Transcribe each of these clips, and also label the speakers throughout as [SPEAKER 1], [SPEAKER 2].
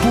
[SPEAKER 1] 波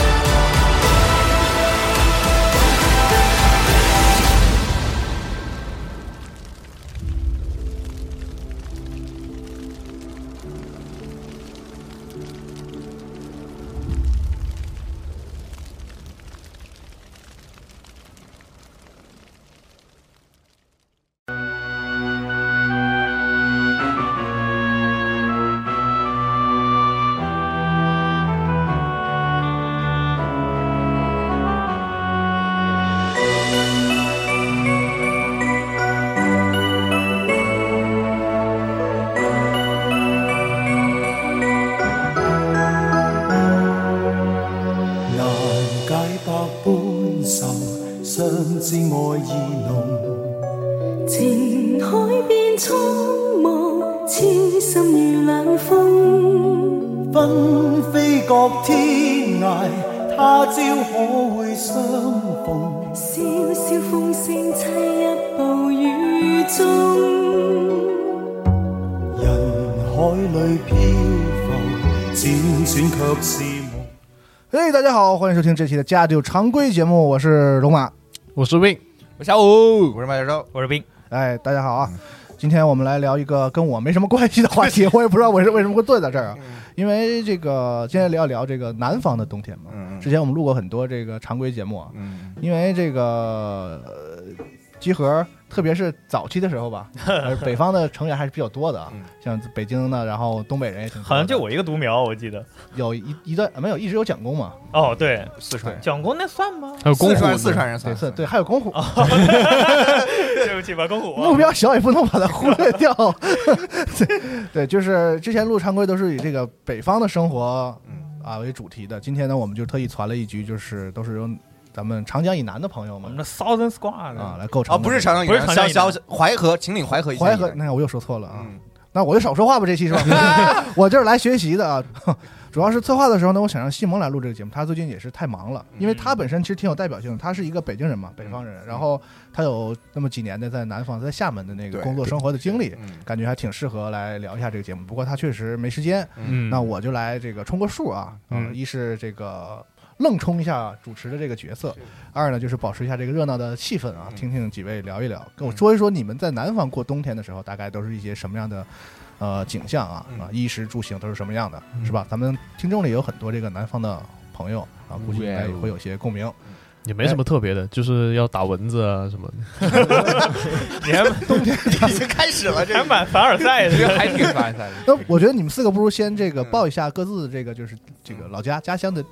[SPEAKER 2] 难解百般愁，相知爱意浓。
[SPEAKER 3] 情海变苍茫，痴心如冷风。
[SPEAKER 2] 纷飞各天涯，他朝可会相逢？
[SPEAKER 3] 萧萧风声凄泣暴雨中。
[SPEAKER 2] 人海里漂浮，辗转却是梦。
[SPEAKER 4] 嘿，大家好，欢迎收听这期的《家就常规》节目，我是龙马。
[SPEAKER 5] 我是 Win，
[SPEAKER 6] 我下午，我是马小舟，
[SPEAKER 5] 我是冰，
[SPEAKER 4] 哎，大家好
[SPEAKER 5] 嗯
[SPEAKER 4] 啊！今天我们来聊一个跟我没什么关系的话 题，我也不知道我是为什么会坐在这儿啊。
[SPEAKER 5] 嗯
[SPEAKER 4] 因为这个今天聊一聊这个南方的冬天嘛。
[SPEAKER 5] 嗯
[SPEAKER 4] 之前我们录过很多这个常规节目啊，
[SPEAKER 6] 嗯，
[SPEAKER 4] 因为这个呃集合，特别是早期的时候吧， 呃北方的成员还是比较多的啊，像北京的，然后东北人也挺多的
[SPEAKER 5] 嗯好像就我一个独苗，我记得。
[SPEAKER 7] 嗯
[SPEAKER 4] 有一一段没有一直有蒋公嘛，
[SPEAKER 5] 哦，对，
[SPEAKER 6] 四川人，
[SPEAKER 5] 蒋公那算 吗？
[SPEAKER 8] 还有
[SPEAKER 6] 四
[SPEAKER 8] 公
[SPEAKER 6] 川
[SPEAKER 8] 虎
[SPEAKER 6] 四川人
[SPEAKER 4] 对
[SPEAKER 6] 算
[SPEAKER 4] 是，对，还有公虎，
[SPEAKER 5] 哦对不起吧，公 虎啊
[SPEAKER 4] 目标小也不能把它忽略 掉。对对，就是之前录常规都是以这个北方的生活啊为主题的，今天呢我们就特意传了一局，就是都是由咱们长江以南的朋友
[SPEAKER 5] 我
[SPEAKER 4] 们
[SPEAKER 5] 们的 Southern Squad
[SPEAKER 4] 啊来构成
[SPEAKER 6] 嗯哦，
[SPEAKER 4] 的
[SPEAKER 6] 不是长江以
[SPEAKER 5] 不是
[SPEAKER 6] 南，
[SPEAKER 5] 长
[SPEAKER 6] 小
[SPEAKER 5] 江以
[SPEAKER 6] 小
[SPEAKER 5] 南
[SPEAKER 6] 淮河，秦岭淮河一线
[SPEAKER 4] 淮
[SPEAKER 6] 以南，
[SPEAKER 4] 河，那我又说错了啊，
[SPEAKER 6] 嗯
[SPEAKER 4] 那我就少说话吧，这期 是吧？ 我就是来学习的啊。主要是策划的时候呢，我想让西蒙来录这个节目，他最近也是太忙
[SPEAKER 6] 嗯
[SPEAKER 4] 了，因为他本身其实挺有代表性的，他是一个北京人嘛，北方人，然后他有那么几年的在南方，在厦门的那个
[SPEAKER 6] 对
[SPEAKER 4] 工作生活的经历，
[SPEAKER 6] 嗯
[SPEAKER 4] 感觉还挺适合来聊一下这个节目。不过他确实没时间，
[SPEAKER 8] 嗯，
[SPEAKER 4] 那我就来这个充个数啊。
[SPEAKER 8] 嗯
[SPEAKER 4] 呃一是这个愣充一下主持的这个角色，二呢就是保持一下这个热闹的气氛啊，
[SPEAKER 6] 嗯
[SPEAKER 4] 听听几位聊一聊，跟我说一说你们在南方过冬天的时候，大概都是一些什么样的。呃，景象啊
[SPEAKER 6] 嗯
[SPEAKER 4] 啊，衣食住行都是什么样的，
[SPEAKER 8] 嗯
[SPEAKER 4] 是吧？咱们听众里有很多这个南方的朋友啊，
[SPEAKER 8] 嗯
[SPEAKER 4] 估计应该也会有些共
[SPEAKER 6] 嗯
[SPEAKER 4] 鸣。
[SPEAKER 8] 也没什么特别的，就是要打蚊子啊什么的。
[SPEAKER 5] 你 还
[SPEAKER 6] 已经开始了，这
[SPEAKER 5] 还蛮凡尔赛
[SPEAKER 6] 这
[SPEAKER 5] 的。
[SPEAKER 6] 个还挺凡尔赛的。
[SPEAKER 4] 那我觉得你们四个不如先这个
[SPEAKER 6] 嗯
[SPEAKER 4] 报一下各自的这个就是这个老家家乡的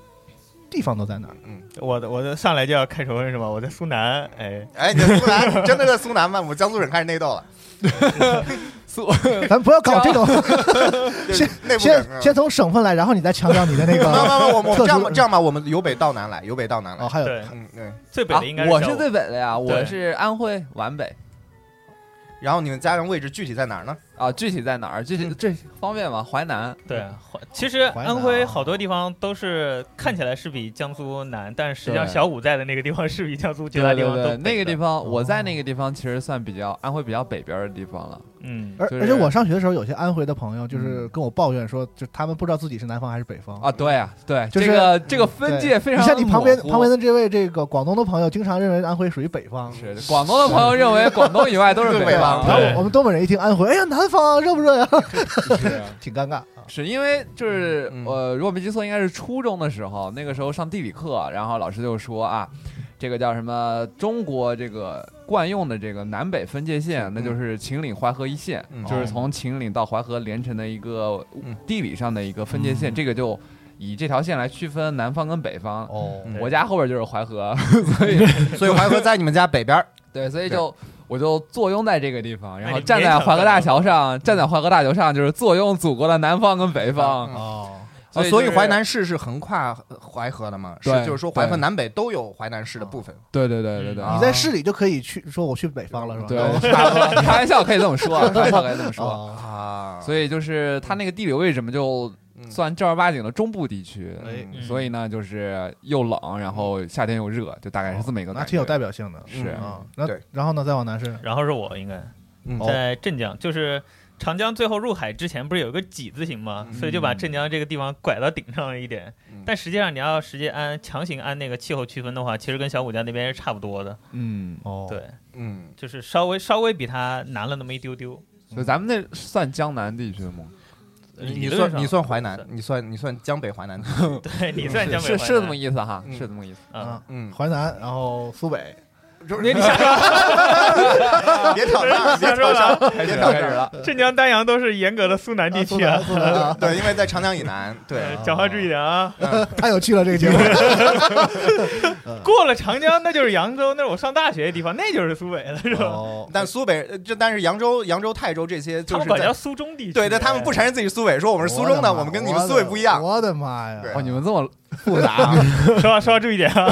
[SPEAKER 4] 地方都在哪 儿。
[SPEAKER 5] 我的我的上来就要开仇是吗？我在苏南，哎，
[SPEAKER 6] 哎，你苏南 真的是苏南吗？我江苏人开始内斗了，
[SPEAKER 4] 咱不要搞这种，
[SPEAKER 6] 就是
[SPEAKER 4] 先
[SPEAKER 6] 内部
[SPEAKER 4] 先
[SPEAKER 6] 梗。啊
[SPEAKER 4] 先从省份来，然后你再强调你的那
[SPEAKER 6] 不不
[SPEAKER 4] 个。
[SPEAKER 6] 不，我们
[SPEAKER 4] 特殊
[SPEAKER 6] 这样吧，这样吧，我们由北到南来，由北到南
[SPEAKER 4] 哦，
[SPEAKER 6] 来。
[SPEAKER 4] 还有
[SPEAKER 5] 对，
[SPEAKER 6] 嗯，对。
[SPEAKER 5] 最北的应该
[SPEAKER 7] 呃啊我
[SPEAKER 5] 是
[SPEAKER 7] 是最北的呀，
[SPEAKER 5] 对
[SPEAKER 7] 我是安徽皖北
[SPEAKER 6] 然后你们家人位置具体在哪儿呢？
[SPEAKER 7] 啊。具体在哪儿？具体这方便吗？淮南。
[SPEAKER 5] 对。淮其实
[SPEAKER 4] 淮南啊
[SPEAKER 5] 安徽好多地方都是看起来是比江苏南，但实际上
[SPEAKER 7] 对
[SPEAKER 5] 小五在的那个地方是比江苏绝
[SPEAKER 7] 对
[SPEAKER 5] 大
[SPEAKER 7] 对
[SPEAKER 5] 地方都
[SPEAKER 7] 对，
[SPEAKER 5] 北
[SPEAKER 7] 那个
[SPEAKER 5] 的
[SPEAKER 7] 地方，我在那个地方其实算比较安徽比较北边的地方了。
[SPEAKER 5] 嗯，
[SPEAKER 4] 而
[SPEAKER 7] 就是
[SPEAKER 4] 而且我上学的时候，有些安徽的朋友就是跟我抱怨说，就他们不知道自己是南方还是北方
[SPEAKER 7] 嗯啊，。对啊，对，
[SPEAKER 4] 就是
[SPEAKER 7] 这个这个分界
[SPEAKER 4] 对
[SPEAKER 7] 非常
[SPEAKER 4] 你像你旁边
[SPEAKER 7] 模糊
[SPEAKER 4] 旁边的这位这个广东的朋友，经常认为安徽属于北方。
[SPEAKER 7] 是广东的朋友认为广东以外都是
[SPEAKER 6] 是
[SPEAKER 7] 北
[SPEAKER 6] 北方
[SPEAKER 4] 然后
[SPEAKER 5] 对
[SPEAKER 4] 我我们东北人一听安徽，哎呀，南方热不热呀？ 挺尴尬啊。
[SPEAKER 7] 是因为就是
[SPEAKER 6] 嗯
[SPEAKER 7] 呃，如果没记错，应该是初中的时候，那个时候上地理课，然后老师就说啊，这个叫什么中国这个惯用的这个南北分界线，那就是秦岭淮河一线，
[SPEAKER 6] 嗯
[SPEAKER 7] 就是从秦岭到淮河连成的一个
[SPEAKER 6] 嗯
[SPEAKER 7] 地理上的一个分界线，这个就。以这条线来区分南方跟北方。
[SPEAKER 9] 哦
[SPEAKER 6] 嗯
[SPEAKER 7] 我家后边就是淮河，所以
[SPEAKER 6] 所以淮河在你们家北边儿，
[SPEAKER 7] 对，所以就我就坐拥在这个地方，然
[SPEAKER 5] 哎
[SPEAKER 7] 后
[SPEAKER 5] 你
[SPEAKER 7] 站
[SPEAKER 5] 别
[SPEAKER 7] 在
[SPEAKER 5] 扯
[SPEAKER 7] 淮河
[SPEAKER 5] 了
[SPEAKER 7] 大桥上，站在淮河大桥上就是坐拥祖国的南方跟北方。
[SPEAKER 4] 啊
[SPEAKER 9] 哦，
[SPEAKER 6] 哦
[SPEAKER 7] 啊以
[SPEAKER 6] 所以
[SPEAKER 7] 就是
[SPEAKER 6] 淮南市是横跨淮河的嘛？是
[SPEAKER 7] 对，
[SPEAKER 6] 就是说淮河
[SPEAKER 7] 对
[SPEAKER 6] 南北都有淮南市的部分。
[SPEAKER 7] 对对对对对，
[SPEAKER 4] 你在市里就可以去说我去北方嗯啊了是吧？
[SPEAKER 7] 对， 开玩笑可以这么说，啊开玩笑可以这么说。
[SPEAKER 9] 哦
[SPEAKER 6] 啊，
[SPEAKER 7] 所以就是它那个地理位置嘛，就
[SPEAKER 6] 嗯
[SPEAKER 7] 算正儿八经的中部地区，
[SPEAKER 9] 哎
[SPEAKER 5] 嗯
[SPEAKER 7] 所以呢就是又冷，然后夏天又热，就大哎概是这么一个
[SPEAKER 4] 哎哦那
[SPEAKER 7] 感
[SPEAKER 4] 挺有
[SPEAKER 7] 觉。
[SPEAKER 4] 代表性的。
[SPEAKER 7] 是
[SPEAKER 6] 嗯
[SPEAKER 4] 啊，那
[SPEAKER 6] 对
[SPEAKER 4] 然后呢，再往南是
[SPEAKER 5] 然后是我应该
[SPEAKER 6] 嗯
[SPEAKER 5] 在镇江，就是长江最后入海之前不是有个几字形吗？
[SPEAKER 6] 嗯
[SPEAKER 5] 所以就把镇江这个地方拐到顶上了一点
[SPEAKER 6] 嗯。
[SPEAKER 5] 但实际上你要实际按强行按那个气候区分的话，其实跟小骨家那边是差不多的。
[SPEAKER 7] 嗯，
[SPEAKER 4] 哦，
[SPEAKER 5] 对，
[SPEAKER 6] 嗯，
[SPEAKER 5] 就是稍微稍微比它难了那么一丢丢。
[SPEAKER 7] 所以咱们那算江南地区吗？
[SPEAKER 6] 你
[SPEAKER 5] 理
[SPEAKER 6] 你
[SPEAKER 5] 论
[SPEAKER 6] 算
[SPEAKER 5] 上
[SPEAKER 6] 你算淮南，你算你算江北淮南。
[SPEAKER 5] 对你算江北
[SPEAKER 7] 是
[SPEAKER 5] 淮
[SPEAKER 7] 是这
[SPEAKER 5] 南
[SPEAKER 7] 么意思哈，
[SPEAKER 6] 嗯
[SPEAKER 7] 是这么意思。
[SPEAKER 5] 啊，
[SPEAKER 6] 嗯，
[SPEAKER 4] 淮南，然后苏北，
[SPEAKER 6] 你你啊别挑战，别挑战，别挑战了。
[SPEAKER 5] 镇江、丹阳都是严格的苏南地区啊。
[SPEAKER 6] 对，因为在长江以南，对
[SPEAKER 5] 呃，讲话注意点啊！
[SPEAKER 7] 嗯
[SPEAKER 4] 太有趣了这个 节目。
[SPEAKER 5] 过了长江，那就是扬州，那是我上大学的地方，那就是苏北了，是吧？
[SPEAKER 4] 哦，
[SPEAKER 6] 但苏北呃这但是扬州、扬州、泰州这些
[SPEAKER 5] 他
[SPEAKER 6] 就
[SPEAKER 5] 们
[SPEAKER 6] 是
[SPEAKER 5] 管叫
[SPEAKER 6] 在
[SPEAKER 5] 苏中地区。
[SPEAKER 6] 对，但他们不承认自己是苏北，说我们是苏中的，
[SPEAKER 4] 我
[SPEAKER 6] 我们跟你们
[SPEAKER 4] 的
[SPEAKER 6] 苏北不一样。
[SPEAKER 4] 我的妈呀！
[SPEAKER 6] 对
[SPEAKER 7] 哦，
[SPEAKER 6] 啊
[SPEAKER 7] 你们这么
[SPEAKER 6] 复杂，
[SPEAKER 5] 说话说话注意点啊！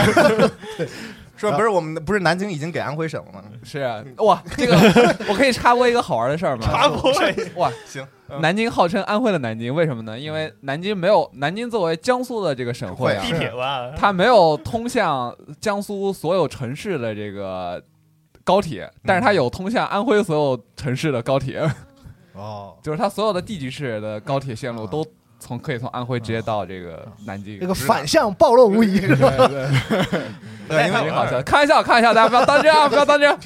[SPEAKER 6] 说不是我们的不是南京已经给安徽省了吗？
[SPEAKER 7] 是啊哇？这个 我可以插播一个好玩的事儿吗？
[SPEAKER 5] 阿婆，
[SPEAKER 7] 哇，
[SPEAKER 6] 行，
[SPEAKER 7] 南京号称安徽的南京，为什么呢？因为南京没有南京作为江苏的这个省会啊
[SPEAKER 5] 地，铁吧，
[SPEAKER 7] 它没有通向江苏所有城市的这个高铁，但是它有通向安徽所有城市的高铁，
[SPEAKER 4] 哦，
[SPEAKER 7] 就是它所有的地级市的高铁线路都从可以从安徽直接到这个南京
[SPEAKER 4] 这。个反向暴露无遗。
[SPEAKER 6] 对，因
[SPEAKER 7] 南
[SPEAKER 6] 为
[SPEAKER 7] 京好笑，开玩笑，开玩笑，大家不要当真啊，不要当真。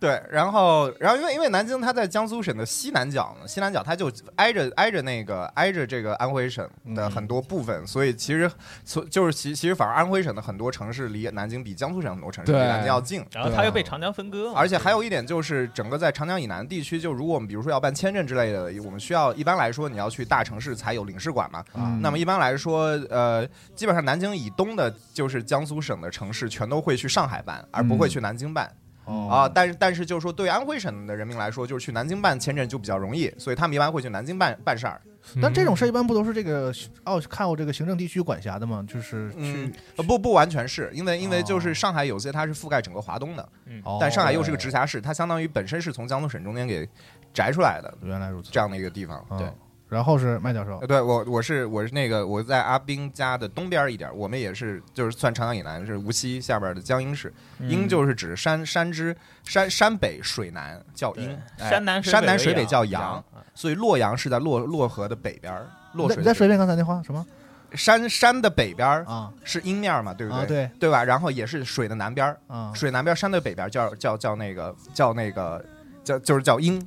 [SPEAKER 6] 对，然后，然后因为因为南京它在江苏省的西南角嘛，西南角它就挨着挨着那个挨着这个安徽省的很多部分，所以其实所就是其其实反而安徽省的很多城市离南京比江苏省很多城市离
[SPEAKER 7] 对
[SPEAKER 6] 南京要近。
[SPEAKER 5] 然后它又被长江分割嘛，
[SPEAKER 6] 而且还有一点就是，整个在长江以南地区，就如果我们比如说要办签证之类的，我们需要一般来说你要去大城市才有领事馆嘛。
[SPEAKER 4] 嗯
[SPEAKER 6] 那么一般来说，呃，基本上南京以东的，就是江苏省的城市，全都会去上海办，而不会去南京办。
[SPEAKER 4] 嗯
[SPEAKER 6] 啊，但是但是就是说，对安徽省的人民来说，就是去南京办签证就比较容易，所以他们一般会去南京办办事儿。
[SPEAKER 4] 但
[SPEAKER 6] 嗯
[SPEAKER 4] 这种事儿一般不都是这个哦，看我这个行政地区管辖的吗？就是
[SPEAKER 6] 嗯
[SPEAKER 4] 去，
[SPEAKER 6] 呃不不完全是因为因为就
[SPEAKER 4] 哦
[SPEAKER 6] 是上海有些它是覆盖整个华东的，
[SPEAKER 4] 哦
[SPEAKER 6] 嗯但上海又是个直辖市，它相当于本身是从江苏省中间给摘出来的
[SPEAKER 4] 原来如此。
[SPEAKER 6] 这样的一个地方。
[SPEAKER 4] 嗯
[SPEAKER 6] 对，
[SPEAKER 4] 然后是麦教授
[SPEAKER 6] 呃，对我我是我是那个我在阿兵家的东边一点儿，我们也是就是算长江以南是无锡下边的江阴市，
[SPEAKER 5] 嗯
[SPEAKER 6] 阴就是指山山之山山北水南叫阴
[SPEAKER 5] 对，山南
[SPEAKER 6] 哎山南
[SPEAKER 5] 水
[SPEAKER 6] 水北叫
[SPEAKER 5] 阳啊
[SPEAKER 6] 阳，所以洛阳是在洛洛河的北边儿，洛
[SPEAKER 4] 你再你再
[SPEAKER 6] 水的北
[SPEAKER 4] 说一遍刚才那话什么
[SPEAKER 6] 山山的北边儿
[SPEAKER 4] 啊
[SPEAKER 6] 是阴面儿嘛，对不
[SPEAKER 4] 啊
[SPEAKER 6] 对？
[SPEAKER 4] 对
[SPEAKER 6] 对吧？然后也是水的南边儿，
[SPEAKER 4] 啊
[SPEAKER 6] 水南边儿山的北边儿叫叫叫那个叫那个叫就是叫阴，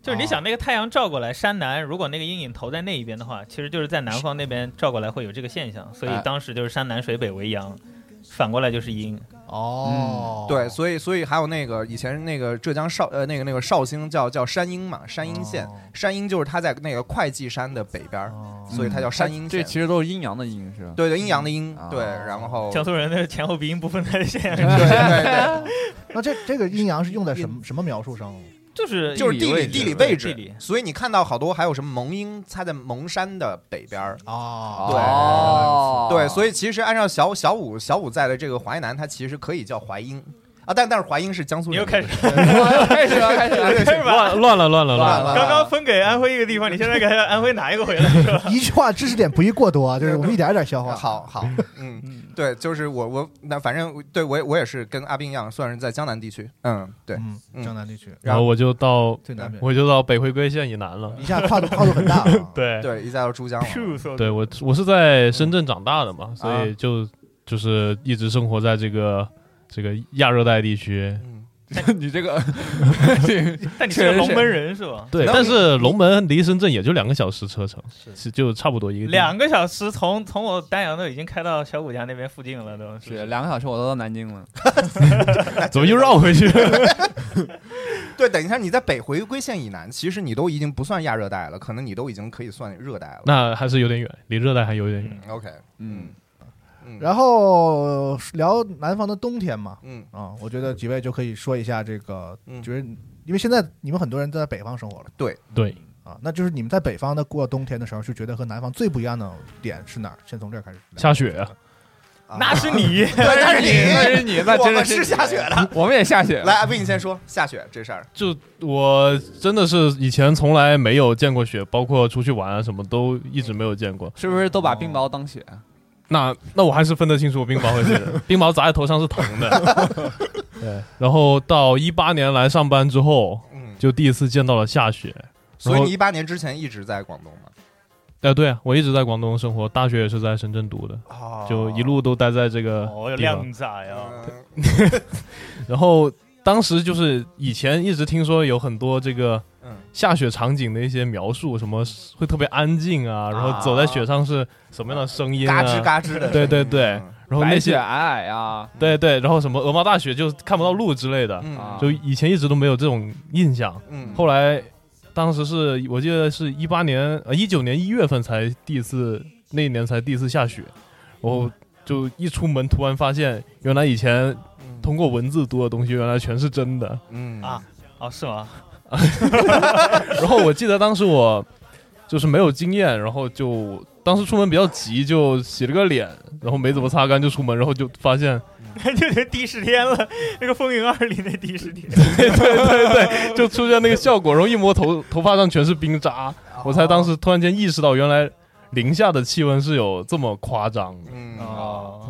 [SPEAKER 5] 就是
[SPEAKER 6] 啊
[SPEAKER 5] 你想那个太阳照过来，山南如果那个阴影投在那一边的话，其实就是在南方那边照过来会有这个现象，所以
[SPEAKER 7] 哎
[SPEAKER 5] 当时就是山南水北为阳，反过来就是阴。
[SPEAKER 4] 哦
[SPEAKER 6] 嗯对，所以所以还有那个以前那个浙江绍呃那个那个绍兴叫叫山阴嘛，山阴县，
[SPEAKER 4] 哦
[SPEAKER 6] 山阴就是它在那个会稽山的北边儿，
[SPEAKER 4] 哦
[SPEAKER 6] 所以它叫山阴
[SPEAKER 7] 这
[SPEAKER 6] 县。
[SPEAKER 7] 其实都是阴阳的阴，是吧？
[SPEAKER 6] 对对，阴阳的阴，
[SPEAKER 7] 哦
[SPEAKER 6] 对，然后
[SPEAKER 5] 江苏人的前后鼻音不分开的现象，
[SPEAKER 6] 对对
[SPEAKER 4] 那这这个阴阳是用在什么
[SPEAKER 6] 嗯
[SPEAKER 4] 什么描述上？
[SPEAKER 5] 就是
[SPEAKER 6] 对，就是
[SPEAKER 7] 地
[SPEAKER 6] 地
[SPEAKER 7] 理位
[SPEAKER 6] 理
[SPEAKER 7] 置
[SPEAKER 6] 理位
[SPEAKER 5] 地理
[SPEAKER 6] 置，所以你看到好多还有什么蒙阴，它在蒙山的北边儿，
[SPEAKER 4] 哦
[SPEAKER 6] 对
[SPEAKER 7] 哦，
[SPEAKER 6] 对，所以其实按照小小五小五在的这个淮南，它其实可以叫淮阴啊，但但是淮阴是江苏
[SPEAKER 5] 你
[SPEAKER 6] 人
[SPEAKER 5] 又
[SPEAKER 6] 的
[SPEAKER 5] 开始
[SPEAKER 7] 开始了，开始了，
[SPEAKER 5] 开始吧。
[SPEAKER 8] 乱乱了乱了
[SPEAKER 6] 乱啊
[SPEAKER 8] 乱了，
[SPEAKER 6] 了。
[SPEAKER 5] 刚刚分给安徽一个地方，你现在给安徽拿一个回来是吧？
[SPEAKER 4] 一句话知识点不宜过多啊，就是我们一点一点消化。
[SPEAKER 6] 哦好好，嗯，对，就是我我那反正对我也我也是跟阿斌一样，算是在江南地区，嗯，对，
[SPEAKER 4] 嗯，
[SPEAKER 6] 嗯
[SPEAKER 4] 江南地区
[SPEAKER 8] 然后我就到
[SPEAKER 4] 最南边，
[SPEAKER 8] 我就到北回归线以南了。。
[SPEAKER 4] 一下跨度跨度很大啊
[SPEAKER 8] 对
[SPEAKER 6] 对，一再到珠江了，啊
[SPEAKER 5] True，so-
[SPEAKER 8] 对，我我是在深圳长大的嘛，所以就就是一直生活在这个这个亚热带地区，
[SPEAKER 6] 嗯，
[SPEAKER 7] 你这个
[SPEAKER 5] 但你是个
[SPEAKER 7] 确实
[SPEAKER 5] 龙
[SPEAKER 7] 是
[SPEAKER 5] 门人是吧？
[SPEAKER 8] 对，
[SPEAKER 6] 那
[SPEAKER 8] 但是龙门离深圳也就两个小时车程，是就差不多一个地
[SPEAKER 5] 两个小时从从我丹阳都已经开到小谷家那边附近了，都
[SPEAKER 7] 是两个小时我都到南京了。
[SPEAKER 8] 怎么又绕回去？
[SPEAKER 6] 对，等一下，你在北回归线以南，其实你都已经不算亚热带了，可能你都已经可以算热带了。
[SPEAKER 8] 那还是有点远，离热带还有点远。
[SPEAKER 6] OK，
[SPEAKER 7] 嗯，
[SPEAKER 6] 嗯，后
[SPEAKER 4] 然后聊南方的冬天嘛，
[SPEAKER 6] 嗯
[SPEAKER 4] 啊，我觉得几位就可以说一下这个，
[SPEAKER 6] 嗯
[SPEAKER 4] 觉得因为现在你们很多人都在北方生活了
[SPEAKER 8] 对，
[SPEAKER 4] 啊，那就是你们在北方的过冬天的时候，就觉得和南方最不一样的点是哪儿？先从这儿开始聊。
[SPEAKER 8] 下雪啊
[SPEAKER 5] 那是
[SPEAKER 8] 嗯
[SPEAKER 5] 你，
[SPEAKER 6] 对，那是
[SPEAKER 7] 那
[SPEAKER 6] 你，
[SPEAKER 7] 是 你，那
[SPEAKER 6] 我
[SPEAKER 7] 真
[SPEAKER 6] 们
[SPEAKER 7] 的
[SPEAKER 6] 是下雪了。
[SPEAKER 7] 你，我们也下雪了。
[SPEAKER 6] 来，阿斌，你先说下雪这事儿。
[SPEAKER 8] 就我真的是以前从来没有见过雪，包括出去玩啊什么都一直没有见过。
[SPEAKER 7] 是不是都把冰雹当雪？
[SPEAKER 8] 那那我还是分得清楚冰雹和雪的，冰雹砸在头上是疼的。对，然后到一八年来上班之后，
[SPEAKER 6] 嗯，
[SPEAKER 8] 就第一次见到了下雪。
[SPEAKER 6] 所以
[SPEAKER 8] 然后
[SPEAKER 6] 你一八年之前一直在广东嘛？
[SPEAKER 8] 哎、对啊，我一直在广东生活，大学也是在深圳读的，
[SPEAKER 6] 哦
[SPEAKER 8] 就一路都待在这个
[SPEAKER 5] 哦，有
[SPEAKER 8] 地方。
[SPEAKER 5] 靓仔啊！
[SPEAKER 6] 嗯
[SPEAKER 8] 然后当时就是以前一直听说有很多这个
[SPEAKER 6] 嗯
[SPEAKER 8] 下雪场景的一些描述，什么会特别安静啊，然后走在雪上是什么样的声音啊，
[SPEAKER 6] 嘎吱嘎吱的声音。
[SPEAKER 8] 对对对然后那
[SPEAKER 7] 白雪
[SPEAKER 8] 些
[SPEAKER 7] 皑皑啊，
[SPEAKER 8] 对对，然后什么鹅毛大雪就看不到路之类的，
[SPEAKER 6] 嗯
[SPEAKER 7] 啊
[SPEAKER 8] 就以前一直都没有这种印象。
[SPEAKER 6] 嗯，
[SPEAKER 8] 后来，当时是我记得是一八年呃一九年一月份才第一次，那一年才第一次下雪，
[SPEAKER 7] 嗯
[SPEAKER 8] 然后就一出门突然发现，原来以前
[SPEAKER 7] 嗯
[SPEAKER 8] 通过文字读的东西原来全是真的。
[SPEAKER 6] 嗯
[SPEAKER 5] 啊哦，是吗？
[SPEAKER 8] 然后我记得当时我就是没有经验，然后就当时出门比较急，就洗了个脸，然后没怎么擦干就出门，然后就发现，
[SPEAKER 5] 就是第十天了，那个《风云二》里那第十 天，
[SPEAKER 8] 对对对对，就出现那个效果，然后一摸头头发上全是冰渣，我才当时突然间意识到，原来零下的气温是有这么夸张的。
[SPEAKER 6] 嗯
[SPEAKER 5] 哦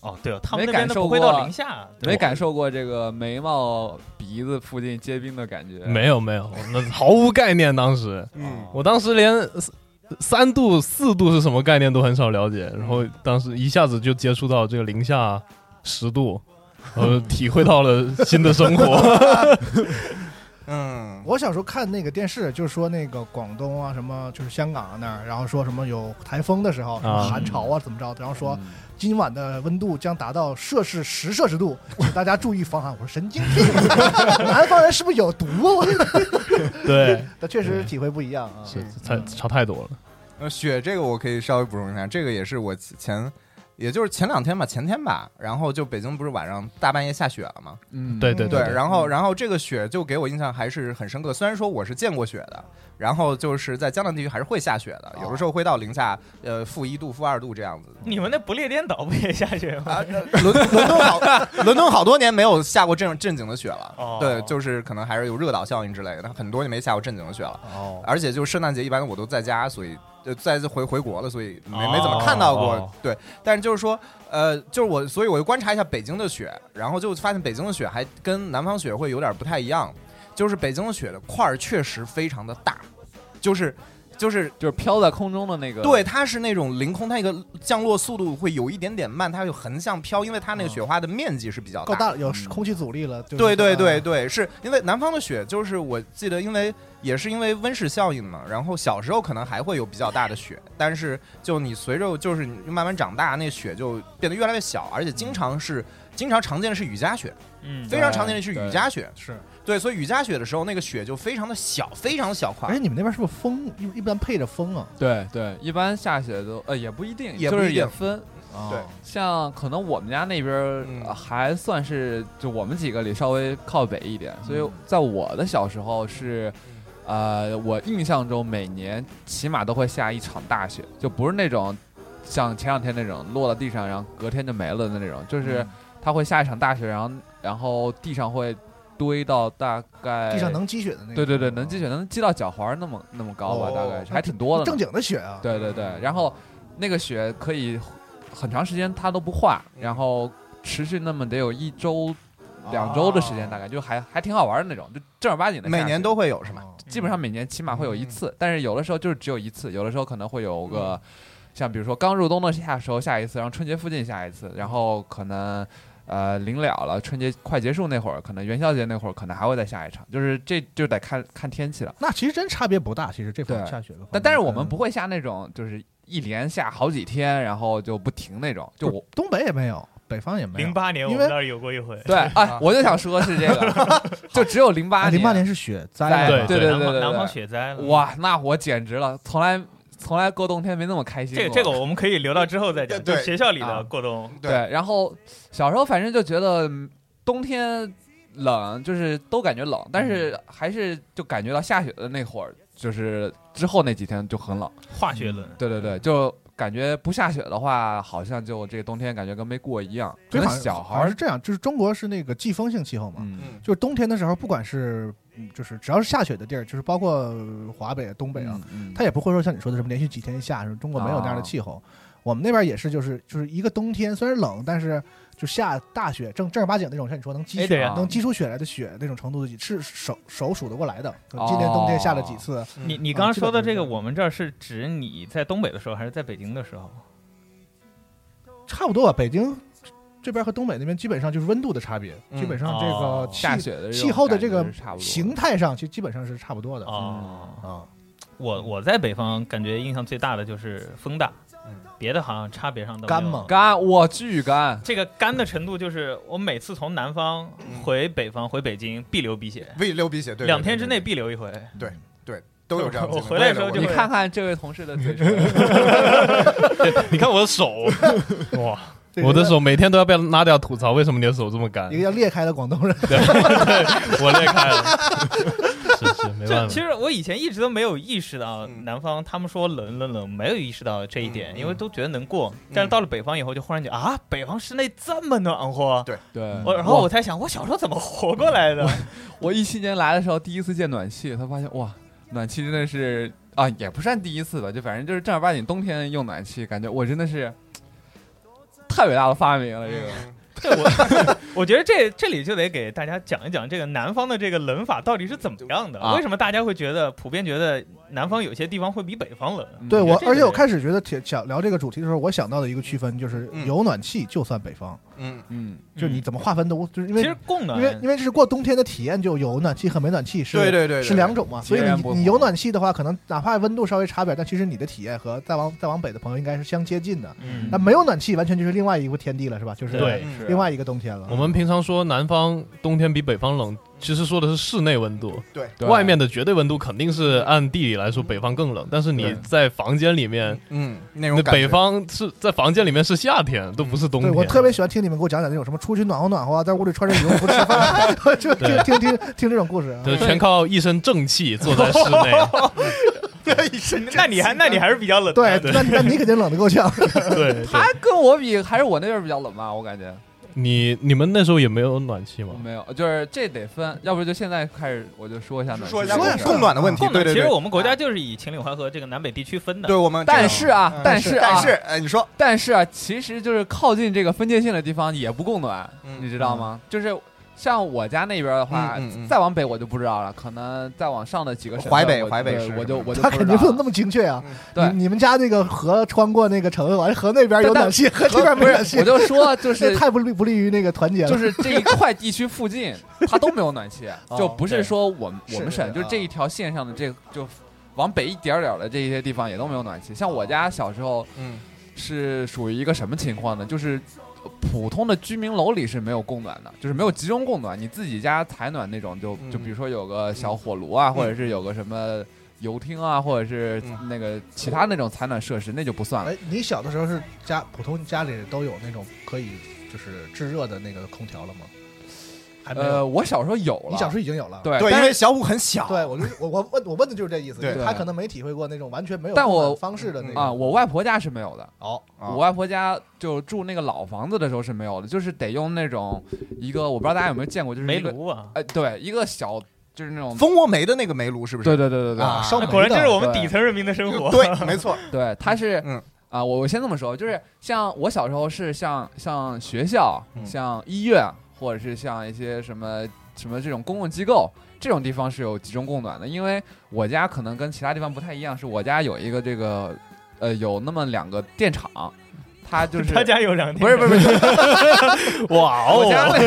[SPEAKER 5] 哦，对哦，他
[SPEAKER 7] 没
[SPEAKER 5] 们那
[SPEAKER 7] 感
[SPEAKER 5] 边都
[SPEAKER 7] 受
[SPEAKER 5] 不会
[SPEAKER 7] 过啊
[SPEAKER 5] 到零下，对哦
[SPEAKER 7] 没感受过这个眉毛、鼻子附近结冰的感觉。
[SPEAKER 8] 没有没有，那毫无概念。当时
[SPEAKER 6] 嗯
[SPEAKER 8] 我当时连三三度、四度是什么概念都很少了解，然后当时一下子就接触到这个零下十度，然后体会到了新的生活。
[SPEAKER 6] 嗯，
[SPEAKER 4] 我小时候看那个电视，就是说那个广东啊，什么就是香港啊那儿，然后说什么有台风的时候，什么
[SPEAKER 8] 啊
[SPEAKER 4] 寒潮啊怎么着的，然后说
[SPEAKER 7] 嗯
[SPEAKER 4] 今晚的温度将达到摄氏十摄氏度，请大家注意防寒。我说神经病， 南方人是不是有毒啊？
[SPEAKER 8] 对，
[SPEAKER 4] 但确实体会不一样啊。
[SPEAKER 8] 是差差太多了。
[SPEAKER 6] 呃，雪这个我可以稍微补充一下，这个也是我前，也就是前两天吧，前天吧，然后就北京不是晚上大半夜下雪了吗？
[SPEAKER 7] 嗯，
[SPEAKER 8] 对对
[SPEAKER 6] 对，
[SPEAKER 8] 对，
[SPEAKER 6] 然后然后这个雪就给我印象还是很深刻。虽然说我是见过雪的，然后就是在江南地区还是会下雪的，有的时候会到零下呃负一度、负二度这样子。
[SPEAKER 5] 你们那不列颠岛不也下雪吗？
[SPEAKER 6] 啊，呃伦伦敦好，伦敦好多年没有下过正正经的雪了。
[SPEAKER 5] 哦
[SPEAKER 6] 对，就是可能还是有热岛效应之类的，很多年没下过正经的雪了。
[SPEAKER 4] 哦，
[SPEAKER 6] 而且就是圣诞节一般我都在家，所以呃再次回回国了，所以没
[SPEAKER 5] 哦
[SPEAKER 6] 没怎么看到过。
[SPEAKER 8] 哦
[SPEAKER 6] 对，但是就是说，呃，就是我，所以我就观察一下北京的雪，然后就发现北京的雪还跟南方雪会有点不太一样，就是北京的雪的块儿确实非常的大，就是。就是
[SPEAKER 7] 就是飘在空中的那个。
[SPEAKER 6] 对，，它是那种凌空，它一个降落速度会有一点点慢，它有横向飘，因为
[SPEAKER 5] 嗯
[SPEAKER 6] 它那个雪花的面积是比较
[SPEAKER 4] 够
[SPEAKER 6] 大。
[SPEAKER 4] 大了，有
[SPEAKER 7] 嗯
[SPEAKER 4] 空气阻力了。就是
[SPEAKER 6] 对对对
[SPEAKER 4] 啊
[SPEAKER 6] 对，是因为南方的雪，就是我记得，因为也是因为温室效应嘛。然后小时候可能还会有比较大的雪，但是就你随着就是你慢慢长大，那雪就变得越来越小，而且经常是经常常见的是雨夹雪，
[SPEAKER 5] 嗯，
[SPEAKER 6] 非常常见的是雨
[SPEAKER 7] 对
[SPEAKER 6] 夹雪。
[SPEAKER 4] 是。
[SPEAKER 6] 对，所以雨夹雪的时候，那个雪就非常的小，非常小块
[SPEAKER 4] 而且。哎你们那边是不是风一一般配着风啊？
[SPEAKER 7] 对对，一般下雪都呃也不一定，
[SPEAKER 6] 也不
[SPEAKER 7] 就
[SPEAKER 6] 一定
[SPEAKER 7] 是也分。
[SPEAKER 6] 对
[SPEAKER 4] 哦，
[SPEAKER 7] 像可能我们家那边儿
[SPEAKER 6] 嗯
[SPEAKER 7] 呃还算是就我们几个里稍微靠北一点，所以在我的小时候是，呃，我印象中每年起码都会下一场大雪，就不是那种像前两天那种落到地上然后隔天就没了的那种，就是它会下一场大雪，然后然后地上会堆到大概
[SPEAKER 4] 地上。能积雪的那个。嗯
[SPEAKER 7] 对对对，能积雪能积到脚踝儿那么那么高吧，
[SPEAKER 6] 哦
[SPEAKER 7] 啊大概是还挺多的呢。
[SPEAKER 4] 正经的雪啊。
[SPEAKER 7] 对对对，然后那个雪可以很长时间它都不化，
[SPEAKER 6] 嗯
[SPEAKER 7] 然后持续那么得有一周、两周的时间，大概就还还挺好玩的那种，就正儿八经的。
[SPEAKER 6] 哦每年都，会嗯有是吗？
[SPEAKER 4] 哦
[SPEAKER 7] 基本上每年起码会有一次，但是有的时候就是只有一次，有的时候可能会有
[SPEAKER 6] 嗯
[SPEAKER 7] 个。
[SPEAKER 6] 嗯
[SPEAKER 7] 像比如说刚入冬的夏时候下一次，然后春节附近下一次，然后可能，呃临了了，春节快结束那会儿，可能元宵节那会儿，可能还会再下一场，就是这就得看看天气了。
[SPEAKER 4] 那其实真差别不大，其实这
[SPEAKER 7] 对
[SPEAKER 4] 款下雪的话，
[SPEAKER 7] 但但是我
[SPEAKER 4] 嗯
[SPEAKER 7] 们不会下那种就是一连下好几天，然后就不停那种。就
[SPEAKER 4] 不是
[SPEAKER 7] 我
[SPEAKER 4] 东北也没有，北方也没有。
[SPEAKER 5] 零八年我
[SPEAKER 4] 因
[SPEAKER 5] 们
[SPEAKER 4] 为
[SPEAKER 5] 那儿有过一 回，
[SPEAKER 7] 对，哎，我就想说是这个，就只有零八
[SPEAKER 4] 啊零
[SPEAKER 7] 年，
[SPEAKER 4] 八年是雪灾
[SPEAKER 7] 对
[SPEAKER 4] 嘛，
[SPEAKER 7] 对
[SPEAKER 5] 啊南方
[SPEAKER 7] 对
[SPEAKER 5] 南方
[SPEAKER 7] 对
[SPEAKER 5] 雪灾了。
[SPEAKER 7] 哇，那我简直了，从来从来过冬天没那么开心
[SPEAKER 5] 这个
[SPEAKER 7] 过
[SPEAKER 5] 这个我们可以留到之后再讲，
[SPEAKER 6] 对
[SPEAKER 5] 就
[SPEAKER 6] 对
[SPEAKER 5] 学校里的
[SPEAKER 7] 啊
[SPEAKER 5] 过冬，
[SPEAKER 6] 对
[SPEAKER 7] 对，然后小时候反正就觉得嗯冬天冷，就是都感觉冷，但
[SPEAKER 4] 嗯
[SPEAKER 7] 是还是就感觉到下雪的那会儿，就是之后那几天就很冷。
[SPEAKER 5] 化学论。
[SPEAKER 7] 对对
[SPEAKER 4] 嗯
[SPEAKER 7] 对，就感觉不下雪的话，好像就这个冬天感觉跟没过一样。可
[SPEAKER 4] 对
[SPEAKER 7] 能
[SPEAKER 4] 好像
[SPEAKER 7] 小孩
[SPEAKER 4] 好像
[SPEAKER 7] 儿
[SPEAKER 4] 是，这样，就是中国是那个季风性气候嘛，
[SPEAKER 7] 嗯，
[SPEAKER 6] 嗯，
[SPEAKER 4] 就是冬天的时候，不管是嗯就是只要是下雪的地儿，就是包括呃华北、东北啊，
[SPEAKER 7] 嗯，哦
[SPEAKER 4] 它也不会说像你说的什么连续几天下，中国没有那样的气候。我们那边也是，就是就是一个冬天，虽然冷，但是就下大雪，正正儿八经那种，像你说能积
[SPEAKER 5] 哎
[SPEAKER 4] 雪、
[SPEAKER 5] 对呀
[SPEAKER 4] 能积出雪来的雪那种程度的，是手手数得过来的。
[SPEAKER 7] 哦
[SPEAKER 4] 今年冬天下了几次，
[SPEAKER 5] 你你
[SPEAKER 4] 嗯
[SPEAKER 5] 刚刚
[SPEAKER 4] 基本
[SPEAKER 5] 说的
[SPEAKER 4] 就是
[SPEAKER 5] 这
[SPEAKER 4] 这
[SPEAKER 5] 个，
[SPEAKER 4] 样
[SPEAKER 5] 我们这儿是指你在东北的时候，还是在北京的时候？
[SPEAKER 4] 差不多吧。北京这边和东北那边基本上就是温度的差别，
[SPEAKER 6] 嗯
[SPEAKER 4] 基本上这
[SPEAKER 5] 哦
[SPEAKER 4] 个
[SPEAKER 7] 下
[SPEAKER 4] 气
[SPEAKER 7] 雪的这种
[SPEAKER 4] 气候的
[SPEAKER 7] 感
[SPEAKER 4] 这
[SPEAKER 7] 觉
[SPEAKER 4] 个
[SPEAKER 7] 是差不多
[SPEAKER 4] 形态上，其实基本上是差不多的。
[SPEAKER 5] 哦，
[SPEAKER 4] 啊，
[SPEAKER 5] 我我在北方感觉印象最大的就是风大
[SPEAKER 6] 嗯，
[SPEAKER 5] 别的好像差别上都没有
[SPEAKER 4] 干吗
[SPEAKER 7] 干，我巨干。
[SPEAKER 5] 这个干的程度就是，我每次从南方回北方回北京必流鼻血，
[SPEAKER 6] 为流鼻血，对，
[SPEAKER 5] 两天
[SPEAKER 6] 对
[SPEAKER 5] 之内必流一回。
[SPEAKER 6] 都有这样的
[SPEAKER 5] 我
[SPEAKER 6] 经历。
[SPEAKER 5] 回来的时候
[SPEAKER 6] 为了
[SPEAKER 5] 就
[SPEAKER 7] 你
[SPEAKER 6] 我
[SPEAKER 5] 会
[SPEAKER 7] 看看这位同事的嘴唇，
[SPEAKER 8] 你看我的 手，哇，
[SPEAKER 4] 这个
[SPEAKER 8] 我的手每天都要被拉掉吐槽，为什么你的手这么干
[SPEAKER 4] 一？个叫裂开的广东 人，
[SPEAKER 8] 我裂开了，是 是没
[SPEAKER 5] 这
[SPEAKER 8] 办
[SPEAKER 5] 其
[SPEAKER 8] 法。
[SPEAKER 5] 实我以前一直都没有意识到
[SPEAKER 6] 嗯
[SPEAKER 5] 南方，他们说冷冷冷，没有意识到这一点，
[SPEAKER 6] 嗯
[SPEAKER 5] 因为都觉得能过。但是到了北方以后，就忽然觉得啊，北方室内这么暖和。
[SPEAKER 6] 对
[SPEAKER 7] 对
[SPEAKER 5] 我然后我才想，我小时候怎么活过来的？
[SPEAKER 7] 我一七年来的时候，第一次见暖气，他发现哇，暖气真的是啊，也不算第一次吧，就反正就是正儿八经冬天用暖气，感觉我真的是太伟大的发明了，这个
[SPEAKER 6] 嗯
[SPEAKER 5] 这我我觉得这这里就得给大家讲一讲这个南方的这个冷法到底是怎么样的，
[SPEAKER 7] 啊
[SPEAKER 5] 为什么大家会觉得普遍觉得南方有些地方会比北方冷？
[SPEAKER 7] 嗯
[SPEAKER 4] 对我
[SPEAKER 5] 这，个
[SPEAKER 4] 而且我
[SPEAKER 5] 人
[SPEAKER 4] 开始觉得铁想聊这个主题的时候，我想到的一个区分就是
[SPEAKER 6] 嗯
[SPEAKER 4] 有暖气就算北方，
[SPEAKER 6] 嗯，
[SPEAKER 7] 嗯，
[SPEAKER 4] 就你怎么划分都无，就是因
[SPEAKER 5] 其
[SPEAKER 4] 为
[SPEAKER 5] 实供
[SPEAKER 4] 因为
[SPEAKER 5] 暖啊
[SPEAKER 4] 因为这是过冬天的体验，就有暖气和没暖气是
[SPEAKER 6] 对对对对
[SPEAKER 4] 是两种嘛，所以
[SPEAKER 7] 截然不
[SPEAKER 4] 你
[SPEAKER 7] 同
[SPEAKER 4] 你有暖气的话，可能哪怕温度稍微差点，但其实你的体验和再往再往北的朋友应该是相接近的。
[SPEAKER 5] 嗯
[SPEAKER 4] 那没有暖气，完全就是另外一个天地了，是吧？就是
[SPEAKER 8] 对
[SPEAKER 5] 啊
[SPEAKER 6] 嗯
[SPEAKER 4] 另外一个冬天了。
[SPEAKER 8] 我们平常说南方冬天比北方冷，其实说的是室内温度，
[SPEAKER 6] 对，
[SPEAKER 7] 对
[SPEAKER 8] 外面的绝对温度肯定是按地理来说北方更冷，但是你
[SPEAKER 7] 对
[SPEAKER 8] 在房间里面，
[SPEAKER 6] 嗯，那种
[SPEAKER 8] 那
[SPEAKER 6] 感觉
[SPEAKER 8] 北方是在房间里面是夏天，都不是冬
[SPEAKER 4] 对
[SPEAKER 8] 天。
[SPEAKER 4] 我特别喜欢听你们给我讲讲那种什么出去暖和暖和啊，在屋里穿着羽绒服吃饭，啊 就就
[SPEAKER 8] 对
[SPEAKER 4] 听听听这种故事啊。
[SPEAKER 8] 就是全靠一身正气坐在室内，
[SPEAKER 5] 那你还那你还是比较冷的。
[SPEAKER 4] 对，那那你肯定冷得够呛。
[SPEAKER 8] 对，对
[SPEAKER 7] 他跟我比还是我那边比较冷吧，我感觉
[SPEAKER 8] 你你们那时候也没有暖气吗？
[SPEAKER 7] 没有，就是这得分，要不就现在开始我就说一下暖气，
[SPEAKER 6] 说一
[SPEAKER 4] 说
[SPEAKER 6] 下
[SPEAKER 4] 呀
[SPEAKER 6] 供暖的问题，
[SPEAKER 5] 供
[SPEAKER 6] 对
[SPEAKER 5] 暖
[SPEAKER 6] 对
[SPEAKER 5] 其实
[SPEAKER 6] 对，
[SPEAKER 5] 我们国
[SPEAKER 8] 啊
[SPEAKER 5] 家就是以秦岭淮河这个南北地区分的。
[SPEAKER 6] 对我们这样，
[SPEAKER 7] 但是啊
[SPEAKER 6] 嗯，
[SPEAKER 7] 但是啊，
[SPEAKER 6] 但是，哎，你说，
[SPEAKER 7] 但是啊，其实就是靠近这个分界线的地方也不供暖，
[SPEAKER 6] 嗯
[SPEAKER 7] 你知道吗？就是像我家那边的话，
[SPEAKER 6] 嗯嗯嗯
[SPEAKER 7] 再往北我就不知道了，可能再往上的几个省份
[SPEAKER 6] 淮北
[SPEAKER 7] 我
[SPEAKER 6] 淮北
[SPEAKER 7] 对
[SPEAKER 6] 是
[SPEAKER 7] 我就我就
[SPEAKER 4] 他
[SPEAKER 7] 不
[SPEAKER 4] 肯
[SPEAKER 7] 知
[SPEAKER 4] 定
[SPEAKER 7] 道
[SPEAKER 4] 不能
[SPEAKER 7] 了
[SPEAKER 4] 那么精确啊！
[SPEAKER 7] 对
[SPEAKER 4] 你你们家那个河穿过那个城，完河那边有暖气，河这边没
[SPEAKER 7] 不是
[SPEAKER 4] 暖气，
[SPEAKER 7] 我就说就
[SPEAKER 4] 这
[SPEAKER 7] 是。
[SPEAKER 4] 太不利不利于那个团结了。
[SPEAKER 7] 就是这一块地区 附近，它都没有暖气，
[SPEAKER 4] 哦
[SPEAKER 7] 就不是说我们
[SPEAKER 4] 对
[SPEAKER 7] 我们省，
[SPEAKER 4] 是啊
[SPEAKER 7] 就是这一条线上的这就往北一点儿点儿的这些地方也都没有暖气。像我家小时候
[SPEAKER 6] 嗯
[SPEAKER 7] 是属于一个什么情况呢？就是普通的居民楼里是没有供暖的，就是没有集中供暖，你自己家采暖那种就，就
[SPEAKER 6] 嗯
[SPEAKER 7] 比如说有个
[SPEAKER 4] 嗯
[SPEAKER 7] 小火炉啊，或者是有个什么油汀啊，或者是
[SPEAKER 6] 嗯
[SPEAKER 7] 那个其他那种采暖设施，那就不算了。
[SPEAKER 4] 哎，你小的时候是家普通家里都有那种可以就是制热的那个空调了吗？还没有，
[SPEAKER 7] 呃，我小时候有了，
[SPEAKER 4] 你小时候已经有了。
[SPEAKER 7] 对
[SPEAKER 6] 对，
[SPEAKER 7] 但
[SPEAKER 6] 因
[SPEAKER 7] 是
[SPEAKER 6] 为小五很小，
[SPEAKER 4] 对，我就我我问我问的就是这意思，
[SPEAKER 6] 对
[SPEAKER 4] 就是他可能没体会过那种完全没有
[SPEAKER 7] 但我
[SPEAKER 4] 供暖方式的那种
[SPEAKER 7] 啊、我外婆家是没有的。
[SPEAKER 4] 哦，
[SPEAKER 6] 啊
[SPEAKER 7] 我外婆家就住那个老房子的时候是没有的，就是得用那种一个我不知道大家有没有见过，就是
[SPEAKER 5] 煤
[SPEAKER 7] 一个
[SPEAKER 5] 炉啊。
[SPEAKER 7] 哎，对，一个小就是那种，
[SPEAKER 6] 蜂窝煤的那个煤炉是不是？
[SPEAKER 7] 对对对对对，
[SPEAKER 6] 啊
[SPEAKER 4] 烧煤
[SPEAKER 5] 那
[SPEAKER 4] 的
[SPEAKER 5] 果然这是我们
[SPEAKER 7] 对
[SPEAKER 5] 底层人民的生活。
[SPEAKER 6] 对，没错，
[SPEAKER 7] 对，它是
[SPEAKER 6] 嗯
[SPEAKER 7] 啊，我我先这么说，就是像我小时候是像像学校、
[SPEAKER 6] 嗯
[SPEAKER 7] 像医院，或者是像一些什么什么这种公共机构这种地方是有集中供暖的，因为我家可能跟其他地方不太一样，是我家有一个这个呃有那么两个电厂，他就是
[SPEAKER 5] 他家有两天，
[SPEAKER 7] 不是不是不是，
[SPEAKER 8] 哇
[SPEAKER 7] 我家
[SPEAKER 8] 哦，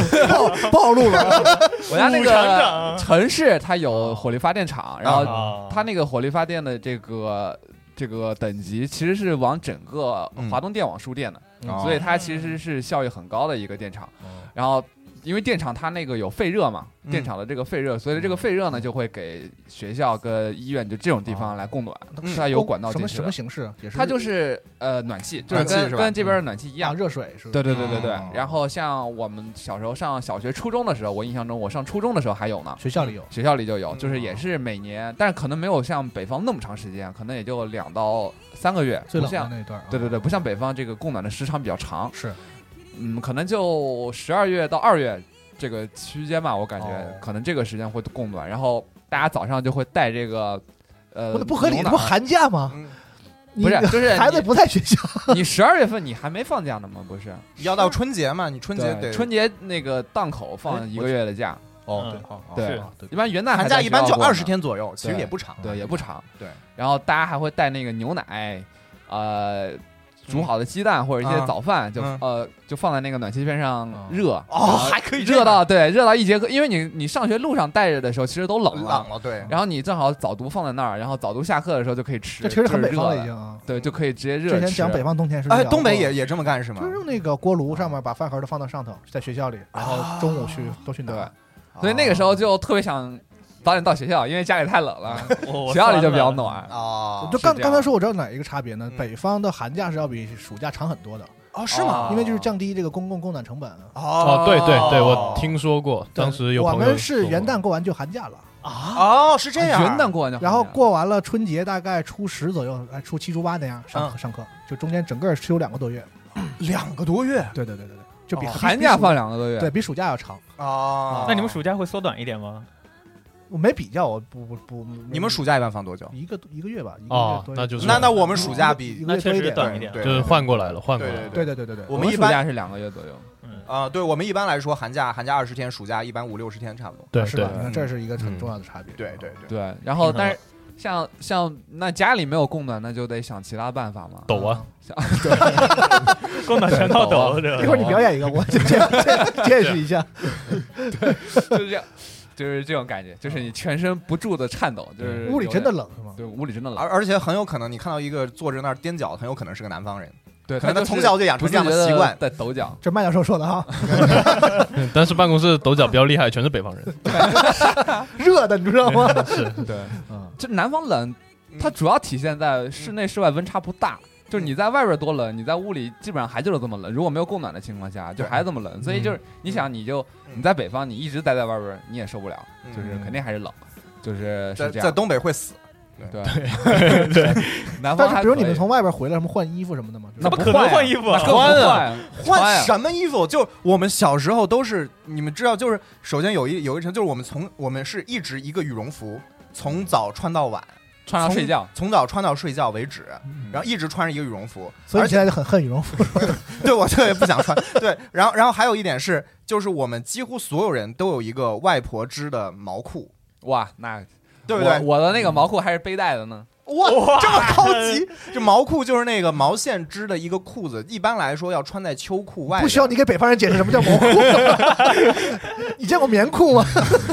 [SPEAKER 7] 那
[SPEAKER 4] 暴暴露了，
[SPEAKER 7] 我家那
[SPEAKER 5] 厂
[SPEAKER 7] 个
[SPEAKER 5] 长
[SPEAKER 7] 城市它有火力发电厂，然后
[SPEAKER 5] 啊，
[SPEAKER 7] 它那个火力发电的这个这个等级其实是往整个
[SPEAKER 6] 嗯
[SPEAKER 7] 华东电网输电的，
[SPEAKER 6] 哦
[SPEAKER 7] 所以它其实是效益很高的一个电厂。然后因为电厂它那个有废热嘛，
[SPEAKER 6] 嗯
[SPEAKER 7] 电厂的这个废热，所以这个废热呢就会给学校跟医院就这种地方来供暖，
[SPEAKER 6] 嗯
[SPEAKER 7] 它有管道
[SPEAKER 4] 什
[SPEAKER 7] 进
[SPEAKER 4] 么
[SPEAKER 7] 去
[SPEAKER 4] 什
[SPEAKER 7] 的
[SPEAKER 4] 么。形式啊？也是
[SPEAKER 7] 它就是呃暖气，就是
[SPEAKER 6] 暖气
[SPEAKER 7] 跟
[SPEAKER 6] 是吧
[SPEAKER 7] 跟这边的暖气一
[SPEAKER 4] 一
[SPEAKER 7] 样，
[SPEAKER 4] 热水是吧？
[SPEAKER 7] 对对对对对
[SPEAKER 6] 哦。
[SPEAKER 7] 然后像我们小时候上小学、初中的时候，我印象中我上初中的时候还有呢，
[SPEAKER 4] 学校里有
[SPEAKER 7] 学校里就有，
[SPEAKER 6] 嗯
[SPEAKER 7] 就是也是每年，但是可能没有像北方那么长时间，可能也就两到三个月，
[SPEAKER 4] 最
[SPEAKER 7] 不
[SPEAKER 4] 冷的
[SPEAKER 7] 像。
[SPEAKER 4] 那一段啊，
[SPEAKER 7] 对对对，不像北方这个供暖的时长比较长，
[SPEAKER 4] 是
[SPEAKER 7] 嗯，可能就十二月到二月这个区间吧，我感觉、
[SPEAKER 4] 哦
[SPEAKER 7] 可能这个时间会供暖，然后大家早上就会带这个，呃啊
[SPEAKER 4] 我，那不合理，
[SPEAKER 7] 浓
[SPEAKER 4] 那
[SPEAKER 7] 奶
[SPEAKER 4] 不寒假吗？
[SPEAKER 6] 嗯
[SPEAKER 7] 不是
[SPEAKER 4] 你
[SPEAKER 7] 就是你
[SPEAKER 4] 孩子不在学校，
[SPEAKER 7] 你十二月份你还没放假呢吗？不是，
[SPEAKER 6] 要到春节嘛，你春节
[SPEAKER 7] 对
[SPEAKER 6] 得
[SPEAKER 7] 春节那个档口
[SPEAKER 4] 哎
[SPEAKER 7] 放一个月的假，
[SPEAKER 6] 哦，
[SPEAKER 5] 嗯
[SPEAKER 6] 对，哦哦
[SPEAKER 7] 对
[SPEAKER 5] 是
[SPEAKER 4] 对
[SPEAKER 7] 一般元旦
[SPEAKER 6] 寒
[SPEAKER 7] 还
[SPEAKER 6] 假
[SPEAKER 7] 在
[SPEAKER 6] 一般
[SPEAKER 7] 学
[SPEAKER 6] 就
[SPEAKER 7] 校过
[SPEAKER 6] 二十
[SPEAKER 7] 呢，
[SPEAKER 6] 天左右，其实
[SPEAKER 7] 对
[SPEAKER 6] 也不长，啊
[SPEAKER 7] 对，也不长。
[SPEAKER 6] 嗯对，
[SPEAKER 7] 然后大家还会带那个牛奶，呃，煮好的鸡蛋或者一些
[SPEAKER 6] 啊
[SPEAKER 7] 早饭，就
[SPEAKER 6] 嗯
[SPEAKER 7] 呃就放在那个暖气片上
[SPEAKER 4] 啊
[SPEAKER 7] 热。
[SPEAKER 6] 哦，还可以这
[SPEAKER 7] 热
[SPEAKER 6] 样
[SPEAKER 7] 到对，热到一节课，因为你你上学路上带着的时候，其实都冷了
[SPEAKER 6] 冷。了，对，
[SPEAKER 7] 然后你正好早读放在那儿，然后早读下课的时候就可以吃，
[SPEAKER 4] 这其实很
[SPEAKER 7] 就是
[SPEAKER 4] 北
[SPEAKER 7] 热
[SPEAKER 4] 方了
[SPEAKER 7] 的
[SPEAKER 4] 已经啊。
[SPEAKER 7] 对，就可以直接热
[SPEAKER 4] 之
[SPEAKER 7] 吃。
[SPEAKER 4] 前讲北方冬天是啊
[SPEAKER 6] 哎，
[SPEAKER 4] 聊过
[SPEAKER 6] 东北也也这么干是吗
[SPEAKER 4] 就？是用那个锅炉上面把饭盒都放到上头，在学校里，
[SPEAKER 6] 啊
[SPEAKER 4] 然后中午去都去拿。
[SPEAKER 7] 对
[SPEAKER 6] 哦
[SPEAKER 7] 所以那个时候就特别想早点到学校，因为家里太冷了，
[SPEAKER 5] 我
[SPEAKER 7] 学校里就比较，暖。
[SPEAKER 6] 哦
[SPEAKER 4] 就
[SPEAKER 7] 这
[SPEAKER 4] 刚
[SPEAKER 7] 样
[SPEAKER 4] 刚才说，我知道哪一个差别呢？
[SPEAKER 6] 嗯
[SPEAKER 4] 北方的寒假是要比暑假长很多的，
[SPEAKER 6] 哦，是吗？
[SPEAKER 4] 因为就是降低这个公共供暖成本。
[SPEAKER 6] 哦
[SPEAKER 8] 哦，对对对，我听说过，当时有
[SPEAKER 4] 我
[SPEAKER 8] 朋友
[SPEAKER 4] 们是
[SPEAKER 8] 说过
[SPEAKER 4] 元旦过完就寒假了，
[SPEAKER 6] 哦，是这样，
[SPEAKER 7] 啊元旦过完就好
[SPEAKER 4] 然后
[SPEAKER 7] 了
[SPEAKER 4] 过完了春节，大概初十左右，哎，初七、初八那样上课上课，就中间整个休两个多月。
[SPEAKER 6] 嗯两个多月
[SPEAKER 4] 对对对对对，就比
[SPEAKER 6] 哦
[SPEAKER 4] 比
[SPEAKER 7] 寒假
[SPEAKER 4] 比暑
[SPEAKER 7] 放两个多月，
[SPEAKER 4] 对比暑假要长。
[SPEAKER 6] 哦
[SPEAKER 5] 那你们暑假会缩短一点吗？
[SPEAKER 4] 我没比较，我不不不，
[SPEAKER 6] 你们暑假一般放多久？
[SPEAKER 4] 一个一个月吧，一个
[SPEAKER 8] 啊哦
[SPEAKER 4] 月多一点
[SPEAKER 8] 那就是
[SPEAKER 6] 那那我们暑假
[SPEAKER 4] 一
[SPEAKER 6] 比
[SPEAKER 4] 个月多一点
[SPEAKER 5] 那确实短一点
[SPEAKER 6] 对
[SPEAKER 8] 就是换过来了，换过
[SPEAKER 6] 嗯对
[SPEAKER 8] 来了。
[SPEAKER 6] 对
[SPEAKER 4] 对对对对对，
[SPEAKER 6] 我
[SPEAKER 7] 我
[SPEAKER 6] 们一
[SPEAKER 7] 暑
[SPEAKER 6] 般
[SPEAKER 7] 假是两个月左右。
[SPEAKER 5] 嗯，
[SPEAKER 6] 啊，对我们一般来说寒假寒假二十天，暑假一般五六十天差不多。
[SPEAKER 8] 对
[SPEAKER 4] 是
[SPEAKER 8] 对
[SPEAKER 4] 吧？那
[SPEAKER 6] 嗯
[SPEAKER 4] 这是一个很重要的差别。
[SPEAKER 6] 对对对，
[SPEAKER 7] 对，然后
[SPEAKER 5] 平衡
[SPEAKER 7] 但是像像那家里没有供暖，那就得想其他办法嘛。
[SPEAKER 8] 抖啊，
[SPEAKER 7] 像
[SPEAKER 5] 供暖全靠抖，对
[SPEAKER 4] 一会
[SPEAKER 5] 吧？
[SPEAKER 4] 儿你表演一个，我这这见识一下。
[SPEAKER 7] 就是这样，就是这种感觉，就是你全身不住的颤抖，就是
[SPEAKER 4] 屋里真的冷是吗？
[SPEAKER 7] 有点，对，屋里真的冷
[SPEAKER 6] 而，而且很有可能你看到一个坐着那儿踮脚，很有可能是个南方人，
[SPEAKER 7] 对，
[SPEAKER 6] 可能他
[SPEAKER 7] 他就是
[SPEAKER 6] 从小就养
[SPEAKER 7] 不
[SPEAKER 6] 成这样
[SPEAKER 7] 自觉地
[SPEAKER 6] 的习惯。
[SPEAKER 7] 在抖脚。
[SPEAKER 4] 这麦教授说的哈，
[SPEAKER 8] 嗯但是办公室抖脚比较厉害，全是北方人。
[SPEAKER 4] 热的你知道吗？
[SPEAKER 8] 是，
[SPEAKER 7] 对，
[SPEAKER 4] 嗯，
[SPEAKER 7] 这南方冷，
[SPEAKER 6] 嗯
[SPEAKER 7] 它主要体现在室内室外温差不大。就是你在外边多冷，你在屋里基本上还就是这么冷。如果没有供暖的情况下，就
[SPEAKER 6] 对
[SPEAKER 7] 还这么冷。所以就是你想，你就
[SPEAKER 6] 嗯
[SPEAKER 7] 你在北方，你一直待在外边，你也受不了，就是
[SPEAKER 6] 嗯
[SPEAKER 7] 肯定还是冷，就是
[SPEAKER 6] 在
[SPEAKER 7] 是这
[SPEAKER 6] 在
[SPEAKER 7] 样。
[SPEAKER 6] 东北会死，
[SPEAKER 7] 对 南方
[SPEAKER 4] 但
[SPEAKER 7] 还
[SPEAKER 4] 是比如你
[SPEAKER 7] 可
[SPEAKER 4] 们
[SPEAKER 7] 以
[SPEAKER 4] 从外边回来，什么换衣服什么的吗？
[SPEAKER 7] 那
[SPEAKER 5] 不
[SPEAKER 7] 不
[SPEAKER 5] 可能
[SPEAKER 7] 呀
[SPEAKER 5] 换衣服啊
[SPEAKER 7] 那更不
[SPEAKER 8] 穿啊
[SPEAKER 7] 换呀
[SPEAKER 6] 换
[SPEAKER 7] 呀
[SPEAKER 6] 什么衣服？就我们小时候都是，你们知道，就是首先有一有一层，就是我们从我们是一直一个羽绒服，从早穿到晚，
[SPEAKER 7] 穿上睡觉，嗯
[SPEAKER 6] 从早穿到睡觉为止，然后一直穿着一个羽绒服，
[SPEAKER 4] 所以
[SPEAKER 6] 而
[SPEAKER 4] 你
[SPEAKER 6] 且
[SPEAKER 4] 现在就很恨羽绒服。
[SPEAKER 6] 对我特别不想穿。对，然后然后还有一点是，就是我们几乎所有人都有一个外婆织的毛裤，
[SPEAKER 7] 哇，那
[SPEAKER 6] 对不对？
[SPEAKER 7] 我我的那个毛裤还是背带的呢，
[SPEAKER 6] 哇，这么高 级！这毛裤就是那个毛线织的一个裤子，一般来说要穿在秋裤
[SPEAKER 8] 哎
[SPEAKER 6] 外的。
[SPEAKER 4] 不需要你给北方人解释什么叫毛裤。 你见过棉裤吗？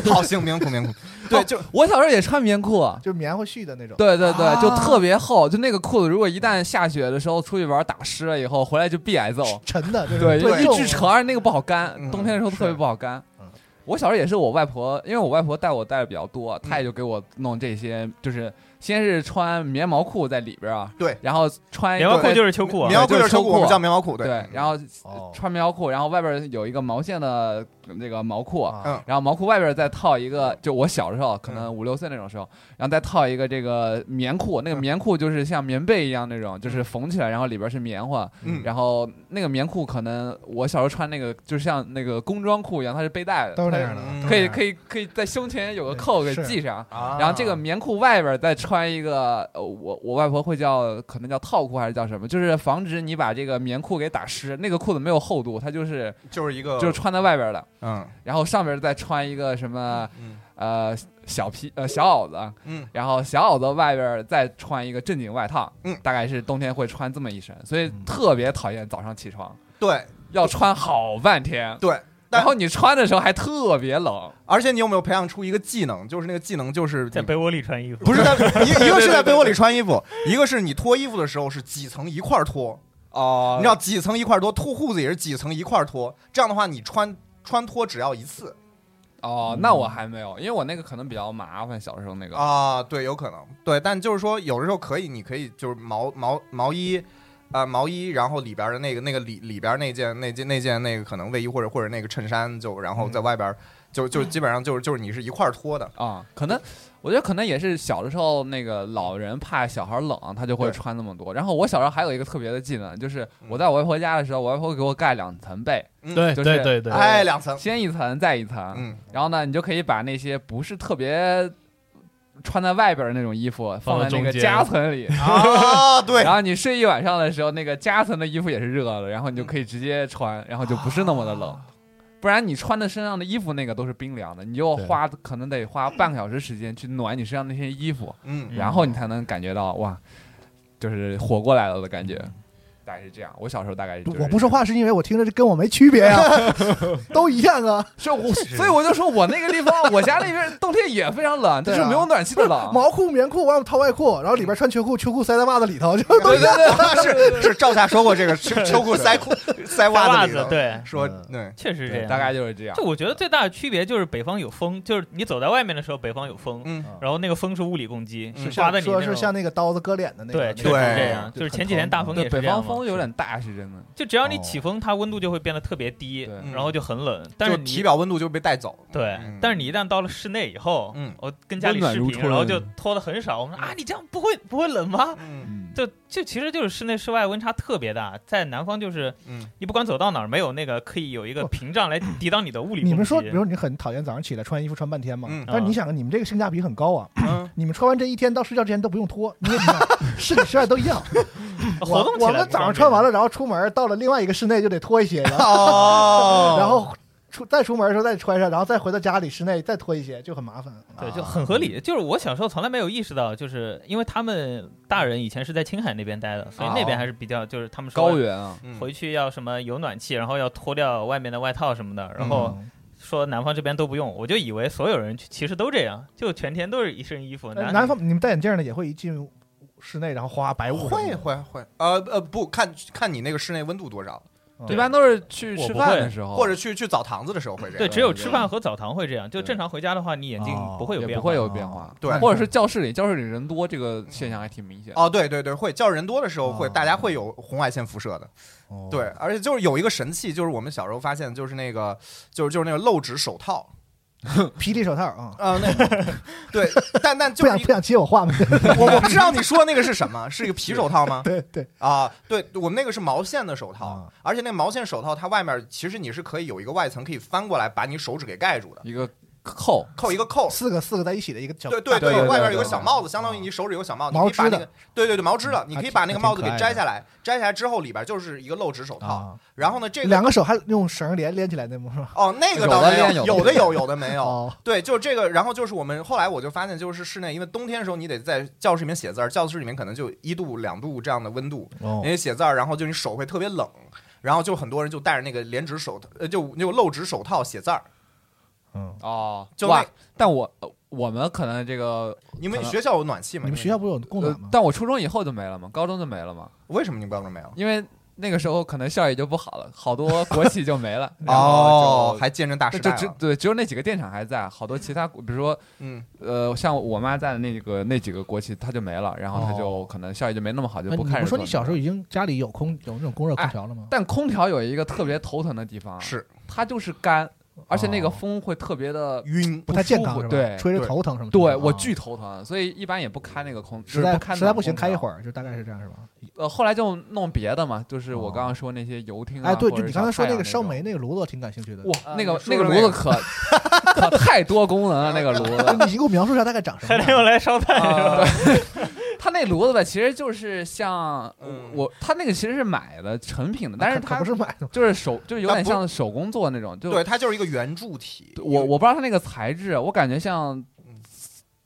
[SPEAKER 6] 好，行，棉裤，棉裤。对，就
[SPEAKER 7] 哦我小时候也穿棉裤。
[SPEAKER 4] 就是棉花絮的那种。
[SPEAKER 7] 对对对，就特别厚，就那个裤子，如果一旦下雪的时候出去玩打湿了以后，回来就必挨揍。
[SPEAKER 4] 沉的，就是
[SPEAKER 7] 对，
[SPEAKER 4] 对
[SPEAKER 7] 一直扯，而且那个不好干，
[SPEAKER 6] 嗯
[SPEAKER 7] 冬天的时候特别不好干
[SPEAKER 4] 嗯。
[SPEAKER 7] 我小时候也是我外婆，因为我外婆带我带的比较多，她也就给我弄这些，就是先是穿棉毛裤在里边啊，
[SPEAKER 6] 对
[SPEAKER 7] 然后穿一
[SPEAKER 5] 棉
[SPEAKER 7] 个
[SPEAKER 5] 毛裤就是秋裤啊
[SPEAKER 6] 棉，毛裤
[SPEAKER 7] 就是
[SPEAKER 6] 是秋
[SPEAKER 7] 秋
[SPEAKER 6] 裤，
[SPEAKER 7] 裤
[SPEAKER 6] 我们叫棉毛裤。
[SPEAKER 7] 对，然后
[SPEAKER 4] 哦
[SPEAKER 7] 穿棉毛裤，然后外边有一个毛线的那个毛裤，
[SPEAKER 4] 啊嗯
[SPEAKER 7] 然后毛裤外边再套一个，就我小时候可能五六岁那种时候，然后再套一个这个棉裤，那个棉裤就是像棉被一样那
[SPEAKER 4] 嗯
[SPEAKER 7] 种，就是缝起来，然后里边是棉花，
[SPEAKER 6] 嗯，
[SPEAKER 7] 然后那个棉裤可能我小时候穿那个就像那个工装裤一样，它是背带的，
[SPEAKER 4] 都是那样的
[SPEAKER 6] 嗯，
[SPEAKER 7] 它可以
[SPEAKER 4] 以。
[SPEAKER 7] 可以可以在胸前有个扣给
[SPEAKER 4] 是
[SPEAKER 7] 系上。
[SPEAKER 6] 啊
[SPEAKER 7] 然后这个棉裤外边再穿一个，呃我我外婆会叫，可能叫套裤还是叫什么，就是防止你把这个棉裤给打湿。那个裤子没有厚度，它就是
[SPEAKER 6] 就是一个
[SPEAKER 7] 就是穿在外边的，
[SPEAKER 6] 嗯
[SPEAKER 7] 然后上边再穿一个什么
[SPEAKER 6] 嗯
[SPEAKER 7] 呃小披呃小袄子，
[SPEAKER 6] 嗯，
[SPEAKER 7] 然后小袄子外边儿再穿一个正经外套，
[SPEAKER 6] 嗯
[SPEAKER 7] 大概是冬天会穿这么一身，所以特别讨厌早上起床
[SPEAKER 6] 对
[SPEAKER 7] 要穿好半天，
[SPEAKER 6] 对。但
[SPEAKER 7] 然后你穿的时候还特别冷，
[SPEAKER 6] 而且你有没有培养出一个技能？就是那个技能就是
[SPEAKER 5] 在
[SPEAKER 6] 你
[SPEAKER 5] 被窝里穿衣服，
[SPEAKER 6] 不是 在一一个是在被窝里穿衣服，一个是你脱衣服的时候是几层一块儿脱，
[SPEAKER 7] 哦
[SPEAKER 6] 你知道几层一块儿脱，脱裤子也是几层一块儿脱。这样的话，你穿穿脱只要一次
[SPEAKER 7] 哦，那我还没有，因为我那个可能比较麻烦，小时候那个，
[SPEAKER 6] 啊，对，有可能对，但就是说有的时候可以，你可以就是毛毛毛衣。啊、毛衣，然后里边的那个、那个里里边那件、那件、那件那个可能卫衣或者或者那个衬衫就，然后在外边就就基本上就是就是你是一块儿脱的，
[SPEAKER 7] 啊，可能我觉得可能也是小的时候那个老人怕小孩冷，他就会
[SPEAKER 6] 对
[SPEAKER 7] 穿那么多。然后我小时候还有一个特别的技能，就是我在我外婆家的时候，我外婆给我盖两层被，
[SPEAKER 8] 对
[SPEAKER 7] 就是
[SPEAKER 8] 对对对，
[SPEAKER 6] 哎，两层，
[SPEAKER 7] 先一层再一层，
[SPEAKER 6] 嗯，
[SPEAKER 7] 然后呢，你就可以把那些不是特别穿在外边的那种衣服放在那
[SPEAKER 8] 中
[SPEAKER 7] 个
[SPEAKER 8] 间
[SPEAKER 7] 夹层里。
[SPEAKER 6] 啊，对
[SPEAKER 7] 然，后你睡一晚上的时候，那个夹层的衣服也是热的，然后你就可以直接穿，然后就不是那么的冷。不然你穿的身上的衣服那个都是冰凉的，你就
[SPEAKER 8] 对
[SPEAKER 7] 花可能得花半个小时时间去暖你身上那些衣服，
[SPEAKER 6] 嗯，
[SPEAKER 7] 然后你才能感觉到哇，就是活过来了的感觉。大概是这样，我小时候大概是就是
[SPEAKER 4] 我不说话是因为我听着这跟我没区别呀、都一样啊，
[SPEAKER 7] 是我，所以我就说我那个地方，我家那边冬天也非常冷，
[SPEAKER 4] 对
[SPEAKER 7] 就
[SPEAKER 4] 啊
[SPEAKER 7] 是没有暖气的冷。
[SPEAKER 4] 毛裤、棉裤，外面套外裤，然后里边穿秋裤，秋裤塞在袜子里头，就
[SPEAKER 6] 啊
[SPEAKER 7] 对对对，
[SPEAKER 6] 是是，赵夏说过这个，秋秋裤塞裤塞
[SPEAKER 5] 穿
[SPEAKER 6] 袜
[SPEAKER 5] 袜
[SPEAKER 6] 子里
[SPEAKER 5] 子
[SPEAKER 6] 头，，
[SPEAKER 5] 对，
[SPEAKER 6] 说
[SPEAKER 4] 嗯
[SPEAKER 6] 对，
[SPEAKER 5] 确实是这样。
[SPEAKER 7] 大概就是这样
[SPEAKER 5] 就。我觉得最大的区别就是北方有风，就是你走在外面的时候，北方有风，
[SPEAKER 6] 嗯
[SPEAKER 5] 然后那个风是物理攻击，
[SPEAKER 6] 嗯
[SPEAKER 5] 是刮
[SPEAKER 4] 像
[SPEAKER 5] 的你那
[SPEAKER 4] 说
[SPEAKER 5] 种
[SPEAKER 4] 是像那个刀子割脸的那
[SPEAKER 5] 对，
[SPEAKER 4] 个，
[SPEAKER 5] 确实是这样。就是前几天大风也
[SPEAKER 7] 对，
[SPEAKER 5] 是
[SPEAKER 7] 北
[SPEAKER 5] 这样
[SPEAKER 7] 方
[SPEAKER 5] 嘛
[SPEAKER 7] 风有点大，是真的。
[SPEAKER 5] 就只要你
[SPEAKER 4] 哦
[SPEAKER 5] 起风，它温度就会变得特别低
[SPEAKER 7] 对，
[SPEAKER 5] 然后就很冷。但
[SPEAKER 6] 就是体
[SPEAKER 5] 你
[SPEAKER 6] 表温度就被带走，
[SPEAKER 5] 对
[SPEAKER 6] 嗯，
[SPEAKER 5] 但是你一旦到了室内以后
[SPEAKER 6] 嗯，
[SPEAKER 5] 我跟家里
[SPEAKER 7] 温暖
[SPEAKER 5] 视
[SPEAKER 7] 如
[SPEAKER 5] 频，
[SPEAKER 7] 春
[SPEAKER 5] 然后就脱的很
[SPEAKER 4] 嗯
[SPEAKER 5] 少。我们说啊，你这样不会不会冷吗？
[SPEAKER 6] 嗯
[SPEAKER 5] 就就其实就是室内室外温差特别大，在南方就是
[SPEAKER 6] 嗯
[SPEAKER 5] 你不管走到哪儿，没有那个可以有一个屏障来抵挡你的物理攻
[SPEAKER 4] 哦
[SPEAKER 5] 击。
[SPEAKER 4] 你们说，比如你很讨厌早上起来穿衣服穿半天嘛？
[SPEAKER 6] 嗯
[SPEAKER 4] 但是你想啊，你们这个性价比很高啊！
[SPEAKER 6] 嗯，
[SPEAKER 4] 你们穿完这一天到睡觉之前都不用脱，你也知道室里室外都一样。
[SPEAKER 5] 活动起
[SPEAKER 4] 我
[SPEAKER 5] 来
[SPEAKER 4] 我们早上穿完
[SPEAKER 5] 了，
[SPEAKER 4] 了，然后出门到了另外一个室内就得脱一些，然后
[SPEAKER 6] 哦，
[SPEAKER 4] 然后出再出门的时候再穿上，然后再回到家里室内再脱一些，就很麻烦。
[SPEAKER 5] 对，就很合理。就是我小时候从来没有意识到，就是因为他们大人以前是在青海那边待的，所以那边还是比较就是他们说
[SPEAKER 7] 高原啊，
[SPEAKER 6] 嗯
[SPEAKER 5] 回去要什么有暖气，然后要脱掉外面的外套什么的，然后说南方这边都不用，我就以为所有人其实都这样，就全天都是一身衣服。
[SPEAKER 4] 呃
[SPEAKER 5] 男
[SPEAKER 4] 南方你们戴眼镜的也会一进室内然后哗白雾什么
[SPEAKER 6] 会
[SPEAKER 4] 的，
[SPEAKER 6] 会会，呃呃，不看看你那个室内温度多少，
[SPEAKER 4] 对
[SPEAKER 7] 一般都是去
[SPEAKER 5] 我
[SPEAKER 7] 吃
[SPEAKER 5] 不
[SPEAKER 7] 饭
[SPEAKER 5] 会
[SPEAKER 7] 的时
[SPEAKER 4] 哦
[SPEAKER 7] 候，
[SPEAKER 6] 或者去去澡堂子的时候会这
[SPEAKER 5] 对，
[SPEAKER 6] 样，
[SPEAKER 5] 只有吃饭和澡堂会这样，就正常回家的话，你眼睛
[SPEAKER 4] 哦
[SPEAKER 5] 不会有
[SPEAKER 7] 也
[SPEAKER 5] 变
[SPEAKER 7] 不
[SPEAKER 5] 化啊
[SPEAKER 7] 会。有变化。
[SPEAKER 6] 对
[SPEAKER 7] 或者是教室里，教室里人多，这个现象还挺明显。
[SPEAKER 6] 哦，对对对，会叫人多的时候会，
[SPEAKER 4] 哦
[SPEAKER 6] 大家会有红外线辐射的。
[SPEAKER 4] 哦
[SPEAKER 6] 对，而且就是有一个神器，就是我们小时候发现，就是那个，就是就是那个漏指手套，
[SPEAKER 4] 霹雳手套啊，
[SPEAKER 6] 啊，那 对，但但
[SPEAKER 4] 不
[SPEAKER 6] 就是
[SPEAKER 4] 想不想接我话吗？
[SPEAKER 6] 我我不知道你说那个是什么，是一个皮手套吗？
[SPEAKER 4] 对对，
[SPEAKER 6] 啊，对我们那个是毛线的手套，
[SPEAKER 4] 啊
[SPEAKER 6] 而且那个毛线手套它外面其实你是可以有一个外层可以翻过来把你手指给盖住的，
[SPEAKER 7] 一个扣，
[SPEAKER 6] 扣一个扣。
[SPEAKER 4] 四个四个在一起的一个小
[SPEAKER 6] 对对
[SPEAKER 7] 对对对
[SPEAKER 6] 外面
[SPEAKER 7] 对
[SPEAKER 6] 有个
[SPEAKER 7] 对
[SPEAKER 6] 小帽子，相当于你手指有个小帽子，你
[SPEAKER 4] 毛
[SPEAKER 6] 可以把
[SPEAKER 4] 织
[SPEAKER 6] 那
[SPEAKER 4] 的
[SPEAKER 6] 个对对对毛织的，你可以把那个帽子给
[SPEAKER 4] 还挺
[SPEAKER 6] 摘下来，摘下来之后里边就是一个漏指手套
[SPEAKER 4] 啊，，
[SPEAKER 6] 然后呢这个
[SPEAKER 4] 两个手还用绳连连起来那种是吧？
[SPEAKER 6] 哦那个
[SPEAKER 7] 有
[SPEAKER 6] 倒
[SPEAKER 7] 的
[SPEAKER 6] 没有，
[SPEAKER 7] 练有的
[SPEAKER 6] 有的
[SPEAKER 7] 练
[SPEAKER 6] 有有的没有，
[SPEAKER 4] 哦，
[SPEAKER 6] 对，就是这个。然后就是我们后来我就发现，就是室内，因为冬天的时候你得在教室里面写字儿，教室里面可能就一度两度这样的温度，
[SPEAKER 4] 哦
[SPEAKER 6] 因为写字儿，然后就你手会特别冷，然后就很多人就戴着那个连指手套，呃，就就漏指手套写字儿。
[SPEAKER 4] 嗯，
[SPEAKER 7] 哦，
[SPEAKER 6] 就
[SPEAKER 7] 哇
[SPEAKER 6] 那！
[SPEAKER 7] 但我我们可能这个，
[SPEAKER 6] 你们
[SPEAKER 7] 可能
[SPEAKER 6] 学校有暖气吗？
[SPEAKER 4] 你们学校不是有供
[SPEAKER 7] 呃
[SPEAKER 4] 暖吗，？
[SPEAKER 7] 但我初中以后就没了嘛，高中就没了嘛，
[SPEAKER 6] 为什么你们高中没有？，
[SPEAKER 7] 因为那个时候可能效益就不好了，好多国企就没了 然
[SPEAKER 4] 哦
[SPEAKER 7] 后就
[SPEAKER 6] 哦还见证大时
[SPEAKER 7] 就
[SPEAKER 6] 代
[SPEAKER 7] 就只
[SPEAKER 6] 了。
[SPEAKER 7] 对，只有那几个电厂还在，好多其他，比如说
[SPEAKER 6] 嗯，
[SPEAKER 7] 呃，像我妈在的那个那几个国企，它就没了，然后
[SPEAKER 6] 哦
[SPEAKER 7] 它就可能效益就没那么好，就
[SPEAKER 4] 哎
[SPEAKER 7] 不
[SPEAKER 4] 你
[SPEAKER 7] 看。
[SPEAKER 4] 不说你小时候，已经家里有空有那种供热
[SPEAKER 6] 哎
[SPEAKER 4] 空调了吗？
[SPEAKER 7] 但空调有一个特别头疼的地方，啊
[SPEAKER 6] 是
[SPEAKER 7] 它就是干，而且那个
[SPEAKER 4] 哦
[SPEAKER 7] 风会特别的，
[SPEAKER 6] 晕。
[SPEAKER 4] 不太健康
[SPEAKER 7] 不
[SPEAKER 4] 是吧？
[SPEAKER 7] 对
[SPEAKER 4] 吹着
[SPEAKER 6] 对
[SPEAKER 4] 头疼什么的。
[SPEAKER 7] 对
[SPEAKER 4] 哦
[SPEAKER 7] 我巨头疼，所以一般也不开那个空，
[SPEAKER 4] 实
[SPEAKER 7] 就是
[SPEAKER 4] 在
[SPEAKER 7] 不开
[SPEAKER 4] 实在不行
[SPEAKER 7] 暖空调
[SPEAKER 4] 开一会儿，就大概是这样是吧？
[SPEAKER 7] 呃，后来就弄别的嘛，就是我刚刚说那些游艇啊，
[SPEAKER 4] 哦哎，对，
[SPEAKER 7] 或
[SPEAKER 4] 就
[SPEAKER 7] 者
[SPEAKER 4] 你刚才说
[SPEAKER 7] 小太
[SPEAKER 4] 那
[SPEAKER 7] 阳
[SPEAKER 4] 个
[SPEAKER 7] 那
[SPEAKER 4] 烧
[SPEAKER 7] 种
[SPEAKER 4] 煤那个炉子，我挺感兴趣的。
[SPEAKER 7] 哇，那
[SPEAKER 6] 啊
[SPEAKER 7] 个
[SPEAKER 6] 你
[SPEAKER 7] 那
[SPEAKER 6] 说说
[SPEAKER 7] 个炉
[SPEAKER 6] 那
[SPEAKER 7] 子可可 太多功能了，那个炉子，
[SPEAKER 4] 你给我描述一下大概长什么
[SPEAKER 7] 嗯
[SPEAKER 5] 还能
[SPEAKER 4] 样？
[SPEAKER 5] 用来烧炭，
[SPEAKER 7] 啊，它那炉子吧，其实就是像
[SPEAKER 6] 嗯
[SPEAKER 7] 我，他那个其实是买的成品的，但是
[SPEAKER 4] 可可
[SPEAKER 7] 他
[SPEAKER 4] 不是买的，
[SPEAKER 7] 就是手，就是有
[SPEAKER 6] 它
[SPEAKER 7] 点
[SPEAKER 6] 不
[SPEAKER 7] 像手工做那种，就
[SPEAKER 6] 对，它就是一个圆柱体。
[SPEAKER 7] 我我不知道它那个材质，我感觉像
[SPEAKER 6] 嗯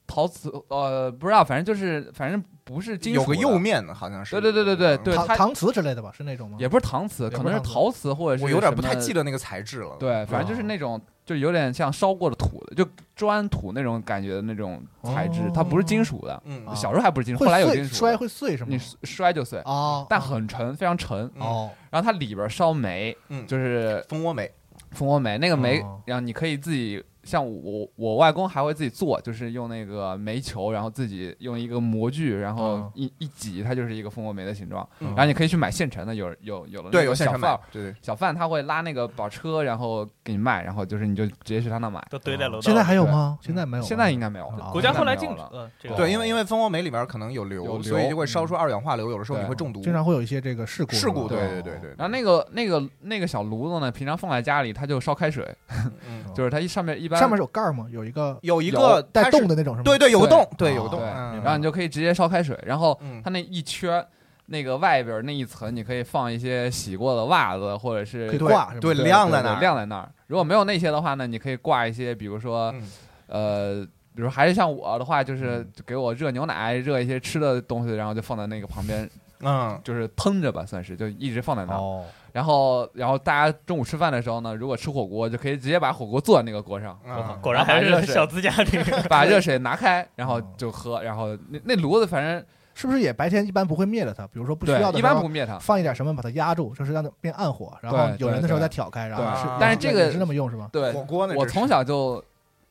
[SPEAKER 7] 陶瓷，呃，不知道，反正就是反正不是金属
[SPEAKER 6] 有
[SPEAKER 7] 的
[SPEAKER 6] 个釉，面好像是。嗯
[SPEAKER 7] 对对对对对对
[SPEAKER 4] 搪
[SPEAKER 7] 它
[SPEAKER 4] 搪瓷之类的吧，是那种吗？
[SPEAKER 7] 也不是搪瓷，
[SPEAKER 4] 不
[SPEAKER 7] 可
[SPEAKER 4] 是
[SPEAKER 7] 能是
[SPEAKER 4] 搪瓷
[SPEAKER 7] 陶瓷或者是
[SPEAKER 6] 我有点不太
[SPEAKER 7] 什么
[SPEAKER 6] 记。得那个材质了。
[SPEAKER 7] 对，反正就是那种就有点像烧过的土的，就砖土那种感觉的那种材质，它不是金属的。
[SPEAKER 6] 嗯，
[SPEAKER 4] 啊
[SPEAKER 7] 小时候还不是金属，
[SPEAKER 4] 会
[SPEAKER 7] 后来有
[SPEAKER 4] 碎
[SPEAKER 7] 金属的，
[SPEAKER 4] 摔会碎是吗
[SPEAKER 7] 你？摔就碎，
[SPEAKER 4] 哦，
[SPEAKER 7] 但很沉，非常沉。
[SPEAKER 6] 嗯
[SPEAKER 4] 哦，
[SPEAKER 7] 然后它里边烧煤，
[SPEAKER 6] 嗯，
[SPEAKER 7] 就是
[SPEAKER 6] 蜂窝煤。
[SPEAKER 7] 蜂窝煤，那个煤
[SPEAKER 4] 哦，
[SPEAKER 7] 然后你可以自己，像我我外公还会自己做，就是用那个煤球，然后自己用一个模具，然后
[SPEAKER 4] 嗯
[SPEAKER 7] 一一挤，它就是一个蜂窝煤的形状。
[SPEAKER 4] 哦
[SPEAKER 6] 嗯
[SPEAKER 7] 然后你可以去买现成的，有有有了
[SPEAKER 6] 对，
[SPEAKER 7] 那
[SPEAKER 6] 有
[SPEAKER 7] 个
[SPEAKER 6] 现
[SPEAKER 7] 小
[SPEAKER 6] 成煤
[SPEAKER 7] 贩，。
[SPEAKER 6] 对对。
[SPEAKER 7] 小贩他会拉那个板车，然后给你卖，然后就是你就直接去他那买。
[SPEAKER 5] 都堆在楼道里。
[SPEAKER 4] 现在还有吗？现在没有了，
[SPEAKER 7] 现在应该没有了，
[SPEAKER 4] 哦
[SPEAKER 5] 国家后来禁
[SPEAKER 7] 现
[SPEAKER 5] 止
[SPEAKER 7] 在没有了。
[SPEAKER 5] 了这个。
[SPEAKER 6] 对，因为因为蜂窝煤里面可能有
[SPEAKER 7] 哦有
[SPEAKER 6] 硫，
[SPEAKER 7] 硫嗯
[SPEAKER 6] 所以就会烧出二氧化硫，有的时候
[SPEAKER 7] 对啊
[SPEAKER 6] 你会中毒。
[SPEAKER 4] 经常会有一些这个事故是
[SPEAKER 6] 事
[SPEAKER 4] 吧。
[SPEAKER 6] 故，对对
[SPEAKER 4] 哦
[SPEAKER 6] 对对。
[SPEAKER 7] 然后那个那个那个小炉子呢，平常放在家里，它就烧开水，
[SPEAKER 6] 嗯
[SPEAKER 7] 就是它一上面一般
[SPEAKER 4] 哦上面是有盖儿吗？有一个
[SPEAKER 6] 有一个
[SPEAKER 4] 带
[SPEAKER 6] 洞
[SPEAKER 4] 洞的那种是吗？
[SPEAKER 6] 对对，有个洞，对，有个
[SPEAKER 7] 对，
[SPEAKER 6] 洞。嗯
[SPEAKER 7] 然后你就可以直接烧开水，然后
[SPEAKER 6] 嗯
[SPEAKER 7] 它那一圈儿那个外边儿那一层，你可以放一些洗过的袜子，或者是
[SPEAKER 4] 可以
[SPEAKER 7] 对
[SPEAKER 4] 挂是吧？
[SPEAKER 6] 对
[SPEAKER 7] 对
[SPEAKER 6] 晾在
[SPEAKER 7] 对
[SPEAKER 6] 那儿，
[SPEAKER 7] 晾在那儿。如果没有那些的话呢，你可以挂一些，比如说
[SPEAKER 6] 嗯
[SPEAKER 7] 呃，比如还是像我的话，
[SPEAKER 4] 嗯
[SPEAKER 7] 就是就给我热牛奶，热一些吃的东西，然后就放在那个旁边，
[SPEAKER 6] 嗯
[SPEAKER 7] 就是腾着吧，算是就一直放在那儿。
[SPEAKER 4] 哦，
[SPEAKER 7] 然后然后大家中午吃饭的时候呢，如果吃火锅，就可以直接把火锅坐在那个锅上。
[SPEAKER 6] 嗯，
[SPEAKER 5] 果然还是小资家庭。
[SPEAKER 7] 把热水拿开，然后
[SPEAKER 4] 嗯
[SPEAKER 7] 就喝，然后那那炉子反正
[SPEAKER 4] 是不是也白天一般不会灭了它？比如说不需
[SPEAKER 7] 对
[SPEAKER 4] 要的
[SPEAKER 7] 一
[SPEAKER 4] 时候
[SPEAKER 7] 般不灭它，
[SPEAKER 4] 放一点什么把它压住，就是让它变暗火，然后
[SPEAKER 7] 啊对
[SPEAKER 4] 有人的时候
[SPEAKER 7] 对
[SPEAKER 4] 再挑开，然后是
[SPEAKER 6] 对。
[SPEAKER 7] 但是这个
[SPEAKER 4] 也是那么用是吗？
[SPEAKER 7] 对
[SPEAKER 6] 火，锅呢？
[SPEAKER 7] 我
[SPEAKER 6] 这是
[SPEAKER 7] 从小就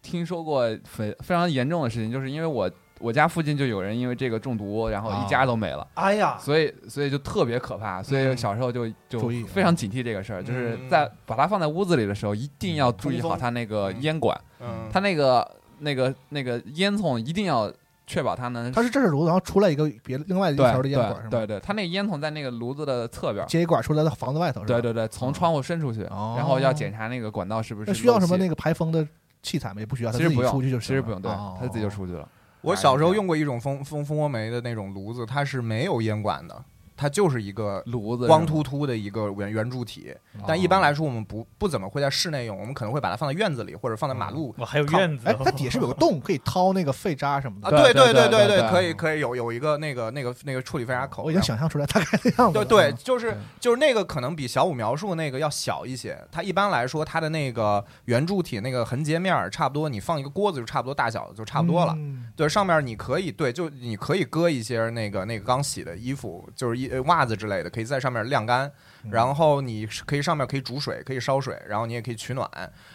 [SPEAKER 7] 听说过非非常严重的事情，就是因为我我家附近就有人因为这个中毒，然后一
[SPEAKER 4] 啊
[SPEAKER 7] 家都没了，
[SPEAKER 2] 哎呀，
[SPEAKER 7] 所以所以就特别可怕，所以小时候就就
[SPEAKER 4] 嗯注意啊
[SPEAKER 7] 非常警惕这个事儿，就是
[SPEAKER 6] 嗯
[SPEAKER 7] 在把它放在屋子里的时候，一
[SPEAKER 4] 嗯
[SPEAKER 7] 定要注意
[SPEAKER 6] 通
[SPEAKER 7] 好
[SPEAKER 6] 风
[SPEAKER 7] 它那个
[SPEAKER 6] 嗯
[SPEAKER 7] 烟管，
[SPEAKER 6] 嗯
[SPEAKER 7] 它那个那个那个烟囱一定要确保它能
[SPEAKER 4] 它是这是炉子，然后出来一个别另外一
[SPEAKER 7] 对
[SPEAKER 4] 条的烟管是
[SPEAKER 7] 对
[SPEAKER 4] 吗？
[SPEAKER 7] 对对，它那个烟囱在那个炉子的侧边儿。
[SPEAKER 4] 接一管出来到房子外头是吧？
[SPEAKER 7] 对对对，从窗户伸出去，
[SPEAKER 4] 哦
[SPEAKER 7] 然后要检查那个管道是不是
[SPEAKER 4] 那需要什么
[SPEAKER 7] 漏气
[SPEAKER 4] 那个排风的器材吗？也不需要，它
[SPEAKER 7] 其
[SPEAKER 4] 自
[SPEAKER 7] 实
[SPEAKER 4] 己
[SPEAKER 7] 不用，
[SPEAKER 4] 出去就
[SPEAKER 7] 其
[SPEAKER 4] 行
[SPEAKER 7] 实
[SPEAKER 4] 了
[SPEAKER 7] 不用，对，
[SPEAKER 4] 哦
[SPEAKER 7] 他自己就出去了。
[SPEAKER 6] 我小时候用过一种蜂蜂蜂窝煤的那种炉子，它是没有烟管的，它就是一个
[SPEAKER 7] 炉子，
[SPEAKER 6] 光秃秃的一个圆圆柱体。
[SPEAKER 7] 哦
[SPEAKER 6] 但一般来说，我们不不怎么会在室内用，我们可能会把它放在院子里或者放
[SPEAKER 7] 嗯
[SPEAKER 6] 在马路。
[SPEAKER 5] 我还有院子
[SPEAKER 4] 哎，，它底下是不是有个洞，可以掏那个废渣什么
[SPEAKER 6] 啊，
[SPEAKER 4] 的。
[SPEAKER 6] 对
[SPEAKER 7] 对对
[SPEAKER 6] 对
[SPEAKER 7] 对对
[SPEAKER 6] 对，
[SPEAKER 7] 嗯对
[SPEAKER 6] 可以可以有有一个那个那个那个处理废渣口，
[SPEAKER 4] 我已经想象出来大概的样子
[SPEAKER 6] 对
[SPEAKER 4] 了。嗯
[SPEAKER 6] 对，
[SPEAKER 7] 嗯
[SPEAKER 6] 就是就是那个可能比小五描述那个要小一些。它一般来说，它的那个圆柱体那个横截面儿差不多，你放一个锅子就差不多大小就差不多了。
[SPEAKER 4] 嗯
[SPEAKER 6] 对，上面你可以对，就你可以搁一些那个那个刚洗的衣服，就是衣呃袜子之类的，可以在上面晾干。然后你是可以上面可以煮水，可以烧水，然后你也可以取暖。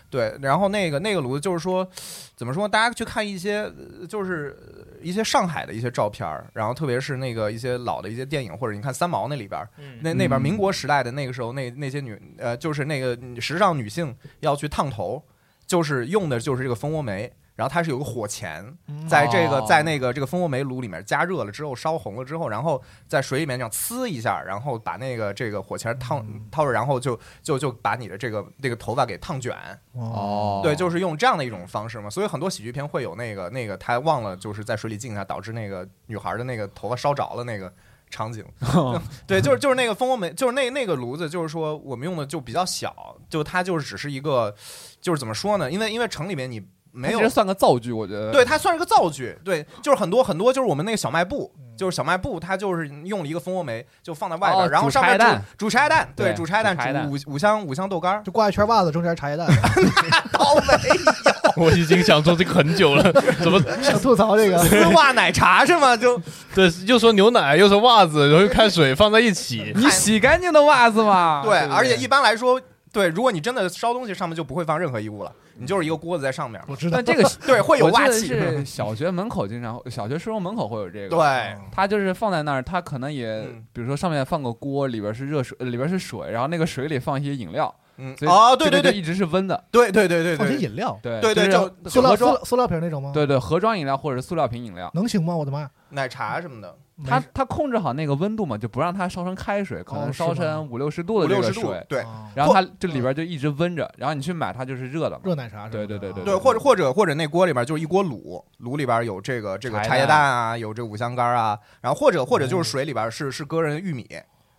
[SPEAKER 6] 对，然后那个那个炉子就是说，怎么说？大家去看一些呃就是呃一些上海的一些照片儿，然后特别是那个一些老的一些电影，或者你看三毛那里边儿，
[SPEAKER 5] 嗯
[SPEAKER 6] 那那边民国时代的那个时候，那那些女呃，就是那个嗯时尚女性要去烫头，就是用的就是这个蜂窝煤，然后它是有个火钳，在这个
[SPEAKER 7] 哦
[SPEAKER 6] 在那个这个蜂窝煤炉里面加热了之后，烧红了之后，然后在水里面这样呲一下，然后把那个这个火钳烫掏出，然后就就就把你的这个这个头发给烫卷，
[SPEAKER 7] 哦，
[SPEAKER 6] 对，就是用这样的一种方式嘛。所以很多喜剧片会有那个那个他忘了就是在水里浸一下，导致那个女孩的那个头发烧着了那个场 景。对，就是就是那个蜂窝煤，就是那那个炉子，就是说我们用的就比较小，就它就是只是一个，就是怎么说呢？因为因为城里面你没
[SPEAKER 7] 它
[SPEAKER 6] 有
[SPEAKER 7] 其实算个造句，我觉得。
[SPEAKER 6] 对，它算是个造句。对，就是很多很多，就是我们那个小卖部，就是小卖部，它就是用了一个蜂窝煤，就放在外边，
[SPEAKER 7] 哦
[SPEAKER 6] 然后
[SPEAKER 7] 煮
[SPEAKER 6] 上
[SPEAKER 7] 茶
[SPEAKER 6] 面
[SPEAKER 7] 叶蛋
[SPEAKER 6] 煮煮茶叶蛋，对，
[SPEAKER 7] 对
[SPEAKER 6] 煮茶叶蛋，
[SPEAKER 7] 煮茶叶蛋
[SPEAKER 6] 煮五五香五香豆干儿，
[SPEAKER 4] 就挂一圈袜子，中间茶叶蛋。
[SPEAKER 6] 倒霉，
[SPEAKER 8] 我已经想说这个很久了，怎么
[SPEAKER 4] 想吐槽这个，
[SPEAKER 6] 丝袜奶茶是吗？就
[SPEAKER 8] 对又说牛奶又说袜子，然后又开水放在一起，
[SPEAKER 7] 你洗干净的袜子嘛。
[SPEAKER 6] 对，
[SPEAKER 7] 不
[SPEAKER 6] 而且一般来说，对，如果你真的烧东西，上面就不会放任何衣物了，你就是一个锅子在上面，
[SPEAKER 4] 我知道
[SPEAKER 7] 但。这个
[SPEAKER 6] 对，会有
[SPEAKER 7] 嗯我记
[SPEAKER 6] 袜
[SPEAKER 7] 得
[SPEAKER 6] 气，
[SPEAKER 7] 是小学门口经常会，小学初中门口会有这个。，
[SPEAKER 6] 对，
[SPEAKER 7] 它就是放在那儿，它可能也
[SPEAKER 6] 嗯
[SPEAKER 7] 比如说上面放个锅，里边是热水，呃里边是水，然后那个水里放一些饮料，
[SPEAKER 6] 嗯，
[SPEAKER 7] 所以
[SPEAKER 6] 哦，对
[SPEAKER 7] 这
[SPEAKER 6] 对
[SPEAKER 7] 个就
[SPEAKER 6] 对
[SPEAKER 7] 一直是温的，
[SPEAKER 6] 对对对对
[SPEAKER 4] 放些
[SPEAKER 6] 对，
[SPEAKER 4] 饮料，
[SPEAKER 7] 对
[SPEAKER 6] 对对
[SPEAKER 7] 就是
[SPEAKER 6] 就
[SPEAKER 4] 塑料
[SPEAKER 7] 盒
[SPEAKER 4] 塑
[SPEAKER 7] 装，
[SPEAKER 4] 料塑料瓶那种吗？
[SPEAKER 7] 对对，盒装饮料或者塑料瓶饮料，
[SPEAKER 4] 能行吗？我的妈呀！
[SPEAKER 6] 奶茶什么的，
[SPEAKER 7] 它
[SPEAKER 4] 没
[SPEAKER 7] 它控制好那个温度嘛，就不让它烧成开水，可
[SPEAKER 4] 哦
[SPEAKER 7] 能
[SPEAKER 4] 是吗
[SPEAKER 7] 烧成五六十度
[SPEAKER 6] 五
[SPEAKER 7] 的这
[SPEAKER 6] 六
[SPEAKER 7] 个
[SPEAKER 6] 十度
[SPEAKER 7] 水，，啊
[SPEAKER 6] 对嗯
[SPEAKER 4] 哦
[SPEAKER 7] 然后它这里边就一直温着，然后你去买它就是热的嘛。
[SPEAKER 4] 热奶茶是吧？
[SPEAKER 7] 对对对对
[SPEAKER 6] 对，或者或者或者那锅里边就是一锅卤，卤里边有这个这个
[SPEAKER 7] 茶叶
[SPEAKER 6] 茶叶
[SPEAKER 7] 蛋
[SPEAKER 6] 蛋啊，有这五香干啊，然后或者或者就是水里边是是搁人玉米，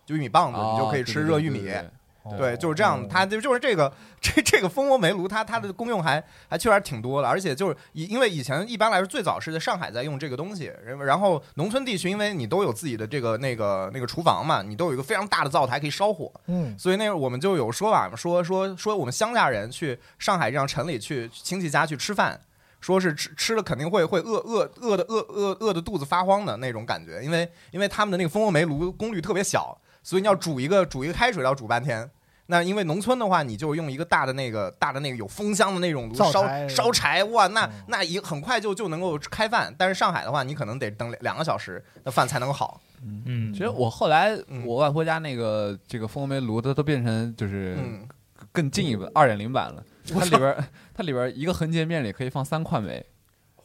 [SPEAKER 6] 就玉米棒子，
[SPEAKER 7] 啊
[SPEAKER 6] 你就可以吃热玉米
[SPEAKER 7] 对。对
[SPEAKER 4] 哦
[SPEAKER 6] 对，就是这样的。它就就是这个这这个蜂窝煤炉，它它的功用还还确实还挺多的，而且就是以因为以前一般来说最早是在上海在用这个东西，然后然后农村地区因为你都有自己的这个那个那个厨房嘛，你都有一个非常大的灶台可以烧火，
[SPEAKER 4] 嗯，
[SPEAKER 6] 所以那会儿我们就有说法嘛，说说说我们乡下人去上海这样城里去亲戚家去吃饭。说是吃吃了肯定会会饿饿饿的饿饿饿的肚子发慌的那种感觉，因为因为他们的那个蜂窝煤炉功率特别小，所以你要煮一个煮一个开水要煮半天。那因为农村的话，你就用一个大的那个大的那个有风箱的那种炉
[SPEAKER 4] 灶
[SPEAKER 6] 烧
[SPEAKER 4] 台
[SPEAKER 6] 烧柴，哇，那
[SPEAKER 4] 嗯
[SPEAKER 6] 那一很快就就能够开饭。但是上海的话，你可能得等两两个小时，那饭才能好。
[SPEAKER 5] 嗯
[SPEAKER 7] 其实我后来
[SPEAKER 6] 嗯
[SPEAKER 7] 我外婆家那个这个蜂窝煤炉都都变成就是
[SPEAKER 6] 嗯，
[SPEAKER 7] 更进一步二点零版了，它里边儿它里边儿一个横截面里可以放三块煤，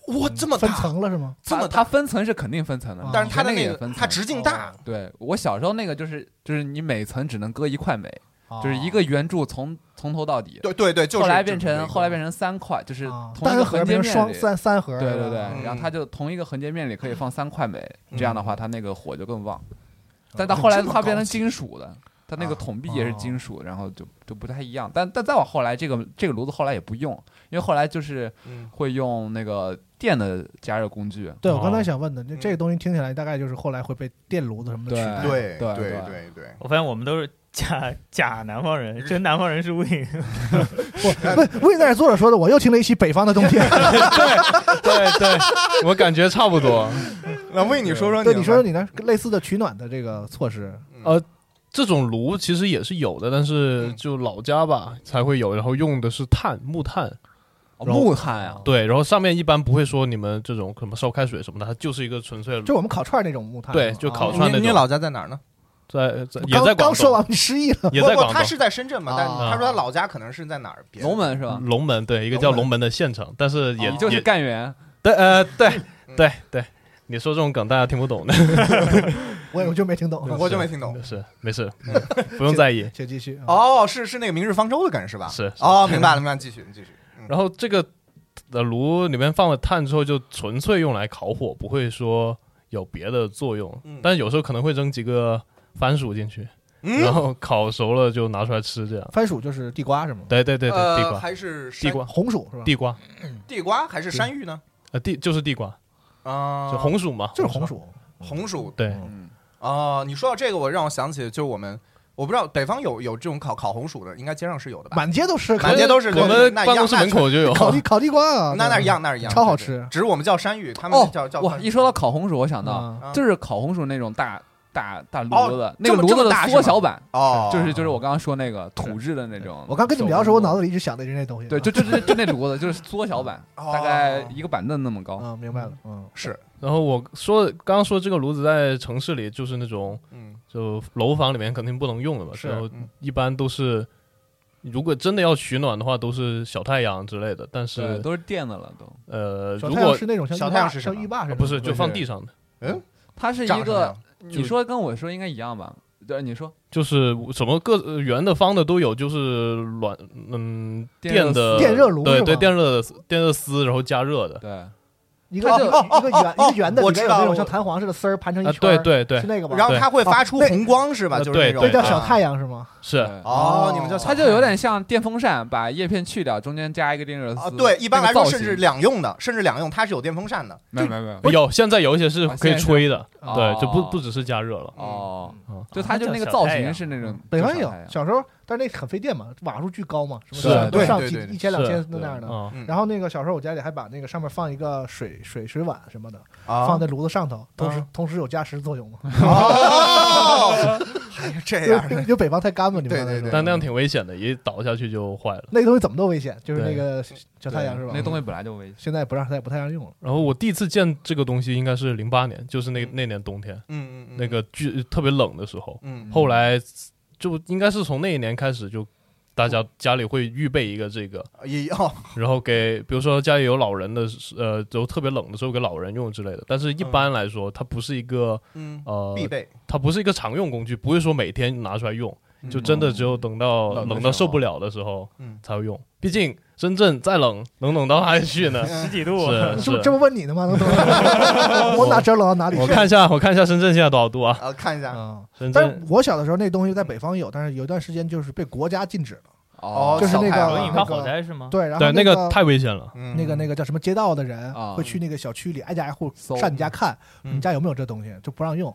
[SPEAKER 6] 哇，这么
[SPEAKER 4] 分
[SPEAKER 6] 大，
[SPEAKER 4] 层了是吗？
[SPEAKER 6] 这么
[SPEAKER 7] 它
[SPEAKER 6] 大，
[SPEAKER 7] 它分层是肯定分层的
[SPEAKER 4] 啊，
[SPEAKER 6] 但是它的
[SPEAKER 7] 以前
[SPEAKER 6] 那
[SPEAKER 7] 那个也
[SPEAKER 6] 个
[SPEAKER 7] 分层
[SPEAKER 6] 它直径大
[SPEAKER 4] 哦，
[SPEAKER 7] 对我小时候那个就是就是你每层只能搁一块煤，
[SPEAKER 4] 哦
[SPEAKER 7] 就是一个圆柱从从头到底，
[SPEAKER 6] 对对对，就是
[SPEAKER 7] 后来
[SPEAKER 6] 这
[SPEAKER 7] 变
[SPEAKER 6] 么一
[SPEAKER 7] 成
[SPEAKER 6] 个
[SPEAKER 7] 后来变成三块，就是
[SPEAKER 4] 啊
[SPEAKER 7] 同一
[SPEAKER 4] 单
[SPEAKER 7] 个
[SPEAKER 4] 盒
[SPEAKER 7] 横截
[SPEAKER 4] 变成
[SPEAKER 7] 面
[SPEAKER 4] 双
[SPEAKER 7] 里。
[SPEAKER 4] 三三盒，
[SPEAKER 7] 对对对
[SPEAKER 4] 是吧，
[SPEAKER 7] 然后
[SPEAKER 6] 嗯
[SPEAKER 7] 它就同一个横截面里可以放三块煤，这样的话它那个火就更旺。
[SPEAKER 4] 这
[SPEAKER 7] 但到后来
[SPEAKER 6] 哦么
[SPEAKER 7] 它变
[SPEAKER 6] 高
[SPEAKER 7] 成
[SPEAKER 6] 级
[SPEAKER 7] 金属的，它那个
[SPEAKER 6] 啊
[SPEAKER 7] 桶壁也是金属，然后就就不太一样。但但再往后来，这个这个炉子后来也不用，因为后来就是
[SPEAKER 6] 嗯
[SPEAKER 7] 会用那个电的加热工具。
[SPEAKER 4] 对，
[SPEAKER 8] 哦
[SPEAKER 4] 我刚才想问的，这这个东西听起来大概就是后来会被电炉子什么的取代。
[SPEAKER 6] 嗯对
[SPEAKER 7] 对
[SPEAKER 6] 对
[SPEAKER 7] 对
[SPEAKER 6] 对对，
[SPEAKER 5] 我发现我们都是假假南方人，真南方人是 Win。
[SPEAKER 4] 不，不，魏在作者说的，我又听了一期北方的冬 天。
[SPEAKER 8] 对对，我感觉差不多。
[SPEAKER 6] 那为你说说
[SPEAKER 4] 对，
[SPEAKER 6] 你
[SPEAKER 4] 你说说你那类似的取暖的这个措施，
[SPEAKER 8] 这种炉其实也是有的，但是
[SPEAKER 6] 嗯
[SPEAKER 8] 就老家吧才会有，然后用的是炭木炭，
[SPEAKER 7] 哦
[SPEAKER 8] 然后
[SPEAKER 7] 木炭啊，
[SPEAKER 8] 对，然后上面一般不会说你们这种什么烧开水什么的，它就是一个纯粹的
[SPEAKER 4] 就我们烤串那种木炭。
[SPEAKER 8] 对
[SPEAKER 4] 是吧
[SPEAKER 8] 就烤
[SPEAKER 4] 啊
[SPEAKER 8] 串那
[SPEAKER 6] 你你
[SPEAKER 8] 种
[SPEAKER 6] 老家在哪儿呢？
[SPEAKER 8] 在在也
[SPEAKER 4] 刚
[SPEAKER 8] 在广
[SPEAKER 4] 刚说
[SPEAKER 8] 东，
[SPEAKER 4] 完，你失忆了。
[SPEAKER 8] 也
[SPEAKER 6] 不
[SPEAKER 8] 在
[SPEAKER 6] 不，
[SPEAKER 8] 广
[SPEAKER 6] 他
[SPEAKER 8] 东
[SPEAKER 6] 是在深圳嘛，但
[SPEAKER 7] 啊
[SPEAKER 6] 他说他老家可能是在哪儿？别的
[SPEAKER 7] 龙门是吧？
[SPEAKER 8] 嗯龙门，对，一个叫
[SPEAKER 6] 龙门
[SPEAKER 8] 龙门的县城，但是也
[SPEAKER 7] 你就是
[SPEAKER 8] 也
[SPEAKER 7] 干员，
[SPEAKER 8] 对呃对
[SPEAKER 6] 嗯
[SPEAKER 8] 对对，你说这种梗大家听不懂 的，
[SPEAKER 4] 我我就没听懂。
[SPEAKER 6] 我就没听懂。
[SPEAKER 8] 是没事，不用在意。
[SPEAKER 4] 且继续。啊
[SPEAKER 6] 哦，是是那个《明日方舟》的梗是吧？
[SPEAKER 8] 是是
[SPEAKER 6] 哦，明白了，明白了，继续，你继续。嗯
[SPEAKER 8] 然后这个的炉里面放了炭之后，就纯粹用来烤火，不会说有别的作用。
[SPEAKER 6] 嗯
[SPEAKER 8] 但是有时候可能会扔几个番薯进去，然
[SPEAKER 6] 嗯，
[SPEAKER 8] 后烤熟了就拿出来吃，这样。
[SPEAKER 4] 番薯就是地瓜是吗？
[SPEAKER 8] 对对对对，地
[SPEAKER 6] 呃，
[SPEAKER 8] 瓜，
[SPEAKER 6] 还是山
[SPEAKER 8] 地瓜，
[SPEAKER 4] 红薯是吧？
[SPEAKER 8] 地瓜，
[SPEAKER 6] 地瓜还是山芋呢？
[SPEAKER 8] 呃，地就是地瓜，
[SPEAKER 6] 啊，
[SPEAKER 8] 就红薯嘛，
[SPEAKER 4] 就是红。薯。
[SPEAKER 6] 红薯
[SPEAKER 8] 对，
[SPEAKER 7] 嗯，
[SPEAKER 6] 哦，你说到这个，我让我想起就是我们，我不知道北方有有这种烤烤红薯的，应该街上是有的吧？
[SPEAKER 4] 满街都 是，
[SPEAKER 6] 满街都是
[SPEAKER 8] 我
[SPEAKER 6] 对
[SPEAKER 8] 们
[SPEAKER 6] 那一样
[SPEAKER 8] 办公室门口就有。
[SPEAKER 4] 烤地烤地瓜啊。
[SPEAKER 6] 那那
[SPEAKER 4] 对
[SPEAKER 6] 一样，那是一样，
[SPEAKER 4] 超好
[SPEAKER 6] 对对
[SPEAKER 4] 吃
[SPEAKER 6] 只是我们叫山芋，他们叫
[SPEAKER 7] 哦
[SPEAKER 6] 叫，
[SPEAKER 7] 哇！一说到烤红薯，我想到
[SPEAKER 4] 啊
[SPEAKER 6] 啊
[SPEAKER 7] 就是烤红薯那种大大大
[SPEAKER 6] 哦
[SPEAKER 7] 炉子，那
[SPEAKER 6] 这么
[SPEAKER 7] 个炉
[SPEAKER 6] 这
[SPEAKER 7] 子
[SPEAKER 6] 么
[SPEAKER 7] 的
[SPEAKER 6] 大是
[SPEAKER 7] 缩
[SPEAKER 6] 吗
[SPEAKER 7] 小版，
[SPEAKER 6] 哦，
[SPEAKER 7] 就是就是我刚刚说那个土制的那种。
[SPEAKER 4] 我刚跟你们聊的时候，我脑
[SPEAKER 7] 子
[SPEAKER 4] 子里一直想的就是那东西。
[SPEAKER 7] 对，就就就就那炉子，就是缩小版，
[SPEAKER 6] 哦
[SPEAKER 7] 大概一个板凳那么高。
[SPEAKER 4] 啊，明白了。嗯，
[SPEAKER 6] 是，
[SPEAKER 8] 然后我说刚刚说这个炉子在城市里就是那种
[SPEAKER 6] 嗯
[SPEAKER 8] 就楼房里面肯定不能用了嘛，
[SPEAKER 4] 是
[SPEAKER 8] 然后
[SPEAKER 6] 嗯
[SPEAKER 8] 一般都是如果真的要取暖的话，都是小太阳之类的。但
[SPEAKER 7] 对，
[SPEAKER 8] 是
[SPEAKER 7] 都是电的了都。
[SPEAKER 8] 呃，
[SPEAKER 4] 嗯小
[SPEAKER 8] 如
[SPEAKER 4] 太阳
[SPEAKER 8] 果
[SPEAKER 4] 是那种像
[SPEAKER 6] 小
[SPEAKER 4] 浴
[SPEAKER 6] 太
[SPEAKER 4] 霸
[SPEAKER 6] 阳是什
[SPEAKER 4] 像
[SPEAKER 6] 么
[SPEAKER 4] 浴霸似的，
[SPEAKER 8] 不是就放
[SPEAKER 4] 对
[SPEAKER 8] 地上的，
[SPEAKER 7] 它是
[SPEAKER 6] 长
[SPEAKER 7] 一
[SPEAKER 6] 什么
[SPEAKER 7] 个
[SPEAKER 6] 样，
[SPEAKER 7] 你说跟我说应该一样吧？对，你说
[SPEAKER 8] 就是什么各呃圆的、方的都有，就是暖嗯
[SPEAKER 7] 电
[SPEAKER 8] 电
[SPEAKER 6] 呃
[SPEAKER 8] 的
[SPEAKER 4] 电热炉是
[SPEAKER 8] 对
[SPEAKER 4] 吧
[SPEAKER 8] 对电热的电热丝，然后加热的
[SPEAKER 7] 对，
[SPEAKER 4] 一个
[SPEAKER 7] 它
[SPEAKER 4] 一
[SPEAKER 7] 就
[SPEAKER 4] 个一个 圆
[SPEAKER 6] 哦
[SPEAKER 4] 一个圆的，
[SPEAKER 6] 我
[SPEAKER 4] 里边
[SPEAKER 6] 知
[SPEAKER 4] 有
[SPEAKER 6] 道
[SPEAKER 4] 那种
[SPEAKER 6] 我
[SPEAKER 4] 像弹簧似的丝儿盘成一
[SPEAKER 8] 啊，
[SPEAKER 4] 圈
[SPEAKER 8] 对
[SPEAKER 4] 儿，
[SPEAKER 8] 对对
[SPEAKER 4] 是，那个吧？
[SPEAKER 6] 然后它会发出
[SPEAKER 4] 对
[SPEAKER 6] 红光是吧？
[SPEAKER 8] 呃
[SPEAKER 6] 就是那种
[SPEAKER 4] 哦那
[SPEAKER 8] 对
[SPEAKER 4] 叫小太
[SPEAKER 6] 阳。
[SPEAKER 4] 阳是吗？
[SPEAKER 8] 是
[SPEAKER 7] 对
[SPEAKER 6] 哦，你们叫小
[SPEAKER 7] 它就
[SPEAKER 6] 太
[SPEAKER 7] 有
[SPEAKER 6] 阳
[SPEAKER 7] 点像电风扇，把叶片去掉，中间加一个电热
[SPEAKER 6] 啊，
[SPEAKER 7] 丝。
[SPEAKER 6] 对，一般
[SPEAKER 7] 那
[SPEAKER 6] 来
[SPEAKER 7] 个
[SPEAKER 6] 说
[SPEAKER 7] 造
[SPEAKER 6] 甚至
[SPEAKER 7] 型
[SPEAKER 6] 两用的，甚至两用，它是有电风扇的。
[SPEAKER 7] 没有没有没有
[SPEAKER 8] 有哦现在有一些是
[SPEAKER 7] 啊
[SPEAKER 8] 可以
[SPEAKER 7] 现在是
[SPEAKER 8] 吹的，
[SPEAKER 7] 哦
[SPEAKER 8] 对，就不不只是加热了。
[SPEAKER 7] 哦
[SPEAKER 8] 嗯，
[SPEAKER 7] 就它就那个造型是那种
[SPEAKER 4] 北
[SPEAKER 7] 就
[SPEAKER 4] 方
[SPEAKER 7] 小
[SPEAKER 4] 有
[SPEAKER 7] 太，阳
[SPEAKER 4] 小时候，但是那很费电嘛，瓦数巨高嘛，什么
[SPEAKER 8] 是
[SPEAKER 4] 都
[SPEAKER 8] 对
[SPEAKER 4] 上
[SPEAKER 6] 对
[SPEAKER 4] 几
[SPEAKER 6] 对对
[SPEAKER 4] 一千两千那样的。
[SPEAKER 8] 啊，
[SPEAKER 6] 嗯
[SPEAKER 4] 然后那个小时候我家里还把那个上面放一个水水水碗什么的，
[SPEAKER 6] 啊
[SPEAKER 4] 放在炉子上头，同时
[SPEAKER 6] 啊
[SPEAKER 4] 同时有加湿作用嘛。
[SPEAKER 6] 哦，还是这样的。
[SPEAKER 4] 就北方太干嘛，你们
[SPEAKER 6] 对对对
[SPEAKER 8] 但那样挺危险的，一倒下去就坏了。
[SPEAKER 4] 那东西怎么都危险，就是那
[SPEAKER 8] 对
[SPEAKER 4] 个小太阳是吧？嗯
[SPEAKER 7] 那东西本来就危险。
[SPEAKER 4] 现在不让太不太让用了。
[SPEAKER 8] 然后我第一次见这个东西应该是零八年，就是那那年冬天，
[SPEAKER 6] 嗯嗯，嗯
[SPEAKER 8] 那个巨特别冷的时候。
[SPEAKER 6] 嗯，
[SPEAKER 8] 后来就应该是从那一年开始就大家家里会预备一个这个，
[SPEAKER 6] 也要
[SPEAKER 8] 然后给比如说家里有老人的时，呃，就特别冷的时候给老人用之类的。但是一般来说，它不是一个
[SPEAKER 6] 嗯
[SPEAKER 8] 呃
[SPEAKER 6] 必备，
[SPEAKER 8] 它不是一个常用工具，不会说每天拿出来用，就真
[SPEAKER 7] 嗯
[SPEAKER 8] 的只有等到
[SPEAKER 7] 冷的
[SPEAKER 8] 冷到
[SPEAKER 7] 时
[SPEAKER 8] 受
[SPEAKER 7] 候
[SPEAKER 8] 不了的时候
[SPEAKER 6] 嗯
[SPEAKER 8] 才会用。毕竟深圳再冷，能冷到哪里去呢？
[SPEAKER 5] 十几度，
[SPEAKER 8] 呃是
[SPEAKER 4] 这不这
[SPEAKER 8] 是。
[SPEAKER 4] 不问你的吗？能懂吗 我我哪知道冷到哪里去？
[SPEAKER 8] 我看一下，我看一下深圳现在多少度啊？
[SPEAKER 6] 呃看一下
[SPEAKER 4] 啊。
[SPEAKER 8] 深
[SPEAKER 4] 但是
[SPEAKER 8] 圳
[SPEAKER 4] 我小的时候那东西在北方有，但是有一段时间就是被国家禁止了。
[SPEAKER 6] 哦
[SPEAKER 4] 就是那个
[SPEAKER 6] 小
[SPEAKER 5] 容易
[SPEAKER 6] 太
[SPEAKER 5] 引
[SPEAKER 6] 阳
[SPEAKER 5] 发火灾是吗？
[SPEAKER 4] 对，然后
[SPEAKER 8] 啊对那
[SPEAKER 4] 那个
[SPEAKER 8] 个太危险了。
[SPEAKER 6] 嗯
[SPEAKER 4] 那个那个叫什么街道的人
[SPEAKER 7] 啊
[SPEAKER 4] 会去那个小区里挨家挨户
[SPEAKER 7] 搜
[SPEAKER 4] 上你家看，
[SPEAKER 6] 嗯
[SPEAKER 4] 你家有没有这东西，就不让用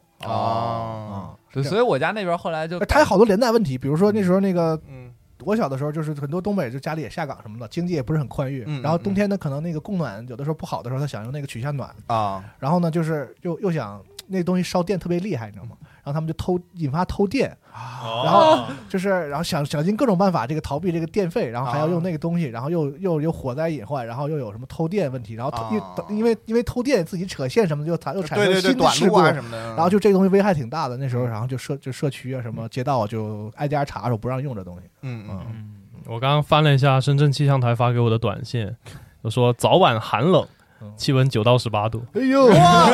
[SPEAKER 6] 哦
[SPEAKER 4] 啊。
[SPEAKER 7] 对，
[SPEAKER 4] 这
[SPEAKER 7] 所以我家那边后来就
[SPEAKER 4] 样它有好多连带问题，比如说那时候那个
[SPEAKER 6] 嗯
[SPEAKER 4] 我小的时候，就是很多东北就家里也下岗什么的，经济也不是很宽裕
[SPEAKER 6] 嗯，
[SPEAKER 4] 然后冬天呢，可能那个供暖有的时候不好的时候，他想用那个取下暖，
[SPEAKER 6] 啊
[SPEAKER 4] 然后呢，就是又又想那东西烧电特别厉害，你知道
[SPEAKER 6] 嗯
[SPEAKER 4] 吗？然后他们就偷引发偷电，
[SPEAKER 5] 哦
[SPEAKER 4] 然后就是然后想想尽各种办法这个逃避这个电费，然后还要用那个东西，然后又又有火灾隐患，然后又有什么偷电问题，然后偷
[SPEAKER 6] 啊
[SPEAKER 4] 因因为因为偷电自己扯线什么的，又产又产
[SPEAKER 6] 对
[SPEAKER 4] 生
[SPEAKER 6] 对对
[SPEAKER 4] 新的
[SPEAKER 6] 短
[SPEAKER 4] 事
[SPEAKER 6] 路
[SPEAKER 4] 故。
[SPEAKER 6] 啊什么的，然
[SPEAKER 4] 然后就这个东西危害挺大的，那时候，然后就社就社区啊什么街道就挨家查说不让用这东西，
[SPEAKER 6] 嗯嗯
[SPEAKER 4] 嗯，
[SPEAKER 8] 我刚刚翻了一下深圳气象台发给我的短信，就说早晚寒冷
[SPEAKER 4] 嗯，
[SPEAKER 8] 气温九到十八度。
[SPEAKER 4] 哎呦，
[SPEAKER 6] 嗯哇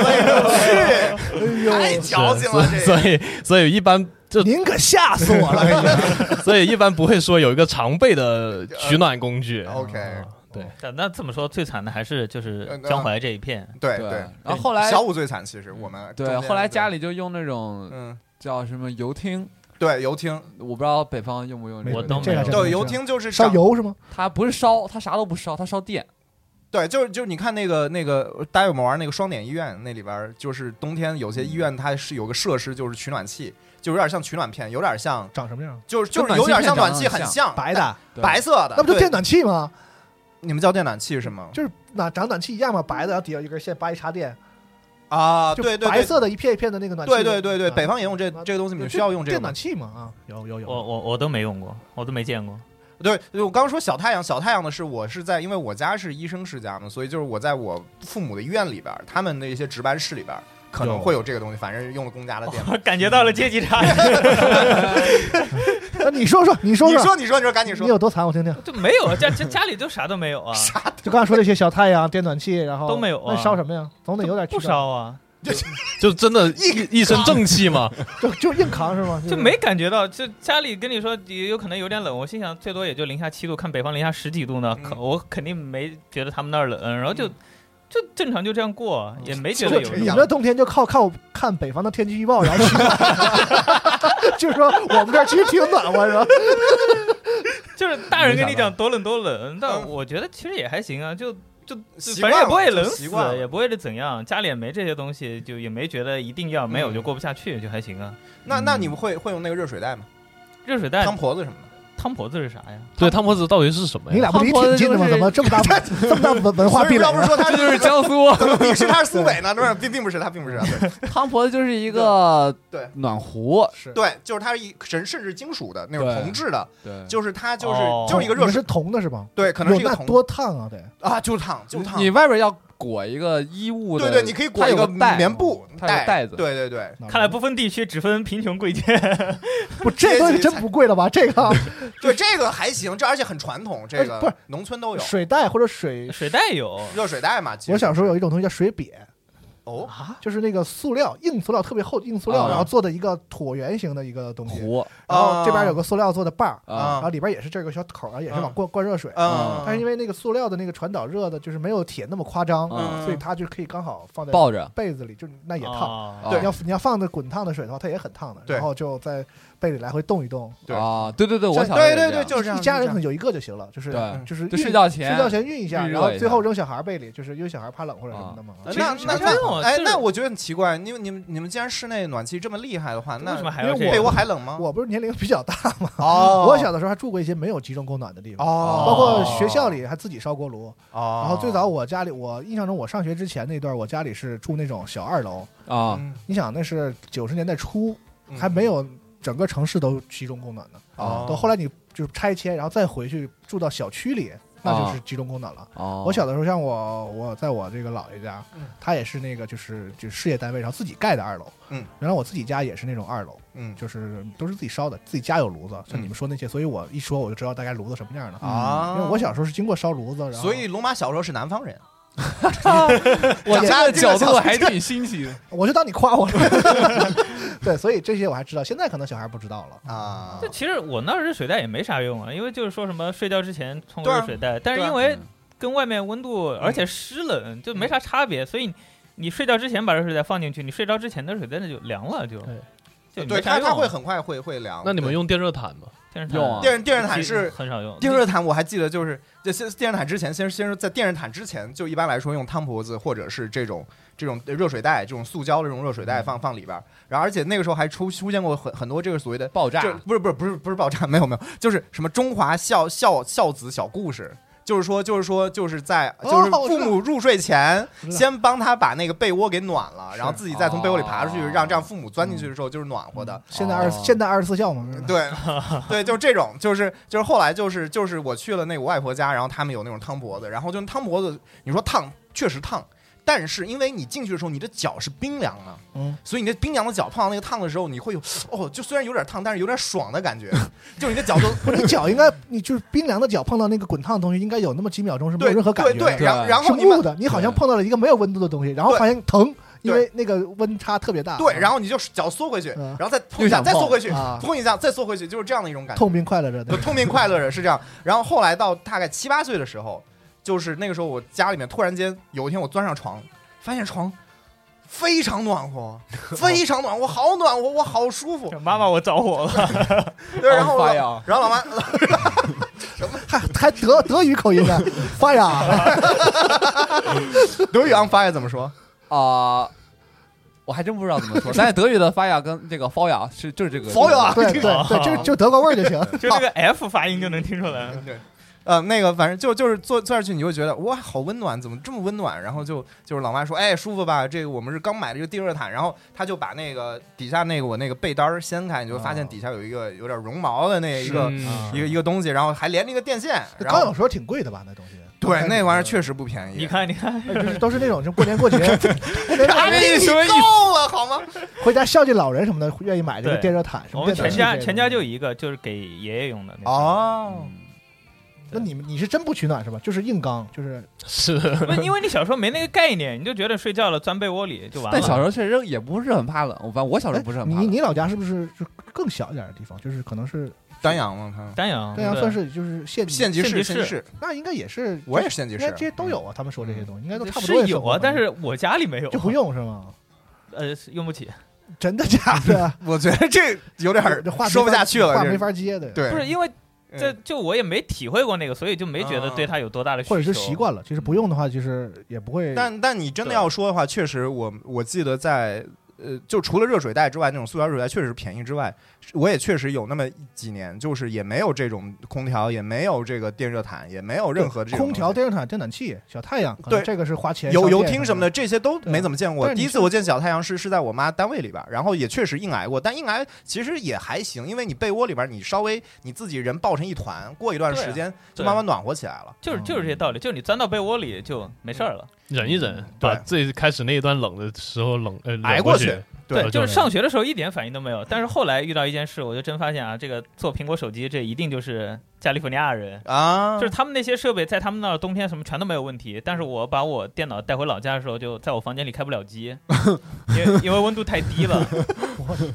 [SPEAKER 6] 我去，太矫情了
[SPEAKER 8] 是
[SPEAKER 6] 这
[SPEAKER 8] 所
[SPEAKER 6] 个，
[SPEAKER 8] 以所以一般 就
[SPEAKER 4] 您可吓死我了！
[SPEAKER 8] 所以一般不会说有一个常备的取暖工具。
[SPEAKER 4] 嗯
[SPEAKER 6] OK
[SPEAKER 7] 哦
[SPEAKER 8] 对，
[SPEAKER 5] 那那这么说，最惨的还是
[SPEAKER 4] 呃
[SPEAKER 5] 就是江淮这一片，
[SPEAKER 6] 对
[SPEAKER 7] 对，
[SPEAKER 6] 对。
[SPEAKER 7] 然后后来
[SPEAKER 6] 小五最惨，其实我们
[SPEAKER 7] 对后来家
[SPEAKER 6] 里
[SPEAKER 7] 里就用那种
[SPEAKER 6] 嗯
[SPEAKER 7] 叫什么油汀，
[SPEAKER 6] 对油汀，
[SPEAKER 7] 我不知道北方用不用 这
[SPEAKER 5] 我
[SPEAKER 7] 个，
[SPEAKER 5] 都
[SPEAKER 4] 这个
[SPEAKER 5] 没有
[SPEAKER 6] 对油汀就是
[SPEAKER 4] 烧
[SPEAKER 6] 长
[SPEAKER 4] 油是吗？
[SPEAKER 7] 它不是烧，它啥都不烧，它烧电。
[SPEAKER 6] 对，就是就是你看那个那个，大家有没有玩那个双点医院？那里边儿就是冬天有些医
[SPEAKER 7] 嗯
[SPEAKER 6] 院它是有个设施，就是取暖器，就有点像取暖片，有点像，
[SPEAKER 4] 长什么样？
[SPEAKER 6] 就是就是
[SPEAKER 7] 跟
[SPEAKER 6] 有点
[SPEAKER 7] 暖气
[SPEAKER 6] 像
[SPEAKER 7] 片
[SPEAKER 6] 暖
[SPEAKER 7] 长
[SPEAKER 6] 气，
[SPEAKER 7] 得
[SPEAKER 6] 很
[SPEAKER 7] 像
[SPEAKER 6] 像
[SPEAKER 4] 白的，
[SPEAKER 7] 对
[SPEAKER 6] 白色的，
[SPEAKER 4] 那不就
[SPEAKER 6] 啊对
[SPEAKER 4] 电暖气吗？
[SPEAKER 6] 你们叫电暖器是吗？
[SPEAKER 4] 就是暖长暖气一样嘛，白的，然后底下有根线拔一插电，
[SPEAKER 6] 啊，
[SPEAKER 4] 就
[SPEAKER 6] 对对
[SPEAKER 4] 白
[SPEAKER 6] 对，
[SPEAKER 4] 色的一片一片的那个暖气。
[SPEAKER 6] 对对对对，
[SPEAKER 4] 啊
[SPEAKER 6] 北方也用这
[SPEAKER 4] 啊
[SPEAKER 6] 这个东西，你们
[SPEAKER 4] 就
[SPEAKER 6] 需要用这个
[SPEAKER 4] 电
[SPEAKER 6] 吗哦
[SPEAKER 4] 暖？气嘛？啊，有有
[SPEAKER 5] 我
[SPEAKER 4] 有，
[SPEAKER 5] 我我都没用过，我都没见过。
[SPEAKER 6] 对，我刚刚说小太阳，小太阳的是我是在，因为我家是医生世家嘛，所以就是我在我父母的医院里边儿，他们的一些值班室里边儿可能
[SPEAKER 8] 有
[SPEAKER 6] 会有这个东西，反正是用了公 家的
[SPEAKER 4] 哦
[SPEAKER 6] 电。
[SPEAKER 5] 我感觉到了阶级差异，
[SPEAKER 4] 那你说说，你说
[SPEAKER 6] 你说，你说，你说，赶紧
[SPEAKER 4] 你
[SPEAKER 6] 说，
[SPEAKER 4] 有多惨？我听听。
[SPEAKER 5] 就没有家家家里就啥都没有啊，
[SPEAKER 4] 就刚才说那些小太阳、电暖气，然后
[SPEAKER 5] 都没有啊
[SPEAKER 4] 那烧什么呀？总得有点
[SPEAKER 5] 不
[SPEAKER 4] 取暖，
[SPEAKER 5] 烧啊，
[SPEAKER 8] 就真的一一身正气嘛。
[SPEAKER 4] 就就硬扛是吗？
[SPEAKER 5] 就没感觉到。就家里跟你说也有可能有点冷，我心想最多也就零下七度，看北方零下十几度呢，可
[SPEAKER 6] 嗯
[SPEAKER 5] 我肯定没觉得他们那儿冷，然后就就正常就这样过，也没觉
[SPEAKER 4] 就
[SPEAKER 5] 得有
[SPEAKER 4] 你
[SPEAKER 5] 什
[SPEAKER 4] 们
[SPEAKER 5] 么
[SPEAKER 4] 这。冬天就靠靠看北方的天气预报，然后取暖 就是说我们这儿其实挺暖和，是吧？
[SPEAKER 5] 就是大人跟你
[SPEAKER 8] 没想
[SPEAKER 5] 讲多冷多冷，但
[SPEAKER 6] 嗯
[SPEAKER 5] 我觉得其实也还行啊，就就就
[SPEAKER 6] 习
[SPEAKER 5] 反
[SPEAKER 6] 惯了
[SPEAKER 5] 正也不会冷
[SPEAKER 6] 就
[SPEAKER 5] 死
[SPEAKER 6] 习惯，了
[SPEAKER 5] 也不会怎样，家里也没这些东西，就也没觉得一定要没有就过不下去，就还行啊。
[SPEAKER 6] 那那你们会会用那个热水袋吗？
[SPEAKER 5] 热
[SPEAKER 7] 哎
[SPEAKER 5] 水袋
[SPEAKER 6] 汤婆子什么的？
[SPEAKER 5] 汤婆子是啥呀？
[SPEAKER 8] 对，汤婆子到底是什么
[SPEAKER 4] 你
[SPEAKER 8] 呀？
[SPEAKER 4] 俩不离
[SPEAKER 7] 胖婆
[SPEAKER 4] 挺
[SPEAKER 7] 子
[SPEAKER 4] 近的吗？
[SPEAKER 7] 就
[SPEAKER 4] 怎么
[SPEAKER 7] 是
[SPEAKER 4] 这么 大这么大文文化
[SPEAKER 6] 所以
[SPEAKER 4] 壁垒
[SPEAKER 6] 要不是
[SPEAKER 4] 啊？
[SPEAKER 6] 说他
[SPEAKER 7] 这 就是
[SPEAKER 6] 是
[SPEAKER 7] 江苏啊
[SPEAKER 6] 鄙视他是苏北呢，不是，并并不是他，并不是他。对
[SPEAKER 7] 汤婆子，就是一个
[SPEAKER 6] 对
[SPEAKER 7] 暖壶，
[SPEAKER 4] 是
[SPEAKER 6] 对，就是它是一神，甚至金属的那种
[SPEAKER 7] 对
[SPEAKER 6] 铜制的，
[SPEAKER 7] 对，
[SPEAKER 6] 就是它就是
[SPEAKER 5] 哦
[SPEAKER 6] 就是一个
[SPEAKER 4] 你
[SPEAKER 6] 热
[SPEAKER 4] 们
[SPEAKER 6] 水
[SPEAKER 4] 是，铜的是吧？
[SPEAKER 6] 对，可能是一
[SPEAKER 4] 有
[SPEAKER 6] 个
[SPEAKER 4] 那
[SPEAKER 6] 铜
[SPEAKER 4] 多烫啊，得。
[SPEAKER 6] 啊，就是烫，就
[SPEAKER 7] 你
[SPEAKER 6] 烫。
[SPEAKER 7] 你外边要裹一个衣物的，
[SPEAKER 6] 对对，你可以裹
[SPEAKER 7] 它
[SPEAKER 6] 一
[SPEAKER 7] 有
[SPEAKER 6] 个
[SPEAKER 7] 带
[SPEAKER 6] 棉布
[SPEAKER 7] 它有个袋子，
[SPEAKER 6] 对对对，
[SPEAKER 5] 看来不分地区，只分贫穷贵贱。
[SPEAKER 4] 不，这东西真不贵了吧？这个
[SPEAKER 6] 对这个还行，这而且很传统，这
[SPEAKER 4] 哎
[SPEAKER 6] 个
[SPEAKER 4] 不是
[SPEAKER 6] 农村都 有
[SPEAKER 4] 水袋或者水，
[SPEAKER 5] 水袋有，
[SPEAKER 6] 热水袋嘛。其实
[SPEAKER 4] 我小时候有一种东西叫水瘪，
[SPEAKER 6] 哦，
[SPEAKER 4] 就是那个塑料硬塑料特别厚硬塑料，
[SPEAKER 7] 啊
[SPEAKER 4] 然后做的一个椭圆形的一个东西，
[SPEAKER 7] 壶
[SPEAKER 4] 然后
[SPEAKER 6] 啊
[SPEAKER 4] 这边有个塑料做的棒儿，
[SPEAKER 7] 啊
[SPEAKER 4] 然后里边也是这个小口儿，然后也是
[SPEAKER 6] 嗯
[SPEAKER 4] 往灌灌热水。
[SPEAKER 6] 嗯，
[SPEAKER 4] 但是因为那个塑料的那个传导热的，就是没有铁那么夸张，
[SPEAKER 7] 嗯
[SPEAKER 4] 所以它就可以刚好放在
[SPEAKER 7] 抱着，
[SPEAKER 4] 被子里，就是那也烫。
[SPEAKER 5] 啊
[SPEAKER 7] 啊
[SPEAKER 4] 你要你要放着滚烫的水的话，它也很烫的。
[SPEAKER 6] 对
[SPEAKER 4] 然后就在被里来回动一动，
[SPEAKER 6] 对
[SPEAKER 7] 啊，对对对，我
[SPEAKER 6] 对
[SPEAKER 7] 小时候也
[SPEAKER 6] 对对
[SPEAKER 7] 这
[SPEAKER 6] 对，
[SPEAKER 7] 样
[SPEAKER 6] 就是这样
[SPEAKER 4] 一家人可能
[SPEAKER 6] 就
[SPEAKER 4] 有
[SPEAKER 6] 是嗯
[SPEAKER 4] 一个就行了，就是
[SPEAKER 7] 对
[SPEAKER 4] 就是
[SPEAKER 7] 就
[SPEAKER 4] 熨
[SPEAKER 7] 睡觉前
[SPEAKER 4] 睡觉前熨一下，
[SPEAKER 7] 预热
[SPEAKER 4] 然后
[SPEAKER 7] 一
[SPEAKER 4] 最
[SPEAKER 7] 下
[SPEAKER 4] 后扔小孩被里，就是因为小孩怕冷或者什么的嘛。
[SPEAKER 6] 这样
[SPEAKER 5] 其实
[SPEAKER 6] 那那
[SPEAKER 5] 其实没有
[SPEAKER 6] 那哎
[SPEAKER 5] 就，是
[SPEAKER 6] 那我觉得很奇怪，因为你们你们既然室内暖气这么厉害的话，那
[SPEAKER 5] 为什么还
[SPEAKER 4] 因
[SPEAKER 5] 要
[SPEAKER 4] 为
[SPEAKER 5] 这
[SPEAKER 6] 被
[SPEAKER 5] 样？
[SPEAKER 6] 窝还冷吗？
[SPEAKER 4] 嗯我不是年龄比较大嘛，
[SPEAKER 6] 哦，
[SPEAKER 4] 我小的时候还住过一些没有集中供暖的地方，
[SPEAKER 6] 哦，
[SPEAKER 4] 包括学校里还自己烧锅炉。
[SPEAKER 6] 哦，
[SPEAKER 4] 然后最早我家里，我印象中我上学之前那段，我家里是住那种小二楼。
[SPEAKER 7] 啊，
[SPEAKER 6] 嗯
[SPEAKER 4] 你想那是九十年代初，
[SPEAKER 6] 嗯
[SPEAKER 4] 还没有整个城市都集中供暖呢。
[SPEAKER 6] 哦
[SPEAKER 4] 等后来你就是拆迁，然后再回去住到小区里，那
[SPEAKER 6] 啊
[SPEAKER 4] 就是集中供暖了。
[SPEAKER 7] 哦，
[SPEAKER 4] 我小的时候，像我我在我这个姥爷家，他也是那个就是就是事业单位，然后自己盖的二楼。
[SPEAKER 6] 嗯，
[SPEAKER 4] 原来我自己家也是那种二楼，
[SPEAKER 6] 嗯
[SPEAKER 4] 就是都是自己烧的，自己家有炉子，像你们说那些，所以我一说我就知道大概炉子什么样的。
[SPEAKER 6] 啊
[SPEAKER 4] 嗯因为我小时候是经过烧炉子，然后
[SPEAKER 6] 所以龙马小时候是南方人，
[SPEAKER 7] 我
[SPEAKER 6] 长
[SPEAKER 7] 家
[SPEAKER 6] 大
[SPEAKER 7] 的
[SPEAKER 6] 了
[SPEAKER 7] 角
[SPEAKER 6] 这
[SPEAKER 7] 度
[SPEAKER 6] 个
[SPEAKER 7] 还挺新奇的。
[SPEAKER 4] 我就当你夸我了。 对，所以这些我还知道，现在可能小孩不知道了。
[SPEAKER 6] 啊
[SPEAKER 5] 这，其实我那热水袋也没啥用啊，因为就是说什么睡觉之前冲个
[SPEAKER 6] 对啊
[SPEAKER 5] 热水袋，但是
[SPEAKER 6] 对啊
[SPEAKER 5] 因为跟外面温度，而且湿冷，就没啥差别，所以你睡觉之前把热水袋放进去，你睡着之前的水袋那就凉了，就
[SPEAKER 8] 对
[SPEAKER 5] 就
[SPEAKER 6] 对它它会很快会会凉。
[SPEAKER 8] 那你们
[SPEAKER 6] 对
[SPEAKER 8] 用电热毯吗？
[SPEAKER 5] 啊电热毯
[SPEAKER 7] 用啊
[SPEAKER 6] 电电热毯是
[SPEAKER 5] 很少用，
[SPEAKER 6] 电热毯我还记得就是，就先电热毯之前，先先是在电热毯之前，就一般来说用汤婆子或者是这种这种热水袋，这种塑胶的这种热水
[SPEAKER 4] 嗯
[SPEAKER 6] 袋放放里边儿。然后而且那个时候还出出现过很很多这个所谓的
[SPEAKER 7] 爆炸
[SPEAKER 6] 就不是不是不是不是爆炸，没有没有，就是什么中华孝孝孝子小故事。就是说，就是说，就是在，
[SPEAKER 4] 哦
[SPEAKER 6] 就是
[SPEAKER 4] 我知
[SPEAKER 6] 父
[SPEAKER 4] 道
[SPEAKER 6] 母入睡前，
[SPEAKER 4] 知道
[SPEAKER 6] 先帮他把那个被窝给暖了，然后自己再从被窝里爬出去，
[SPEAKER 7] 哦
[SPEAKER 6] 让这样父母钻进
[SPEAKER 4] 嗯
[SPEAKER 6] 去的时候就是暖和的。
[SPEAKER 4] 现在二十
[SPEAKER 7] 哦
[SPEAKER 4] 现在二十四孝嘛，是吧
[SPEAKER 6] 对，对，就是这种，就是就是后来就是就是我去了那个我外婆家，然后他们有那种汤婆子，然后就汤婆子，你说烫确实烫，但是因为你进去的时候你的脚是冰凉的，
[SPEAKER 4] 嗯，
[SPEAKER 6] 所以你的冰凉的脚碰到那个烫的时候，你会有哦，就虽然有点烫，但是有点爽 的感觉，就是你的脚都
[SPEAKER 4] 不是你脚应该，你就是冰凉的脚碰到那个滚烫的东西，应该有那么几秒钟是没有
[SPEAKER 6] 对
[SPEAKER 4] 任何感觉
[SPEAKER 6] 对
[SPEAKER 4] 的。
[SPEAKER 6] 对，然后
[SPEAKER 7] 对
[SPEAKER 6] 然
[SPEAKER 4] 是
[SPEAKER 6] 后你
[SPEAKER 4] 木
[SPEAKER 6] 们
[SPEAKER 4] 的，你好像碰到了一个没有温度的东西，然后发现疼，因为那个温差特别大。啊
[SPEAKER 6] 对，然后你就脚缩回去，
[SPEAKER 4] 嗯
[SPEAKER 6] 然后再碰一下，
[SPEAKER 7] 又想
[SPEAKER 6] 再缩回去
[SPEAKER 4] 啊，
[SPEAKER 6] 碰一下，再缩回去，就是这样的一种感觉。
[SPEAKER 4] 痛并快乐着。
[SPEAKER 6] 就
[SPEAKER 4] 对
[SPEAKER 6] 痛并快乐着，是这样。然后后来到大概七八岁的时候，就是那个时候我家里面突然间有一天我钻上床，发现床非常暖和，非常暖和，我好暖和，我好舒服。
[SPEAKER 5] 妈妈我着火 了，
[SPEAKER 6] 对，然后我
[SPEAKER 7] 发
[SPEAKER 6] 老
[SPEAKER 7] 痒
[SPEAKER 6] 然后老妈，
[SPEAKER 4] 还还德德语口音啊 呢，发呀！
[SPEAKER 6] 德语昂发呀怎么说？
[SPEAKER 7] 啊。我还真不知道怎 么说，但是德语的发芽跟这个发芽是就是这个
[SPEAKER 6] 发芽
[SPEAKER 4] 对对对，就就德国味儿就 行。
[SPEAKER 5] 就那个 F 发音就能听出 来。
[SPEAKER 6] 对。呃，那个，反正就就是坐坐下去，你就觉得哇，好温暖，怎么这么温暖？然后就就是老妈说，哎，舒服吧？这个我们是刚买的这个地热毯，然后他就把那个底下那个我那个被单儿掀开，你就会发现底下有一个有点绒毛的那一个
[SPEAKER 8] 嗯
[SPEAKER 6] 一个一个东西，然后还连着一个电线，然
[SPEAKER 4] 刚有
[SPEAKER 6] 后
[SPEAKER 4] 时候挺贵的吧，那东西。
[SPEAKER 6] 对那玩意儿确实不便宜。
[SPEAKER 5] 你，看，你 看，
[SPEAKER 4] 就是都是那种就过年 过节，过年过
[SPEAKER 6] 安
[SPEAKER 4] 节
[SPEAKER 6] 哎 利你够了好吗？
[SPEAKER 4] 回家孝敬老人什么的，愿意买这个
[SPEAKER 5] 对
[SPEAKER 4] 电热毯什
[SPEAKER 5] 我
[SPEAKER 4] 么
[SPEAKER 5] 们
[SPEAKER 4] 电暖
[SPEAKER 5] 全
[SPEAKER 4] 气
[SPEAKER 5] 家
[SPEAKER 4] 这个
[SPEAKER 5] 全家就一个，就是给爷爷用的那个。
[SPEAKER 6] 哦，
[SPEAKER 4] 那你们你是真不取暖是吧？就是硬刚，就是
[SPEAKER 8] 是，
[SPEAKER 5] 不 是因为你小时候没那个概念，你就觉得睡觉了钻被窝里就完了。
[SPEAKER 7] 但小时候确实也不是很怕冷，我反正我小时候不是
[SPEAKER 4] 哎
[SPEAKER 7] 很怕
[SPEAKER 4] 你
[SPEAKER 7] 冷。
[SPEAKER 4] 你老家是不是就更小一点的地方？就是可能是
[SPEAKER 6] 丹阳嘛，他
[SPEAKER 5] 丹阳，
[SPEAKER 4] 丹阳啊算是就是县级
[SPEAKER 6] 县级市，
[SPEAKER 5] 县
[SPEAKER 6] 县
[SPEAKER 5] 级市
[SPEAKER 6] 级市，
[SPEAKER 4] 那应该也是，
[SPEAKER 6] 我也是县级
[SPEAKER 4] 应
[SPEAKER 6] 市嗯
[SPEAKER 4] 该，这些都有啊。他们说这些东西应该都差不多也生
[SPEAKER 5] 是有
[SPEAKER 4] 活
[SPEAKER 5] 啊，
[SPEAKER 4] 吧
[SPEAKER 5] 但是我家里没有，啊
[SPEAKER 4] 就不，用是吗？
[SPEAKER 5] 呃，是用不起。
[SPEAKER 4] 真的假的？
[SPEAKER 6] 嗯。我觉得这有点儿
[SPEAKER 4] 这话没
[SPEAKER 6] 说不
[SPEAKER 4] 法
[SPEAKER 6] 下去了，
[SPEAKER 4] 话
[SPEAKER 6] 这
[SPEAKER 4] 没法接的。，
[SPEAKER 6] 对，
[SPEAKER 5] 不是因为
[SPEAKER 6] 嗯
[SPEAKER 5] 这就我也没体会过那个，所以就没觉得对它有多大的需求，
[SPEAKER 4] 啊或者是习。惯了，就是不用的话，就是也不会。
[SPEAKER 6] 但但你真的
[SPEAKER 5] 对
[SPEAKER 6] 要说的话，确实我，我记得在呃，就除了热水袋之外，那种塑料热水袋确实便宜之外，我也确实有那么几年，就是也没有这种空调，也没有这个电热毯，也没有任何这种
[SPEAKER 4] 空调、
[SPEAKER 6] 东西。
[SPEAKER 4] 电热毯、电暖气、小太阳，可能
[SPEAKER 6] 对
[SPEAKER 4] 这个是花钱
[SPEAKER 6] 有
[SPEAKER 4] 消
[SPEAKER 6] 有
[SPEAKER 4] 费
[SPEAKER 6] 厅什么的，，这些都
[SPEAKER 4] 对
[SPEAKER 6] 没怎么见过
[SPEAKER 4] 但。是你
[SPEAKER 6] 第一
[SPEAKER 4] 是
[SPEAKER 6] 次我见小太阳是是在我妈单位里边，然后也确实硬挨过，但硬挨其实也还行，因为你被窝里边你稍微你自己人抱成一团，过一段
[SPEAKER 5] 对啊
[SPEAKER 6] 时间就
[SPEAKER 5] 对
[SPEAKER 6] 慢慢暖和起来了。
[SPEAKER 4] 嗯
[SPEAKER 5] 就是就是这些道理，就是你钻到被窝里就没事儿了。
[SPEAKER 8] 忍一忍，把
[SPEAKER 6] 对
[SPEAKER 8] 最开始那一段冷的时候冷呃
[SPEAKER 6] 挨
[SPEAKER 8] 忍
[SPEAKER 6] 过
[SPEAKER 8] 过
[SPEAKER 6] 去，对
[SPEAKER 5] 对，就是上学的时候一点反应都没有，但是后来遇到一件事，我就真发现啊，这个做苹果手机这一定就是加利福尼亚人，
[SPEAKER 6] 啊，
[SPEAKER 5] 就是他们那些设备在他们那儿冬天什么全都没有问题，但是我把我电脑带回老家的时候，就在我房间里开不了机，因为因为温度太低了。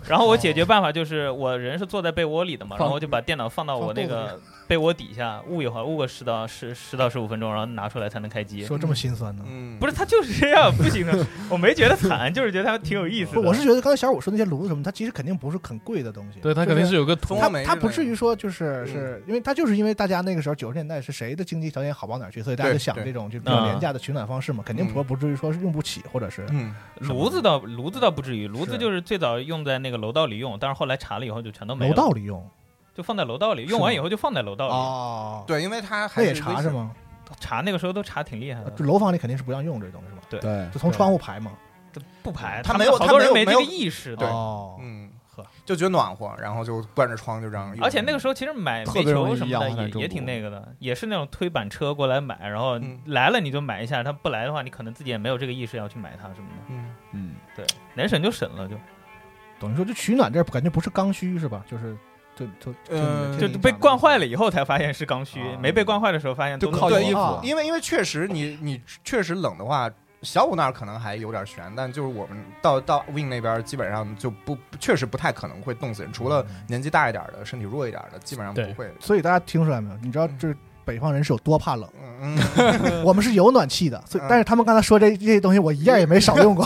[SPEAKER 5] 然后我解决办法就是我人是坐在被窝里的嘛，
[SPEAKER 7] 放
[SPEAKER 5] 然后我就把电脑放到我那
[SPEAKER 4] 放肚
[SPEAKER 5] 个被窝底下捂一会儿，捂个十到十十到十五分钟，然后拿出来才能开机。
[SPEAKER 4] 说这么心酸呢？
[SPEAKER 6] 嗯，
[SPEAKER 5] 不是，他就是这样，不行的。 我没觉得惨，就是觉得他挺有意思
[SPEAKER 4] 不，
[SPEAKER 5] 的。
[SPEAKER 4] 我是觉得刚才小五说那些炉子什么，它其实肯定不是很贵的东西。
[SPEAKER 8] 对他
[SPEAKER 4] 就
[SPEAKER 8] 肯定是有个图
[SPEAKER 6] 风
[SPEAKER 4] 它
[SPEAKER 6] 梅
[SPEAKER 4] 它
[SPEAKER 6] 之
[SPEAKER 4] 不
[SPEAKER 6] 类
[SPEAKER 4] 至
[SPEAKER 6] 的嗯
[SPEAKER 4] 于说就是是因为它就是因为大家那个时候九十年代是谁的经济条件好不到哪儿去，所以大家
[SPEAKER 6] 对
[SPEAKER 4] 就想
[SPEAKER 6] 对
[SPEAKER 4] 这种就比较
[SPEAKER 5] 啊
[SPEAKER 4] 廉价的取暖方式嘛，肯定不
[SPEAKER 6] 嗯
[SPEAKER 4] 不至于说是用不起或者是
[SPEAKER 6] 嗯，
[SPEAKER 5] 炉子倒炉子倒不至于，炉
[SPEAKER 4] 是
[SPEAKER 5] 子就是最早用在那个楼道里用，但是后来查了以后就全都没
[SPEAKER 4] 楼
[SPEAKER 5] 了，
[SPEAKER 4] 道里用
[SPEAKER 5] 就放在楼道里，
[SPEAKER 4] 是
[SPEAKER 5] 用
[SPEAKER 4] 吗
[SPEAKER 5] 完以后就放在楼道里。
[SPEAKER 4] 哦，
[SPEAKER 6] 对，因为它还
[SPEAKER 4] 那也
[SPEAKER 6] 是
[SPEAKER 4] 查是吗？
[SPEAKER 5] 查那个时候都查挺厉害的，
[SPEAKER 4] 楼房里肯定是不让用这东西嘛，
[SPEAKER 7] 对
[SPEAKER 4] 就从窗户排嘛。
[SPEAKER 5] 不排，
[SPEAKER 6] 他
[SPEAKER 5] 们
[SPEAKER 6] 没有
[SPEAKER 5] 好
[SPEAKER 6] 他
[SPEAKER 5] 多
[SPEAKER 6] 没
[SPEAKER 5] 人
[SPEAKER 6] 有
[SPEAKER 5] 没
[SPEAKER 6] 没
[SPEAKER 5] 这个
[SPEAKER 6] 有
[SPEAKER 5] 意识的，
[SPEAKER 6] 对
[SPEAKER 4] 哦，
[SPEAKER 6] 嗯，
[SPEAKER 4] 呵，
[SPEAKER 6] 就觉得暖和，然后就关着窗就这样用。
[SPEAKER 5] 嗯而且那个时候其实买
[SPEAKER 7] 特
[SPEAKER 5] 煤
[SPEAKER 7] 别容
[SPEAKER 5] 球
[SPEAKER 7] 易
[SPEAKER 5] 什
[SPEAKER 7] 养
[SPEAKER 5] 么
[SPEAKER 7] 在
[SPEAKER 5] 的
[SPEAKER 7] 中
[SPEAKER 5] 也也
[SPEAKER 7] 国
[SPEAKER 5] 挺那个的，也是那种推板车过来买，然后
[SPEAKER 6] 嗯
[SPEAKER 5] 来了你就买一下，他不来的话，你可能自己也没有这个意识要去买它什么的。
[SPEAKER 6] 嗯，
[SPEAKER 7] 嗯，
[SPEAKER 5] 对，能省就省了，就
[SPEAKER 4] 等于说这取暖这儿感觉不是刚需是吧？就是就就
[SPEAKER 6] 呃
[SPEAKER 5] 就被惯坏了，以后才发现是刚需
[SPEAKER 4] 啊，
[SPEAKER 5] 没被惯坏的时候发现
[SPEAKER 7] 就
[SPEAKER 5] 都是
[SPEAKER 7] 靠
[SPEAKER 6] 对
[SPEAKER 7] 衣
[SPEAKER 4] 啊
[SPEAKER 7] 服，
[SPEAKER 6] 因为因为确实你你确实冷的话，小五那儿可能还有点悬，但就是我们到到 Win 那边基本上就不确实不太可能会冻死人，除了
[SPEAKER 5] 嗯
[SPEAKER 6] 年纪大一点的、身体弱一点的，基本上
[SPEAKER 8] 对
[SPEAKER 6] 不会。
[SPEAKER 4] 所以大家听出来没有？你知道这北方人是有多怕冷？
[SPEAKER 6] 嗯嗯，
[SPEAKER 4] 我们是有暖气的，所以
[SPEAKER 6] 嗯
[SPEAKER 4] 但是他们刚才说这这些东西，我一样也没少 用过。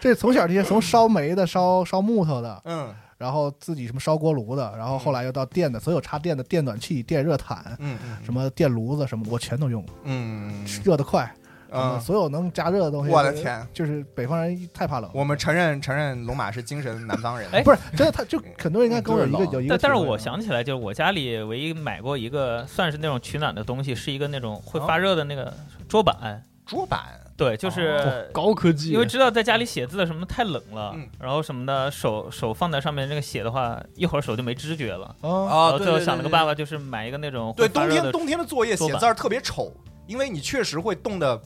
[SPEAKER 4] 这从小这些从烧煤的、烧烧木头的，
[SPEAKER 6] 嗯
[SPEAKER 4] 然后自己什么烧锅炉的，然后后来又到电的，所有插电的电暖气、电热毯、
[SPEAKER 6] 嗯嗯，
[SPEAKER 4] 什么电炉子什么的，我全都用过，
[SPEAKER 6] 嗯
[SPEAKER 4] 热得快，
[SPEAKER 6] 嗯，
[SPEAKER 4] 所有能加热的东西。
[SPEAKER 6] 我的天！
[SPEAKER 4] 就是北方人太怕冷了，
[SPEAKER 6] 我们承认承认龙马是精神南方人，
[SPEAKER 5] 哎
[SPEAKER 4] 不是真的，他就很多人应该跟我有一
[SPEAKER 7] 嗯
[SPEAKER 4] 个
[SPEAKER 7] 对
[SPEAKER 4] 有一个体
[SPEAKER 5] 但
[SPEAKER 4] 会。啊
[SPEAKER 5] 但是我想起来，就是我家里唯一买过一个算是那种取暖的东西，是一个那种会发热的那个桌板。
[SPEAKER 6] 桌板，
[SPEAKER 5] 对，就是
[SPEAKER 9] 高科技，
[SPEAKER 5] 因为知道在家里写字什么太冷了
[SPEAKER 6] 嗯，
[SPEAKER 5] 然后什么的手手放在上面那个写的话，一会儿手就没知觉了。
[SPEAKER 4] 啊，
[SPEAKER 5] 然
[SPEAKER 7] 啊，
[SPEAKER 5] 后
[SPEAKER 7] 对
[SPEAKER 5] 最后想了个办法，就是买一个那种会
[SPEAKER 6] 对，
[SPEAKER 5] 发
[SPEAKER 6] 冬
[SPEAKER 5] 热
[SPEAKER 6] 天
[SPEAKER 5] 的
[SPEAKER 6] 冬天的作业写
[SPEAKER 5] 桌板
[SPEAKER 6] 字儿特别丑，因为你确实会冻得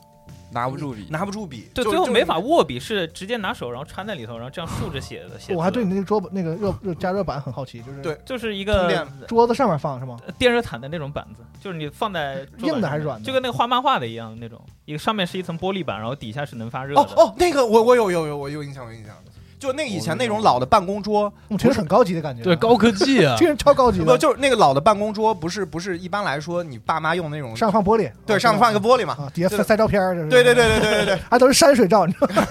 [SPEAKER 7] 拿不住笔，
[SPEAKER 6] 拿不住笔，
[SPEAKER 5] 对，
[SPEAKER 6] 就
[SPEAKER 5] 最后
[SPEAKER 6] 就
[SPEAKER 5] 没法握笔，是直接拿手，然后穿在里头，然后这样竖着写的。写
[SPEAKER 4] 我还
[SPEAKER 5] 字
[SPEAKER 4] 对你那个桌那个热热加热板很好奇，就是
[SPEAKER 6] 对
[SPEAKER 5] 就是一
[SPEAKER 6] 充
[SPEAKER 5] 个呃
[SPEAKER 6] 电
[SPEAKER 4] 桌子上面放是吗？
[SPEAKER 5] 电热毯的那种板子，就是你放在桌板
[SPEAKER 4] 硬的还是
[SPEAKER 5] 上面
[SPEAKER 4] 软的
[SPEAKER 5] 就跟那个画漫画的一样那种，一个上面是一层玻璃板，然后底下是能发热的。
[SPEAKER 6] 哦哦，那个我我有有有我有印象有印象，就那以前那种老的办公桌，
[SPEAKER 4] 我觉得嗯很高级的感觉。
[SPEAKER 9] 对高科技啊
[SPEAKER 4] 这，人超高级
[SPEAKER 6] 不
[SPEAKER 4] 的，
[SPEAKER 6] 就是那个老的办公桌，不是不是一般来说你爸妈用那种
[SPEAKER 4] 上面放玻璃，
[SPEAKER 6] 对
[SPEAKER 4] 啊
[SPEAKER 6] 上面放一个玻璃嘛，
[SPEAKER 4] 啊，底下
[SPEAKER 6] 对
[SPEAKER 4] 塞塞照片儿，就是
[SPEAKER 6] 对对，对对对对对
[SPEAKER 4] 还都是山水照，你知道吗？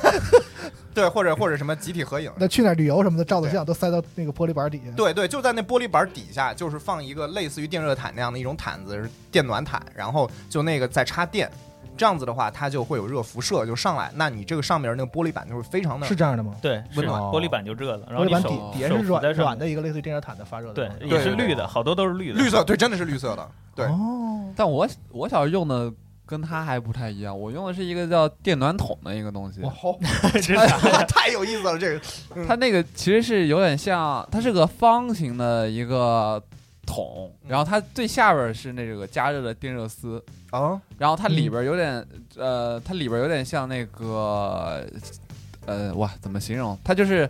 [SPEAKER 6] 对，或者或者什么集体合影。
[SPEAKER 4] 那去哪儿旅游什么的，照的相都塞到那个玻璃板底下。
[SPEAKER 6] 对对，就在那玻璃板底下，就是放一个类似于电热毯那样的一种毯子，是电暖毯，然后就那个再插电，这样子的话，它就会有热辐射就上来，那你这个上面那个玻璃板就会非常的
[SPEAKER 4] 是这样的吗？
[SPEAKER 5] 对，是
[SPEAKER 6] 温暖
[SPEAKER 5] 玻璃板就热了，
[SPEAKER 4] 玻
[SPEAKER 5] 然后
[SPEAKER 4] 璃
[SPEAKER 5] 你
[SPEAKER 4] 板
[SPEAKER 5] 手
[SPEAKER 4] 底底下哦
[SPEAKER 5] 手
[SPEAKER 4] 是
[SPEAKER 5] 扶
[SPEAKER 4] 软
[SPEAKER 5] 在上
[SPEAKER 4] 软
[SPEAKER 5] 面
[SPEAKER 4] 的一个类似于电热毯的发热的
[SPEAKER 5] 对
[SPEAKER 4] 方，式，
[SPEAKER 5] 也是
[SPEAKER 6] 对对
[SPEAKER 5] 绿的，好多都是绿的。
[SPEAKER 6] 绿色，对，真的是绿色的， 对
[SPEAKER 4] 哦，
[SPEAKER 7] 但我我小时候用的跟他还不太一样，我用的是一个叫电暖桶的一个东西，
[SPEAKER 6] 哦，
[SPEAKER 5] 真的
[SPEAKER 6] 太有意思 了，这个
[SPEAKER 7] 它那个其实是有点像，它是个方形的一个桶，然后它最下边是那个加热的电热丝，
[SPEAKER 6] 啊，
[SPEAKER 7] 然后它里边有点、呃，它里边有点像那个呃哇，怎么形容？它就是。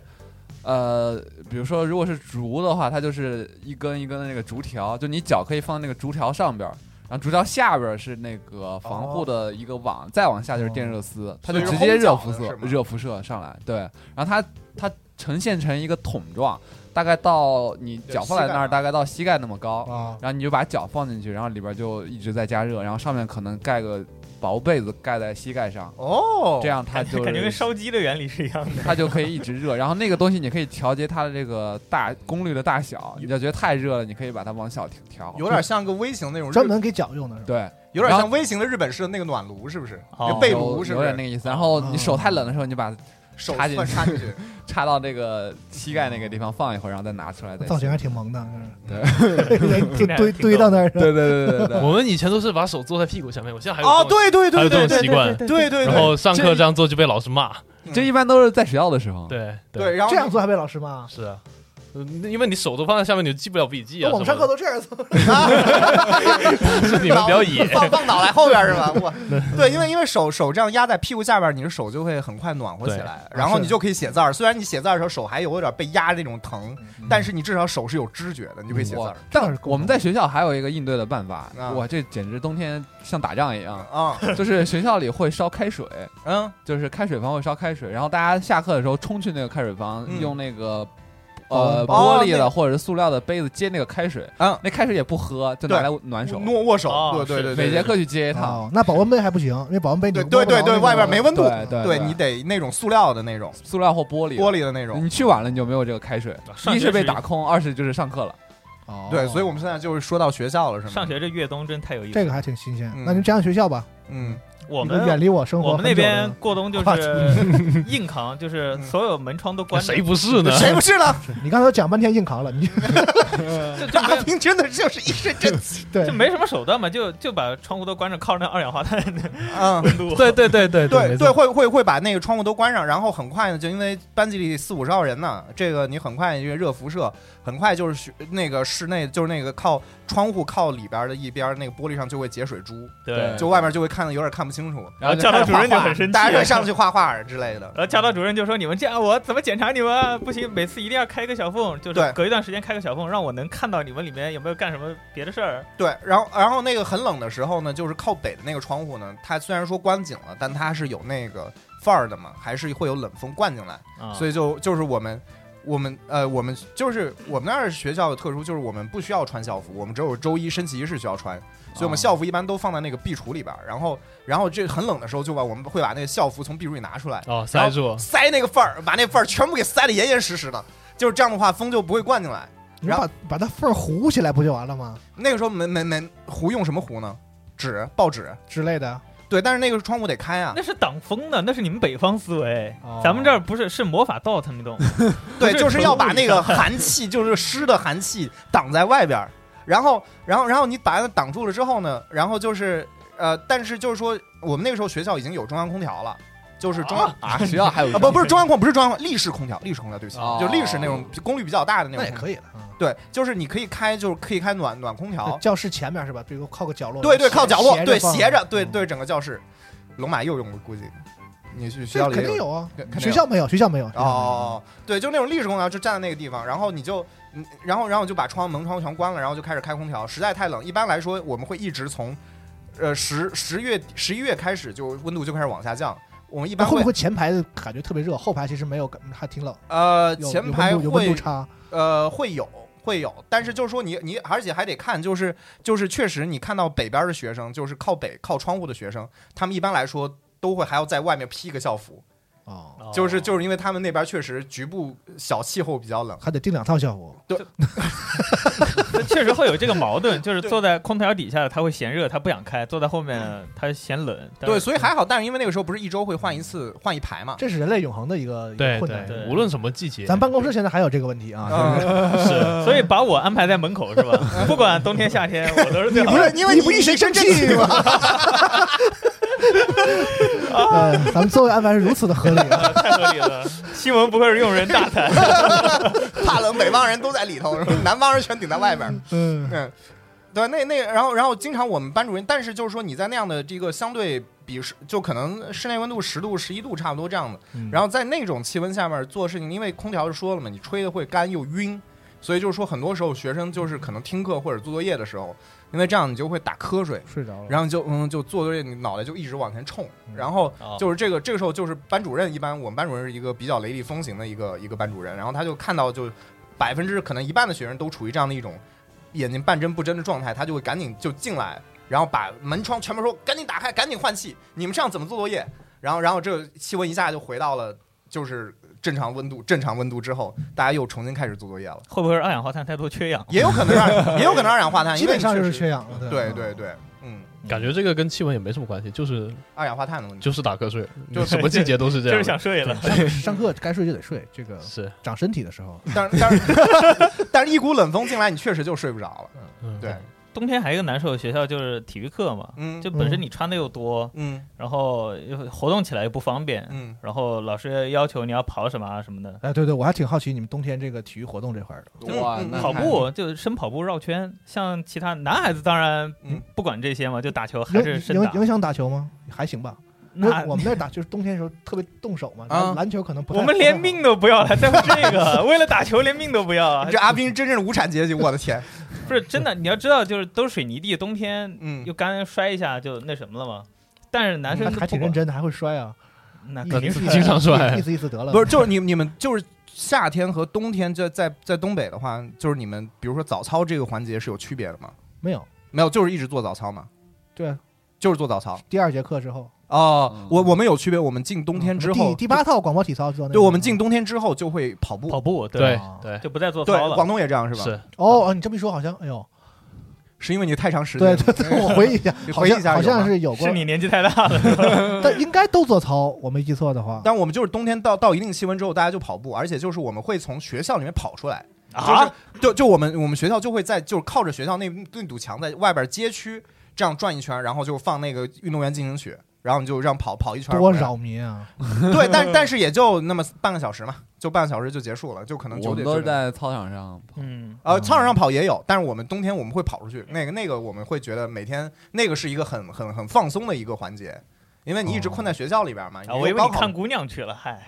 [SPEAKER 7] 呃，比如说，如果是竹的话，它就是一根一根的那个竹条，就你脚可以放那个竹条上边儿，然后竹条下边儿是那个防护的一个网，再往下就是电热丝，它就直接热辐
[SPEAKER 6] 所以是烘烤
[SPEAKER 7] 射
[SPEAKER 6] 的是吗
[SPEAKER 7] 热辐射上来，对，然后它它呈现成一个桶状，大概到你脚放在
[SPEAKER 6] 膝
[SPEAKER 7] 那
[SPEAKER 6] 盖
[SPEAKER 7] 儿，
[SPEAKER 6] 啊
[SPEAKER 7] 大概到膝盖那么高，
[SPEAKER 4] 啊
[SPEAKER 7] 然后你就把脚放进去，然后里边就一直在加热，然后上面可能盖个薄被子盖在膝盖上，
[SPEAKER 6] 哦，
[SPEAKER 7] 这 样它就
[SPEAKER 5] 感觉跟
[SPEAKER 7] 是
[SPEAKER 5] 烧鸡的原理是一样的。
[SPEAKER 7] 它就可以一直热。然后那个东西你可以调节它的这个大功率的大小，你要觉得太热了，你可以把它往小调调。
[SPEAKER 6] 有点像个微型那种日
[SPEAKER 4] 专门给脚用的是吧？
[SPEAKER 7] 对，
[SPEAKER 6] 有点
[SPEAKER 7] 然
[SPEAKER 6] 像
[SPEAKER 7] 后
[SPEAKER 6] 微型的日本式的那个暖炉，是不是？
[SPEAKER 5] 哦
[SPEAKER 6] 那个被
[SPEAKER 7] 有
[SPEAKER 6] 炉是哦
[SPEAKER 7] 有
[SPEAKER 6] 不
[SPEAKER 7] 点
[SPEAKER 6] 是？
[SPEAKER 7] 那个意思。然后你手太冷的时候，你把
[SPEAKER 6] 手
[SPEAKER 7] 插进
[SPEAKER 6] 放
[SPEAKER 7] 去
[SPEAKER 6] 插进去，
[SPEAKER 7] 插到这个膝盖那个地方放一会儿，然后再拿出来再
[SPEAKER 4] 造型还
[SPEAKER 7] 洗。
[SPEAKER 4] 挺萌的，
[SPEAKER 5] 对
[SPEAKER 4] 就堆堆到那儿。
[SPEAKER 7] 对对对对对，
[SPEAKER 9] 我们以前都是把手坐在屁股下面，我现在还有
[SPEAKER 6] 哦，
[SPEAKER 9] 这种
[SPEAKER 6] 对对
[SPEAKER 9] 还
[SPEAKER 6] 对
[SPEAKER 9] 有
[SPEAKER 6] 对
[SPEAKER 9] 这种
[SPEAKER 6] 对
[SPEAKER 9] 习惯，
[SPEAKER 6] 对对，
[SPEAKER 9] 然后上课
[SPEAKER 6] 这
[SPEAKER 9] 这样做就被老师骂，
[SPEAKER 7] 这一般都是在学校的时候。
[SPEAKER 9] 对
[SPEAKER 6] 对，，然后，
[SPEAKER 4] 这样做还被老师骂？
[SPEAKER 9] 是啊，嗯因为你手都放在下面，你就记不了笔记啊。
[SPEAKER 4] 我们上课
[SPEAKER 9] 都
[SPEAKER 4] 都这样做，
[SPEAKER 9] 是你们比较野
[SPEAKER 6] 放放脑袋后边是吧？我对，因为因为手手这样压在屁股下边，你的手就会很快暖和起来，然
[SPEAKER 4] 啊
[SPEAKER 6] 后你就可以写字儿。虽然你写字儿的时候手还有点被压那种疼，
[SPEAKER 4] 嗯
[SPEAKER 6] 但是你至少手是有知觉的，你就可以写字
[SPEAKER 7] 我
[SPEAKER 6] 儿。
[SPEAKER 7] 但我们在学校还有一个应对的办法
[SPEAKER 6] 啊，
[SPEAKER 7] 哇，这简直冬天像打仗一样，
[SPEAKER 6] 啊，
[SPEAKER 7] 就是学校里会烧开水，
[SPEAKER 6] 嗯
[SPEAKER 7] 就是开水房会烧开水，然后大家下课的时候冲去那个开水房，
[SPEAKER 6] 嗯
[SPEAKER 7] 用那个
[SPEAKER 4] 哦
[SPEAKER 7] 呃
[SPEAKER 6] 哦
[SPEAKER 7] 玻璃
[SPEAKER 6] 那
[SPEAKER 7] 的
[SPEAKER 6] 个
[SPEAKER 7] 或者是塑料的杯子接那个开水，
[SPEAKER 6] 嗯，
[SPEAKER 7] 那开水也不喝，就拿来暖手，
[SPEAKER 6] 握握手
[SPEAKER 5] 哦，
[SPEAKER 6] 对对对，
[SPEAKER 7] 每节
[SPEAKER 6] 对
[SPEAKER 7] 课去接一趟。
[SPEAKER 4] 哦，那保温杯还不行，因为保温杯你
[SPEAKER 6] 对
[SPEAKER 4] 摸
[SPEAKER 6] 对
[SPEAKER 4] 不着
[SPEAKER 6] 对对，
[SPEAKER 4] 那个
[SPEAKER 6] 外边没温度，
[SPEAKER 7] 对对
[SPEAKER 6] 对你得那种塑料的那种
[SPEAKER 7] 塑料或玻璃，
[SPEAKER 6] 玻璃的那种。
[SPEAKER 7] 你去晚了你就没有这个开水，
[SPEAKER 5] 啊上
[SPEAKER 7] 一
[SPEAKER 5] 学
[SPEAKER 7] 是被
[SPEAKER 5] 时
[SPEAKER 7] 打空，二是就是上课了。
[SPEAKER 4] 哦
[SPEAKER 6] 对，所以我们现在就是说到学校了，是吗？
[SPEAKER 5] 上学这越冬真太有意思
[SPEAKER 4] 这
[SPEAKER 5] 了。
[SPEAKER 4] 个还挺新鲜
[SPEAKER 6] 嗯。
[SPEAKER 4] 那就讲讲学校吧。
[SPEAKER 6] 嗯，
[SPEAKER 5] 我
[SPEAKER 4] 你远
[SPEAKER 5] 们
[SPEAKER 4] 离我生活
[SPEAKER 5] 我
[SPEAKER 4] 很
[SPEAKER 5] 们
[SPEAKER 4] 久的
[SPEAKER 5] 那边过冬就
[SPEAKER 4] 话
[SPEAKER 5] 是硬扛，就是所有门窗都关着
[SPEAKER 9] 谁，不是呢？
[SPEAKER 6] 谁不是呢？
[SPEAKER 4] 你刚才讲半天硬扛了，你
[SPEAKER 5] 就就没
[SPEAKER 6] 大
[SPEAKER 5] 有
[SPEAKER 6] 兵真的就是一身 正气
[SPEAKER 4] 对
[SPEAKER 5] 就没什么手段嘛，就就把窗户都关上，靠着那二氧化碳的
[SPEAKER 6] 嗯。
[SPEAKER 5] 温度。
[SPEAKER 8] 对对对对
[SPEAKER 6] 对
[SPEAKER 8] 啊没
[SPEAKER 6] 对，
[SPEAKER 8] 错
[SPEAKER 6] 会会会把那个窗户都关上，然后很快呢，就因为班级里四五十号人呢，这个你很快这个热辐射，很快就是学那个室内就是那个靠窗户靠里边的一边那个玻璃上就会结水珠，
[SPEAKER 5] 对，
[SPEAKER 6] 就外面就会看的有点看不清楚，
[SPEAKER 5] 然后教导主任就很生气，
[SPEAKER 6] 大
[SPEAKER 5] 啊
[SPEAKER 6] 家就上去画画之类的。
[SPEAKER 5] 然后教导主任就说：“你们这样，我怎么检查你们啊？不行，每次一定要开个小缝，就
[SPEAKER 6] 对
[SPEAKER 5] 是隔一段时间开个小缝，让我能看到你们里面有没有干什么别的事儿。
[SPEAKER 6] 对，然后然后那个很冷的时候呢，就是靠北的那个窗户呢，它虽然说关紧了，但它是有那个范儿的嘛，还是会有冷风灌进来，
[SPEAKER 5] 啊”
[SPEAKER 6] 所以就就是我们。我们呃，我们就是我们那儿学校的特殊，就是我们不需要穿校服，我们只有周一升旗仪式需要穿，所以我
[SPEAKER 8] 哦
[SPEAKER 6] 们校服一般都放在那个壁橱里边儿，然后然后这很冷的时候就把我们会把那个校服从壁橱里拿出来，
[SPEAKER 8] 哦，塞住，
[SPEAKER 6] 塞那个缝儿，把那缝儿全部给塞得严严实实的，就是这样的话风就不会灌进来。
[SPEAKER 4] 你把把它缝儿糊起来不就完了吗？
[SPEAKER 6] 那个时候没没没糊用什么糊呢？纸报纸，
[SPEAKER 4] 之类的。
[SPEAKER 6] 对，但是那个窗户得开啊
[SPEAKER 5] 那。是挡风的，那是你们北方思维，
[SPEAKER 4] 哦
[SPEAKER 5] 咱们这儿不是是魔法 DOT，你懂吗？
[SPEAKER 6] 对，
[SPEAKER 5] 不是
[SPEAKER 6] 就是要把
[SPEAKER 5] 纯物理
[SPEAKER 6] 那个寒气，就是湿的寒气挡在外边儿，然后，然后，然后你把它挡住了之后呢，然后就是呃，但是就是说，我们那个时候学校已经有中央空调了，就是中央啊
[SPEAKER 7] 啊， 学校还有
[SPEAKER 6] 不不是中央空，不是中央空，立式空调，立式空调，对不起，
[SPEAKER 7] 哦
[SPEAKER 6] 就立式那种功率比较大的那种
[SPEAKER 4] 那也
[SPEAKER 6] 空调。
[SPEAKER 4] 可以的。
[SPEAKER 6] 对，就是你可以开，就是可以开暖暖空调
[SPEAKER 4] 嗯，教室前面是吧？比如靠个角落。
[SPEAKER 6] 对对，靠角落，对
[SPEAKER 4] 放
[SPEAKER 6] 斜着，对
[SPEAKER 4] 嗯
[SPEAKER 6] 对整个教室，龙马又用过，估计你去
[SPEAKER 4] 这
[SPEAKER 6] 学校
[SPEAKER 4] 个
[SPEAKER 6] 里
[SPEAKER 4] 肯
[SPEAKER 6] 也
[SPEAKER 4] 定有啊
[SPEAKER 6] 肯，定有
[SPEAKER 4] 学校没有，学校没有。
[SPEAKER 6] 哦，
[SPEAKER 4] 嗯
[SPEAKER 6] 对，就那种立式空调，就站在那个地方，然后你就，嗯然后然后就把窗门窗全关了，然后就开始开空调。实在太冷，一般来说我们会一直从，呃十十月十一月开始就温度就开始往下降。我们一
[SPEAKER 4] 那
[SPEAKER 6] 般
[SPEAKER 4] 会不会前排的感觉特别热，后排其实没有，感还挺冷？
[SPEAKER 6] 呃
[SPEAKER 4] 有
[SPEAKER 6] 前排
[SPEAKER 4] 有温度有温度
[SPEAKER 6] 会
[SPEAKER 4] 差，
[SPEAKER 6] 呃会有会有，但是就是说你你而且还得看，就是就是确实你看到北边的学生，就是靠北靠窗户的学生，他们一般来说都会还要在外面披个校服，
[SPEAKER 4] 哦，
[SPEAKER 6] 就是就是因为他们那边确实局部小气候比较冷。
[SPEAKER 4] 还得订两套校服。
[SPEAKER 5] 确实会有这个 矛盾，就是坐在空调底下他会嫌热，他不想开；坐在后面他嫌冷。
[SPEAKER 6] 嗯
[SPEAKER 5] 但是嗯
[SPEAKER 6] 对，所以还好，但是因为那个时候不是一周会换一次换一排嘛，
[SPEAKER 4] 这是人类永恒的一个一个
[SPEAKER 8] 对
[SPEAKER 4] 困难。
[SPEAKER 8] 对，无论什么季节，
[SPEAKER 4] 咱办公室现在还有这个问题啊，
[SPEAKER 6] 啊，
[SPEAKER 5] 是，所以把我安排在门口是 吧？呃不管冬天夏天，我都是最好
[SPEAKER 6] 不是 因为你不一身正气吗？
[SPEAKER 4] 呃，咱们座位安排是如此的合理啊。
[SPEAKER 5] 的，太合理了。新闻不愧是用人大 才，
[SPEAKER 6] 怕冷，北方人都在里头，是吧南方人全顶在外边儿。
[SPEAKER 4] 嗯，
[SPEAKER 6] 嗯，对，那那然后然后经常我们班主任，但是就是说你在那样的这个相对比室就可能室内温度十度十一度差不多这样的，然后在那种气温下面做事情，因为空调就说了嘛，你吹的会干又晕，所以就是说很多时候学生就是可能听课或者做作业的时候，因为这样你就会打瞌睡。
[SPEAKER 4] 睡着了。
[SPEAKER 6] 然后你就嗯，就做作业，你脑袋就一直往前冲。然后
[SPEAKER 5] 哦
[SPEAKER 6] 就是这个这个时候，就是班主任一般，我们班主任是一个比较雷厉风行的一个一个班主任，然后他就看到就百分之可能一半的学生都处于这样的一种眼睛半睁不睁的状态，他就会赶紧就进来，然后把门窗全部说赶紧打开，赶紧换气，你们这样怎么做作业？然后然后这个气温一下就回到了就是正常温度，正常温度之后，大家又重新开始做作业了，
[SPEAKER 5] 会不会是二氧化碳太多缺氧？
[SPEAKER 6] 也有可能让也有可能二氧化碳，
[SPEAKER 4] 基本上就是
[SPEAKER 6] 因为你确实
[SPEAKER 4] 缺氧了，对
[SPEAKER 6] 对对对，嗯，
[SPEAKER 8] 感觉这个跟气温也没什么关系，就是
[SPEAKER 6] 二氧化碳的问题。
[SPEAKER 8] 就是打瞌睡，
[SPEAKER 5] 就
[SPEAKER 8] 就什么季节都是这
[SPEAKER 5] 就
[SPEAKER 8] 样的。
[SPEAKER 5] 是想睡了。
[SPEAKER 4] 上 上课该睡就得睡，这个
[SPEAKER 8] 是，
[SPEAKER 4] 长身体的时候，
[SPEAKER 6] 但是但是但是一股冷风进来，你确实就睡不着了。
[SPEAKER 8] 嗯
[SPEAKER 6] 对，，
[SPEAKER 5] 冬天还有一个难受的学校就是体育课嘛，
[SPEAKER 6] 嗯，
[SPEAKER 5] 就本身你穿的又多，
[SPEAKER 6] 嗯
[SPEAKER 5] 然后又活动起来又不方便，
[SPEAKER 6] 嗯，
[SPEAKER 5] 然后老师要求你要跑什么啊什么的，
[SPEAKER 4] 哎，对对，我还挺好奇你们冬天这个体育活动这块儿的。
[SPEAKER 7] 哇，
[SPEAKER 6] 嗯嗯
[SPEAKER 7] 那
[SPEAKER 5] 跑
[SPEAKER 7] 还
[SPEAKER 5] 步就是深跑步绕圈，像其他男孩子当然
[SPEAKER 6] 嗯
[SPEAKER 5] 不管这些嘛，就打球还是
[SPEAKER 4] 影
[SPEAKER 5] 深打
[SPEAKER 4] 影。影响打球吗？还行吧。因
[SPEAKER 5] 那
[SPEAKER 4] 为我们那儿打就是冬天的时候特别动手嘛，
[SPEAKER 6] 啊
[SPEAKER 4] 篮篮球可能不太。
[SPEAKER 5] 我们连
[SPEAKER 4] 不太好
[SPEAKER 5] 命都不要了，还在乎这个？为了打球连命都不要啊？
[SPEAKER 6] 这阿斌真正的无产阶级，我的 天，
[SPEAKER 5] 不是真的，你要知道，就是都是水泥地，冬天
[SPEAKER 6] 嗯
[SPEAKER 5] 又干摔一下就那什么了嘛。但啊是男生
[SPEAKER 4] 嗯还还挺认真的，还会摔啊，
[SPEAKER 5] 真，那
[SPEAKER 4] 一
[SPEAKER 5] 肯定
[SPEAKER 4] 一
[SPEAKER 5] 是
[SPEAKER 4] 一
[SPEAKER 8] 经常摔
[SPEAKER 4] 意思意思得了。
[SPEAKER 6] 不是，就是你你们就是夏天和冬天在在在东北的话，就是你们比如说早操这个环节是有区别的吗？
[SPEAKER 4] 没有，
[SPEAKER 6] 没有，就是一直做早操嘛，
[SPEAKER 4] 对啊，
[SPEAKER 6] 就是做早操。
[SPEAKER 4] 第二节课之后，
[SPEAKER 6] 哦
[SPEAKER 7] 嗯，
[SPEAKER 6] 我我们有区别，我们进冬天之
[SPEAKER 4] 我
[SPEAKER 6] 后
[SPEAKER 4] 嗯们第，第八嗯套广播体操做那个。
[SPEAKER 6] 对，我们进冬天之后就会跑步
[SPEAKER 5] 跑。步，
[SPEAKER 8] 对
[SPEAKER 4] 啊
[SPEAKER 8] 对
[SPEAKER 5] 就不再做
[SPEAKER 6] 对
[SPEAKER 5] 操，了。
[SPEAKER 6] 广东也这样是吧？
[SPEAKER 8] 是
[SPEAKER 4] 哦哦，你这么一说，好像哎呦，
[SPEAKER 6] 是因为你太长时间
[SPEAKER 4] 对
[SPEAKER 6] 了。
[SPEAKER 4] 对对，我回忆一下，
[SPEAKER 6] 你
[SPEAKER 4] 好
[SPEAKER 6] 回忆一
[SPEAKER 4] 像
[SPEAKER 6] 下
[SPEAKER 4] 好
[SPEAKER 6] 有
[SPEAKER 4] 像
[SPEAKER 6] 吗
[SPEAKER 4] 是有过
[SPEAKER 5] 是，你年纪太大了，是 吧
[SPEAKER 4] 但应该都做操，我没记错的话。
[SPEAKER 6] 但我们就是冬天到到一定气温之后，大家就跑步，而且就是我们会从学校里面跑出来，
[SPEAKER 5] 啊，
[SPEAKER 6] 就是就就我们我们学校就会在就是靠着学校那那堵墙在外边街区这样转一圈，然后就放那个运动员进行曲，然后你就让跑跑一圈，
[SPEAKER 4] 多 扰民啊！
[SPEAKER 6] 对，但但是也就那么半个小时嘛，就半个小时就结束了，就可能
[SPEAKER 7] 我
[SPEAKER 6] 九
[SPEAKER 7] 们
[SPEAKER 6] 点
[SPEAKER 7] 都是
[SPEAKER 6] 九点
[SPEAKER 7] 在操场上跑。
[SPEAKER 5] 嗯，
[SPEAKER 6] 呃，操场上跑也有，但是我们冬天我们会跑出去，那个那个我们会觉得每天那个是一个很很很放松的一个环节，因为你一直困在学校里边嘛。
[SPEAKER 5] 啊，
[SPEAKER 6] 又
[SPEAKER 5] 我以为
[SPEAKER 6] 高
[SPEAKER 5] 你
[SPEAKER 6] 考
[SPEAKER 5] 看姑娘去了，嗨，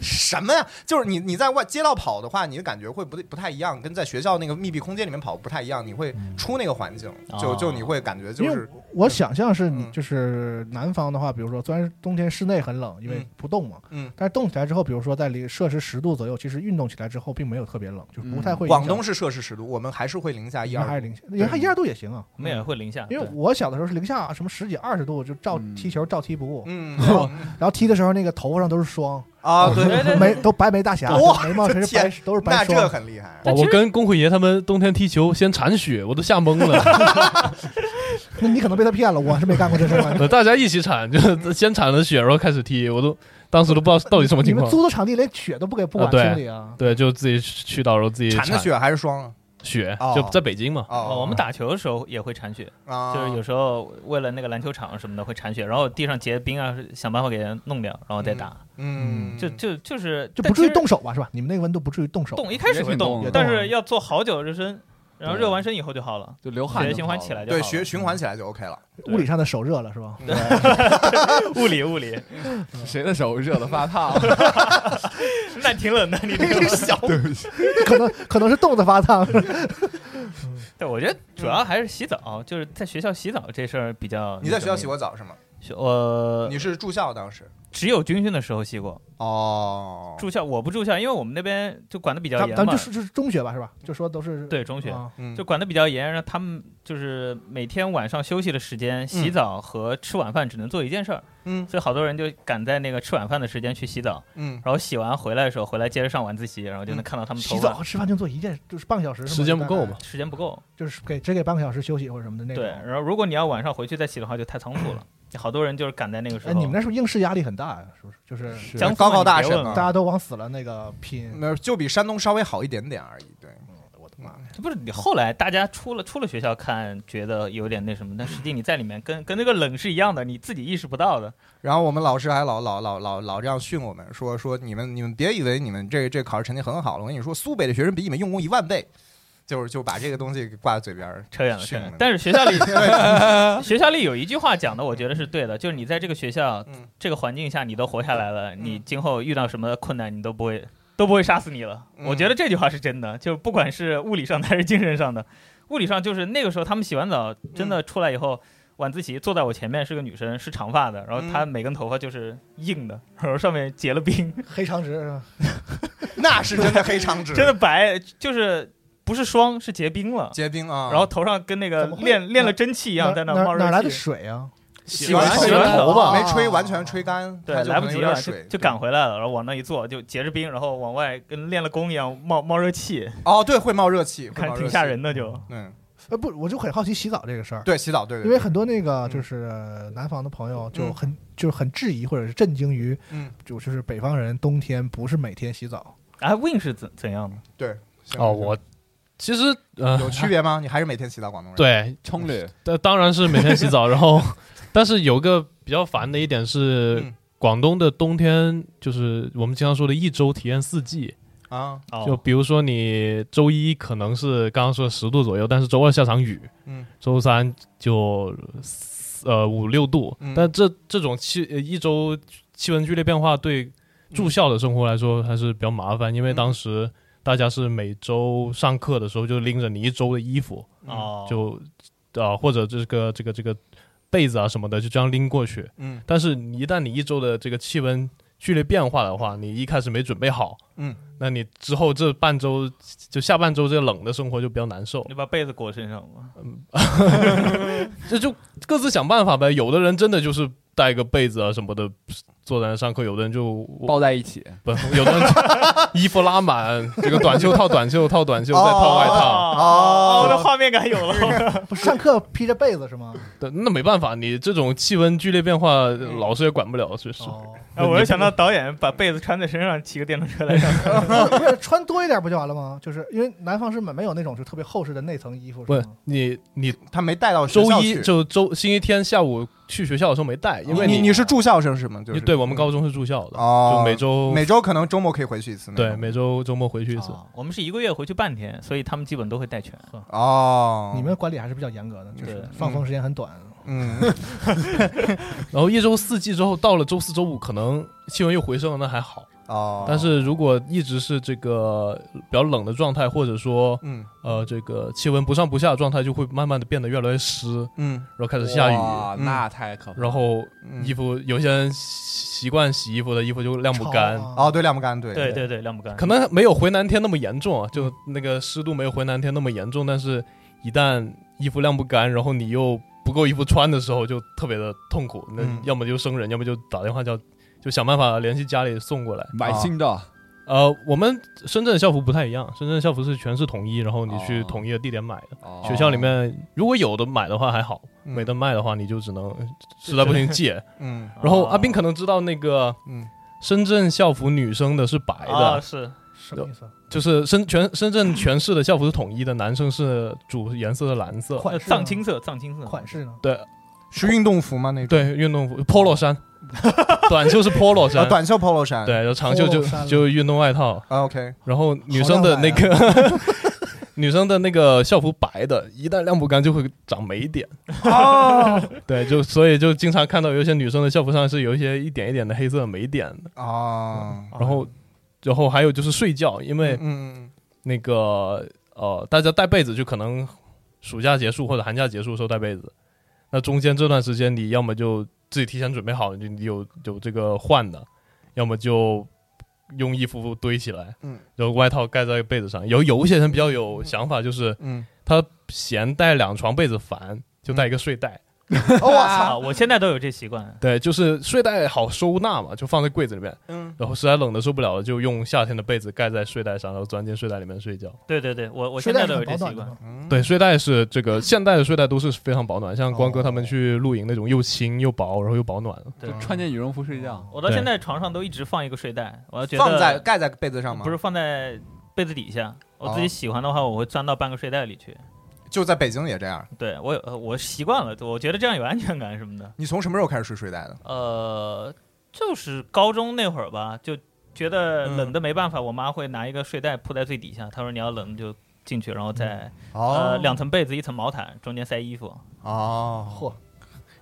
[SPEAKER 6] 什么呀？就是你你在外街道跑的话，你的感觉会不不太一样，跟在学校那个密闭空间里面跑不太一样，你会出那个环境，就
[SPEAKER 5] 哦
[SPEAKER 6] 就你会感觉
[SPEAKER 4] 因
[SPEAKER 6] 就
[SPEAKER 4] 为
[SPEAKER 6] 是
[SPEAKER 4] 我想象是你
[SPEAKER 6] 嗯
[SPEAKER 4] 就是南方的话，比如说虽然冬天室内很冷，因为
[SPEAKER 6] 嗯
[SPEAKER 4] 不动嘛，
[SPEAKER 6] 嗯
[SPEAKER 4] 但是动起来之后，比如说在离摄氏十度左右，其实运动起来之后并没有特别冷，就是不太会影响。
[SPEAKER 6] 嗯广东是摄氏十度，我们还是会零下一
[SPEAKER 4] 零下还是
[SPEAKER 6] 二度。
[SPEAKER 4] 零下，零下一二度也行啊。
[SPEAKER 5] 我们
[SPEAKER 8] 嗯
[SPEAKER 5] 也会零下，
[SPEAKER 4] 因为
[SPEAKER 5] 对
[SPEAKER 4] 我小的时候是零下什么十几二十度，就照
[SPEAKER 7] 嗯
[SPEAKER 4] 踢球照踢不误，
[SPEAKER 6] 嗯
[SPEAKER 4] 然后踢的时候那个头发上都是霜，
[SPEAKER 6] 啊，对，
[SPEAKER 5] 对对
[SPEAKER 4] 眉都白眉大侠，
[SPEAKER 6] 哇
[SPEAKER 4] 眉毛全是白
[SPEAKER 6] 这，
[SPEAKER 4] 都是白
[SPEAKER 6] 那这
[SPEAKER 4] 霜。
[SPEAKER 6] 很厉害。
[SPEAKER 8] 哇我跟龚慧爷他们冬天踢球，先铲雪，我都吓懵了。
[SPEAKER 4] 那你可能被他骗了，我是没干过这事 儿。
[SPEAKER 8] 大家一起铲，就是 先铲了雪，然后开始踢，我都当时都不知道到底什么
[SPEAKER 4] 你
[SPEAKER 8] 情
[SPEAKER 4] 们
[SPEAKER 8] 况。
[SPEAKER 4] 租的场地连雪都不给不管
[SPEAKER 8] 啊对
[SPEAKER 4] 清理啊？
[SPEAKER 8] 对，就自己去到，然后自己
[SPEAKER 6] 铲的雪还是霜啊？
[SPEAKER 8] 雪
[SPEAKER 6] 哦，
[SPEAKER 8] 就在北京嘛。
[SPEAKER 6] 哦
[SPEAKER 5] 哦，我们打球的时候也会铲雪，
[SPEAKER 6] 啊，
[SPEAKER 5] 就是有时候为了那个篮球场什么的会铲雪，然后地上结冰啊，想办法给人弄掉，然后再打。
[SPEAKER 6] 嗯，
[SPEAKER 5] 就就就是
[SPEAKER 4] 就不至于
[SPEAKER 5] 但
[SPEAKER 4] 冻手吧，是吧？你们那个温度不至于冻手
[SPEAKER 5] 其实。冻，一开始会
[SPEAKER 7] 也挺冻的
[SPEAKER 5] 但是要做好久热身，然后热完身以后就好了，
[SPEAKER 7] 就流汗
[SPEAKER 5] 血
[SPEAKER 7] 就
[SPEAKER 5] 液循
[SPEAKER 7] 好
[SPEAKER 5] 环
[SPEAKER 7] 了
[SPEAKER 5] 起来就好嗯
[SPEAKER 6] 对
[SPEAKER 5] 了。
[SPEAKER 6] 学循环起来就 OK 了。
[SPEAKER 4] 物理上的手热了是吧？
[SPEAKER 5] 物理物理，
[SPEAKER 7] 谁的手热的发 烫？
[SPEAKER 5] 那挺冷的，你这个小。
[SPEAKER 4] 可能可能是冻得发烫。
[SPEAKER 5] 对，我觉得主要还是洗澡，就是在学校洗澡这事儿比较。
[SPEAKER 6] 你在学校洗过澡是吗？
[SPEAKER 5] 学？我
[SPEAKER 6] 你是住校当时？
[SPEAKER 5] 呃只有军训的时候洗过，
[SPEAKER 6] 哦，
[SPEAKER 5] 住校我不住校，因为我们那边就管的比较
[SPEAKER 4] 咱
[SPEAKER 5] 严
[SPEAKER 4] 咱们就。
[SPEAKER 5] 嘛
[SPEAKER 4] 是就是中学吧，是吧？就说都是
[SPEAKER 5] 对中学
[SPEAKER 4] 啊
[SPEAKER 6] 嗯
[SPEAKER 5] 就管的比较严，然后他们就是每天晚上休息的时间，洗澡和吃晚饭只能做一件事儿，
[SPEAKER 6] 嗯
[SPEAKER 5] 所以好多人就赶在那个吃晚饭的时间去洗澡，
[SPEAKER 6] 嗯，
[SPEAKER 5] 然后洗完回来的时候，回来接着上晚自习，然后就能看到他们
[SPEAKER 4] 洗
[SPEAKER 5] 头发
[SPEAKER 4] 澡和吃饭就做一件，就是半个小时，是吗
[SPEAKER 8] 时间不够，
[SPEAKER 4] 就大
[SPEAKER 8] 嘛
[SPEAKER 4] 概
[SPEAKER 5] 时间不够，
[SPEAKER 4] 就是给只给半个小时休息或者什么的那种。啊
[SPEAKER 5] 对。然后如果你要晚上回去再洗的话，就太仓促
[SPEAKER 6] 嗯
[SPEAKER 5] 了。好多人就是赶在那个时
[SPEAKER 4] 哎，
[SPEAKER 5] 候。
[SPEAKER 4] 你们那是不是应试压力很大呀？啊是不是？就是
[SPEAKER 5] 江
[SPEAKER 6] 高考
[SPEAKER 5] 考
[SPEAKER 6] 大神
[SPEAKER 4] 大
[SPEAKER 6] 啊
[SPEAKER 4] 家都往死了那个拼，
[SPEAKER 6] 没有，就比山东稍微好一点点而已。对，
[SPEAKER 4] 我的妈！
[SPEAKER 5] 不是你后来大家出了出了学校看，觉得有点那什么，但实际你在里面跟跟那个冷是一样的，你自己意识不到的。
[SPEAKER 6] 然后我们老师还老老老老老这样训我们，说说你们你们别以为你们这这考试成绩很好了，我跟你说，苏北的学生比你们用功一万倍，就是就把这个东西给挂在嘴边儿。
[SPEAKER 5] 扯远了，扯
[SPEAKER 6] 训
[SPEAKER 5] 远
[SPEAKER 4] 嗯
[SPEAKER 6] 我
[SPEAKER 5] 了
[SPEAKER 6] 们。
[SPEAKER 5] 但是学校 里， 学校里有一句话讲的，我觉得是对的，就是你在这个学校、
[SPEAKER 6] 嗯
[SPEAKER 5] 这个环境下，你都活下来
[SPEAKER 4] 嗯
[SPEAKER 5] 了，你今后遇到什么困难，你都不会都不会杀死你了。
[SPEAKER 6] 嗯
[SPEAKER 5] 我觉得这句话是真的，就不管是物理上的还是精神上的。物理上就是那个时候他们洗完澡
[SPEAKER 4] 嗯
[SPEAKER 5] 真的出来以后，晚自习坐在我前面是个女生，是长发的，然后她
[SPEAKER 6] 嗯
[SPEAKER 5] 每根头发就是硬的， 然后上面结了冰，
[SPEAKER 4] 黑长直 是吧？
[SPEAKER 6] 那是真的黑长直，
[SPEAKER 5] 真的白，就是不是霜是结冰了。
[SPEAKER 6] 结冰啊。
[SPEAKER 5] 然后头上跟那个
[SPEAKER 4] 怎么会
[SPEAKER 5] 练练了蒸汽一样，
[SPEAKER 4] 哪
[SPEAKER 5] 在那
[SPEAKER 4] 哪
[SPEAKER 5] 冒
[SPEAKER 4] 哪
[SPEAKER 5] 热
[SPEAKER 4] 来
[SPEAKER 5] 气
[SPEAKER 4] 的。水啊？
[SPEAKER 6] 洗
[SPEAKER 5] 完
[SPEAKER 6] 头
[SPEAKER 5] 洗完头啊
[SPEAKER 4] 吧
[SPEAKER 6] 没吹，完全吹干，
[SPEAKER 5] 对
[SPEAKER 6] 它，就
[SPEAKER 5] 来
[SPEAKER 6] 可
[SPEAKER 5] 不
[SPEAKER 6] 能
[SPEAKER 5] 及
[SPEAKER 6] 有
[SPEAKER 5] 了，
[SPEAKER 6] 点
[SPEAKER 5] 就
[SPEAKER 6] 水
[SPEAKER 5] 就赶回来了，然后往那一坐，就结着冰，然后往外跟练了功一样冒冒热气，
[SPEAKER 6] 哦，对，会冒热气，会
[SPEAKER 5] 看
[SPEAKER 6] 冒热
[SPEAKER 5] 挺
[SPEAKER 6] 气
[SPEAKER 5] 吓。人的就。
[SPEAKER 6] 嗯，
[SPEAKER 4] 呃，不，我就很好奇洗澡这个事儿，
[SPEAKER 6] 对，洗澡，对
[SPEAKER 4] 因
[SPEAKER 6] 对
[SPEAKER 4] 为
[SPEAKER 6] 对，
[SPEAKER 4] 很多那个
[SPEAKER 6] 嗯
[SPEAKER 4] 就是南方的朋友就
[SPEAKER 6] 嗯
[SPEAKER 4] 很、就是很质疑或者是震惊于，
[SPEAKER 6] 嗯，
[SPEAKER 4] 就就是北方人冬天不是每天洗澡，
[SPEAKER 5] 哎，Win 是怎怎样的？
[SPEAKER 6] 对。行
[SPEAKER 8] 哦，我其实
[SPEAKER 6] 有
[SPEAKER 8] 呃，
[SPEAKER 6] 区别吗？你还是每天洗澡广东人？
[SPEAKER 8] 对，
[SPEAKER 7] 冲绿
[SPEAKER 8] 但当然是每天洗澡，然后， 但是有个比较烦的一点是
[SPEAKER 6] 嗯，
[SPEAKER 8] 广东的冬天就是我们经常说的一周体验四季，
[SPEAKER 6] 啊，
[SPEAKER 8] 就
[SPEAKER 5] 哦，
[SPEAKER 8] 比如说你周一可能是刚刚说十度左右，但是周二下场雨，
[SPEAKER 6] 嗯
[SPEAKER 8] 周三就呃五六度
[SPEAKER 6] 嗯，
[SPEAKER 8] 但这这种气呃一周气温剧烈变化对住校的生活来说还是比较麻烦，因为当时大家是每周上课的时候就拎着你一周的衣服，
[SPEAKER 5] 哦，
[SPEAKER 8] 嗯就啊或者这个这个这个被子啊什么的就这样拎过去。
[SPEAKER 6] 嗯
[SPEAKER 8] 但是你一旦你一周的这个气温剧烈变化的话，你一开始没准备好，
[SPEAKER 6] 嗯，
[SPEAKER 8] 那你之后这半周就下半周这冷的生活就比较难受
[SPEAKER 5] 你，把被子裹身
[SPEAKER 6] 哦
[SPEAKER 5] 上嘛。
[SPEAKER 8] 这就各自想办法呗。有的人真的就是带个被子啊什么的，坐在那上课，有的人就
[SPEAKER 7] 抱在一起，
[SPEAKER 8] 不，有的人就衣服拉满，这个短袖套短袖套短袖，再套外套。
[SPEAKER 5] 哦，这画面感有 了。
[SPEAKER 4] 不是上课披着被子是 吗？
[SPEAKER 8] 但那没办法，你这种气温剧烈变化，老师也管不了，是是。
[SPEAKER 4] 嗯 哦，
[SPEAKER 5] 哎我又想到导演把被子穿在身上，骑个电动车来上课。
[SPEAKER 4] 不是穿多一点不就完了吗？就是因为南方是没没有那种就特别厚实的内层衣服，
[SPEAKER 8] 不
[SPEAKER 4] 是
[SPEAKER 8] 是
[SPEAKER 4] 吗？
[SPEAKER 8] 你，你
[SPEAKER 6] 他没带到学
[SPEAKER 8] 周
[SPEAKER 6] 校
[SPEAKER 8] 一
[SPEAKER 6] 去
[SPEAKER 8] 就周星期天下午去学校的时候没带，
[SPEAKER 7] 哦
[SPEAKER 8] 因为
[SPEAKER 6] 你你是住校生是吗？就是
[SPEAKER 8] 你对我们高中是住校的，
[SPEAKER 6] 哦
[SPEAKER 8] 就每周
[SPEAKER 6] 每周可能周末可以回去一次那种。
[SPEAKER 8] 对每周周末回去一次。
[SPEAKER 5] 啊我们是一个月回去半天，所以他们基本都会带全。
[SPEAKER 6] 哦，
[SPEAKER 4] 你们管理还是比较严格的，就是
[SPEAKER 5] 对
[SPEAKER 4] 放风时间很短。
[SPEAKER 6] 嗯，
[SPEAKER 8] 然后一周四季之后，到了周四周五，可能气温又回升了，那还好。
[SPEAKER 6] 哦，
[SPEAKER 8] 但是如果一直是这个比较冷的状态，或者说
[SPEAKER 6] 嗯
[SPEAKER 8] 呃这个气温不上不下的状态，就会慢慢的变得越来越湿，
[SPEAKER 6] 嗯
[SPEAKER 8] 然后开始下雨，
[SPEAKER 7] 哇
[SPEAKER 6] 嗯
[SPEAKER 7] 那太可怕了。
[SPEAKER 8] 然后
[SPEAKER 6] 嗯
[SPEAKER 8] 衣服有些人习习惯洗衣服的衣服就晾不干。
[SPEAKER 4] 潮啊
[SPEAKER 6] 哦，对，晾不干，对
[SPEAKER 5] 对对对，晾不干。
[SPEAKER 8] 可能没有回南天那么严重啊，就那个湿度没有回南天那么严重，但是一旦衣服晾不干，然后你又不够衣服穿的时候，就特别的痛苦。那
[SPEAKER 6] 嗯
[SPEAKER 8] 要么就生人，要么就打电话叫，就想办法联系家里送过来。
[SPEAKER 7] 买新的，
[SPEAKER 8] 呃，我们深圳校服不太一样，深圳校服是全市统一，然后你去
[SPEAKER 7] 哦
[SPEAKER 8] 统一的地点买的。
[SPEAKER 7] 哦
[SPEAKER 8] 学校里面如果有的买的话还好，
[SPEAKER 6] 嗯
[SPEAKER 8] 没得卖的话你就只能实在不行借。
[SPEAKER 6] 嗯
[SPEAKER 8] 然后阿斌可能知道那个
[SPEAKER 6] 嗯
[SPEAKER 8] 深圳校服女生的是白的，
[SPEAKER 5] 啊是
[SPEAKER 4] 什么意思？
[SPEAKER 8] 就是深全深圳全市的校服是统一的，男生是主颜色的蓝色，
[SPEAKER 4] 款式呢
[SPEAKER 5] 藏青色，藏青色
[SPEAKER 4] 款式呢？
[SPEAKER 8] 对
[SPEAKER 6] 是运动服吗？那种
[SPEAKER 8] 对，运动服 polo 衫，短袖是 polo
[SPEAKER 6] 呃
[SPEAKER 8] 衫，
[SPEAKER 6] 短袖 polo 衫，
[SPEAKER 8] 对，然后长袖
[SPEAKER 4] polo 衫
[SPEAKER 8] 就
[SPEAKER 4] 哦了
[SPEAKER 8] 就运动外套，
[SPEAKER 6] 啊，OK，
[SPEAKER 8] 然后女生的那个、女生的那个校服白的，一旦晾不干就会长霉点，
[SPEAKER 6] 哦
[SPEAKER 8] 对，就所以就经常看到有一些女生的校服上是有一些一点一点的黑色霉点的，
[SPEAKER 6] 哦，
[SPEAKER 8] 然后然后还有就是睡觉，因为
[SPEAKER 6] 嗯嗯
[SPEAKER 8] 那个呃，大家带被子就可能暑假结束或者寒假结束的时候带被子，那中间这段时间你要么就自己提前准备好，你 你有有这个换的，要么就用衣服堆起来，
[SPEAKER 6] 嗯，
[SPEAKER 8] 然后外套盖在被子上。有有一些人比较有想法，就是
[SPEAKER 6] 嗯
[SPEAKER 8] 他嫌带两床被子烦，就带一个睡袋。
[SPEAKER 6] 嗯，哦，我
[SPEAKER 5] 啊，
[SPEAKER 6] 操，
[SPEAKER 5] 我现在都有这习惯。
[SPEAKER 8] 对，就是睡袋好收纳嘛，就放在柜子里面。
[SPEAKER 6] 嗯，
[SPEAKER 8] 然后实在冷的受不了了，就用夏天的被子盖在睡袋上，然后钻进睡袋里面睡觉。
[SPEAKER 5] 对对对，我我
[SPEAKER 4] 睡
[SPEAKER 5] 现
[SPEAKER 4] 袋
[SPEAKER 5] 在
[SPEAKER 4] 是
[SPEAKER 5] 都
[SPEAKER 4] 很
[SPEAKER 5] 有
[SPEAKER 4] 保
[SPEAKER 5] 这习
[SPEAKER 4] 暖的
[SPEAKER 5] 惯
[SPEAKER 4] 吗。？
[SPEAKER 6] 嗯
[SPEAKER 8] 对，睡袋是这个现代的睡袋都是非常保暖，像光哥他们
[SPEAKER 4] 哦
[SPEAKER 8] 去露营那种又轻又薄，然后又保暖。
[SPEAKER 5] 对，
[SPEAKER 7] 穿件羽绒服睡觉，
[SPEAKER 5] 我到现在床上都一直放一个睡袋，我要觉得
[SPEAKER 6] 放在盖在被子上吗？
[SPEAKER 5] 不是，放在被子底下。我自己喜欢的话，我会钻到半个睡袋里去。
[SPEAKER 6] 就在北京也这样。
[SPEAKER 5] 对我有，呃我习惯了，我觉得这样有安全感什么的。
[SPEAKER 6] 你从什么时候开始睡睡袋的？
[SPEAKER 5] 呃，就是高中那会儿吧，就觉得冷的没办法，我妈会拿一个睡袋铺在最底下，她说你要冷就进去，然后再、
[SPEAKER 4] 哦
[SPEAKER 5] 呃两层被子一层毛毯，中间塞衣
[SPEAKER 6] 啊
[SPEAKER 5] 服。
[SPEAKER 6] 哦，
[SPEAKER 4] 嚯，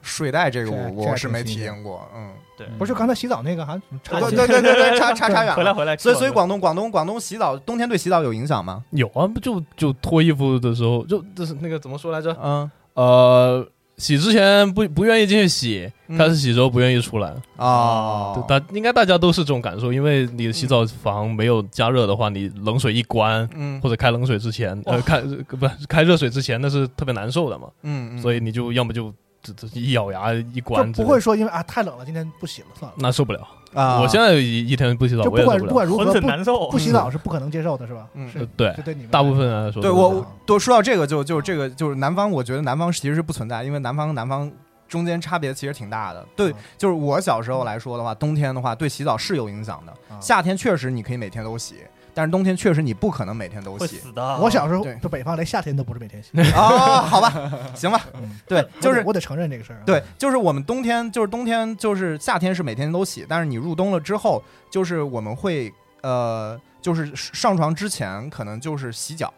[SPEAKER 6] 睡袋这个我
[SPEAKER 4] 这这
[SPEAKER 6] 我是没
[SPEAKER 4] 挺新
[SPEAKER 6] 体
[SPEAKER 4] 鲜
[SPEAKER 6] 验过，嗯，
[SPEAKER 5] 对，
[SPEAKER 4] 不是刚才洗澡那个还
[SPEAKER 5] 啊
[SPEAKER 4] 差
[SPEAKER 6] 对对
[SPEAKER 5] 对
[SPEAKER 6] 对对对，差差差远
[SPEAKER 5] 回来
[SPEAKER 6] 了。
[SPEAKER 5] 回来。
[SPEAKER 6] 所以所以广东广东广东洗澡，冬天对洗澡有影响吗？
[SPEAKER 8] 有啊，不就就脱衣服的时候，就就是那个怎么说来着？
[SPEAKER 6] 嗯
[SPEAKER 8] 呃，洗之前不不愿意进去洗，
[SPEAKER 6] 嗯
[SPEAKER 8] 开始洗之后不愿意出来。
[SPEAKER 6] 哦，
[SPEAKER 8] 大应该大家都是这种感受，因为你的洗澡房没有加热的话，你冷水一关。
[SPEAKER 6] 嗯
[SPEAKER 8] 或者开冷水之前，呃，开不是开热水之前，那是特别难受的嘛，
[SPEAKER 6] 嗯，嗯
[SPEAKER 8] 所以你就要么就这这一咬牙一关
[SPEAKER 4] 就
[SPEAKER 8] 之类的，
[SPEAKER 4] 不会说因为啊太冷了，今天不洗了算了。
[SPEAKER 8] 那受不了。
[SPEAKER 6] 啊，
[SPEAKER 8] 我现在一一天不洗澡，
[SPEAKER 4] 就
[SPEAKER 8] 我也
[SPEAKER 4] 不
[SPEAKER 8] 受
[SPEAKER 4] 管
[SPEAKER 8] 不
[SPEAKER 4] 不
[SPEAKER 8] 了。
[SPEAKER 4] 管如
[SPEAKER 5] 浑
[SPEAKER 4] 何
[SPEAKER 5] 身
[SPEAKER 4] 不
[SPEAKER 5] 难受
[SPEAKER 4] 不。洗澡是不可能接受的，是吧？
[SPEAKER 6] 嗯
[SPEAKER 4] 是
[SPEAKER 8] 呃，对
[SPEAKER 4] 就，对你们
[SPEAKER 8] 大部分啊 人来说，
[SPEAKER 6] 对我
[SPEAKER 4] 对
[SPEAKER 6] 我多说到这个，就就是这个就是南方，我觉得南方其实是不存在，因为南方南方中间差别其实挺大的。对
[SPEAKER 4] 嗯，
[SPEAKER 6] 就是我小时候来说的话，冬天的话对洗澡是有影响的。
[SPEAKER 4] 啊
[SPEAKER 6] 夏天确实你可以每天都洗，但是冬天确实你不可能每天都
[SPEAKER 5] 会
[SPEAKER 6] 洗
[SPEAKER 5] 死的，
[SPEAKER 4] 我小时候
[SPEAKER 6] 哦对
[SPEAKER 4] 就北方连夏天都不是 每天洗，
[SPEAKER 6] 啊。好吧，行吧， 对，就
[SPEAKER 4] 我
[SPEAKER 6] 是
[SPEAKER 4] 得我得承认这个事儿啊。
[SPEAKER 6] 对，就是我们冬天，就是冬天，就是夏天是每天都洗，但是你入冬了之后，就是我们会呃，就是上床之前可能就是洗脚，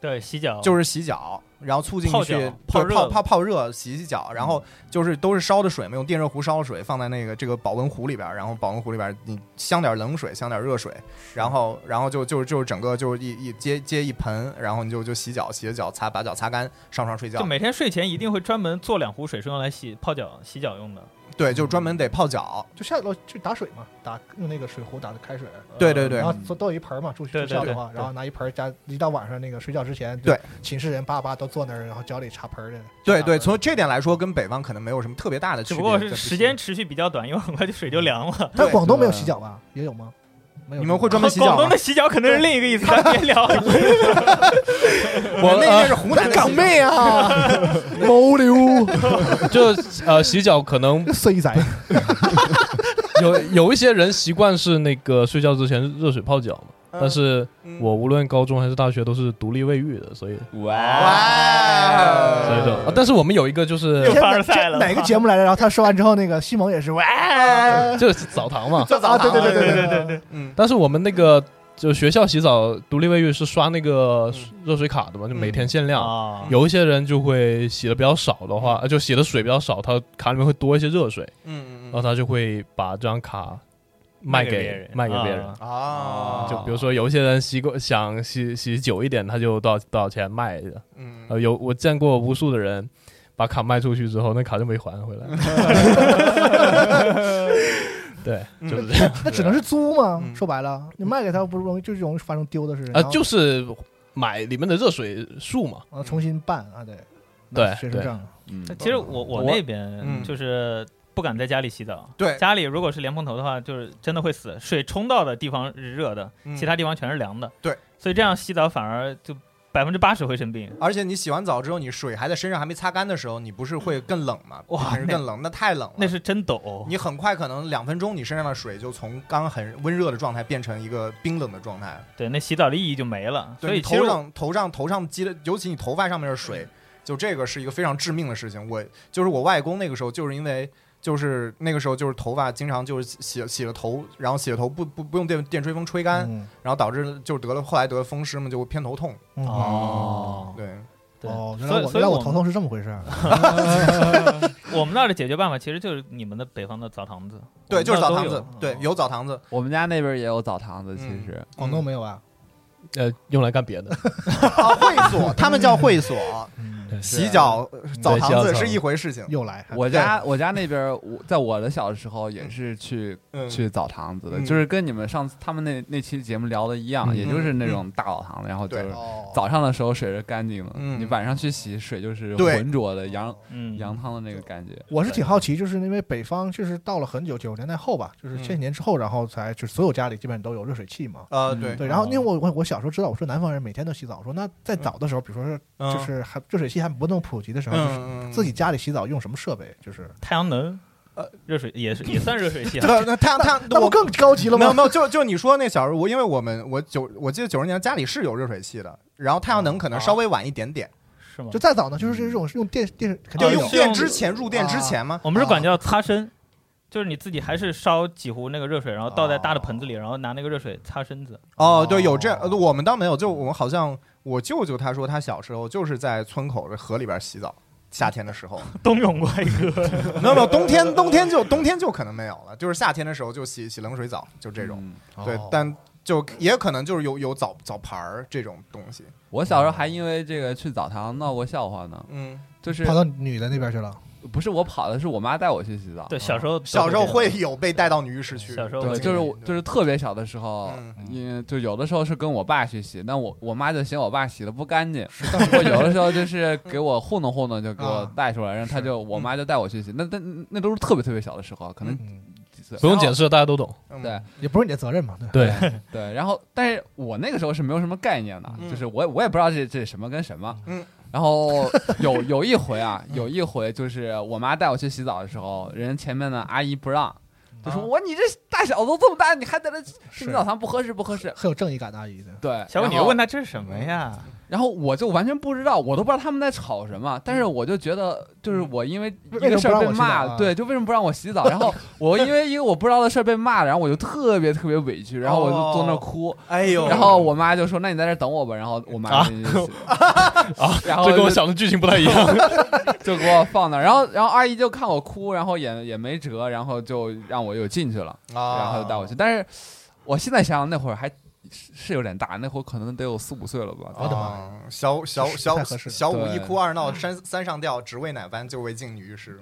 [SPEAKER 5] 对洗脚
[SPEAKER 6] 就是是洗脚，然后促进
[SPEAKER 5] 哦泡
[SPEAKER 6] 去对
[SPEAKER 5] 脚泡热嗯
[SPEAKER 6] 泡泡泡热洗洗脚，然后就是都是烧的水嘛，用电热壶烧的水放在那个这个保温壶里边儿，然后保温壶里边儿你香点冷水，香点热水，然后然后就就就是整个就是一一接接一盆，然后你就就洗脚，洗了脚擦把脚擦干，上床睡觉
[SPEAKER 5] 就。每天睡前一定会专门做两壶水是用来洗泡脚洗脚用的。
[SPEAKER 6] 对，就专门得泡脚。
[SPEAKER 5] 嗯
[SPEAKER 4] 就下楼去打水嘛，打用那个水壶打的开水。
[SPEAKER 6] 对
[SPEAKER 5] 呃
[SPEAKER 6] 对对嗯
[SPEAKER 4] 然后都都有一盆嘛，住住
[SPEAKER 5] 对对
[SPEAKER 4] 校的
[SPEAKER 5] 对
[SPEAKER 4] 话，
[SPEAKER 5] 对
[SPEAKER 4] 然后拿一盆加，一到晚上那个睡觉之前，
[SPEAKER 6] 对，
[SPEAKER 4] 寝室人叭叭都坐那儿，然后脚里插盆儿的。
[SPEAKER 6] 对
[SPEAKER 4] 插盆
[SPEAKER 6] 对，
[SPEAKER 4] 儿
[SPEAKER 6] 从这点来说，跟北方可能没有什么特别大的区
[SPEAKER 5] 只
[SPEAKER 6] 别。
[SPEAKER 5] 不过
[SPEAKER 6] 在
[SPEAKER 5] 是
[SPEAKER 6] 不
[SPEAKER 5] 时间持续比较短，因为很快就水就凉了。
[SPEAKER 4] 但
[SPEAKER 6] 对
[SPEAKER 4] 广东没有
[SPEAKER 7] 对
[SPEAKER 4] 洗脚吧？也有吗？没有。
[SPEAKER 6] 你们会专门
[SPEAKER 5] 广
[SPEAKER 6] 洗脚
[SPEAKER 5] 东
[SPEAKER 6] 吗
[SPEAKER 5] 的？洗脚可能是另一个意思，咱别 聊了。
[SPEAKER 8] 呃
[SPEAKER 6] 我那应该是湖南的港妹啊，
[SPEAKER 4] 谋流
[SPEAKER 8] 就呃洗脚可能
[SPEAKER 4] 衰仔，
[SPEAKER 8] 有有一些人习惯是那个睡觉之前热水泡脚嘛，
[SPEAKER 6] 嗯
[SPEAKER 8] 但是我无论高中还是大学都是独立卫浴的，所以所以就、啊，但是我们有一个就是
[SPEAKER 5] 又凡尔赛了
[SPEAKER 4] 哪个节目来着？然后他说完之后，那个西蒙也是喂，啊，
[SPEAKER 8] 就是澡堂嘛，
[SPEAKER 4] 对对对对对对，
[SPEAKER 6] 嗯，
[SPEAKER 8] 但是我们那个就学校洗澡独立卫浴是刷那个
[SPEAKER 6] 嗯
[SPEAKER 8] 热水卡的嘛，就每天限量。
[SPEAKER 5] 啊，
[SPEAKER 8] 有一些人就会洗的比较少的话，呃就洗的水比较少，他卡里面会多一些热水，
[SPEAKER 6] 嗯
[SPEAKER 8] 然后他就会把这张卡卖
[SPEAKER 5] 卖给别
[SPEAKER 8] 给
[SPEAKER 5] 人
[SPEAKER 8] 卖给别人。
[SPEAKER 5] 啊
[SPEAKER 6] 啊，
[SPEAKER 8] 就比如说有一些人洗过想洗洗久一点，他就多少多少钱卖的。
[SPEAKER 6] 嗯，
[SPEAKER 8] 呃，有我见过无数的人把卡卖出去之后，那卡就没还回来。 对，就是这样
[SPEAKER 4] 那只能是租嘛。
[SPEAKER 6] 嗯
[SPEAKER 4] 说白了，你卖给他不是容易，就容易发生丢的事情
[SPEAKER 8] 啊、就是买里面的热水数嘛。
[SPEAKER 4] 然后重新办啊，对，
[SPEAKER 8] 对
[SPEAKER 4] 拿学生
[SPEAKER 8] 对
[SPEAKER 4] 证，
[SPEAKER 7] 嗯
[SPEAKER 5] 其实我我
[SPEAKER 8] 我
[SPEAKER 5] 那
[SPEAKER 6] 嗯
[SPEAKER 5] 边就是不敢在家里洗澡，
[SPEAKER 6] 对
[SPEAKER 5] 家里如果是莲蓬头的话，就是真的会死。水冲到的地方是热的，
[SPEAKER 6] 嗯
[SPEAKER 5] 其他地方全是凉的。
[SPEAKER 6] 对，
[SPEAKER 5] 所以这样洗澡反而就百分之八十会生病。
[SPEAKER 6] 而且你洗完澡之后，你水还在身上还没擦干的时候，你不是会更冷吗？
[SPEAKER 5] 哇
[SPEAKER 6] 还是更冷，那太冷了。
[SPEAKER 5] 那是真抖，
[SPEAKER 6] 你很快可能两分钟，你身上的水就从刚很温热的状态变成一个冰冷的状态。
[SPEAKER 5] 对，那洗澡的意义就没了。所
[SPEAKER 6] 对，
[SPEAKER 5] 以
[SPEAKER 6] 你
[SPEAKER 5] 其
[SPEAKER 6] 头
[SPEAKER 5] 实
[SPEAKER 6] 上头上头上积的，尤其你头发上面的水，就这个是一个非常致命的事情。我就是我外公那个时候，就是因为就是那个时候就是头发经常就是洗洗了头，然后洗了头不不不用电电吹风吹干，
[SPEAKER 4] 嗯
[SPEAKER 6] 然后导致就得了后来得了风湿嘛，就会偏头痛。
[SPEAKER 4] 嗯
[SPEAKER 5] 哦，
[SPEAKER 6] 对，
[SPEAKER 5] 对
[SPEAKER 4] 哦，原来
[SPEAKER 5] 所以
[SPEAKER 4] 我
[SPEAKER 5] 所
[SPEAKER 4] 原
[SPEAKER 5] 以
[SPEAKER 4] 来我
[SPEAKER 5] 我
[SPEAKER 4] 头
[SPEAKER 5] 们
[SPEAKER 4] 痛是这么回事儿，
[SPEAKER 5] 我们那儿的解决办法其实就是你们的北方的澡堂子，我
[SPEAKER 6] 对，
[SPEAKER 5] 们
[SPEAKER 6] 就是
[SPEAKER 5] 那儿
[SPEAKER 6] 澡
[SPEAKER 5] 都
[SPEAKER 6] 堂
[SPEAKER 5] 有哦
[SPEAKER 6] 子，对，有澡堂子。
[SPEAKER 7] 我们家那边也有澡堂子，其
[SPEAKER 8] 嗯
[SPEAKER 7] 实
[SPEAKER 4] 广东没有啊？
[SPEAKER 8] 呃，用来干别的。
[SPEAKER 6] 啊，会所，他们叫会所，
[SPEAKER 8] 嗯对
[SPEAKER 4] 啊
[SPEAKER 6] 洗脚澡堂子
[SPEAKER 8] 对洗脚
[SPEAKER 6] 是一回事情。
[SPEAKER 4] 嗯又来，
[SPEAKER 7] 我家我家那边，我在我的小时候也是去
[SPEAKER 6] 嗯，
[SPEAKER 7] 去澡堂子的，
[SPEAKER 6] 嗯
[SPEAKER 7] 就是跟你们上次他们那那期节目聊的一样，
[SPEAKER 8] 嗯
[SPEAKER 7] 也就是那种大澡堂子，然后就
[SPEAKER 6] 对
[SPEAKER 7] 是
[SPEAKER 4] 哦
[SPEAKER 7] 早上的时候水是干净的，
[SPEAKER 6] 嗯
[SPEAKER 7] 你晚上去洗水就是
[SPEAKER 6] 对
[SPEAKER 7] 浑浊的羊
[SPEAKER 5] 嗯，
[SPEAKER 7] 羊汤的那个感觉。
[SPEAKER 4] 我是挺好奇，就是因为北方就是到了很久九十年代后吧，就是千禧年之后，然后才就是所有家里基本上都有热水器嘛。
[SPEAKER 6] 呃，
[SPEAKER 7] 嗯
[SPEAKER 6] 对，
[SPEAKER 4] 对，然后因为我我我小时候知道，我说南方人每天都洗澡，我说那在早的时候，比如说是
[SPEAKER 6] 嗯
[SPEAKER 4] 就是还热水器还不那么普及的时候，就是
[SPEAKER 6] 嗯，嗯
[SPEAKER 4] 自己家里洗澡用什么设备？就是
[SPEAKER 5] 太阳能，
[SPEAKER 6] 呃
[SPEAKER 5] 热水也是也算热水器啊。
[SPEAKER 6] 那那太阳太阳，
[SPEAKER 4] 那不
[SPEAKER 6] 我
[SPEAKER 4] 更高级了
[SPEAKER 6] 没有
[SPEAKER 4] 吗？
[SPEAKER 6] 没有，就就你说那小时候，我因为我们我九我记得九十年家里是有热水器的，然后太阳能可能稍微晚一点点，
[SPEAKER 5] 是吗
[SPEAKER 4] 就？再早呢，就是这种用电电肯
[SPEAKER 6] 就
[SPEAKER 4] 定
[SPEAKER 6] 嗯用
[SPEAKER 4] 有
[SPEAKER 5] 啊。哦
[SPEAKER 6] 电之前入电之前吗？
[SPEAKER 5] 我们是管叫擦身，就是你自己还是烧几壶那个热水，然后倒在大的盆子里，然后拿那个热水擦身子。
[SPEAKER 6] 哦，对，有这，呃我们倒没有，就我们好像我舅舅他说他小时候就是在村口的河里边洗澡。夏天的时候，
[SPEAKER 5] 冬泳怪哥，
[SPEAKER 6] 没有没有，冬天冬天就冬天就可能没有了，就是夏天的时候就洗洗冷水澡，就这种。
[SPEAKER 7] 嗯
[SPEAKER 6] 对
[SPEAKER 4] 哦，
[SPEAKER 6] 但就也可能就是有有澡澡盘儿这种东西。
[SPEAKER 7] 我小时候还因为这个去澡堂闹过笑话呢，
[SPEAKER 6] 嗯，
[SPEAKER 7] 就是
[SPEAKER 4] 跑到女的那边去了，
[SPEAKER 7] 不是我跑的，是我妈带我去洗澡。
[SPEAKER 5] 对， 小时候都
[SPEAKER 6] 小时候
[SPEAKER 5] 这样
[SPEAKER 6] 会有被带到女浴室去。
[SPEAKER 5] 小时候
[SPEAKER 7] 对，
[SPEAKER 5] 会
[SPEAKER 7] 就是我就是特别小的时候
[SPEAKER 6] 嗯，
[SPEAKER 7] 因为就有的时候是跟我爸去洗，但我我妈就嫌我爸洗的不干净，我有的时候就是给我糊弄糊弄就给我
[SPEAKER 6] 啊
[SPEAKER 7] 带出来，然后他就我妈就带我去洗，那那那都是特别特别小的时候，可能
[SPEAKER 4] 嗯，
[SPEAKER 7] 几岁
[SPEAKER 8] 不用解释，大家都懂。
[SPEAKER 6] 嗯
[SPEAKER 7] 对
[SPEAKER 4] 也不是你的责任嘛，对吧。
[SPEAKER 8] 对，
[SPEAKER 7] 对，然后但是我那个时候是没有什么概念的，
[SPEAKER 6] 嗯
[SPEAKER 7] 就是我也我也不知道这这什么跟什么。
[SPEAKER 6] 嗯
[SPEAKER 7] 然后有有一回啊，有一回就是我妈带我去洗澡的时候，人前面的阿姨不让，就说
[SPEAKER 6] 啊
[SPEAKER 7] 我你这大小子都这么大，你还在这洗澡堂不合适不合适。
[SPEAKER 4] 很有正义感的阿姨的，
[SPEAKER 6] 嗯
[SPEAKER 7] 对，
[SPEAKER 5] 小
[SPEAKER 7] 然
[SPEAKER 5] 五，你
[SPEAKER 7] 后
[SPEAKER 5] 就问他这是什么呀？
[SPEAKER 7] 然后我就完全不知道，我都不知道他们在吵什么。但是我就觉得，就是我因为一
[SPEAKER 4] 嗯为什
[SPEAKER 7] 个
[SPEAKER 4] 么
[SPEAKER 7] 事
[SPEAKER 4] 不
[SPEAKER 7] 儿
[SPEAKER 4] 让
[SPEAKER 7] 被
[SPEAKER 4] 我洗
[SPEAKER 7] 骂
[SPEAKER 4] 澡啊
[SPEAKER 7] 了，对，就为什么不让我洗澡？然后我因为一个我不知道的事儿被骂了，然后我就特别特别委屈，然后我就坐
[SPEAKER 4] 哦
[SPEAKER 7] 那儿哭。
[SPEAKER 6] 哎呦
[SPEAKER 7] 然后我妈就说：“那你在这儿等我吧。”然后我妈
[SPEAKER 8] 哦啊
[SPEAKER 7] 就就 然后
[SPEAKER 8] 这跟我
[SPEAKER 7] 就
[SPEAKER 8] 想的剧情不太一样。
[SPEAKER 7] 就给我放那儿。然后然后阿姨就看我哭，然后也也没辙，然后就让我又进去了，
[SPEAKER 6] 啊
[SPEAKER 7] 然后就带我去。但是我现在想想那会儿还是是有点大，那会儿可能得有四五岁了
[SPEAKER 8] 哦
[SPEAKER 7] 吧。
[SPEAKER 4] 我的妈呀！
[SPEAKER 6] 啊小小
[SPEAKER 4] 不
[SPEAKER 6] 小
[SPEAKER 4] 太合适
[SPEAKER 6] 小五
[SPEAKER 7] 对
[SPEAKER 6] 一哭二闹三三上吊，只为奶翻就为敬女浴室。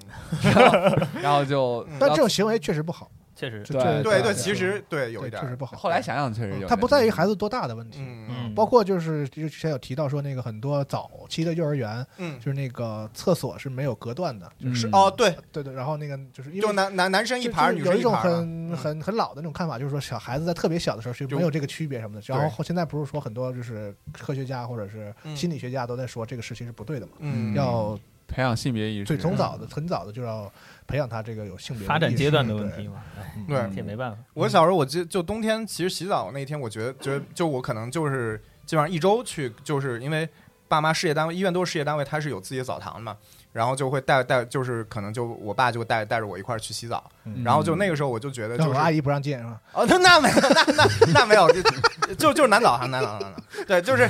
[SPEAKER 7] 然后就，
[SPEAKER 4] 但
[SPEAKER 7] 然
[SPEAKER 4] 这
[SPEAKER 7] 后
[SPEAKER 4] 种行为确实不好，
[SPEAKER 5] 确实，
[SPEAKER 4] 这
[SPEAKER 7] 对
[SPEAKER 4] 这
[SPEAKER 6] 对
[SPEAKER 7] 对
[SPEAKER 6] 对，
[SPEAKER 7] 对
[SPEAKER 6] 其实对有
[SPEAKER 4] 对
[SPEAKER 6] 一点
[SPEAKER 4] 确实
[SPEAKER 6] 儿，
[SPEAKER 4] 不好。
[SPEAKER 7] 后来想想确实有，
[SPEAKER 4] 它不在于，孩子多大的问题，
[SPEAKER 6] 嗯
[SPEAKER 4] 包括就是之前有提到说那个很多早期的幼儿园，
[SPEAKER 6] 嗯
[SPEAKER 4] 就是那个厕所是没有隔断的，
[SPEAKER 7] 嗯
[SPEAKER 6] 是哦，对，
[SPEAKER 4] 对对，然后那个就是因为
[SPEAKER 6] 就男男男生一
[SPEAKER 4] 就
[SPEAKER 6] 盘儿，
[SPEAKER 4] 就
[SPEAKER 6] 女
[SPEAKER 4] 有
[SPEAKER 6] 生
[SPEAKER 4] 一种
[SPEAKER 6] 盘儿啊。
[SPEAKER 4] 很
[SPEAKER 6] 嗯
[SPEAKER 4] 很很老的那种看法，就是说小孩子在特别小的时候是
[SPEAKER 6] 就
[SPEAKER 4] 没有这个区别什么的。然后现在不是说很多就是科学家或者是
[SPEAKER 6] 嗯
[SPEAKER 4] 心理学家都在说这个时期是不对的嘛，
[SPEAKER 6] 嗯，
[SPEAKER 4] 要
[SPEAKER 7] 培养性别意识，
[SPEAKER 4] 对从早的很早的就要培养他这个有性别
[SPEAKER 5] 发展
[SPEAKER 4] 意识
[SPEAKER 5] 阶段的问
[SPEAKER 4] 对
[SPEAKER 5] 题嘛，哎
[SPEAKER 4] 嗯
[SPEAKER 6] 对
[SPEAKER 7] 嗯
[SPEAKER 5] 这也没办法。
[SPEAKER 6] 我小时候，我记就冬天，其实洗澡那天，我觉得觉得就我可能就是基本上一周去，就是因为爸妈事业单位，医院都是事业单位，它是有自己的澡堂的嘛，然后就会带带，就是可能就我爸就带带着我一块儿去洗澡，
[SPEAKER 4] 嗯
[SPEAKER 6] 然后就那个时候我就觉得就
[SPEAKER 4] 让
[SPEAKER 6] 是
[SPEAKER 4] 我阿姨不让进是吧？
[SPEAKER 6] 哦，那那没有，那那那没有，就就就是南岛哈，南岛南岛，对，就是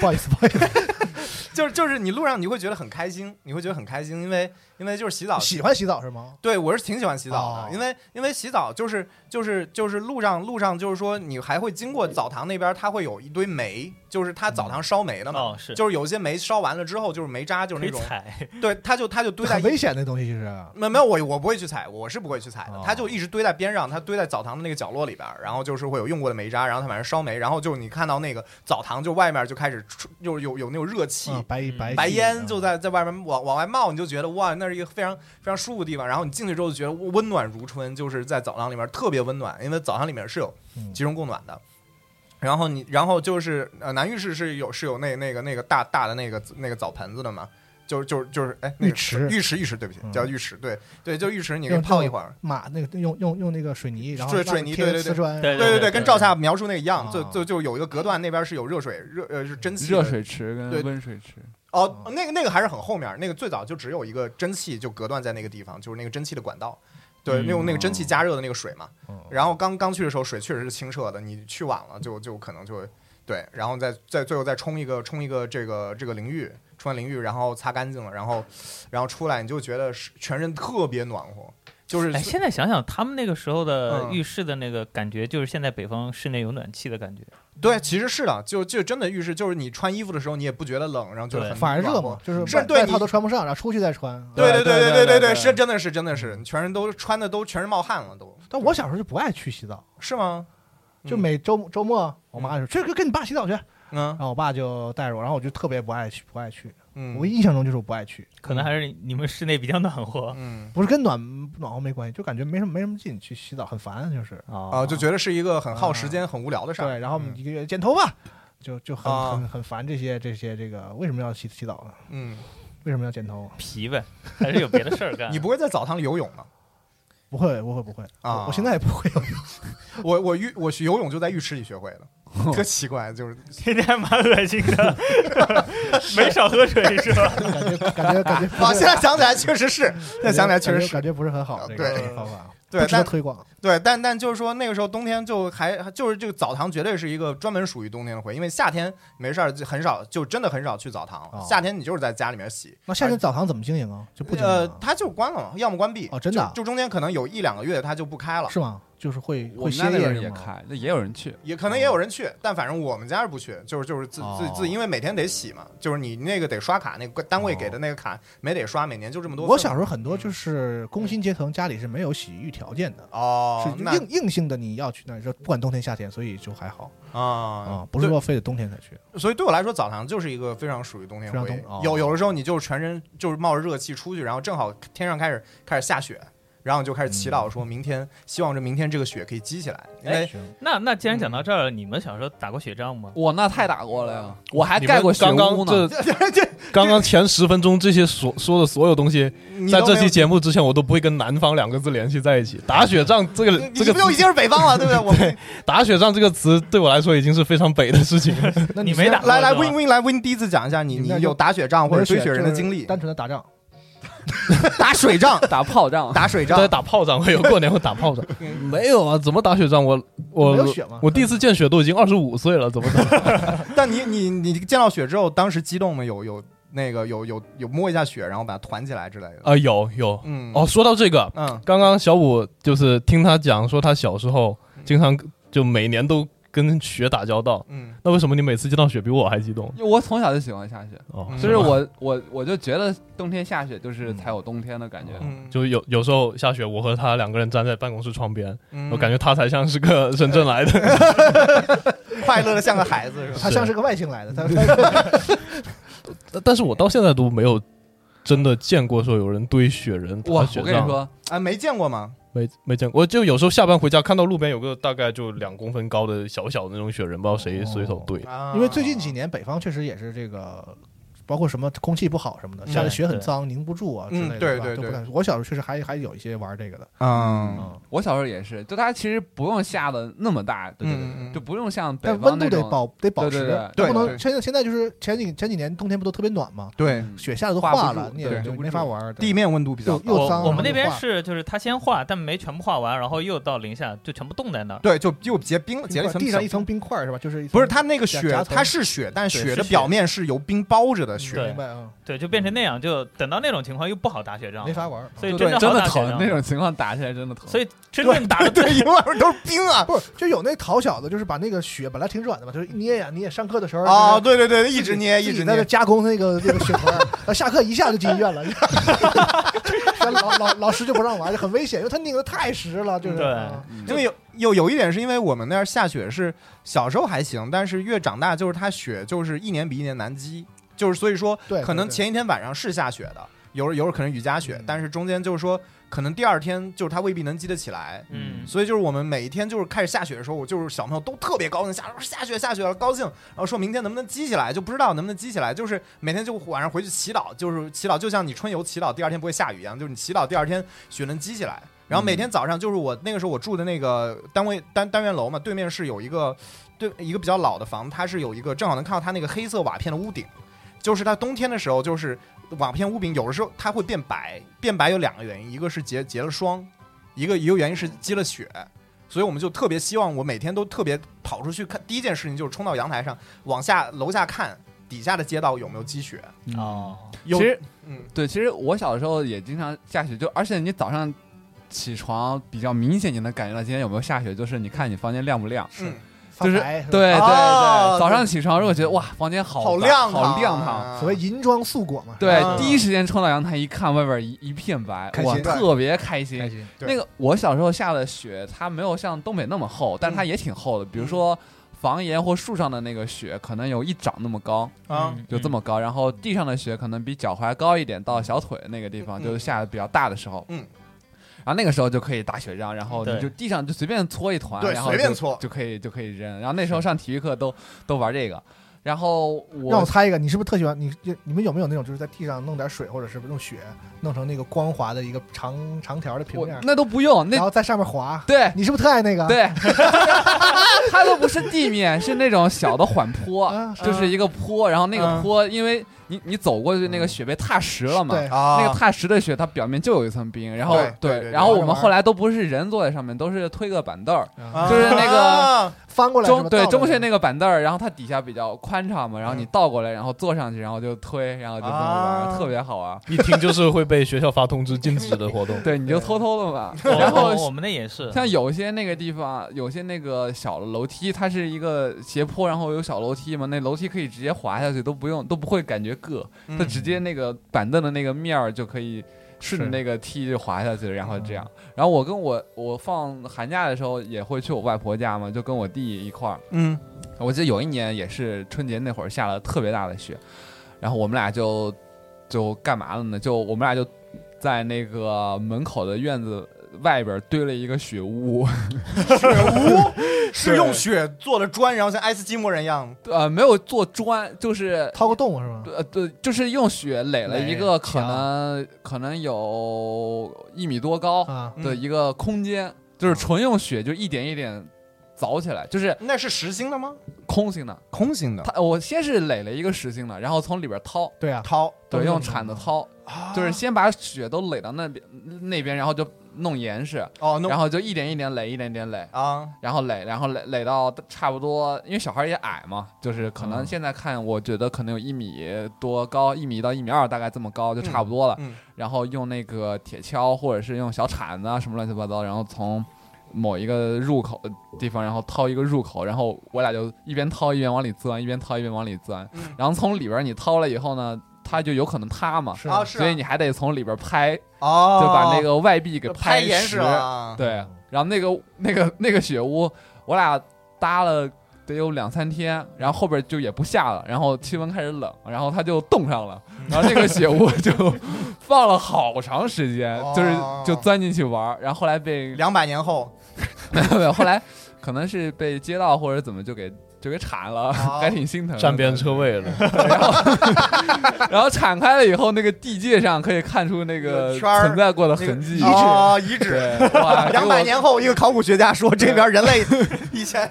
[SPEAKER 4] 不好意思，不好意思，
[SPEAKER 6] 就是就是你路上你会觉得很开心，你会觉得很开心，因为因为就是洗澡
[SPEAKER 4] 喜欢洗澡是吗？
[SPEAKER 6] 对，我是挺喜欢洗澡的，
[SPEAKER 4] 哦
[SPEAKER 6] 因为因为洗澡就是就是就是路上路上就是说你还会经过澡堂那边，它会有一堆煤，就是它澡堂烧煤的嘛，
[SPEAKER 5] 哦，是
[SPEAKER 6] 就是有些煤烧完了之后就是煤渣，就是
[SPEAKER 5] 可
[SPEAKER 6] 那
[SPEAKER 5] 以
[SPEAKER 6] 种
[SPEAKER 5] 踩，
[SPEAKER 6] 对，它就它就堆在
[SPEAKER 4] 很
[SPEAKER 6] 一
[SPEAKER 4] 危险的东西其实。
[SPEAKER 6] 没没有我我不会去踩，我是不会去踩的
[SPEAKER 4] 哦，
[SPEAKER 6] 它就一直堆在边上，它堆在澡堂的那个角落里边，然后就是会有用过的煤渣，然后它晚上烧煤，然后就你看到那个澡堂就外面就开始出就有有那种热气，
[SPEAKER 4] 嗯，白
[SPEAKER 5] 嗯
[SPEAKER 4] 白
[SPEAKER 6] 白
[SPEAKER 4] 皙
[SPEAKER 6] 烟
[SPEAKER 4] 嗯
[SPEAKER 6] 就在在外面往往外冒，你就觉得哇，那是一个非常非常舒服的地方。然后你进去之后就觉得温暖如春，就是在澡堂里面特别温暖，因为澡堂里面是有
[SPEAKER 4] 嗯
[SPEAKER 6] 集中供暖的。然后你，然后就是呃，男浴室是有是有那那个那个大大的那个那个澡盆子的嘛，就就就是哎，那个
[SPEAKER 4] 浴池
[SPEAKER 6] 浴池浴池，对不起，
[SPEAKER 4] 嗯
[SPEAKER 6] 叫浴池，对对，就浴池，你可以
[SPEAKER 4] 用
[SPEAKER 6] 泡一会儿。
[SPEAKER 4] 马那个用用用那个水泥，然后
[SPEAKER 6] 水水泥
[SPEAKER 4] 贴
[SPEAKER 6] 对对对
[SPEAKER 4] 瓷砖，
[SPEAKER 5] 对
[SPEAKER 6] 对对
[SPEAKER 5] 对，
[SPEAKER 6] 跟赵夏描述那个一样，
[SPEAKER 4] 啊
[SPEAKER 6] 就就就有一个隔断，那边是有热水热呃是蒸汽的
[SPEAKER 7] 热水池
[SPEAKER 6] 对
[SPEAKER 7] 跟温水池，
[SPEAKER 6] 哦，那个那个还是很后面儿，那个最早就只有一个蒸汽就隔断在那个地方，就是那个蒸汽的管道，对，
[SPEAKER 5] 嗯
[SPEAKER 6] 用那个蒸汽加热的那个水嘛。
[SPEAKER 4] 嗯
[SPEAKER 6] 然后刚刚去的时候水确实是清澈的，你去晚了就就可能就对，然后再再最后再冲一个冲一个这个这个淋浴，冲完淋浴然后擦干净了，然后然后出来你就觉得是全身特别暖和，就是
[SPEAKER 5] 哎，现在想想，他们那个时候的
[SPEAKER 6] 嗯
[SPEAKER 5] 浴室的那个感觉，就是现在北方室内有暖气的感觉。
[SPEAKER 6] 对，其实是的，就就真的浴室就是你穿衣服的时候你也不觉得冷，然后就是
[SPEAKER 5] 对
[SPEAKER 6] 很
[SPEAKER 4] 反而热
[SPEAKER 6] 暖和
[SPEAKER 4] 嘛，就是
[SPEAKER 6] 是
[SPEAKER 4] 外
[SPEAKER 6] 对
[SPEAKER 4] 外
[SPEAKER 6] 你
[SPEAKER 4] 套都穿不上，然后出去再穿。
[SPEAKER 6] 对对
[SPEAKER 7] 对对
[SPEAKER 6] 对
[SPEAKER 7] 对对
[SPEAKER 6] 对，
[SPEAKER 7] 对
[SPEAKER 6] 是真的是真的是，你全身都穿的都全是冒汗了都。
[SPEAKER 4] 但我小时候就不爱去洗澡，
[SPEAKER 6] 是吗？
[SPEAKER 4] 就
[SPEAKER 6] 嗯
[SPEAKER 4] 每周周末我妈就说去跟你爸洗澡去，然
[SPEAKER 6] 嗯
[SPEAKER 4] 后我爸就带着我，然后我就特别不爱去，不爱去。
[SPEAKER 6] 嗯，
[SPEAKER 4] 我印象中就是我不爱去，
[SPEAKER 5] 可能还是你们室内比较暖和
[SPEAKER 6] 嗯
[SPEAKER 4] 不是跟暖暖和没关系，就感觉没什么没什么劲，去洗澡很烦，就是
[SPEAKER 6] 啊，
[SPEAKER 5] 哦
[SPEAKER 6] 就觉得是一个很耗时间、很无聊的事
[SPEAKER 4] 嗯
[SPEAKER 6] 儿。
[SPEAKER 4] 对。然后我们
[SPEAKER 6] 嗯
[SPEAKER 4] 一个月剪头发，就就很
[SPEAKER 6] 啊
[SPEAKER 4] 很很烦这些这些这个为什么要洗洗澡呢？
[SPEAKER 6] 嗯，
[SPEAKER 4] 为什么要剪头？
[SPEAKER 5] 皮呗，还是有别的事儿干。
[SPEAKER 4] 嗯
[SPEAKER 6] 你不会在澡堂里游泳吗？
[SPEAKER 4] 不会不会不会
[SPEAKER 6] 啊
[SPEAKER 4] 我我现在也不会。
[SPEAKER 6] 我我浴我游泳就在浴池里学会 的，特奇怪，就是
[SPEAKER 5] 天天还蛮恶心 的，没少喝水是吧？
[SPEAKER 4] 感觉感觉感觉
[SPEAKER 6] 啊，现在想起来确实是，现在想起来确
[SPEAKER 4] 感
[SPEAKER 6] 实
[SPEAKER 4] 觉
[SPEAKER 6] 是啊
[SPEAKER 4] 感，觉不是很好，这个
[SPEAKER 6] 对
[SPEAKER 4] 这个方法
[SPEAKER 6] 对
[SPEAKER 4] 不，值得
[SPEAKER 6] 但
[SPEAKER 4] 推广。
[SPEAKER 6] 对，但但就是说那个时候冬天就还就是这个澡堂绝对是一个专门属于冬天的回忆，因为夏天没事儿就很少，就真的很少去澡堂了。
[SPEAKER 4] 哦
[SPEAKER 6] 夏天你就是在家里面洗，
[SPEAKER 4] 那夏天澡堂怎么经营啊？就不经营
[SPEAKER 6] 呃
[SPEAKER 4] 了，
[SPEAKER 6] 它就关了嘛，要么关闭
[SPEAKER 4] 哦真的啊
[SPEAKER 6] 就就中间可能有一两个月它就不开了。
[SPEAKER 4] 是吗？就是会会
[SPEAKER 7] 我们
[SPEAKER 4] 歇
[SPEAKER 7] 家那
[SPEAKER 4] 业
[SPEAKER 7] 边
[SPEAKER 4] 是
[SPEAKER 7] 也
[SPEAKER 4] 吗？
[SPEAKER 7] 开，那也有人去，
[SPEAKER 6] 也可能也有人去，但反正我们家是不去，就是就是自自
[SPEAKER 4] 哦
[SPEAKER 6] 自，因为每天得洗嘛，就是你那个得刷卡，那个单位给的那个卡没得刷，每年就这么多份。
[SPEAKER 4] 哦
[SPEAKER 6] 嗯
[SPEAKER 4] 我小时候很多就是工薪阶层家里是没有洗浴条件的，
[SPEAKER 6] 哦，
[SPEAKER 4] 是
[SPEAKER 6] 那
[SPEAKER 4] 硬硬性的你要去那里，说不管冬天夏天，所以就还好
[SPEAKER 6] 啊
[SPEAKER 4] 啊，不是说非得冬天才去。
[SPEAKER 6] 对所以对我来说，澡堂就是一个非常属于冬天
[SPEAKER 4] 非常
[SPEAKER 6] 回忆
[SPEAKER 4] 冬哦。
[SPEAKER 6] 有有的时候你就是全身就是冒着热气出去，然后正好天上开始开始下雪，然后你就开始祈
[SPEAKER 4] 嗯
[SPEAKER 6] 祷说明天，希望这明天这个雪可以积起来，因为
[SPEAKER 4] 哎
[SPEAKER 5] 那那既然讲
[SPEAKER 8] 嗯
[SPEAKER 5] 到这儿了，你们小时候打过雪仗吗？
[SPEAKER 7] 我那太打过了呀，我还
[SPEAKER 8] 你
[SPEAKER 7] 盖
[SPEAKER 8] 们
[SPEAKER 7] 过雪
[SPEAKER 8] 刚
[SPEAKER 7] 屋
[SPEAKER 8] 刚
[SPEAKER 7] 呢
[SPEAKER 8] 这。刚刚前十分钟这些所说的所有东西，
[SPEAKER 6] 你
[SPEAKER 8] 在
[SPEAKER 6] 都没
[SPEAKER 8] 这
[SPEAKER 6] 有
[SPEAKER 8] 期节目之前，我都不会跟“南方”两个字联系在一起。打雪仗这个
[SPEAKER 6] 你
[SPEAKER 8] 这
[SPEAKER 6] 你
[SPEAKER 8] 个
[SPEAKER 6] 不就已经是北 方了，对不对？我们
[SPEAKER 8] 打雪仗这个词对我来说已经是非常北的事情。
[SPEAKER 4] 那
[SPEAKER 5] 你没打
[SPEAKER 6] 来来
[SPEAKER 5] 我知道
[SPEAKER 6] ，win win 来 win，第一次讲一下你
[SPEAKER 4] 你
[SPEAKER 6] 你
[SPEAKER 4] 那就
[SPEAKER 6] 有打雪仗或者堆雪人的经
[SPEAKER 4] 就是
[SPEAKER 6] 历，
[SPEAKER 4] 单纯的打仗，
[SPEAKER 6] 打水仗，
[SPEAKER 7] 打炮 仗，
[SPEAKER 6] 打水仗
[SPEAKER 8] 在，打炮仗会有，过年会打 炮仗，没有啊？怎么打雪仗？我
[SPEAKER 4] 没有
[SPEAKER 8] 我
[SPEAKER 4] 雪吗？
[SPEAKER 8] 我第一次见雪都已经二十五岁了，怎么打？
[SPEAKER 6] 但你你你见到雪之后，当时激动吗？有有那个有有有摸一下雪，然后把它团起来之类的。
[SPEAKER 8] 啊，有有
[SPEAKER 6] 嗯
[SPEAKER 8] 哦。说到这个，
[SPEAKER 6] 嗯
[SPEAKER 8] 刚刚小五就是听他讲说，他小时候经常就每年都跟雪打交道，
[SPEAKER 6] 嗯，
[SPEAKER 8] 那为什么你每次见到雪比我还激动？
[SPEAKER 7] 因为我从小就喜欢下雪，
[SPEAKER 8] 哦，
[SPEAKER 6] 嗯
[SPEAKER 7] 就是我我我就觉得冬天下雪就是才有冬天的感觉。
[SPEAKER 6] 嗯，
[SPEAKER 8] 就有有时候下雪，我和他两个人站在办公室窗边，我感觉
[SPEAKER 6] 觉
[SPEAKER 8] 他才像是个深圳来 的。
[SPEAKER 6] 快乐的像个孩子是吧？
[SPEAKER 4] 他像是个外星来的，他他
[SPEAKER 8] 但是我到现在都没有真的见过说有人堆雪人
[SPEAKER 7] 哇
[SPEAKER 8] 打，雪仗，
[SPEAKER 7] 我跟你说，
[SPEAKER 6] 啊，没见过吗？
[SPEAKER 8] 没没见过。我就有时候下班回家看到路边有个大概就两公分高的小小的那种雪人，不知道谁随手堆。
[SPEAKER 6] 啊，
[SPEAKER 4] 因为最近几年北方确实也是这个。包括什么空气不好什么的，下的雪很脏，凝不住啊之
[SPEAKER 6] 嗯
[SPEAKER 4] 类的，
[SPEAKER 6] 对
[SPEAKER 4] 吧
[SPEAKER 6] 对
[SPEAKER 4] 都不
[SPEAKER 6] 对
[SPEAKER 4] 敢。我小时候确实还还有一些玩这个的，
[SPEAKER 6] 嗯，
[SPEAKER 4] 嗯，
[SPEAKER 7] 我小时候也是，就它其实不用下的那么大，对对对，
[SPEAKER 6] 嗯嗯
[SPEAKER 7] 就不用像北
[SPEAKER 4] 但
[SPEAKER 7] 方
[SPEAKER 4] 温
[SPEAKER 7] 那
[SPEAKER 4] 度
[SPEAKER 7] 种
[SPEAKER 4] 得保得保
[SPEAKER 7] 对
[SPEAKER 4] 持
[SPEAKER 7] 对，
[SPEAKER 4] 它
[SPEAKER 6] 对
[SPEAKER 4] 不
[SPEAKER 6] 对
[SPEAKER 4] 能现在现在就是前几前几年冬天不都特别暖吗？
[SPEAKER 6] 对，
[SPEAKER 4] 雪下的都
[SPEAKER 7] 化不
[SPEAKER 4] 化
[SPEAKER 7] 住
[SPEAKER 4] 了，你
[SPEAKER 7] 对
[SPEAKER 4] 也就
[SPEAKER 7] 留不
[SPEAKER 4] 没
[SPEAKER 7] 住
[SPEAKER 4] 法玩儿。对
[SPEAKER 6] 地面温度比较
[SPEAKER 4] 又
[SPEAKER 6] 高，
[SPEAKER 4] 又脏，
[SPEAKER 5] 我
[SPEAKER 4] 然
[SPEAKER 5] 们
[SPEAKER 4] 后
[SPEAKER 5] 那
[SPEAKER 4] 又
[SPEAKER 5] 边
[SPEAKER 4] 化
[SPEAKER 5] 是就是他先画，但没全部画完，然后又到零下就全部冻在那儿。
[SPEAKER 6] 对，就又结冰，结了一层
[SPEAKER 4] 地上一层
[SPEAKER 6] 小。
[SPEAKER 4] 冰块儿是吧？就是一层
[SPEAKER 6] 不是它那个
[SPEAKER 4] 夹
[SPEAKER 6] 雪
[SPEAKER 4] 夹，层
[SPEAKER 6] 它是雪，但
[SPEAKER 5] 对
[SPEAKER 6] 雪
[SPEAKER 5] 是
[SPEAKER 6] 的
[SPEAKER 5] 雪
[SPEAKER 6] 表面是由冰包着的雪。
[SPEAKER 5] 对
[SPEAKER 4] 明白啊，
[SPEAKER 5] 对，就
[SPEAKER 8] 嗯
[SPEAKER 5] 变成那样，就等到那种情况又不好打雪仗
[SPEAKER 4] 没，法玩儿。
[SPEAKER 5] 啊所以
[SPEAKER 7] 对
[SPEAKER 5] 真
[SPEAKER 7] 对
[SPEAKER 5] 正
[SPEAKER 7] 真
[SPEAKER 5] 好
[SPEAKER 7] 的
[SPEAKER 5] 打雪
[SPEAKER 7] 疼，
[SPEAKER 5] 仗
[SPEAKER 7] 那，种情况打起来真的疼。
[SPEAKER 5] 所以真正打的
[SPEAKER 6] 对，因为 外面都是冰啊！
[SPEAKER 4] 不是，就有那讨小子，就是把那个雪本来挺软的嘛，就是捏呀捏。上课的时候
[SPEAKER 6] 啊，
[SPEAKER 4] 就是
[SPEAKER 6] 对对对，
[SPEAKER 4] 自
[SPEAKER 6] 一
[SPEAKER 4] 己
[SPEAKER 6] 直捏，
[SPEAKER 4] 自
[SPEAKER 6] 一
[SPEAKER 4] 己
[SPEAKER 6] 直
[SPEAKER 4] 在那
[SPEAKER 6] 捏。
[SPEAKER 4] 加工那个那个雪团儿， 然后下课一下就进医院了。 老老老师就不让玩，就很危险，因为他拧的太实了，就是。
[SPEAKER 5] 对
[SPEAKER 4] 啊
[SPEAKER 6] 因为有有有一点是因为我们那儿下雪是小时候还行，但是越长大就是它雪就是一年比一年难积，就是所以说
[SPEAKER 4] 对
[SPEAKER 6] 可能
[SPEAKER 4] 对对嗯
[SPEAKER 6] 前一天晚上是下雪的，有有可能雨夹雪，但是中间就是说可能第二天就是它未必能积得起来。
[SPEAKER 5] 嗯，
[SPEAKER 6] 所以就是我们每一天就是开始下雪的时候，我就是小朋友都特别高兴，下下雪下雪了，高兴，然后说明天能不能积起来，就不知道能不能积起来，就是每天就晚上回去祈祷，就是祈祷，就像你春游祈祷第二天不会下雨一样，就是你祈祷第二天雪能积起来。然后每天早上就是我那个时候我住的那个单位单单元楼嘛，对面是有一个对一个比较老的房子，它是有一个正好能看到它那个黑色瓦片的屋顶，就是它冬天的时候就是瓦片屋顶有的时候它会变白，变白有两个原因，一个是结结了霜，一个一个原因是积了雪，所以我们就特别希望我每天都特别跑出去看，第一件事情就是冲到阳台上往下楼下看底下的街道有没有积雪，
[SPEAKER 4] 啊
[SPEAKER 5] 哦，
[SPEAKER 6] 有
[SPEAKER 7] 其实
[SPEAKER 6] 嗯
[SPEAKER 7] 对，其实我小时候也经常下雪，就而且你早上起床比较明显，你能感觉到今天有没有下雪，就是你看你房间亮不亮。
[SPEAKER 6] 嗯
[SPEAKER 4] 发
[SPEAKER 7] 就是
[SPEAKER 4] 财是吧
[SPEAKER 7] 对对
[SPEAKER 6] 哦
[SPEAKER 7] 对，早上起床如果觉得哇，房间好白
[SPEAKER 6] 亮
[SPEAKER 7] 好亮堂，啊嗯
[SPEAKER 6] 堂，
[SPEAKER 4] 所谓银装素裹嘛。嗯
[SPEAKER 7] 对
[SPEAKER 6] 啊，
[SPEAKER 7] 第一时间冲到阳台一看，外边一一片白
[SPEAKER 4] 开，心
[SPEAKER 7] 哇，
[SPEAKER 4] 对
[SPEAKER 7] 特别开心
[SPEAKER 4] 开。心，
[SPEAKER 6] 对
[SPEAKER 7] 那个我小时候下的雪，它没有像东北那么厚，但是
[SPEAKER 4] 嗯
[SPEAKER 7] 它也挺厚的。比如说房檐或树上的那个雪，可能有一掌那么高，
[SPEAKER 6] 啊，
[SPEAKER 5] 嗯
[SPEAKER 7] 就这么高。然后地上的雪可能比脚踝高一点，到小腿那个地方，
[SPEAKER 6] 嗯
[SPEAKER 7] 就是下的比较大的时候。
[SPEAKER 6] 嗯。
[SPEAKER 7] 然后那个时候就可以打雪仗，然后
[SPEAKER 5] 对
[SPEAKER 7] 你就地上就随便搓一团，
[SPEAKER 6] 对
[SPEAKER 7] 然后
[SPEAKER 6] 随便
[SPEAKER 7] 就
[SPEAKER 6] 搓
[SPEAKER 7] 就可以就可以扔。然后那时候上体育课都都玩这个。然后
[SPEAKER 4] 让
[SPEAKER 7] 我
[SPEAKER 4] 我猜一个，你是不是特喜欢你？你们有没有那种就是在地上弄点水，或者是用雪弄成那个光滑的一个长长条的平
[SPEAKER 7] 我
[SPEAKER 4] 面，
[SPEAKER 7] 那都不用，那
[SPEAKER 4] 然后在上面滑？
[SPEAKER 7] 对
[SPEAKER 4] 你是不是特爱那个？，
[SPEAKER 7] 对， 它都不是地面，是那种小的缓坡
[SPEAKER 4] 啊，
[SPEAKER 7] 就是一个坡，然后那
[SPEAKER 6] 啊嗯
[SPEAKER 7] 个坡，因为你你走过去，那个雪被踏实了嘛。
[SPEAKER 4] 对
[SPEAKER 6] 啊
[SPEAKER 7] 那个踏实的雪，它表面就有一层冰，然后
[SPEAKER 6] 对对对
[SPEAKER 7] 然后我
[SPEAKER 4] 玩
[SPEAKER 7] 们
[SPEAKER 4] 儿
[SPEAKER 7] 后来都不是人坐在上面，都是推个板凳儿，
[SPEAKER 4] 啊
[SPEAKER 7] 就是那个
[SPEAKER 6] 啊
[SPEAKER 4] 翻过来是
[SPEAKER 7] 中
[SPEAKER 4] 吧
[SPEAKER 7] 对
[SPEAKER 4] 倒
[SPEAKER 7] 中
[SPEAKER 4] 着
[SPEAKER 7] 线那个板凳儿，然后它底下比较宽敞嘛，然后你倒过来，然后坐上去，然后就推，然后就这么玩
[SPEAKER 6] 嗯啊
[SPEAKER 7] 儿，特别好玩儿。
[SPEAKER 8] 一听就是会被学校发通知禁止的活动。
[SPEAKER 7] 对，你就偷偷的嘛，
[SPEAKER 5] 我
[SPEAKER 7] 然后
[SPEAKER 5] 嗯哦我我们那也是，
[SPEAKER 7] 像有些那个地方，有些那个小的楼梯，它是一个斜坡，然后有小楼梯嘛，那楼梯可以直接滑下去，都不用都不会感觉硌，
[SPEAKER 6] 嗯
[SPEAKER 7] 它直接那个板凳的那个面儿就可以顺着那个梯就滑下去，然后
[SPEAKER 6] 哦
[SPEAKER 7] 这样。然后我跟我我放寒假的时候也会去我外婆家嘛，就跟我弟一块儿。
[SPEAKER 6] 嗯
[SPEAKER 7] 我记得有一年也是春节那会儿下了特别大的雪，然后我们俩就就干嘛了呢？就我们俩就在那个门口的院子外边堆了一个雪屋，
[SPEAKER 6] 雪屋 是用雪做的砖，然后像爱斯基摩人一样，
[SPEAKER 7] 呃，没有做砖，就是
[SPEAKER 4] 掏个洞是吧？
[SPEAKER 7] 呃对，就是用雪垒了一
[SPEAKER 4] 垒
[SPEAKER 7] 个可能可能有一米多高
[SPEAKER 4] 啊，
[SPEAKER 7] 的一个空间，就是纯用雪就一点一点凿起来，就是
[SPEAKER 6] 那是实心的吗？
[SPEAKER 7] 空心的。
[SPEAKER 6] 空心的，
[SPEAKER 7] 它我先是垒了一个实心的，然后从里边掏，
[SPEAKER 4] 对啊，
[SPEAKER 6] 掏
[SPEAKER 7] 对，用铲子啊掏，就是先把雪都垒到那边那边，然后就弄严实，
[SPEAKER 6] 哦，那
[SPEAKER 7] 然后就一点一点垒，一点点垒，
[SPEAKER 6] 啊，
[SPEAKER 7] 然后垒，然后垒垒到差不多，因为小孩也矮嘛，就是可
[SPEAKER 6] 嗯
[SPEAKER 7] 能现在看，我觉得可能有一米多高，一米到一米二大概这么高就差不多了。
[SPEAKER 6] 嗯
[SPEAKER 7] 然后用那个铁锹或者是用小铲子啊什么乱七八糟，然后从某一个入口的地方，然后掏一个入口，然后我俩就一边掏一边往里钻，一边掏一边往里钻，
[SPEAKER 6] 嗯
[SPEAKER 7] 然后从里边你掏了以后呢，它就有可能塌嘛，
[SPEAKER 4] 是
[SPEAKER 6] 啊，是
[SPEAKER 7] 所以你还得从里边拍，
[SPEAKER 6] 哦，
[SPEAKER 7] 就把那个外壁给
[SPEAKER 6] 拍
[SPEAKER 7] 严
[SPEAKER 6] 严
[SPEAKER 7] 实
[SPEAKER 6] 实了啊，
[SPEAKER 7] 对，然后那个那个 那个雪屋，我俩搭了得有两三天，然后后边就也不下了，然后气温开始冷，然后它就冻 上了，然后那个雪屋就 放了好长时间，就是
[SPEAKER 6] 哦
[SPEAKER 7] 就钻进去玩儿，然后后来被
[SPEAKER 6] 两百年后，
[SPEAKER 7] 没有没有，后来可能是被街道或者怎么就给。就给铲了，
[SPEAKER 6] 哦
[SPEAKER 7] 还挺心疼的。
[SPEAKER 8] 站边车位了，
[SPEAKER 7] 然后铲开了以后，那个地界上可以看出那个
[SPEAKER 6] 有圈儿
[SPEAKER 7] 存在过的
[SPEAKER 6] 那个
[SPEAKER 7] 痕迹。
[SPEAKER 6] 哦，遗址。
[SPEAKER 7] 对，哇，给
[SPEAKER 6] 两
[SPEAKER 7] 我
[SPEAKER 6] 百年后，一个考古学家说，这边人类以前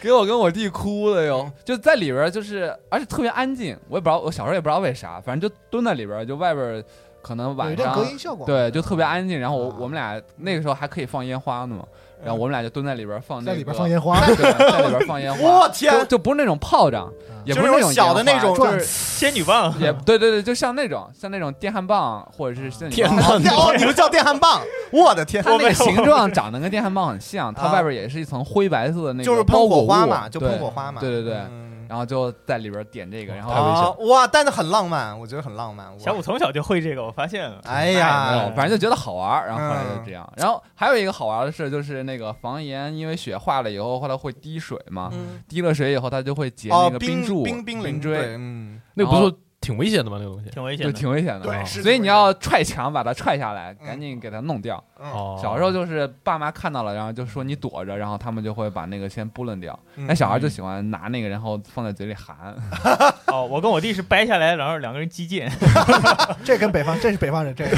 [SPEAKER 7] 给我跟我弟哭了哟，就在里边儿就是，而且特别安静，我也不知道，我小时候也不知道为啥，反正就蹲在里边儿，就外边儿可能
[SPEAKER 4] 有
[SPEAKER 7] 晚
[SPEAKER 4] 一点
[SPEAKER 7] 上
[SPEAKER 4] 隔音效果。
[SPEAKER 7] 对，就特别安静。然后我
[SPEAKER 4] 啊
[SPEAKER 7] 我们俩那个时候还可以放烟花呢嘛，然后我们俩就蹲在里边儿放
[SPEAKER 4] 在
[SPEAKER 6] 嗯
[SPEAKER 7] 那个
[SPEAKER 4] 里边放烟花，
[SPEAKER 7] 对，在里边儿放烟花
[SPEAKER 6] 我，天
[SPEAKER 7] 就就不是那种炮仗
[SPEAKER 4] 嗯，
[SPEAKER 7] 也
[SPEAKER 6] 就
[SPEAKER 7] 不
[SPEAKER 6] 是
[SPEAKER 7] 那
[SPEAKER 6] 那种小的那
[SPEAKER 7] 烟花
[SPEAKER 6] 种，
[SPEAKER 4] 转
[SPEAKER 6] 就是
[SPEAKER 5] 仙女棒，
[SPEAKER 7] 也对对对，就像那种像那种电焊棒或者是像
[SPEAKER 8] 天
[SPEAKER 7] 哪，
[SPEAKER 8] 呐，
[SPEAKER 6] 哦，你们叫啊电焊棒，我的天，
[SPEAKER 7] 它那个形状长得跟电焊棒很像，它
[SPEAKER 6] 啊
[SPEAKER 7] 外边儿也是一层灰白色的那个
[SPEAKER 6] 就是喷
[SPEAKER 7] 包裹
[SPEAKER 6] 火花
[SPEAKER 7] 物
[SPEAKER 6] 嘛，就
[SPEAKER 7] 对
[SPEAKER 6] 喷火花嘛，
[SPEAKER 7] 对对对
[SPEAKER 6] 嗯
[SPEAKER 7] 然后就在里边儿点这个，然后
[SPEAKER 6] 哦，哇，但是很浪漫，我觉得很浪漫。我
[SPEAKER 5] 小五从小就会这个，我发现了。
[SPEAKER 6] 哎
[SPEAKER 7] 没
[SPEAKER 6] 呀
[SPEAKER 7] 有，，反正就觉得好玩儿，然后后来
[SPEAKER 6] 嗯
[SPEAKER 7] 就这样。然后还有一个好玩儿的事就是那个房檐，因为雪化了以后，后来会滴水嘛，
[SPEAKER 6] 嗯
[SPEAKER 7] 滴了水以后它就会结那
[SPEAKER 6] 哦，
[SPEAKER 7] 个
[SPEAKER 6] 冰
[SPEAKER 7] 柱、
[SPEAKER 6] 冰
[SPEAKER 7] 冰
[SPEAKER 6] 凌对
[SPEAKER 7] 锥，
[SPEAKER 6] 嗯，
[SPEAKER 8] 那不是说挺危险的吗？那个东西。
[SPEAKER 5] 挺危
[SPEAKER 7] 就
[SPEAKER 5] 险的，
[SPEAKER 7] 挺危险的。
[SPEAKER 6] 对
[SPEAKER 7] 哦
[SPEAKER 6] 是
[SPEAKER 7] 所以
[SPEAKER 6] 挺危险的
[SPEAKER 7] 你
[SPEAKER 6] 嗯
[SPEAKER 7] 要踹墙把它踹下来，赶紧给它弄掉。
[SPEAKER 8] 哦，
[SPEAKER 7] 小时候就是爸妈看到了，然后就说你躲着，然后他们就会把那个先拨楞掉。
[SPEAKER 6] 嗯
[SPEAKER 7] 哎那小孩就喜欢拿那个，然后放在嘴里含。
[SPEAKER 5] 哦，我跟我弟是掰下来，然后两个人击剑，
[SPEAKER 4] 这跟北方，这是北方人，这个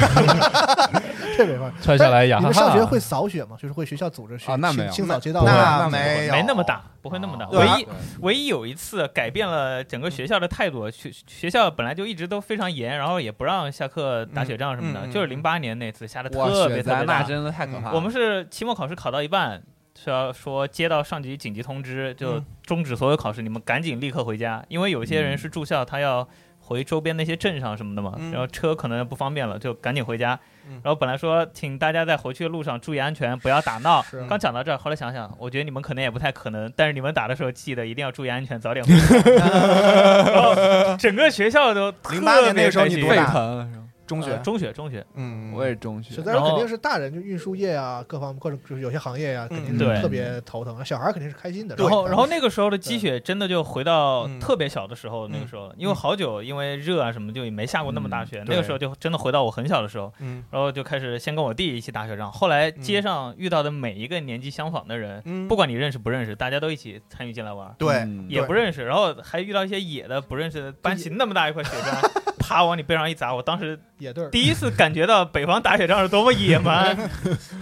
[SPEAKER 4] 这 北方人。
[SPEAKER 8] 踹下来呀！
[SPEAKER 4] 你们
[SPEAKER 8] 哈哈
[SPEAKER 4] 上
[SPEAKER 5] 啊
[SPEAKER 4] 学会扫雪吗？就是会学校组织去
[SPEAKER 7] 啊那没有
[SPEAKER 4] 清清扫街道啊。
[SPEAKER 6] 那没有
[SPEAKER 5] 没那么大，不会那么大。
[SPEAKER 6] 对
[SPEAKER 5] 唯
[SPEAKER 6] 啊
[SPEAKER 5] 一唯一有一次改变了整个学校的态度，学学校本来就一直都非常严，然后也不让下课打雪仗什么
[SPEAKER 6] 嗯
[SPEAKER 5] 的，
[SPEAKER 6] 嗯嗯
[SPEAKER 5] 就是零八年那次下的
[SPEAKER 7] 哇，
[SPEAKER 5] 特别
[SPEAKER 7] 雪
[SPEAKER 5] 特
[SPEAKER 7] 灾
[SPEAKER 5] 别
[SPEAKER 7] 那
[SPEAKER 5] 大。
[SPEAKER 7] 真的太可
[SPEAKER 6] 嗯
[SPEAKER 7] 怕
[SPEAKER 6] 啊
[SPEAKER 7] 了。
[SPEAKER 5] 我们是期末考试考到一半，是要说接到上级紧急通知，就
[SPEAKER 6] 嗯
[SPEAKER 5] 终止所有考试，你们赶紧立刻回家，因为有一些人是住校，他要回周边那些镇上什么的嘛，
[SPEAKER 6] 嗯
[SPEAKER 5] 然后车可能不方便了，就赶紧回家
[SPEAKER 6] 嗯。
[SPEAKER 5] 然后本来说请大家在回去的路上注意安全，不要打闹
[SPEAKER 4] 是。
[SPEAKER 5] 刚讲到这儿，后来想想，我觉得你们可能也不太可能，但是你们打的时候记得一定要注意安全，早点回家。 然后整个学校都特别
[SPEAKER 6] 08年那个时候你多
[SPEAKER 5] 开
[SPEAKER 7] 沸
[SPEAKER 5] 心
[SPEAKER 6] 大
[SPEAKER 7] 腾了是吧，
[SPEAKER 6] 中
[SPEAKER 5] 呃
[SPEAKER 6] 学，
[SPEAKER 5] 中学中学，
[SPEAKER 6] 嗯，
[SPEAKER 7] 我也是中学
[SPEAKER 4] 雪。灾
[SPEAKER 5] 然后
[SPEAKER 4] 肯定是大人，就运输业啊，各方各种就是有些行业呀，肯定是
[SPEAKER 6] 嗯
[SPEAKER 5] 对
[SPEAKER 4] 特别头疼。啊小孩肯定是开心的。
[SPEAKER 5] 然后，然后
[SPEAKER 4] 那
[SPEAKER 5] 那个时候的积雪真的就回到
[SPEAKER 6] 嗯
[SPEAKER 5] 特别小的时候，那个时候，因为好久因为热啊什么，就也没下过那么大雪。
[SPEAKER 6] 嗯对
[SPEAKER 5] 那个时候就真的回到我很小的时候，
[SPEAKER 6] 嗯
[SPEAKER 5] 然后就开始先跟我弟一起打雪仗。后来街上遇到的每一个年纪相仿的人，
[SPEAKER 6] 嗯
[SPEAKER 5] 不管你认识不认识，大家都一起参与进来玩，
[SPEAKER 6] 对，
[SPEAKER 7] 嗯
[SPEAKER 5] 也不认识，然后还遇到一些野的不认识的，搬起那么大一块雪 山，啪往你背上一砸，我当时
[SPEAKER 4] 野队儿
[SPEAKER 5] 第一次感觉到北方打雪仗是多么 野蛮，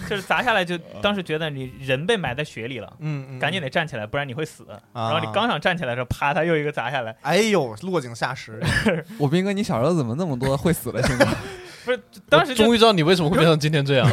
[SPEAKER 5] 就是砸下来就当时觉得你人被埋在雪里了。
[SPEAKER 6] 嗯，嗯
[SPEAKER 5] 赶紧，得站起来，不然你会死。
[SPEAKER 8] 啊
[SPEAKER 5] 然后你刚想站起来的时候，啪，他又一个砸下来。
[SPEAKER 6] 哎呦，落井下石，
[SPEAKER 7] 我斌哥，你小时候怎么那么多会死的 新闻？
[SPEAKER 5] 不是，当时
[SPEAKER 8] 终
[SPEAKER 5] 就
[SPEAKER 8] 于知道你为什么会变成今天这样。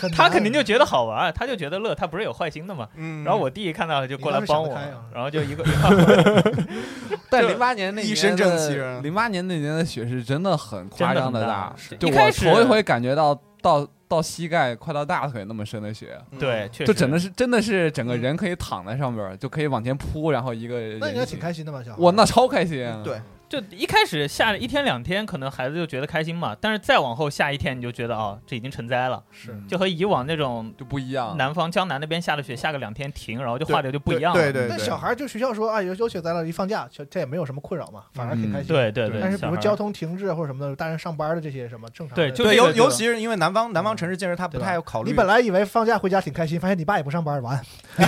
[SPEAKER 4] 很
[SPEAKER 5] 他
[SPEAKER 4] 难
[SPEAKER 5] 肯定就觉得好玩，他就觉得乐，他不是有坏心的嘛。
[SPEAKER 6] 嗯，
[SPEAKER 5] 然后我弟看到了就过来帮
[SPEAKER 4] 你
[SPEAKER 5] 我
[SPEAKER 4] 当时想得开啊，
[SPEAKER 5] 然后就一个，一块
[SPEAKER 7] 但
[SPEAKER 5] 就
[SPEAKER 7] 零八年那
[SPEAKER 6] 一
[SPEAKER 7] 年
[SPEAKER 6] 身正气
[SPEAKER 7] 的
[SPEAKER 6] 人
[SPEAKER 7] 零八年那年的雪是真的很夸张
[SPEAKER 5] 真的
[SPEAKER 7] 地大，
[SPEAKER 5] 很大是
[SPEAKER 7] 就
[SPEAKER 5] 一
[SPEAKER 7] 我
[SPEAKER 5] 开始
[SPEAKER 7] 头一回感觉到到到膝盖快到大腿那么深的雪，
[SPEAKER 6] 嗯
[SPEAKER 5] 对，，确实
[SPEAKER 7] 就真的是真的是整个人可以躺在上边儿，就可以往前扑，然后一个
[SPEAKER 4] 嗯
[SPEAKER 7] 人
[SPEAKER 4] 那应该挺开心的嗯吧？小孩
[SPEAKER 7] 我那超开心，
[SPEAKER 6] 嗯
[SPEAKER 7] 啊
[SPEAKER 6] 对，
[SPEAKER 5] 就一开始下一天两天，可能孩子就觉得开心嘛，但是再往后下一天，你就觉得哦，这已经成灾了，
[SPEAKER 4] 是
[SPEAKER 5] 就和以往那种
[SPEAKER 7] 嗯就不一
[SPEAKER 8] 啊
[SPEAKER 7] 样。
[SPEAKER 5] 南方江南那边下了雪，下个两天停，然后就化掉就不一
[SPEAKER 6] 对
[SPEAKER 5] 样
[SPEAKER 6] 对
[SPEAKER 5] 了。
[SPEAKER 6] 对
[SPEAKER 4] 那
[SPEAKER 6] 对，
[SPEAKER 4] 小孩就学校说啊，有有雪灾了，一放假，这这也没有什么困扰嘛，反而挺开心。
[SPEAKER 5] 嗯对对对，
[SPEAKER 4] 但是比
[SPEAKER 5] 小
[SPEAKER 4] 如
[SPEAKER 5] 孩儿
[SPEAKER 4] 交通停滞或者什么的，大人上班的这些什么正常的。
[SPEAKER 5] 对就
[SPEAKER 6] 对，
[SPEAKER 5] 这
[SPEAKER 6] 尤
[SPEAKER 5] 个这个
[SPEAKER 6] 尤其是因为南方南方城市建设，他不
[SPEAKER 4] 对吧
[SPEAKER 6] 太考虑，
[SPEAKER 4] 你本来以为放假回家挺开心，发现你爸也不上班， 完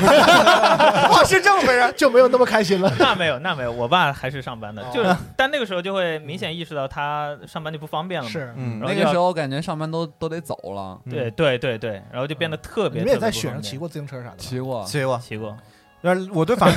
[SPEAKER 6] 哇啊是这么回 事，
[SPEAKER 4] 就没有那么开心了。
[SPEAKER 5] 那没有，那没有，我爸还是上班的，
[SPEAKER 6] 哦
[SPEAKER 5] 就是，但那个时候就会明显意识到他上班就不方便了嘛。，
[SPEAKER 4] 是，
[SPEAKER 6] 嗯
[SPEAKER 5] 然
[SPEAKER 7] 那
[SPEAKER 5] 后就
[SPEAKER 7] 个
[SPEAKER 5] 要
[SPEAKER 7] 时候感觉上班都都得走了，
[SPEAKER 5] 对对对对，然后就变得特
[SPEAKER 4] 嗯你
[SPEAKER 5] 别。
[SPEAKER 4] 们
[SPEAKER 5] 特
[SPEAKER 4] 也
[SPEAKER 5] 别
[SPEAKER 4] 在
[SPEAKER 5] 不
[SPEAKER 4] 雪上
[SPEAKER 5] 方
[SPEAKER 4] 骑
[SPEAKER 5] 便嗯
[SPEAKER 4] 过自行车啥的吧？
[SPEAKER 7] 骑过。
[SPEAKER 6] 结果
[SPEAKER 5] 骑过，
[SPEAKER 6] 我对反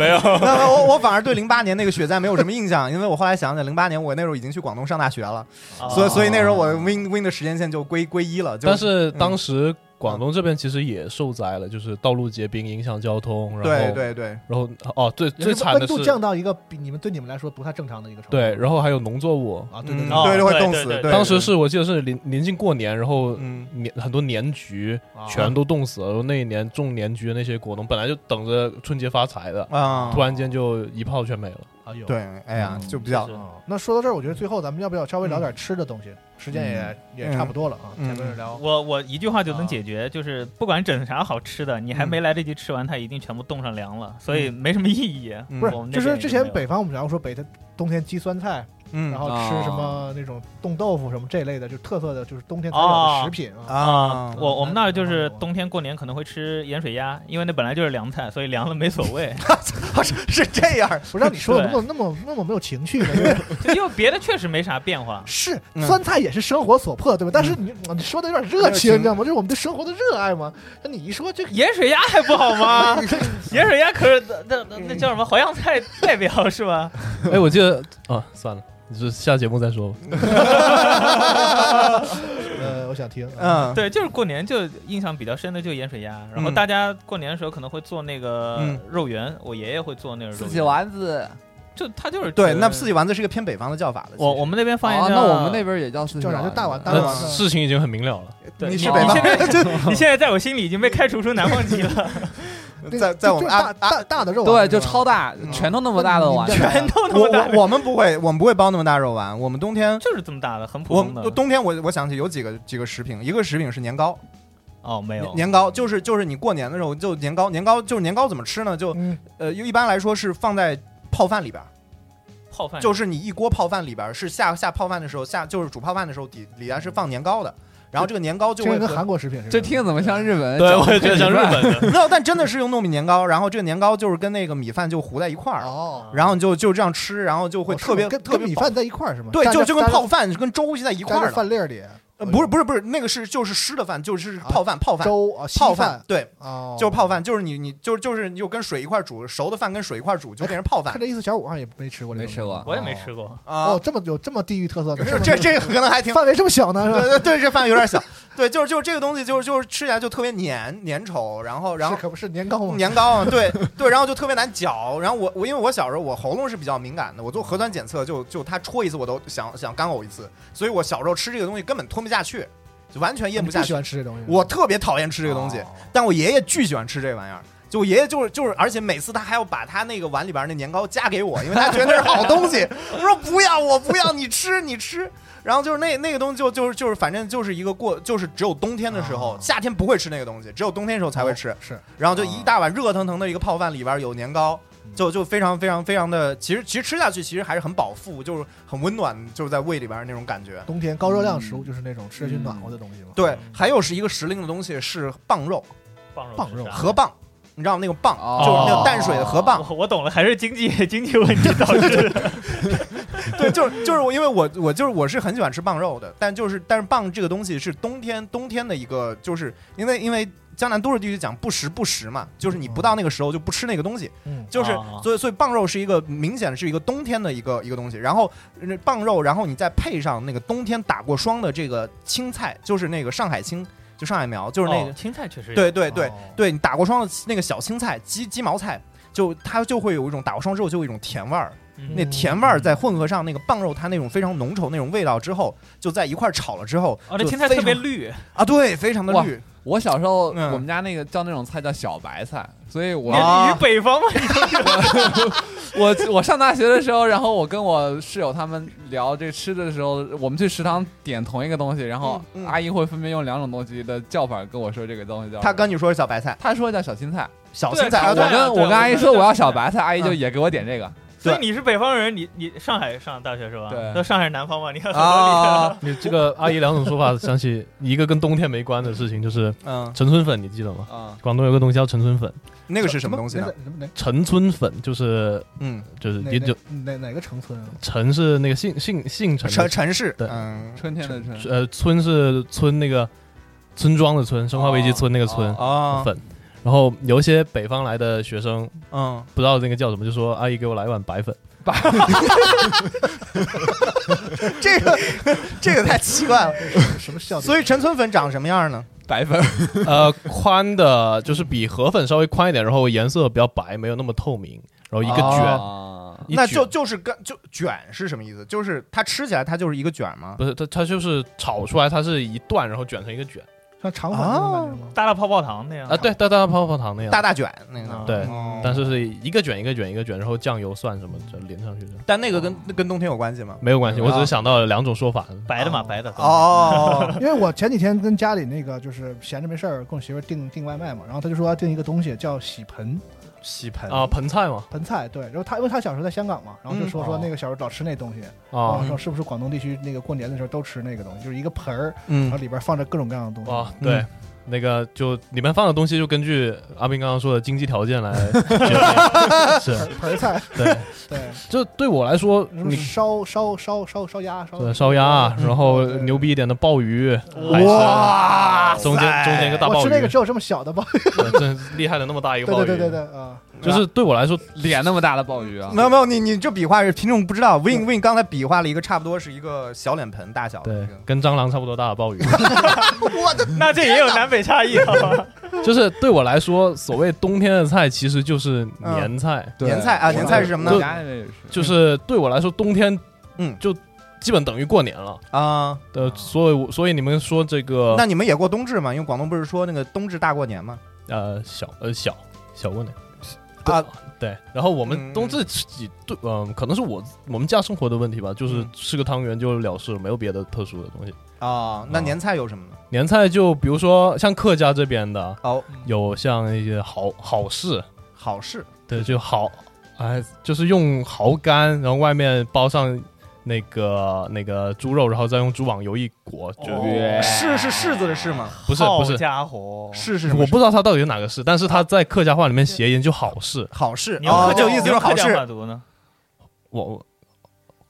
[SPEAKER 5] 没有。
[SPEAKER 6] 那我我反而对零八年那个雪灾没有什么印象，因为我后来想起零八年我那时候已经去广东上大学了，所以所以那时候我 win win 的时间线就归归一了。就嗯
[SPEAKER 8] 但是当时广东这边其实也受灾了，就是道路结冰影响交通，然
[SPEAKER 6] 对
[SPEAKER 8] 后
[SPEAKER 6] 对对，
[SPEAKER 8] 然后哦，最
[SPEAKER 4] 也
[SPEAKER 8] 最
[SPEAKER 4] 是
[SPEAKER 8] 惨的
[SPEAKER 4] 温度
[SPEAKER 8] 是
[SPEAKER 4] 降到一个比你们对你们来说不太正常的一个程度。
[SPEAKER 8] 对，然后还有农作物，
[SPEAKER 4] 啊，对对
[SPEAKER 6] 嗯，
[SPEAKER 4] 对，
[SPEAKER 5] 哦
[SPEAKER 6] 对，会
[SPEAKER 5] 对
[SPEAKER 6] 冻
[SPEAKER 5] 对
[SPEAKER 6] 死。
[SPEAKER 5] 对
[SPEAKER 6] 对
[SPEAKER 8] 当时是我记得是临临近过年，然后
[SPEAKER 6] 嗯
[SPEAKER 8] 年很多年菊
[SPEAKER 4] 啊
[SPEAKER 8] 全都冻死了。然后那一年种年菊的那些果农本来就等着春节发财的，
[SPEAKER 6] 啊，
[SPEAKER 8] 突然间就一炮全没了。
[SPEAKER 4] 啊有
[SPEAKER 6] 对，哎呀，就比较
[SPEAKER 5] 是
[SPEAKER 4] 啊那说到这儿，我觉得最后咱们要不要稍微聊点吃的东西？时间也也差不多了啊，
[SPEAKER 6] 嗯
[SPEAKER 4] 前面聊
[SPEAKER 5] 我我一句话
[SPEAKER 4] 嗯
[SPEAKER 5] 就能解决，就是不管整啥好吃的，你还没来得及吃完，它已经全部冻上凉了，所以没什么意义。
[SPEAKER 6] 嗯
[SPEAKER 4] 不
[SPEAKER 5] 我们
[SPEAKER 4] 是，
[SPEAKER 5] 这
[SPEAKER 4] 就是
[SPEAKER 5] 边
[SPEAKER 4] 之
[SPEAKER 5] 也没
[SPEAKER 4] 前
[SPEAKER 5] 有
[SPEAKER 4] 北方我们聊说北的冬天鸡酸菜，
[SPEAKER 6] 嗯
[SPEAKER 4] 然后
[SPEAKER 7] 啊
[SPEAKER 4] 吃什么那种冻豆腐什么这类的，就是特色的，就是冬天才有的食品啊。
[SPEAKER 6] 啊，
[SPEAKER 5] 我我们那儿就是冬天过年可能会吃盐水鸭，因为那本来就是凉菜，所以凉了没所 谓。
[SPEAKER 6] 是是这样，
[SPEAKER 4] 不让你说的那么那么那么没有情趣的，因为。
[SPEAKER 5] 就因为别的确实没啥变化
[SPEAKER 4] 是
[SPEAKER 6] 嗯
[SPEAKER 4] 酸菜也是生活所迫，对吧？但是你你说的有点热情，你知道吗？就是我们对生活的热爱嘛。那你一说 这个
[SPEAKER 5] 盐水鸭还不好吗？盐水鸭可是那那
[SPEAKER 6] 嗯
[SPEAKER 5] 那叫什么淮扬菜代表 是吧？
[SPEAKER 8] 哎，我记得啊，算了，你就下节目再说吧。
[SPEAKER 4] 呃，我想听，
[SPEAKER 6] 嗯，
[SPEAKER 5] 对，就是过年就印象比较深的就盐水鸭，然后
[SPEAKER 6] 嗯
[SPEAKER 5] 大家过年的时候可能会做那个
[SPEAKER 6] 嗯
[SPEAKER 5] 肉圆，我爷爷会做那个
[SPEAKER 7] 四
[SPEAKER 5] 肉
[SPEAKER 7] 喜
[SPEAKER 5] 圆，
[SPEAKER 7] 丸子
[SPEAKER 5] 就他就是
[SPEAKER 6] 对，
[SPEAKER 5] 吃
[SPEAKER 6] 那四喜丸子是个偏北方的叫法的。
[SPEAKER 5] 我我们那边方言
[SPEAKER 7] 哦，
[SPEAKER 5] 叫
[SPEAKER 7] 那我们那边也叫四喜
[SPEAKER 4] 嗯叫
[SPEAKER 7] 丸
[SPEAKER 4] 啥？
[SPEAKER 7] 子，
[SPEAKER 4] 就大
[SPEAKER 6] 嗯
[SPEAKER 4] 碗大嗯碗
[SPEAKER 8] 那
[SPEAKER 4] 的。
[SPEAKER 8] 事情已经很明了了。
[SPEAKER 5] 对
[SPEAKER 6] 你
[SPEAKER 5] 你
[SPEAKER 6] 是北方
[SPEAKER 5] 你现 在 你现在在我心里已经被开除出南方籍了，
[SPEAKER 4] 对
[SPEAKER 6] 在在我
[SPEAKER 4] 就
[SPEAKER 6] 们
[SPEAKER 4] 是大
[SPEAKER 6] 阿阿
[SPEAKER 4] 大大的肉啊，
[SPEAKER 7] 对，
[SPEAKER 4] 是吧
[SPEAKER 7] 就超大，拳头那么大的碗，
[SPEAKER 4] 你
[SPEAKER 5] 全都那
[SPEAKER 6] 我
[SPEAKER 5] 么大，
[SPEAKER 6] 我我们不会，我们不会包那么大肉丸。我们冬天，
[SPEAKER 5] 就是这么大的，很普
[SPEAKER 6] 我
[SPEAKER 5] 通的。
[SPEAKER 6] 冬天我我想起有几个几个食品，一个食品是年糕，
[SPEAKER 5] 哦，没有
[SPEAKER 6] 年年糕就是就是你过年的时候就年糕，年糕就是年糕怎么吃呢？就
[SPEAKER 4] 嗯
[SPEAKER 6] 呃一般来说是放在泡饭里边儿，
[SPEAKER 5] 泡饭
[SPEAKER 6] 就是你一锅泡饭里边儿是下下泡饭的时候下就是煮泡饭的时候底里边是放年糕的，然后这个年糕就
[SPEAKER 4] 这
[SPEAKER 6] 会
[SPEAKER 4] 跟
[SPEAKER 6] 和
[SPEAKER 4] 韩国食品似的。
[SPEAKER 7] 这听怎么像日本？
[SPEAKER 8] 对，我也觉得像日 本的。
[SPEAKER 6] 没有，但真的是用糯米年糕，然后这个年糕就是跟那个米饭就糊在一块儿，
[SPEAKER 4] 哦，
[SPEAKER 6] 然后你就就这样吃，然后就会
[SPEAKER 4] 哦是
[SPEAKER 6] 特别
[SPEAKER 4] 吗跟
[SPEAKER 6] 特
[SPEAKER 4] 跟
[SPEAKER 6] 别
[SPEAKER 4] 米
[SPEAKER 6] 饱
[SPEAKER 4] 饭在一块儿是吗？
[SPEAKER 6] 对，
[SPEAKER 4] 沾
[SPEAKER 6] 就
[SPEAKER 4] 着
[SPEAKER 6] 就跟
[SPEAKER 4] 沾着
[SPEAKER 6] 泡饭跟粥是在一块
[SPEAKER 4] 沾着
[SPEAKER 6] 儿的。
[SPEAKER 4] 饭粒儿里，
[SPEAKER 6] 呃不是不是不是，那个是就是湿的饭，就是泡饭泡饭
[SPEAKER 4] 粥啊，稀
[SPEAKER 6] 泡
[SPEAKER 4] 饭
[SPEAKER 6] 饭，对，
[SPEAKER 4] 哦，
[SPEAKER 6] 就是泡。饭，就是你你就是就是你就跟水一块煮，熟的饭跟水一块煮就变成泡饭
[SPEAKER 4] 看。这意思，小五好像也没吃过这
[SPEAKER 7] 没
[SPEAKER 4] 种东西，
[SPEAKER 7] 吃过
[SPEAKER 5] 我也没吃过。
[SPEAKER 6] 啊
[SPEAKER 4] 哦，，这么有这么地域特色的，
[SPEAKER 6] 这这可能还挺
[SPEAKER 4] 范围这么小呢，是吧？
[SPEAKER 6] 对对对，这饭有点小。对，就是就是这个东西，就是就是吃起来就特别黏粘稠，然后然后
[SPEAKER 4] 是可不是年糕吗？
[SPEAKER 6] 年糕啊，对对，然后就特别难嚼。然后我我因为我小时候我喉咙是比较敏感的，我做核酸检测就就他戳一次我都想想干呕一次，所以我小时候吃这个东西根本吞不下去，就完全咽
[SPEAKER 4] 你
[SPEAKER 6] 不下
[SPEAKER 4] 喜
[SPEAKER 6] 去。
[SPEAKER 4] 欢吃这东西，
[SPEAKER 6] 我特别讨厌吃这个东西，但我爷爷巨喜欢吃这玩意儿。就我爷爷就是就是，而且每次他还要把他那个碗里边那年糕夹给我，因为他觉得那是好东西。我说不要，我不要，你吃你吃。然后就是那那个东西就就是就是反正就是一个过，就是只有冬天的时候，
[SPEAKER 4] 哦
[SPEAKER 6] 夏天不会吃那个东西，只有冬天的时候才会吃。
[SPEAKER 4] 是
[SPEAKER 6] 然后就一大碗热腾腾的一个泡饭，里边有年糕，就就非常非常非常的，其实其实吃下去其实还是很饱腹，就是很温暖，就是在胃里边那种感觉。
[SPEAKER 4] 冬天高热量食物，就是那种吃下去暖和的东西嘛。
[SPEAKER 6] 嗯对，还有是一个时令的东西是棒肉，
[SPEAKER 5] 棒肉
[SPEAKER 4] 棒
[SPEAKER 5] 是
[SPEAKER 4] 肉
[SPEAKER 5] 啥
[SPEAKER 6] 河蚌，你知道那个蚌，
[SPEAKER 7] 哦
[SPEAKER 6] 就是那个淡水的河蚌，
[SPEAKER 5] 我我懂了，还是经济经济问题导 致的。
[SPEAKER 6] 对，就是就是我，因为我我就是我是很喜欢吃棒肉的，但就是但是棒这个东西是冬天冬天的一个，就是因为因为江南都市地区讲不时不食嘛，就是你不到那个时候就不吃那个东西，
[SPEAKER 4] 嗯
[SPEAKER 6] 就是
[SPEAKER 5] 啊
[SPEAKER 6] 所以所以棒肉是一个明显是一个冬天的一个一个东西，然后呃棒肉，然后你再配上那个冬天打过霜的这个青菜，就是那个上海青，就上海苗，就是那个、
[SPEAKER 5] 哦青菜确实有
[SPEAKER 6] 对对对、
[SPEAKER 4] 哦
[SPEAKER 6] 对，你打过霜的那个小青菜鸡鸡毛菜，就它就会有一种打过霜之后就有一种甜味儿。
[SPEAKER 5] 嗯
[SPEAKER 6] 那甜味儿再混合上那个棒肉，它那种非常浓稠那种味道之后，就在一块儿炒了之后，
[SPEAKER 5] 哦，这
[SPEAKER 6] 就
[SPEAKER 5] 青菜
[SPEAKER 6] 非
[SPEAKER 5] 特别
[SPEAKER 6] 常
[SPEAKER 5] 绿，
[SPEAKER 6] 啊，对，非常的
[SPEAKER 7] 哇
[SPEAKER 6] 绿，
[SPEAKER 7] 我小时候
[SPEAKER 6] 嗯
[SPEAKER 7] 我们家那个叫那种菜叫小白菜，所以我
[SPEAKER 6] 哇
[SPEAKER 8] 啊
[SPEAKER 5] 你你 北方嘛，
[SPEAKER 7] 我我上大学的时候，然后我跟我室友他们聊这吃的时候，我们去食堂点同一个东西，然后
[SPEAKER 6] 嗯嗯
[SPEAKER 7] 阿姨会分别用两种东西的叫法跟我说这个东西叫什么。
[SPEAKER 6] 他跟你说小白菜，
[SPEAKER 7] 他说叫小青菜，
[SPEAKER 6] 小
[SPEAKER 5] 对
[SPEAKER 6] 青菜，
[SPEAKER 5] 炒
[SPEAKER 6] 啊
[SPEAKER 7] 我
[SPEAKER 5] 菜
[SPEAKER 6] 对，
[SPEAKER 7] 跟
[SPEAKER 5] 对
[SPEAKER 7] 我跟阿姨说
[SPEAKER 5] 我
[SPEAKER 7] 我
[SPEAKER 5] 们
[SPEAKER 7] 要小白菜，阿姨就
[SPEAKER 6] 嗯
[SPEAKER 7] 也给我点这个。
[SPEAKER 5] 所以
[SPEAKER 6] 对
[SPEAKER 5] 你是北方人，你你上海上大学是吧？
[SPEAKER 7] 对
[SPEAKER 5] 那上海是南方嘛，你看
[SPEAKER 6] 啊
[SPEAKER 5] 合
[SPEAKER 8] 你这个阿姨两种说法，想起一个跟冬天没关的事情，就是
[SPEAKER 6] 嗯，
[SPEAKER 8] 陈村粉，你记得吗？
[SPEAKER 7] 嗯，
[SPEAKER 8] 广东有个东西叫陈村粉，
[SPEAKER 6] 那个是什么东西啊呢？
[SPEAKER 4] 什么哪
[SPEAKER 8] 陈村粉就是
[SPEAKER 6] 嗯，
[SPEAKER 8] 就是
[SPEAKER 4] 哪
[SPEAKER 8] 也就
[SPEAKER 4] 哪哪哪个城村啊？
[SPEAKER 8] 陈是那个姓姓姓陈
[SPEAKER 6] 城
[SPEAKER 8] 的，
[SPEAKER 6] 城市，
[SPEAKER 8] 对
[SPEAKER 6] 嗯，
[SPEAKER 7] 春天的春，
[SPEAKER 8] 呃，村是村那个村庄的村，生化危机村那个村。
[SPEAKER 6] 哦，
[SPEAKER 8] 粉。然后有一些北方来的学生
[SPEAKER 6] 嗯，
[SPEAKER 8] 不知道那个叫什么，就说阿姨给我来一碗白粉。
[SPEAKER 6] 这个这个太奇怪了。
[SPEAKER 4] 什么笑点？
[SPEAKER 6] 所以陈村粉长什么样呢？
[SPEAKER 7] 白粉，
[SPEAKER 8] 呃，宽的，就是比河粉稍微宽一点，然后颜色比较白，没有那么透明，然后一个卷，
[SPEAKER 7] 啊
[SPEAKER 8] 一
[SPEAKER 6] 哦那
[SPEAKER 8] 卷
[SPEAKER 6] 就就是跟就卷是什么意思？就是它吃起来它就是一个卷吗？
[SPEAKER 8] 不是它，它就是炒出来，它是一段，然后卷成一个卷
[SPEAKER 4] 像肠粉那种感觉吗？
[SPEAKER 5] 大大泡泡糖那样
[SPEAKER 8] 啊，对，大大泡泡糖那样，
[SPEAKER 6] 大大卷那个，
[SPEAKER 8] 对
[SPEAKER 6] 哦
[SPEAKER 8] 但是是一个卷一个卷一个卷，然后酱油蒜什么就淋上去的，
[SPEAKER 6] 但那个跟那跟冬天有关系吗？
[SPEAKER 8] 没有关系，我只是想到了两种说法，
[SPEAKER 5] 白的嘛，白的。
[SPEAKER 6] 哦，
[SPEAKER 4] 因为我前几天跟家里那个就是闲着没事儿，跟我媳妇儿订订外卖嘛，然后她就说要订一个东西叫洗盆
[SPEAKER 6] 洗盆
[SPEAKER 8] 啊，盆菜嘛，
[SPEAKER 4] 盆菜，对，然后她因为她小时候在香港嘛，然后就说
[SPEAKER 7] 嗯
[SPEAKER 4] 说
[SPEAKER 7] 哦
[SPEAKER 4] 那个小时候老吃那东西，
[SPEAKER 8] 啊
[SPEAKER 6] 哦嗯
[SPEAKER 4] 然后说是不是广东地区那个过年的时候都吃那个东西，就是一个盆儿，然后
[SPEAKER 6] 嗯，
[SPEAKER 4] 里边放着各种各样的东西。
[SPEAKER 8] 啊，对。那个就里面放的东西，就根据阿斌刚刚说的经济条件 来决定，是
[SPEAKER 4] 盆菜，
[SPEAKER 8] 对。
[SPEAKER 4] 对，
[SPEAKER 8] 就对我来说，
[SPEAKER 4] 什么
[SPEAKER 8] 你
[SPEAKER 4] 烧烧烧烧烧鸭，烧
[SPEAKER 8] 对烧鸭，
[SPEAKER 5] 嗯
[SPEAKER 8] 然后
[SPEAKER 4] 对
[SPEAKER 8] 牛逼一点的鲍鱼，海参，
[SPEAKER 4] 啊
[SPEAKER 6] 哇
[SPEAKER 8] 中间中间一个大
[SPEAKER 4] 我
[SPEAKER 8] 鲍
[SPEAKER 4] 吃
[SPEAKER 8] 鱼，
[SPEAKER 4] 那个只有这么小的吧？
[SPEAKER 8] 对真厉害的那么大一个
[SPEAKER 4] 对
[SPEAKER 8] 鲍
[SPEAKER 4] 对
[SPEAKER 8] 鱼，
[SPEAKER 4] 对对对啊！
[SPEAKER 8] 就是对我来说，
[SPEAKER 7] 脸那么大的鲍鱼啊
[SPEAKER 6] 没，有没有，你你这比划是听众不知道，Win Win 刚才比划了一个差不多是一个小脸盆大小的
[SPEAKER 8] 对
[SPEAKER 6] 一个，
[SPEAKER 8] 跟蟑螂差不多大的 鲍鱼，
[SPEAKER 5] 那这也有南北差异啊好吧？
[SPEAKER 8] 就是对我来说，所谓冬天的菜其实就是年菜，
[SPEAKER 7] 对
[SPEAKER 6] 年菜啊，年菜是什么
[SPEAKER 7] 我
[SPEAKER 6] 呢？
[SPEAKER 7] 家里面也是，
[SPEAKER 8] 就是对我来说，冬天，
[SPEAKER 6] 嗯
[SPEAKER 8] 就基本等于过年了。
[SPEAKER 6] 啊，
[SPEAKER 8] 呃，所以我所以你们说这个
[SPEAKER 6] 那你们也过冬至吗？因为广东不是说那个冬至大过年吗？
[SPEAKER 8] 呃小呃小小过年
[SPEAKER 6] 啊，
[SPEAKER 8] 对，然后我
[SPEAKER 6] 嗯
[SPEAKER 8] 们冬至吃几对，嗯、可能是我我们家生活的问题吧，就是
[SPEAKER 6] 嗯
[SPEAKER 8] 吃个汤圆就了事了，没有别的特殊的东西。嗯
[SPEAKER 6] 哦，那年菜有什么呢？
[SPEAKER 8] 年菜就比如说像客家这边的，
[SPEAKER 6] 哦，
[SPEAKER 8] 有像一些蚝蚝式，
[SPEAKER 6] 好事
[SPEAKER 8] 对，就蚝，哎，就是用蚝干，然后外面包上那个那个猪肉，然后再用猪网油一裹，就、
[SPEAKER 6] 柿是柿子的柿吗？
[SPEAKER 8] 不是不
[SPEAKER 5] 哦好
[SPEAKER 8] 是，
[SPEAKER 5] 家伙，
[SPEAKER 6] 柿是什么
[SPEAKER 8] 我不知道它到底是哪个式，但是它在客家话里面谐音就好事，
[SPEAKER 6] 好事
[SPEAKER 5] 你
[SPEAKER 6] 哦
[SPEAKER 5] 用，客
[SPEAKER 6] 就
[SPEAKER 5] 家
[SPEAKER 6] 意思就
[SPEAKER 5] 你
[SPEAKER 6] 是
[SPEAKER 5] 用
[SPEAKER 6] 好
[SPEAKER 5] 客家话
[SPEAKER 6] 事。
[SPEAKER 5] 读呢？
[SPEAKER 8] 我我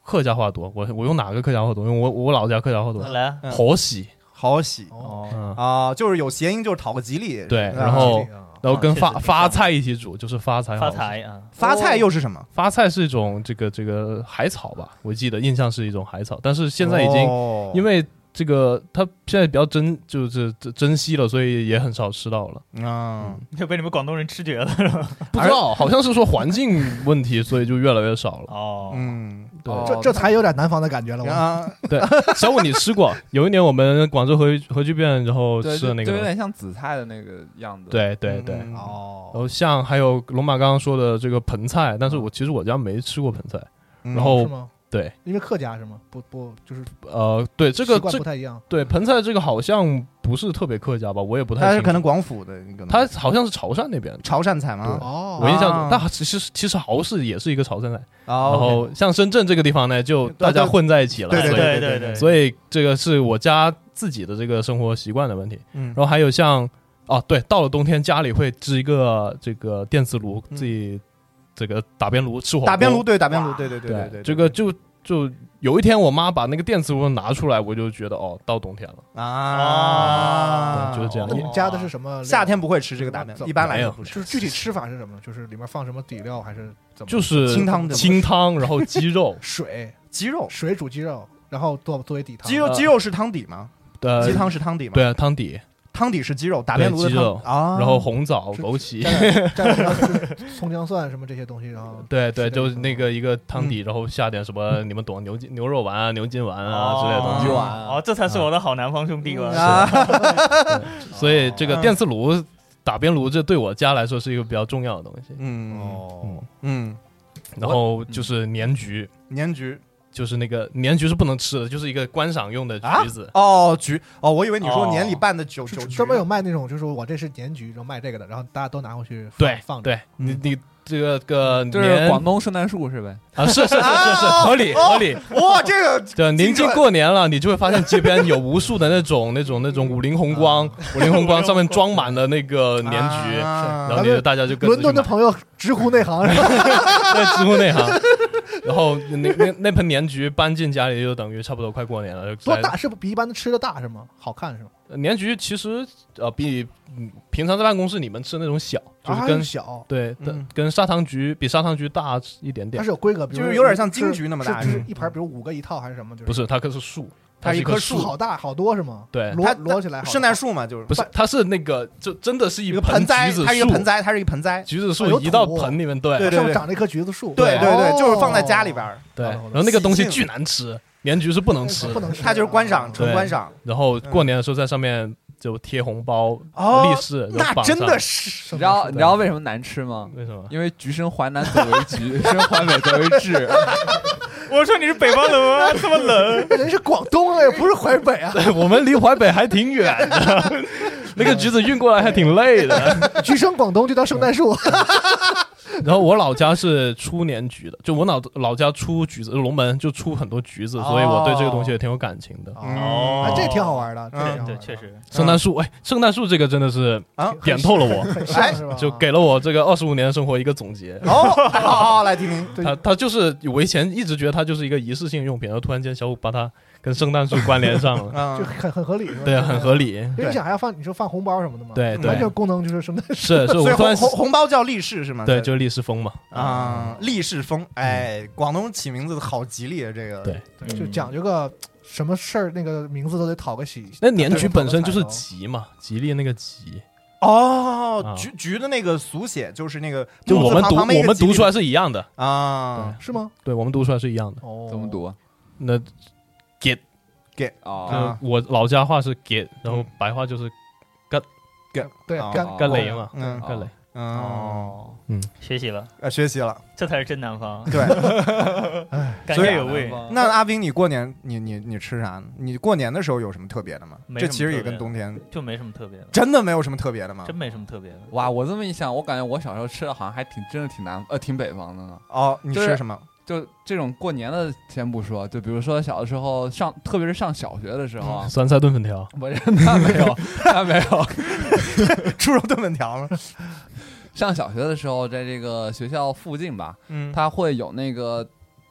[SPEAKER 8] 客家话多，我我用哪个客家话多？用我我老家客家话多，
[SPEAKER 5] 来，
[SPEAKER 6] 嗯
[SPEAKER 8] 好喜，
[SPEAKER 6] 好喜
[SPEAKER 5] 哦，
[SPEAKER 8] 嗯，
[SPEAKER 6] 啊，就是有谐音，就是讨个吉利。
[SPEAKER 8] 对
[SPEAKER 6] 是吧
[SPEAKER 8] 然后然后跟
[SPEAKER 5] 嗯确实
[SPEAKER 8] 发
[SPEAKER 5] 挺像
[SPEAKER 8] 发菜一起煮，就是发财
[SPEAKER 5] 发
[SPEAKER 8] 好事。
[SPEAKER 5] 财啊！
[SPEAKER 6] 发菜又是什么？
[SPEAKER 8] 发菜是一种这个这个海草吧，我记得印象是一种海草，但是现在已经
[SPEAKER 6] 哦
[SPEAKER 8] 因为这个它现在比较珍就是珍珍惜了，所以也很少吃到了。
[SPEAKER 6] 啊，
[SPEAKER 5] 就被你们广东人吃绝了 是吧？
[SPEAKER 8] 不知道，好像是说环境问 题，所以就越来越少了。
[SPEAKER 5] 哦，
[SPEAKER 6] 嗯
[SPEAKER 8] 对，
[SPEAKER 7] 哦
[SPEAKER 4] 这这才有点南方的感觉了。我
[SPEAKER 6] 啊，
[SPEAKER 8] 小五你吃过？有一年我们广州核核聚变，然后
[SPEAKER 7] 对，
[SPEAKER 8] 吃
[SPEAKER 7] 就
[SPEAKER 8] 的那
[SPEAKER 7] 就有
[SPEAKER 8] 个，
[SPEAKER 7] 点像紫菜的那个样子，，
[SPEAKER 8] 对对对。
[SPEAKER 6] 嗯
[SPEAKER 8] 然
[SPEAKER 4] 哦，
[SPEAKER 8] 后像还有龙马刚刚说的这个盆菜，但是我其实我家没吃过盆菜。
[SPEAKER 6] 嗯
[SPEAKER 8] 然后
[SPEAKER 4] 是吗？
[SPEAKER 8] 哦对，
[SPEAKER 4] 因为客家是吗？不不，就是
[SPEAKER 8] 呃，对这个
[SPEAKER 4] 习惯
[SPEAKER 8] 这哦
[SPEAKER 4] 不太一样。
[SPEAKER 8] 对盆菜这个好像不是特别客家吧，我也不太
[SPEAKER 6] 它
[SPEAKER 8] 清
[SPEAKER 6] 是
[SPEAKER 8] 楚。
[SPEAKER 6] 可能广府的，可能
[SPEAKER 8] 它好像是潮汕那边的。
[SPEAKER 6] 潮汕菜吗？
[SPEAKER 4] 哦，
[SPEAKER 8] 我印象中
[SPEAKER 6] 啊，
[SPEAKER 8] 但其实其实蚝氏也是一个潮汕菜，然
[SPEAKER 6] 哦，
[SPEAKER 8] 后像深圳这个地方呢，就
[SPEAKER 6] 对
[SPEAKER 8] 大家混在一起了，
[SPEAKER 6] 对对
[SPEAKER 8] 所以
[SPEAKER 5] 对
[SPEAKER 6] 对
[SPEAKER 5] 对，
[SPEAKER 8] 所以这个是我家自己的这个生活习惯的问题。
[SPEAKER 6] 嗯
[SPEAKER 8] 然，后还有像哦、对，到了冬天家里会支一个这个电磁炉，
[SPEAKER 6] 嗯
[SPEAKER 8] 自己这个打边炉吃火锅。
[SPEAKER 6] 打边炉，对，打边炉，对对对
[SPEAKER 8] 对
[SPEAKER 6] 对，
[SPEAKER 8] 这个就就有一天我妈把那个电磁炉拿出来，我就觉得哦，到冬天了，
[SPEAKER 6] 啊，
[SPEAKER 8] 对就是这样
[SPEAKER 4] 那你们加的是什么料？
[SPEAKER 6] 夏天不会吃这个打边
[SPEAKER 4] 怎，么
[SPEAKER 6] 一般来
[SPEAKER 8] 没
[SPEAKER 6] 说
[SPEAKER 8] 有
[SPEAKER 6] 不吃，
[SPEAKER 4] 就是具体吃法是什么？就是里面放什么底料还是怎么？，
[SPEAKER 8] 就是
[SPEAKER 6] 清汤的
[SPEAKER 8] 清汤， 然后鸡肉
[SPEAKER 4] 水
[SPEAKER 6] 鸡肉，
[SPEAKER 4] 水煮鸡肉，然后做作为底汤。啊
[SPEAKER 6] 鸡肉
[SPEAKER 8] 呃
[SPEAKER 6] 鸡肉是汤底吗？
[SPEAKER 8] 呃
[SPEAKER 6] 鸡，汤是汤底吗？，
[SPEAKER 8] 对汤底，
[SPEAKER 6] 汤底是鸡肉，打边炉的
[SPEAKER 8] 对鸡
[SPEAKER 6] 汤
[SPEAKER 8] 肉
[SPEAKER 6] 啊，
[SPEAKER 8] 然后红枣、
[SPEAKER 4] 是
[SPEAKER 8] 枸杞
[SPEAKER 4] 加。点加点姜葱姜蒜什么这些东西，然后
[SPEAKER 8] 对对，就是那个一个汤底，然后下点什么，你们懂牛筋牛肉丸啊、牛筋丸啊之类的东西啊
[SPEAKER 7] 鱼。丸
[SPEAKER 5] 哦，这才是我的好南方兄弟吧？
[SPEAKER 6] 啊，
[SPEAKER 8] 所以这个
[SPEAKER 6] 嗯
[SPEAKER 8] 电磁炉、打边炉，这对我家来说是一个比较重要的东西。
[SPEAKER 6] 嗯
[SPEAKER 4] 哦，
[SPEAKER 6] 嗯，
[SPEAKER 8] 然后就是年桔，
[SPEAKER 6] 年桔
[SPEAKER 8] 就是那个年桔是不能吃的，就是一个观赏用的橘子。
[SPEAKER 6] 哦，橘哦，我以为你说年里拌的酒
[SPEAKER 4] 就
[SPEAKER 6] 酒
[SPEAKER 4] 是
[SPEAKER 6] 橘
[SPEAKER 4] 专门有卖那种，就是我这是年桔，然后卖这个的，然后大家都拿回去放
[SPEAKER 8] 对
[SPEAKER 4] 放着。
[SPEAKER 8] 对，你你这个个
[SPEAKER 7] 就是
[SPEAKER 8] 年
[SPEAKER 7] 广东圣诞树是呗？
[SPEAKER 8] 啊，是是是是是
[SPEAKER 6] 啊
[SPEAKER 8] 合理
[SPEAKER 6] 哦
[SPEAKER 8] 合理。
[SPEAKER 6] 哇，这个
[SPEAKER 8] 对，临
[SPEAKER 6] 精
[SPEAKER 8] 近
[SPEAKER 6] 准
[SPEAKER 8] 过年了，你就会发现街边有无数的那种那种那种五菱宏光， 五菱宏光上面装满了那个 年桔，
[SPEAKER 6] 啊
[SPEAKER 8] 然后你就大家就跟着
[SPEAKER 4] 伦
[SPEAKER 8] 去
[SPEAKER 4] 敦的
[SPEAKER 8] 买
[SPEAKER 4] 朋友直呼内行，是吧？
[SPEAKER 8] 在知乎内行。然后那那那盆年桔搬进家里，就等于差不多快过年了。就
[SPEAKER 4] 多
[SPEAKER 8] 在
[SPEAKER 4] 大是不比一般的吃的大是吗？好看是吗？
[SPEAKER 8] 年桔其实呃比嗯平常在办公室你们吃那种小，就是
[SPEAKER 4] 啊
[SPEAKER 8] 跟、
[SPEAKER 4] 小，
[SPEAKER 8] 对、
[SPEAKER 6] 嗯
[SPEAKER 8] 跟跟砂糖橘比砂糖橘大一点
[SPEAKER 4] 它
[SPEAKER 8] 点
[SPEAKER 4] 是，有规格，比如
[SPEAKER 6] 就是有点像金桔那么大
[SPEAKER 4] 是就是
[SPEAKER 6] 嗯
[SPEAKER 4] 一盘，比如五个一套还是什么？就是
[SPEAKER 8] 不是它可是树，
[SPEAKER 4] 它
[SPEAKER 8] 它是
[SPEAKER 4] 一
[SPEAKER 8] 一棵树
[SPEAKER 4] 好大好多是吗？
[SPEAKER 8] 对
[SPEAKER 4] 摞
[SPEAKER 6] 它
[SPEAKER 4] 摞起来好大，
[SPEAKER 6] 圣诞树嘛，就是
[SPEAKER 8] 不是，它是那个就真的是一
[SPEAKER 6] 一个盆栽
[SPEAKER 8] 橘，子
[SPEAKER 6] 它是一
[SPEAKER 8] 树，
[SPEAKER 6] 个盆栽，它是一个盆栽，
[SPEAKER 8] 橘子
[SPEAKER 4] 啊
[SPEAKER 8] 树
[SPEAKER 4] 有
[SPEAKER 8] 移到
[SPEAKER 4] 土
[SPEAKER 8] 盆里面，对
[SPEAKER 6] 对
[SPEAKER 4] 上面长着一棵橘子树，
[SPEAKER 6] 对对
[SPEAKER 4] 哦
[SPEAKER 6] 对，就是放在家里边儿，
[SPEAKER 8] 对，
[SPEAKER 4] 好的好的
[SPEAKER 8] 然后那个东西
[SPEAKER 6] 细菌
[SPEAKER 8] 巨难吃，盐焗是不能吃
[SPEAKER 4] 不，能吃，啊
[SPEAKER 6] 它就是观赏，纯
[SPEAKER 8] 对
[SPEAKER 6] 观赏。
[SPEAKER 8] 然后过年的时候在上面就贴红包、
[SPEAKER 6] 哦
[SPEAKER 8] 立誓，然
[SPEAKER 6] 那
[SPEAKER 8] 后绑
[SPEAKER 6] 真
[SPEAKER 8] 上
[SPEAKER 6] 的是
[SPEAKER 7] 你知道你知道为什么难吃吗？
[SPEAKER 8] 为什么？
[SPEAKER 7] 因为橘生淮南则为橘， 生淮北则为枳。
[SPEAKER 5] 我说你是北方 人吗？这么冷，
[SPEAKER 4] 人是广东的，不是淮北啊。
[SPEAKER 8] 对， 我们离淮北还挺远的， 那个橘子运过来还挺累的。
[SPEAKER 4] 橘生广东就当圣诞树，
[SPEAKER 8] 然后我老家是出年橘的，就我老老家出橘子，龙门就出很多橘子，所以我对这个东西也挺有感情的。
[SPEAKER 4] 哦这挺好玩的，这
[SPEAKER 6] 嗯
[SPEAKER 4] 挺好玩
[SPEAKER 5] 对，
[SPEAKER 4] 的
[SPEAKER 5] 确实，
[SPEAKER 8] 圣诞树，哎，圣诞树这个真的是
[SPEAKER 6] 啊
[SPEAKER 8] 点透了我，
[SPEAKER 4] 很像是吧？
[SPEAKER 8] 就给了我这个二十五年的生活一个总结。
[SPEAKER 6] 哦，好好来听听，
[SPEAKER 8] 它它就是我以前一直觉得它就是一个仪式性用品，然后突然间小五把它跟圣诞树关联 上了，
[SPEAKER 4] 就
[SPEAKER 6] 嗯，
[SPEAKER 4] 很很合理，是吧
[SPEAKER 8] 对，很合。理。
[SPEAKER 4] 因为你想还要放，你说放红包什么的嘛，
[SPEAKER 8] 对
[SPEAKER 4] 完
[SPEAKER 8] 对
[SPEAKER 4] 全，功能就是圣诞树。
[SPEAKER 8] 是是，我
[SPEAKER 6] 所以
[SPEAKER 8] 突
[SPEAKER 6] 红
[SPEAKER 8] 然
[SPEAKER 6] 红红包叫立式是吗？
[SPEAKER 8] 对，就是立式风嘛。
[SPEAKER 6] 啊，立式风，哎，广东起名字好吉利啊，这个
[SPEAKER 8] 对
[SPEAKER 4] 就讲究个什么事儿，那个名字都得讨个喜。
[SPEAKER 8] 那年
[SPEAKER 4] 对
[SPEAKER 8] 桔本身就是
[SPEAKER 4] 讨个彩
[SPEAKER 8] 吉嘛，吉利那个吉，
[SPEAKER 6] 哦
[SPEAKER 8] 啊，
[SPEAKER 6] 菊菊的那个俗写就是那个
[SPEAKER 8] 就
[SPEAKER 6] 木
[SPEAKER 8] 我
[SPEAKER 6] 字
[SPEAKER 8] 们
[SPEAKER 6] 旁
[SPEAKER 8] 读
[SPEAKER 6] 旁边一
[SPEAKER 8] 我
[SPEAKER 6] 个
[SPEAKER 8] 们
[SPEAKER 6] 吉利
[SPEAKER 8] 读出来是一样的，
[SPEAKER 6] 啊，
[SPEAKER 4] 嗯头是吗？
[SPEAKER 8] 对我们读出来是一样的。
[SPEAKER 4] 哦，
[SPEAKER 7] 怎么？读啊？
[SPEAKER 8] 那
[SPEAKER 7] 哦，
[SPEAKER 6] 啊
[SPEAKER 8] 呃我老家话是给，然
[SPEAKER 6] 嗯
[SPEAKER 8] 后白话就是
[SPEAKER 4] 对，
[SPEAKER 7] 啊
[SPEAKER 6] 哦
[SPEAKER 4] 干
[SPEAKER 8] 干雷嘛，
[SPEAKER 6] 嗯
[SPEAKER 8] 干雷。
[SPEAKER 6] 哦，
[SPEAKER 4] 哦，
[SPEAKER 5] 学习了，
[SPEAKER 6] 呃学 习了，
[SPEAKER 5] 这才是真南方，
[SPEAKER 6] 对，
[SPEAKER 5] 感
[SPEAKER 6] 所以
[SPEAKER 5] 觉
[SPEAKER 7] 哦
[SPEAKER 5] 有味。
[SPEAKER 6] 那阿兵，你过年你你你吃啥呢？你过年的时候有什么特别的吗？
[SPEAKER 5] 没
[SPEAKER 6] 这
[SPEAKER 5] 什么
[SPEAKER 6] 其实也
[SPEAKER 5] 特别
[SPEAKER 6] 跟
[SPEAKER 5] 的
[SPEAKER 6] 冬天
[SPEAKER 5] 就没什么特别的，
[SPEAKER 6] 真的没有什么特别的吗
[SPEAKER 5] 真？没什么特别的。
[SPEAKER 7] 哇，我这么一想，我感觉我小时候吃的好像还挺，真的挺南，呃，挺北方的呢。
[SPEAKER 6] 哦，你
[SPEAKER 7] 就是
[SPEAKER 6] 吃什么？
[SPEAKER 7] 就这种过年的先不说，就比如说小的时候上，特别是上小学的时候啊，
[SPEAKER 8] 酸菜炖粉条，
[SPEAKER 7] 不是那没有，那没有。
[SPEAKER 6] 猪肉炖粉条吗？
[SPEAKER 7] 上小学的时候，在这个学校附近吧，
[SPEAKER 6] 嗯，
[SPEAKER 7] 他会有那个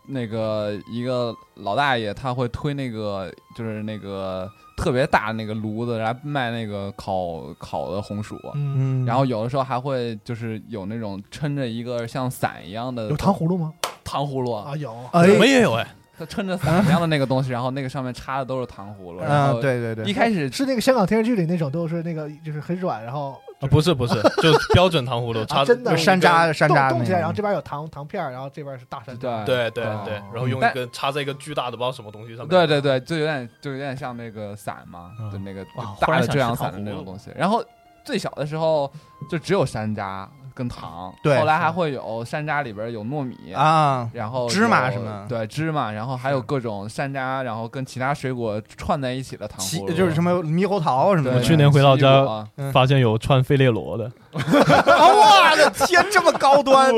[SPEAKER 7] 那个一个老大爷，他会推那个就是那个特别大的那个炉子，然后卖那个烤烤的红薯。
[SPEAKER 6] 嗯
[SPEAKER 7] 然后有的时候还会就是有那种撑着一个像伞一样的
[SPEAKER 4] 有糖葫芦吗？
[SPEAKER 7] 糖葫芦，
[SPEAKER 4] 啊，有。
[SPEAKER 6] 哎
[SPEAKER 8] 我们也有哎，
[SPEAKER 7] 他撑着伞一样的那个东西，然后那个上面插的都是糖葫芦。然
[SPEAKER 6] 啊，
[SPEAKER 7] 后
[SPEAKER 6] 对对对
[SPEAKER 7] 一，开始
[SPEAKER 4] 是那个香港电视剧里那种，都是那个就是很软，然后
[SPEAKER 8] 啊不是不是，就标准糖葫芦，
[SPEAKER 4] 啊
[SPEAKER 8] 插
[SPEAKER 4] 真的
[SPEAKER 6] 就山楂山
[SPEAKER 4] 冻
[SPEAKER 6] 楂
[SPEAKER 4] 冻起来，
[SPEAKER 6] 那个
[SPEAKER 4] 然后这边有糖糖片儿，然后这边是大山楂。
[SPEAKER 7] 对
[SPEAKER 8] 对对
[SPEAKER 7] 啊
[SPEAKER 8] 对，然
[SPEAKER 5] 嗯
[SPEAKER 8] 后用一
[SPEAKER 7] 但
[SPEAKER 8] 根插在一个巨大的不知道什么东西上面，
[SPEAKER 7] 对对对，就有点就有点像那个伞嘛，
[SPEAKER 8] 嗯
[SPEAKER 7] 就那个
[SPEAKER 5] 哇忽
[SPEAKER 7] 大
[SPEAKER 5] 然
[SPEAKER 7] 的
[SPEAKER 5] 想
[SPEAKER 7] 遮阳
[SPEAKER 5] 吃糖
[SPEAKER 7] 伞的那
[SPEAKER 5] 葫
[SPEAKER 7] 种
[SPEAKER 5] 芦
[SPEAKER 7] 东西。然后最小的时候就只有山楂跟糖，
[SPEAKER 6] 对
[SPEAKER 7] 后来
[SPEAKER 6] 是
[SPEAKER 7] 还会有山楂里边有糯米，
[SPEAKER 6] 啊，
[SPEAKER 7] 然后
[SPEAKER 6] 芝麻
[SPEAKER 7] 有
[SPEAKER 6] 什么
[SPEAKER 7] 对芝麻，然后还有各种山楂，然后跟其他水果串在一起的糖
[SPEAKER 6] 奇
[SPEAKER 7] 葫芦，
[SPEAKER 6] 就是什么猕猴桃什么
[SPEAKER 7] 对。
[SPEAKER 6] 的。
[SPEAKER 8] 我去年回到
[SPEAKER 7] 奇异
[SPEAKER 8] 家
[SPEAKER 7] 果啊
[SPEAKER 6] 嗯
[SPEAKER 8] 发现有串费列罗的，
[SPEAKER 6] 啊，我 的天，这么高端，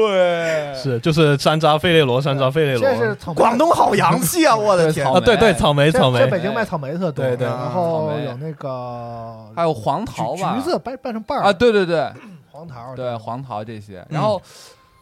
[SPEAKER 8] 是就是山楂费列罗，山楂费列
[SPEAKER 4] 现在是
[SPEAKER 8] 罗
[SPEAKER 4] 草莓
[SPEAKER 6] 广东好洋气啊！我的天，
[SPEAKER 8] 啊，对对，
[SPEAKER 7] 草
[SPEAKER 8] 草莓
[SPEAKER 4] 现在
[SPEAKER 8] 草
[SPEAKER 4] 现
[SPEAKER 8] 莓
[SPEAKER 4] 在，北京卖草莓特多，
[SPEAKER 8] 对对
[SPEAKER 4] 然
[SPEAKER 7] 草
[SPEAKER 4] 后
[SPEAKER 7] 莓
[SPEAKER 4] 有那个
[SPEAKER 7] 还有黄
[SPEAKER 4] 橘
[SPEAKER 7] 桃吧，
[SPEAKER 4] 橘子掰掰成瓣儿
[SPEAKER 7] 啊，对对对，
[SPEAKER 4] 黄桃嗯
[SPEAKER 7] 对，黄桃这些。然后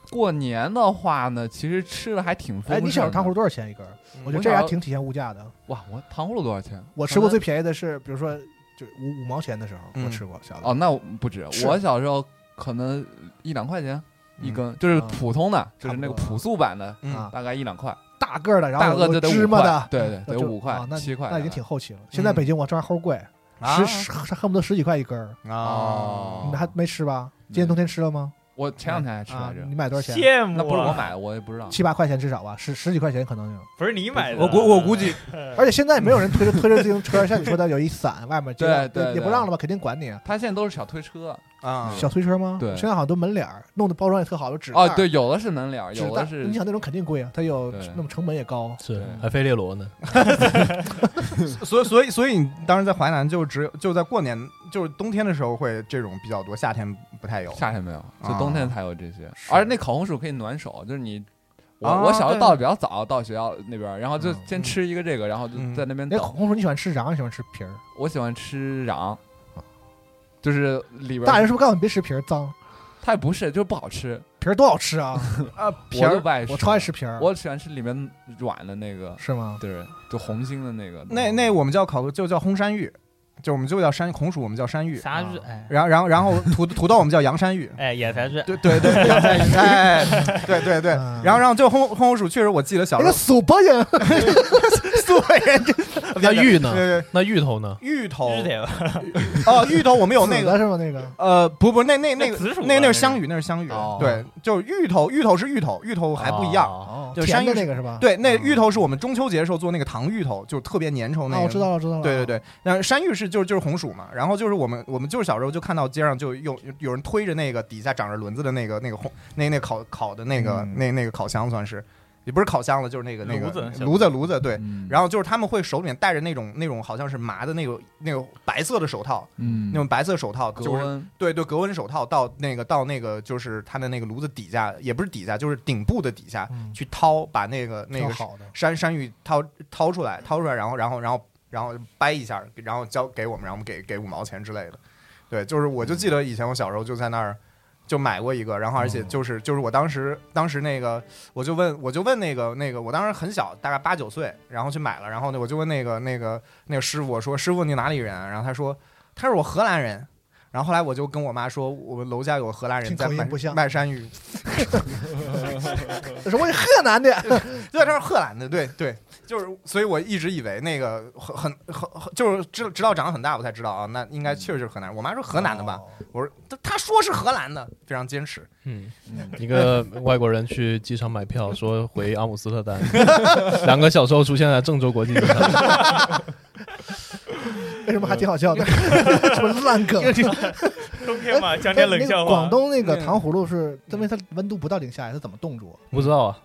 [SPEAKER 7] 过年的话呢，其实吃的还挺丰
[SPEAKER 4] 哎，
[SPEAKER 7] 盛的。
[SPEAKER 4] 你小时候糖葫芦多少钱一根儿？
[SPEAKER 7] 嗯
[SPEAKER 4] 我觉得这还挺体现物价的。
[SPEAKER 7] 哇，我糖葫芦多少钱？
[SPEAKER 4] 我吃过最便宜的是，比如说就五五毛钱的时候，
[SPEAKER 6] 嗯
[SPEAKER 4] 我吃过小的。
[SPEAKER 7] 哦，那我不止，
[SPEAKER 4] 是
[SPEAKER 7] 我小时候可能一两块钱
[SPEAKER 6] 嗯
[SPEAKER 7] 一根，就是
[SPEAKER 4] 啊
[SPEAKER 7] 普通的，就是那
[SPEAKER 4] 差
[SPEAKER 7] 个
[SPEAKER 4] 不多啊
[SPEAKER 7] 朴素版的，
[SPEAKER 6] 嗯
[SPEAKER 4] 啊，
[SPEAKER 7] 大概一两块，
[SPEAKER 4] 大个儿的，然
[SPEAKER 7] 大
[SPEAKER 4] 后
[SPEAKER 7] 个
[SPEAKER 4] 有
[SPEAKER 7] 就得
[SPEAKER 4] 芝
[SPEAKER 7] 五
[SPEAKER 4] 麻
[SPEAKER 7] 块
[SPEAKER 4] 的，
[SPEAKER 7] 对对，得
[SPEAKER 4] 就
[SPEAKER 7] 五块
[SPEAKER 4] 啊那
[SPEAKER 7] 七块，嗯
[SPEAKER 4] 那已经挺后期了。现在北京我这玩意儿齁贵，
[SPEAKER 6] 啊
[SPEAKER 4] 十十恨不得十几块一根儿，
[SPEAKER 6] 啊
[SPEAKER 7] 哦
[SPEAKER 4] 你还没吃吧？今年冬天吃了吗？
[SPEAKER 7] 我前两天还吃
[SPEAKER 4] 啊
[SPEAKER 7] 来着，
[SPEAKER 4] 你买多少钱？
[SPEAKER 5] 羡慕啊
[SPEAKER 7] 那不是我，买的，我也不知道。
[SPEAKER 4] 七八块钱至少吧，十十几块钱可能有。
[SPEAKER 5] 不是你买的。
[SPEAKER 6] 我估我估计
[SPEAKER 4] 而且现在也没有人推 着推着自行车，像你说的有一伞，外面就
[SPEAKER 7] 对对对
[SPEAKER 4] 也不让了吧，肯定管你。啊
[SPEAKER 7] 它现在都是小推车
[SPEAKER 6] 啊，
[SPEAKER 4] 小推车吗？
[SPEAKER 7] 对
[SPEAKER 4] 现在好像都门脸儿，弄的包装也特好，有纸袋
[SPEAKER 7] 哦
[SPEAKER 4] 儿，
[SPEAKER 7] 对，有的是门脸儿，
[SPEAKER 4] 纸
[SPEAKER 7] 有
[SPEAKER 4] 袋
[SPEAKER 7] 的
[SPEAKER 4] 儿。
[SPEAKER 7] 是
[SPEAKER 4] 你想那种肯定贵啊，它有
[SPEAKER 7] 对
[SPEAKER 4] 那么成本也高。
[SPEAKER 8] 是还费列罗呢，
[SPEAKER 6] 所以所以所以你当时在淮南就只有就在过年就是冬天的时候会这种比较多，夏天不太有。
[SPEAKER 7] 夏天没有，就
[SPEAKER 6] 啊
[SPEAKER 7] 冬天才有这些。
[SPEAKER 6] 是
[SPEAKER 7] 而那烤红薯可以暖手，就是你。我
[SPEAKER 6] 啊
[SPEAKER 7] 我小时候
[SPEAKER 6] 对
[SPEAKER 7] 到的比较早，到学校那边儿，然后就
[SPEAKER 4] 嗯
[SPEAKER 7] 先吃一个这个，然后就
[SPEAKER 6] 嗯
[SPEAKER 7] 在那边
[SPEAKER 4] 那
[SPEAKER 7] 等。
[SPEAKER 4] 红薯你喜欢吃瓤，还是喜欢吃皮儿？
[SPEAKER 7] 我喜欢吃瓤，就是里边儿
[SPEAKER 4] 大人是不是告诉你别吃皮儿，脏？
[SPEAKER 7] 它也不是，就是不好吃。
[SPEAKER 4] 皮儿多好吃啊！
[SPEAKER 6] 啊，
[SPEAKER 7] 皮儿不爱
[SPEAKER 4] 我超爱，吃皮儿，
[SPEAKER 7] 我喜欢吃里面软的那个，
[SPEAKER 4] 是吗？
[SPEAKER 7] 对，就红心的那个。
[SPEAKER 6] 那那我们叫烤就叫红山芋，就我们就叫山红薯，我们叫山芋。
[SPEAKER 5] 啥日哎
[SPEAKER 6] 然后然后然后土土豆我们叫洋山芋。
[SPEAKER 5] 哎野才是
[SPEAKER 6] 对对对，洋山 芋，嗯哎，对对对。然后然后就红红红薯，确实我记得小
[SPEAKER 4] 那个
[SPEAKER 6] 时候
[SPEAKER 4] 苏巴人，
[SPEAKER 6] 苏北人真
[SPEAKER 8] 那
[SPEAKER 6] 的
[SPEAKER 8] 芋呢
[SPEAKER 6] 对对对
[SPEAKER 8] 那芋头呢？
[SPEAKER 6] 芋头
[SPEAKER 5] 是的，
[SPEAKER 6] 哦，芋头我们有那
[SPEAKER 4] 紫
[SPEAKER 6] 个
[SPEAKER 4] 的是吗？那个
[SPEAKER 6] 呃，不不，那那那
[SPEAKER 5] 那
[SPEAKER 6] 个
[SPEAKER 5] 紫薯啊
[SPEAKER 6] 那那
[SPEAKER 5] 那
[SPEAKER 6] 是
[SPEAKER 5] 个
[SPEAKER 6] 香芋，那是香芋
[SPEAKER 7] 哦，
[SPEAKER 6] 对，就是芋头，芋头是芋头，芋头还不一样。
[SPEAKER 4] 哦
[SPEAKER 6] 就是
[SPEAKER 4] 甜
[SPEAKER 6] 山芋
[SPEAKER 4] 的
[SPEAKER 6] 是
[SPEAKER 4] 那个是吧？
[SPEAKER 6] 对，那
[SPEAKER 5] 嗯
[SPEAKER 6] 芋头是我们中秋节的时候做那个糖芋头，就特别粘稠那
[SPEAKER 4] 啊，
[SPEAKER 6] 个。
[SPEAKER 4] 我知道了，知道了。
[SPEAKER 6] 对对对，那山芋是就是就是红薯嘛，然后就是我们我们就是小时候就看到街上就有有有人推着那个底下长着轮子的那个那个红那那烤烤的那个、
[SPEAKER 4] 嗯
[SPEAKER 6] 那那个烤箱算是，也不是烤箱了，就是那个那个
[SPEAKER 5] 炉子
[SPEAKER 6] 炉子炉子对，
[SPEAKER 7] 嗯
[SPEAKER 6] 然后就是他们会手里面戴着那种那种好像是麻的那个那种白色的手套，
[SPEAKER 7] 嗯
[SPEAKER 6] 那种白色手套
[SPEAKER 7] 格
[SPEAKER 6] 就是
[SPEAKER 7] 温
[SPEAKER 6] 对对，格温手套到那个到那个就是它的那个炉子底下，也不是底下，就是顶部的底下、
[SPEAKER 4] 嗯
[SPEAKER 6] 去掏，把那个那
[SPEAKER 4] 挺
[SPEAKER 6] 个
[SPEAKER 4] 好的。
[SPEAKER 6] 山山芋掏掏出来，掏出来，然后然后然后然后掰一下，然后交给我们，然后我们给给五毛钱之类的。对，就是我就记得以前我小时候就在那儿就买过一个，然后而
[SPEAKER 4] 嗯
[SPEAKER 6] 且就是就是我当时当时那个我就问我就问那个那个我当时很小，大概八九岁，然后去买了，然后呢我就问那个那个那个师傅我说师傅你哪里人啊？然后他说他是我荷兰人。然后后来我就跟我妈说，我们楼下有荷兰人
[SPEAKER 4] 听
[SPEAKER 6] 在
[SPEAKER 4] 口音
[SPEAKER 6] 卖
[SPEAKER 4] 不像
[SPEAKER 6] 卖山芋，
[SPEAKER 4] 我说我是河南 的，
[SPEAKER 6] 对，他是荷兰的，对对，就是，所以我一直以为那个很很很很，就是直直到长很大我才知道啊，那应该确实是河南人。我妈说河南的吧，我说他他说是荷兰的，非常坚持。
[SPEAKER 8] 嗯，一个外国人去机场买票，说回阿姆斯特丹， 两个小时后出现在郑州国际机场。
[SPEAKER 4] 为什么还挺好笑的？ 什么烂梗？
[SPEAKER 5] 冬天嘛，讲点冷
[SPEAKER 4] 那个
[SPEAKER 5] 笑话。
[SPEAKER 4] 广东
[SPEAKER 6] 嗯
[SPEAKER 4] 那个糖葫冻是，因为它温度不到零下，它怎么冻住？啊
[SPEAKER 8] 不知道啊，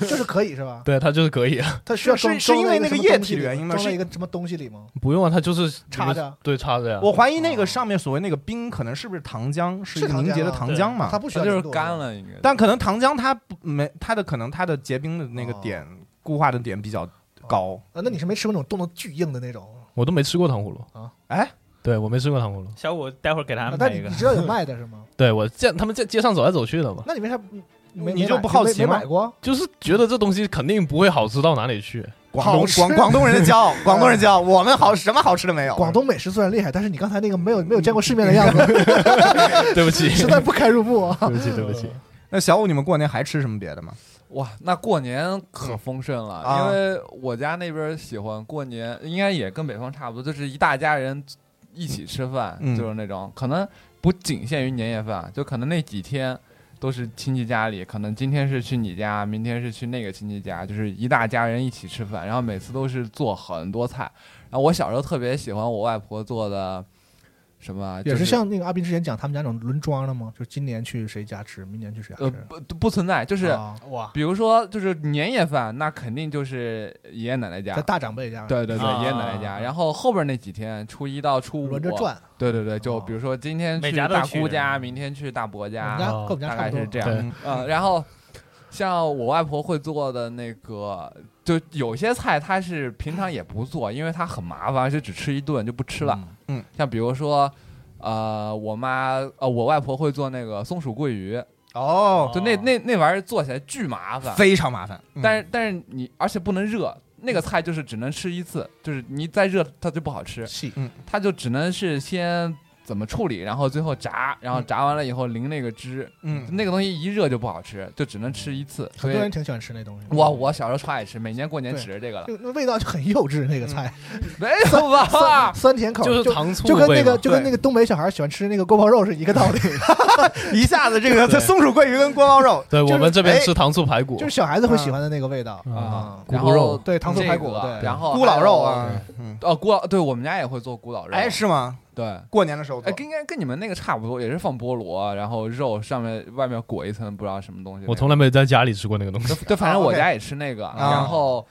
[SPEAKER 4] 就是可以是吧？
[SPEAKER 8] 对他就是可以啊，
[SPEAKER 4] 它需要
[SPEAKER 6] 是
[SPEAKER 4] 装
[SPEAKER 6] 是
[SPEAKER 4] 装
[SPEAKER 6] 因
[SPEAKER 4] 在
[SPEAKER 6] 为
[SPEAKER 4] 一
[SPEAKER 6] 那个
[SPEAKER 4] 什么
[SPEAKER 6] 液
[SPEAKER 4] 东西
[SPEAKER 6] 体
[SPEAKER 4] 里
[SPEAKER 6] 原因吗
[SPEAKER 4] 装在
[SPEAKER 6] 是
[SPEAKER 4] 一个什么东西里吗？
[SPEAKER 8] 不用啊，他就是
[SPEAKER 4] 插着，
[SPEAKER 8] 对插着呀。
[SPEAKER 6] 我怀疑那个上面所谓那个冰，可能是不是糖浆，是一个
[SPEAKER 4] 糖
[SPEAKER 6] 凝结
[SPEAKER 4] 浆
[SPEAKER 6] 的
[SPEAKER 4] 啊
[SPEAKER 6] 糖
[SPEAKER 5] 对
[SPEAKER 6] 浆嘛？
[SPEAKER 4] 它不需要
[SPEAKER 7] 它就是
[SPEAKER 4] 零度啊
[SPEAKER 7] 干。了，应该。
[SPEAKER 6] 但可能糖浆它不没它的可能它的结冰的那个
[SPEAKER 4] 哦
[SPEAKER 6] 点、固化的点比较高。
[SPEAKER 4] 啊，那你是没吃过那种冻得巨硬的那种？
[SPEAKER 8] 我都没吃过糖葫芦，
[SPEAKER 6] 哎，
[SPEAKER 8] 对我没吃过糖葫芦，
[SPEAKER 5] 小五待会儿给他
[SPEAKER 4] 啊
[SPEAKER 5] 安排
[SPEAKER 4] 但你
[SPEAKER 5] 一个
[SPEAKER 4] 你。知道有卖的是吗？
[SPEAKER 8] 对我见他们在街上走来走去的嘛，
[SPEAKER 4] 那你为啥没没
[SPEAKER 6] 你
[SPEAKER 4] 没
[SPEAKER 6] 就
[SPEAKER 4] 买
[SPEAKER 6] 不好奇
[SPEAKER 4] 没没
[SPEAKER 6] 吗
[SPEAKER 4] 买过？
[SPEAKER 8] 就是觉得这东西肯定不会好吃到哪里 去。
[SPEAKER 6] 广
[SPEAKER 4] 好
[SPEAKER 6] 东
[SPEAKER 4] 吃
[SPEAKER 6] 广广东人的骄傲，广东人的 骄傲，我们好什么好吃的没有？
[SPEAKER 4] 广东美食虽然厉害，但是你刚才那个没有没有见过世面的样子，
[SPEAKER 8] 对不起，
[SPEAKER 4] 实在不堪入目啊！
[SPEAKER 8] 对不起，对不起。
[SPEAKER 6] 那小五，你们过年还吃什么别的吗？
[SPEAKER 7] 哇，那过年可丰盛了，
[SPEAKER 4] 嗯
[SPEAKER 6] 啊
[SPEAKER 7] 因为我家那边喜欢过年，应该也跟北方差不多，就是一大家人一起吃饭，
[SPEAKER 6] 嗯
[SPEAKER 7] 就是那种可能不仅限于年夜饭，就可能那几天都是亲戚家里，可能今天是去你家，明天是去那个亲戚家，就是一大家人一起吃饭，然后每次都是做很多菜。然后我小时候特别喜欢我外婆做的什么，就
[SPEAKER 4] 也是像那个阿斌之前讲他们家那种轮装的吗？就是今年去谁家吃，明年去谁家
[SPEAKER 7] 呃
[SPEAKER 4] 吃？
[SPEAKER 7] 不不存在，就是。
[SPEAKER 4] 啊
[SPEAKER 5] 哇，
[SPEAKER 7] 比如说，就是年夜饭，那肯定就是爷爷奶奶家
[SPEAKER 4] 在，大长辈家
[SPEAKER 7] 对对对，
[SPEAKER 5] 啊
[SPEAKER 7] 爷爷奶奶家。然后后边那几天，初一到初五
[SPEAKER 4] 轮着转，
[SPEAKER 7] 对对对，就
[SPEAKER 4] 哦
[SPEAKER 7] 比如说今天
[SPEAKER 5] 每
[SPEAKER 7] 去
[SPEAKER 5] 家都
[SPEAKER 7] 大
[SPEAKER 5] 去哦
[SPEAKER 7] 姑家，明天去大伯
[SPEAKER 4] 我们
[SPEAKER 7] 家，
[SPEAKER 4] 家
[SPEAKER 8] 啊
[SPEAKER 4] 跟我们家
[SPEAKER 7] 大
[SPEAKER 4] 差
[SPEAKER 7] 概
[SPEAKER 4] 不多
[SPEAKER 7] 是。这样。
[SPEAKER 8] 对
[SPEAKER 7] 嗯、然后像我外婆会做的那个，就有些菜她是平常也不做，因为她很麻烦，而且只吃一顿就不吃了。
[SPEAKER 6] 嗯嗯
[SPEAKER 7] 像比如说。呃，我妈呃，我外婆会做那个松鼠桂鱼，
[SPEAKER 6] 哦，
[SPEAKER 7] 就那那那玩意儿做起来巨麻烦，
[SPEAKER 6] 非常麻烦，
[SPEAKER 7] 但
[SPEAKER 6] 是
[SPEAKER 7] 是但是你而且不能热，那个菜就是只能吃一次，就是你再热它就不好吃，
[SPEAKER 4] 细
[SPEAKER 7] 它就只能是先怎么处理，然后最后炸，然后炸完了以后淋那个汁，
[SPEAKER 6] 嗯，
[SPEAKER 7] 那个东西一热就不好吃，就只能吃一次。
[SPEAKER 4] 很
[SPEAKER 7] 所以
[SPEAKER 4] 多人挺喜欢吃那东西。
[SPEAKER 7] 我我小时候超爱吃，每年过年
[SPEAKER 4] 对
[SPEAKER 7] 指着这个了，
[SPEAKER 4] 那那味道就很幼稚，那个菜
[SPEAKER 7] 没 有吧
[SPEAKER 4] 酸？酸甜口，
[SPEAKER 8] 就是
[SPEAKER 4] 就
[SPEAKER 8] 糖醋
[SPEAKER 4] 就跟那
[SPEAKER 8] 味嘛
[SPEAKER 4] 个就跟那个东北小孩喜欢吃那个锅包肉是一个道理。
[SPEAKER 6] 一下子这个
[SPEAKER 8] 对
[SPEAKER 6] 松鼠桂鱼跟锅包肉，
[SPEAKER 8] 对
[SPEAKER 4] 就是
[SPEAKER 8] 我们这边
[SPEAKER 6] 哎
[SPEAKER 8] 吃 糖醋排骨，
[SPEAKER 4] 就是小孩子会喜欢的那个味道
[SPEAKER 7] 啊
[SPEAKER 4] 啊，
[SPEAKER 8] 嗯
[SPEAKER 7] 然
[SPEAKER 8] 咕咕
[SPEAKER 7] 后
[SPEAKER 8] 肉
[SPEAKER 4] 对糖醋排骨
[SPEAKER 7] 这个
[SPEAKER 4] 对
[SPEAKER 7] 然后
[SPEAKER 6] 咕老肉啊，嗯，
[SPEAKER 7] 还有，哦，咕老，对我们家也会做咕老肉，
[SPEAKER 6] 哎，是吗？
[SPEAKER 7] 对。
[SPEAKER 6] 过年的时候
[SPEAKER 7] 哎，
[SPEAKER 6] 做，
[SPEAKER 7] 跟应该跟你们那个差不多，也是放菠萝，然后肉上面外面裹一层不知道什么东西那种。
[SPEAKER 8] 我从来没有在家里吃过那个东 西。
[SPEAKER 7] 对对，反正
[SPEAKER 6] 啊
[SPEAKER 7] 我
[SPEAKER 6] ，OK
[SPEAKER 7] 家也吃那个，
[SPEAKER 6] 啊
[SPEAKER 7] 然后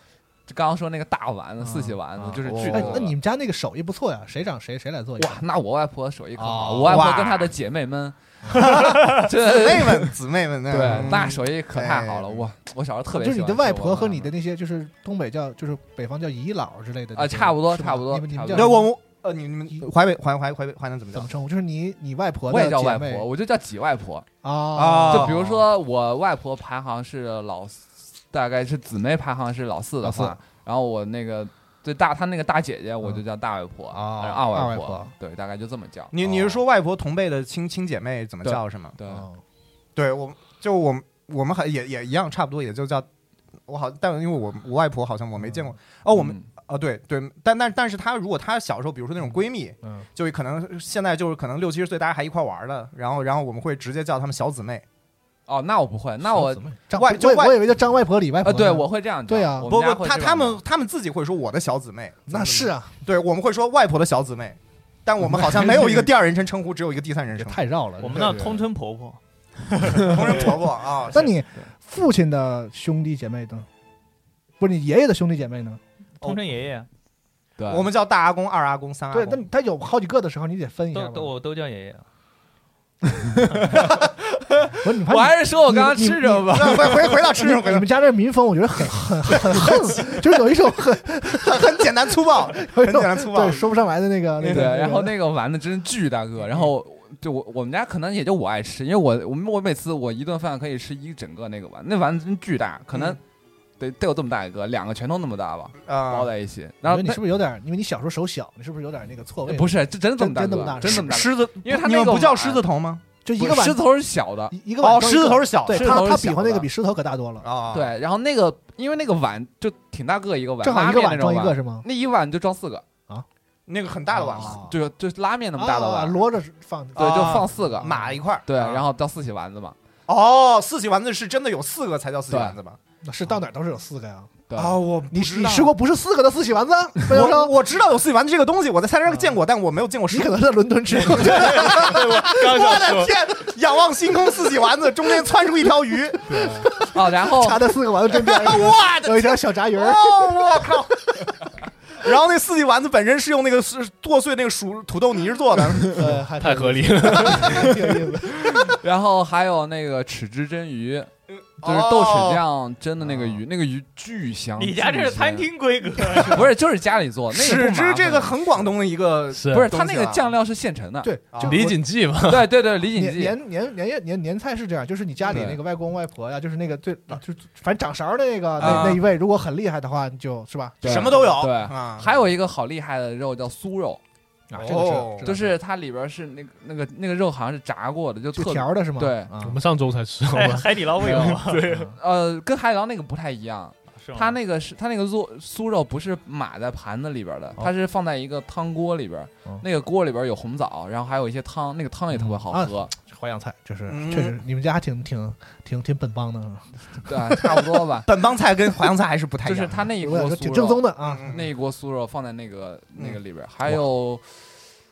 [SPEAKER 7] 就刚刚说那个大丸子、
[SPEAKER 4] 啊
[SPEAKER 7] 四喜丸子
[SPEAKER 4] 啊，
[SPEAKER 7] 就是
[SPEAKER 6] 哦
[SPEAKER 7] 巨
[SPEAKER 4] 哎
[SPEAKER 7] 多。，
[SPEAKER 4] 那你们家那个手艺不错呀，谁长谁谁来做一个
[SPEAKER 7] 哇，那我外婆手艺可好，
[SPEAKER 4] 哦
[SPEAKER 7] 我外婆
[SPEAKER 6] 哇
[SPEAKER 7] 跟她的姐妹们，
[SPEAKER 6] 姊
[SPEAKER 7] 对
[SPEAKER 6] 妹们，姊妹们，嗯
[SPEAKER 7] 对，那
[SPEAKER 6] 是
[SPEAKER 7] 手艺可太好了。
[SPEAKER 6] 哎
[SPEAKER 7] 我我小时候特别
[SPEAKER 4] 嗯就是
[SPEAKER 7] 喜
[SPEAKER 4] 你的
[SPEAKER 7] 欢吃
[SPEAKER 4] 外
[SPEAKER 7] 我
[SPEAKER 4] 婆和
[SPEAKER 7] 妈
[SPEAKER 4] 你的
[SPEAKER 7] 妈
[SPEAKER 4] 那些，就是东北叫，就是北方叫姨姥之类的
[SPEAKER 7] 啊差不多
[SPEAKER 4] 是吧
[SPEAKER 7] 差不多
[SPEAKER 4] 你们你们
[SPEAKER 7] 差
[SPEAKER 4] 叫
[SPEAKER 7] 不
[SPEAKER 6] 对
[SPEAKER 7] 多
[SPEAKER 6] 我我呃，你你们淮北淮淮淮北淮南怎么
[SPEAKER 4] 怎
[SPEAKER 6] 叫
[SPEAKER 4] 么？称呼？就是你你外婆
[SPEAKER 7] 我
[SPEAKER 4] 的
[SPEAKER 7] 也叫
[SPEAKER 4] 姐
[SPEAKER 7] 外
[SPEAKER 4] 妹
[SPEAKER 7] 婆，我就叫几外婆。
[SPEAKER 4] 啊，
[SPEAKER 6] 哦
[SPEAKER 7] 就比如说我外婆排行是老四，大概是姊妹排行是老四的
[SPEAKER 4] 老四嗯
[SPEAKER 7] 话，然后我那个最大她那个大姐姐我就叫大外婆，
[SPEAKER 4] 哦
[SPEAKER 7] 然后
[SPEAKER 4] 二
[SPEAKER 7] 二
[SPEAKER 4] 外
[SPEAKER 7] 婆
[SPEAKER 4] 婆，
[SPEAKER 7] 对，大概就这么叫。哦
[SPEAKER 6] 你你是说外婆同辈的亲亲姐妹怎么
[SPEAKER 7] 对
[SPEAKER 6] 叫是吗？
[SPEAKER 5] 嗯
[SPEAKER 7] 对，
[SPEAKER 4] 哦
[SPEAKER 6] 对，我就我们我们还也也一样，差不多也就叫我好，但因为我我外婆好像我没见过哦，我们
[SPEAKER 7] 嗯
[SPEAKER 6] 啊，对对，但但但是她如果她小时候，比如说那种闺蜜，
[SPEAKER 4] 嗯
[SPEAKER 6] 就可能现在就是可能六七十岁，大家还一块玩的，然后然后我们会直接叫她们小姊妹，
[SPEAKER 7] 哦，那我不会，那我
[SPEAKER 4] 小姊妹张
[SPEAKER 6] 外
[SPEAKER 4] 我
[SPEAKER 6] 就外
[SPEAKER 4] 我以为叫张外婆李外婆
[SPEAKER 7] 啊，
[SPEAKER 4] 呢。
[SPEAKER 7] 对我会这样叫。
[SPEAKER 4] 对啊
[SPEAKER 7] 我
[SPEAKER 6] 不
[SPEAKER 7] 家
[SPEAKER 6] 不，
[SPEAKER 7] 会
[SPEAKER 6] 她
[SPEAKER 7] 这样
[SPEAKER 6] 她们
[SPEAKER 7] 叫
[SPEAKER 6] 她们自己会说我的小姊妹，
[SPEAKER 4] 那是啊，
[SPEAKER 6] 对我们会说外婆的小姊妹，但我们好像没有一个第二人称称呼，只有一个第三人
[SPEAKER 4] 也
[SPEAKER 6] 称，
[SPEAKER 4] 太绕了。
[SPEAKER 5] 我
[SPEAKER 4] 这个
[SPEAKER 5] 们那通称婆婆，
[SPEAKER 6] 同人婆婆啊，
[SPEAKER 4] 那你父亲的兄弟姐妹呢？不是你爷爷的兄弟姐妹呢？
[SPEAKER 5] 通称爷啊爷，
[SPEAKER 7] 对，
[SPEAKER 6] 我们叫大阿公、二阿公、三阿
[SPEAKER 4] 对，
[SPEAKER 6] 公，
[SPEAKER 4] 那你他有好几个的时候，你得分一下
[SPEAKER 5] 都
[SPEAKER 4] 吧。
[SPEAKER 5] 都我都叫爷爷。啊
[SPEAKER 4] 不是你怕
[SPEAKER 7] 我
[SPEAKER 4] 你
[SPEAKER 7] 还是说我哦刚刚
[SPEAKER 4] 你你啊
[SPEAKER 7] 吃什么吧。
[SPEAKER 6] 那啊回回回到吃
[SPEAKER 4] 你
[SPEAKER 6] 上，回
[SPEAKER 4] 你
[SPEAKER 6] 到
[SPEAKER 4] 们家这民风，我觉得很很很 很，就是有一种很
[SPEAKER 6] 很很简单粗暴，很简单粗暴
[SPEAKER 4] 对，说不上来的那个那
[SPEAKER 7] 对，
[SPEAKER 4] 个。
[SPEAKER 7] 然后那个丸子真是巨大个，然后就我我们家可能也就我爱吃，因为我我们我每次我一顿饭可以吃一整个那个丸，那丸子真巨大，可能
[SPEAKER 6] 嗯
[SPEAKER 7] 得得有这么大一个，两个拳头那么大吧，
[SPEAKER 6] 啊
[SPEAKER 7] 包，在一起。然
[SPEAKER 4] 我觉得
[SPEAKER 7] 后
[SPEAKER 4] 你
[SPEAKER 7] 那呃
[SPEAKER 4] 是不是有点？因为你小时候手小，你是不是有点那个错位？
[SPEAKER 7] 不
[SPEAKER 4] 是，
[SPEAKER 7] 是，这真这么大
[SPEAKER 4] 真真这么大
[SPEAKER 7] 个，真这么大个，
[SPEAKER 6] 狮子，
[SPEAKER 7] 因为它
[SPEAKER 6] 你
[SPEAKER 7] 那
[SPEAKER 6] 们
[SPEAKER 7] 个
[SPEAKER 6] 不叫
[SPEAKER 7] 碗
[SPEAKER 6] 狮子头吗？
[SPEAKER 4] 就一
[SPEAKER 7] 不
[SPEAKER 4] 个碗
[SPEAKER 7] 狮头是小的，
[SPEAKER 4] 一一个碗
[SPEAKER 6] 哦，
[SPEAKER 4] 装
[SPEAKER 6] 狮
[SPEAKER 4] 一个
[SPEAKER 6] 子头是小的，
[SPEAKER 4] 对
[SPEAKER 7] 狮
[SPEAKER 6] 是
[SPEAKER 7] 子头
[SPEAKER 4] 他
[SPEAKER 7] 是
[SPEAKER 4] 他比划那个
[SPEAKER 7] 小的
[SPEAKER 4] 比石头可大多了，
[SPEAKER 6] 啊，
[SPEAKER 7] 对，然后那个因为那个碗就挺大个一个碗，
[SPEAKER 4] 正好一个
[SPEAKER 7] 拉
[SPEAKER 4] 碗
[SPEAKER 7] 面那种
[SPEAKER 4] 装一个
[SPEAKER 7] 碗，
[SPEAKER 4] 是吗？
[SPEAKER 7] 那一碗就装四个，
[SPEAKER 6] 那个很大的碗，
[SPEAKER 4] 啊
[SPEAKER 7] 就就是拉面那么大的
[SPEAKER 4] 啊
[SPEAKER 7] 碗，
[SPEAKER 4] 摞着放。
[SPEAKER 7] 对，就
[SPEAKER 6] 啊
[SPEAKER 7] 放四个，
[SPEAKER 6] 码一块儿，
[SPEAKER 7] 对，
[SPEAKER 6] 啊
[SPEAKER 7] 然后到四喜丸子嘛，
[SPEAKER 6] 哦，四喜丸子是真的有四个才叫四喜丸子吗？啊
[SPEAKER 4] 是到哪儿都是有四个呀。
[SPEAKER 7] 对，
[SPEAKER 6] 我
[SPEAKER 4] 你
[SPEAKER 6] 不知
[SPEAKER 4] 你
[SPEAKER 6] 道
[SPEAKER 4] 吃过不是四个的四喜丸子？不要
[SPEAKER 6] 我
[SPEAKER 4] 说，
[SPEAKER 6] 我知道有四喜丸子这个东西，我在菜市场见
[SPEAKER 7] 嗯
[SPEAKER 6] 过，但我没有见过狮
[SPEAKER 4] 你
[SPEAKER 6] 子
[SPEAKER 4] 可。能在伦 敦吃过。
[SPEAKER 6] 我的天，仰望星空四喜丸子，中间窜出一条 鱼，
[SPEAKER 7] 哦，然后
[SPEAKER 4] 炸的四个丸子中间
[SPEAKER 6] 哇
[SPEAKER 4] 有一条小炸鱼儿。
[SPEAKER 6] 哦，我靠！然后那四喜丸子本身是用那个是剁碎那个薯土豆泥做的，
[SPEAKER 4] 呃，还
[SPEAKER 9] 太合理了。
[SPEAKER 4] 挺有意思。
[SPEAKER 7] 然后还有那个豉汁蒸鱼，
[SPEAKER 6] 呃
[SPEAKER 7] 就是豆
[SPEAKER 6] 哦
[SPEAKER 7] 豉酱蒸的那个鱼，那个鱼巨香。
[SPEAKER 5] 你家这是
[SPEAKER 7] 巨鲜
[SPEAKER 5] 餐？厅规格，
[SPEAKER 7] 不是，就是家里做。那个
[SPEAKER 6] 豉
[SPEAKER 7] 不麻
[SPEAKER 6] 汁
[SPEAKER 7] 烦
[SPEAKER 6] 这个很广东的一个
[SPEAKER 9] 是
[SPEAKER 7] 不是，
[SPEAKER 6] 东
[SPEAKER 7] 它
[SPEAKER 6] 西
[SPEAKER 7] 那个
[SPEAKER 6] 啊
[SPEAKER 7] 酱料是现成的。
[SPEAKER 4] 对，就
[SPEAKER 6] 啊
[SPEAKER 4] 我
[SPEAKER 9] 李锦记嘛，
[SPEAKER 7] 对对对，李锦
[SPEAKER 4] 年
[SPEAKER 7] 记。
[SPEAKER 4] 年年年夜年年菜是这样，就是你家里
[SPEAKER 7] 对
[SPEAKER 4] 那个外公外婆呀，就是那个最就是反正掌勺的那个那
[SPEAKER 6] 啊
[SPEAKER 4] 那一位，如果很厉害的话，你就是吧？
[SPEAKER 7] 对
[SPEAKER 6] 什么都有，
[SPEAKER 7] 对
[SPEAKER 6] 啊，
[SPEAKER 7] 还有一个好厉害的肉叫酥肉，
[SPEAKER 4] 啊，这
[SPEAKER 6] 哦
[SPEAKER 4] 个是
[SPEAKER 7] 就是它里边是那个那个那个肉好像是炸过的，就
[SPEAKER 4] 就
[SPEAKER 7] 特
[SPEAKER 4] 条的是吗？
[SPEAKER 7] 对嗯
[SPEAKER 4] 啊
[SPEAKER 9] 我们上周才 吃，好
[SPEAKER 5] 哎
[SPEAKER 9] 吧？
[SPEAKER 5] 海底捞味道
[SPEAKER 6] 啊
[SPEAKER 5] 吗？
[SPEAKER 9] 对，
[SPEAKER 7] 呃，跟海底捞那个不太一样。
[SPEAKER 5] 是吗
[SPEAKER 7] 它那个是它那个酥酥肉不是码在盘子里边的，
[SPEAKER 4] 哦
[SPEAKER 7] 它是放在一个汤锅里边
[SPEAKER 4] 哦，
[SPEAKER 7] 那个锅里边有红枣，然后还有一些汤，那个汤也特别好
[SPEAKER 4] 啊
[SPEAKER 7] 喝。
[SPEAKER 4] 花样菜，就是
[SPEAKER 6] 嗯。
[SPEAKER 4] 确实你们家还挺挺挺挺本帮的，啊
[SPEAKER 7] 对，差不 多吧
[SPEAKER 6] 本帮菜跟淮扬菜还是不太一
[SPEAKER 7] 就
[SPEAKER 6] 样
[SPEAKER 7] 是
[SPEAKER 6] 的，
[SPEAKER 7] 他那一
[SPEAKER 4] 有
[SPEAKER 7] 锅
[SPEAKER 4] 点
[SPEAKER 7] 酥肉，
[SPEAKER 4] 挺正宗的嗯啊。
[SPEAKER 6] 嗯
[SPEAKER 7] 那一锅酥肉放在那个那个里边，
[SPEAKER 4] 哇
[SPEAKER 7] 还有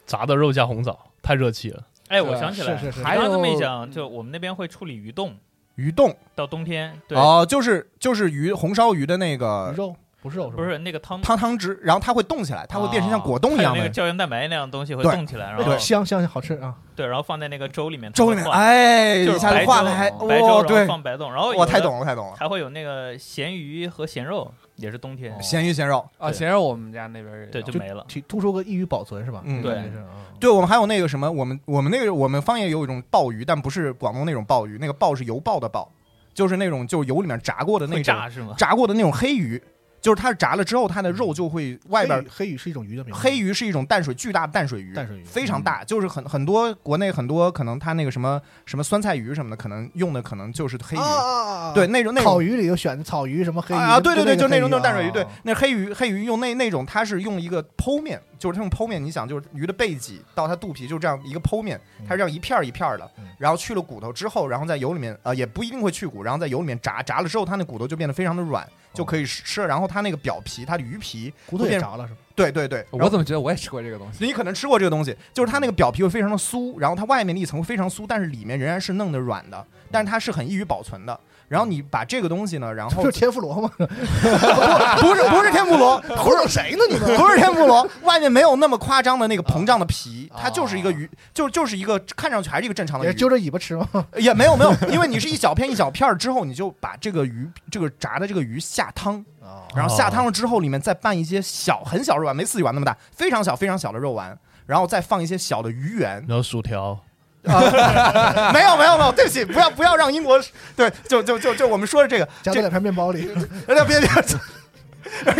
[SPEAKER 9] 炸的肉加红枣，太热气了。
[SPEAKER 5] 哎，我想起来，
[SPEAKER 4] 是是是
[SPEAKER 5] 你
[SPEAKER 7] 还
[SPEAKER 5] 刚刚这么一
[SPEAKER 7] 有
[SPEAKER 5] 讲，就我们那边会处理鱼冻，
[SPEAKER 6] 鱼冻
[SPEAKER 5] 到冬天，对，
[SPEAKER 6] 哦，就是就是鱼红烧鱼的那
[SPEAKER 4] 鱼
[SPEAKER 6] 个
[SPEAKER 4] 肉不是肉
[SPEAKER 5] 不
[SPEAKER 4] 是吧
[SPEAKER 5] 是那个汤，啊
[SPEAKER 6] 汤汤汁，然后它会冻起来，它会变成像果冻一
[SPEAKER 5] 还有
[SPEAKER 6] 样
[SPEAKER 5] 那个
[SPEAKER 6] 的
[SPEAKER 5] 胶原蛋白那样的东西会
[SPEAKER 6] 对
[SPEAKER 5] 冻起来，然后
[SPEAKER 6] 对
[SPEAKER 4] 香香好吃啊！
[SPEAKER 5] 对，然后放在那个粥里面，
[SPEAKER 6] 粥里面，
[SPEAKER 5] 它会化
[SPEAKER 6] 哎，
[SPEAKER 5] 就
[SPEAKER 6] 一
[SPEAKER 5] 是
[SPEAKER 6] 下
[SPEAKER 5] 白
[SPEAKER 6] 子
[SPEAKER 5] 粥
[SPEAKER 6] 化开，
[SPEAKER 5] 白粥
[SPEAKER 6] 哦，
[SPEAKER 5] 然后
[SPEAKER 6] 对，
[SPEAKER 5] 放白冻，然后有
[SPEAKER 6] 我太
[SPEAKER 5] 的
[SPEAKER 6] 懂了，太懂了，
[SPEAKER 5] 还会有那个咸鱼和咸肉，也是冬天，
[SPEAKER 6] 咸鱼咸肉，
[SPEAKER 7] 啊，
[SPEAKER 5] 对
[SPEAKER 7] 咸肉我们家那边也
[SPEAKER 5] 对，就
[SPEAKER 7] 有
[SPEAKER 5] 没了。
[SPEAKER 4] 提突出个易于保存是吧？
[SPEAKER 6] 嗯
[SPEAKER 5] 对
[SPEAKER 4] 这是啊
[SPEAKER 6] 对我们还有那个什么，我们我们那个我们方言有一种鲍鱼，但不是广东那种鲍鱼，那个鲍是油爆的爆，就是那种就油里面炸过的那
[SPEAKER 5] 会
[SPEAKER 6] 种
[SPEAKER 5] 炸是吗？
[SPEAKER 6] 炸过的那种黑鱼，就是它是炸了之后，它的肉就会外边
[SPEAKER 4] 黑鱼黑鱼是一种鱼的名字，
[SPEAKER 6] 黑鱼是一种淡水巨大的淡水鱼，
[SPEAKER 4] 淡水鱼
[SPEAKER 6] 非常大，就是很很多国内很多可能它那个什么什么酸菜鱼什么的，可能用的可能就是黑鱼，
[SPEAKER 4] 啊啊啊啊！
[SPEAKER 6] 对那种那
[SPEAKER 4] 烤
[SPEAKER 6] 种。
[SPEAKER 4] 鱼里就选草鱼什么黑鱼
[SPEAKER 6] 啊，对对对，就
[SPEAKER 4] 那
[SPEAKER 6] 那
[SPEAKER 4] 个黑鱼
[SPEAKER 6] 种那种淡水鱼，对
[SPEAKER 4] 啊，
[SPEAKER 6] 那黑鱼黑鱼用那那种，它是用一个剖面，就是那种剖面，你想就是鱼的背脊到它肚皮就这样一个剖面，它是这样一片儿一片儿的
[SPEAKER 4] 嗯，
[SPEAKER 6] 然后去了骨头之后，然后在油里面呃也不一定会去骨，然后在油里面炸炸了之后，它那骨头就变得非常的软，就可以吃，然后它那个表皮，它的鱼皮，
[SPEAKER 4] 哦骨头也炸了是吧？
[SPEAKER 6] 对对对，然后
[SPEAKER 7] 我怎么觉得我也吃过这个东西？
[SPEAKER 6] 你可能吃过这个东西，就是它那个表皮会非常的酥，然后它外面的一层会非常酥，但是里面仍然是嫩的软的，但是它是很易于保存的。然后你把这个东西呢，然后
[SPEAKER 4] 不是天妇罗吗？
[SPEAKER 6] 不是不是天妇罗，
[SPEAKER 4] 忽 悠谁呢你们？
[SPEAKER 6] 不是天妇罗，外面没有那么夸张的那个膨胀的皮，它就是一个鱼，就就是一个看上去还是一个正常的
[SPEAKER 4] 也揪
[SPEAKER 6] 鱼，
[SPEAKER 4] 着尾巴吃 吗？
[SPEAKER 6] 也没有没有，因为你是一小片一小片儿之后，你就把这个鱼这个炸的这个鱼下汤，
[SPEAKER 4] 啊，
[SPEAKER 6] 然后下汤了之后，里面再拌一些小很小肉丸，没四喜丸那么大，非常小非常小的肉丸，然后再放一些小的鱼圆，啊
[SPEAKER 9] 然后薯条，
[SPEAKER 6] 没有没有没有，对不起，不要不要让英国对，就就就就我们说的这个，
[SPEAKER 4] 夹在两片面包 里，
[SPEAKER 6] 这哎别别。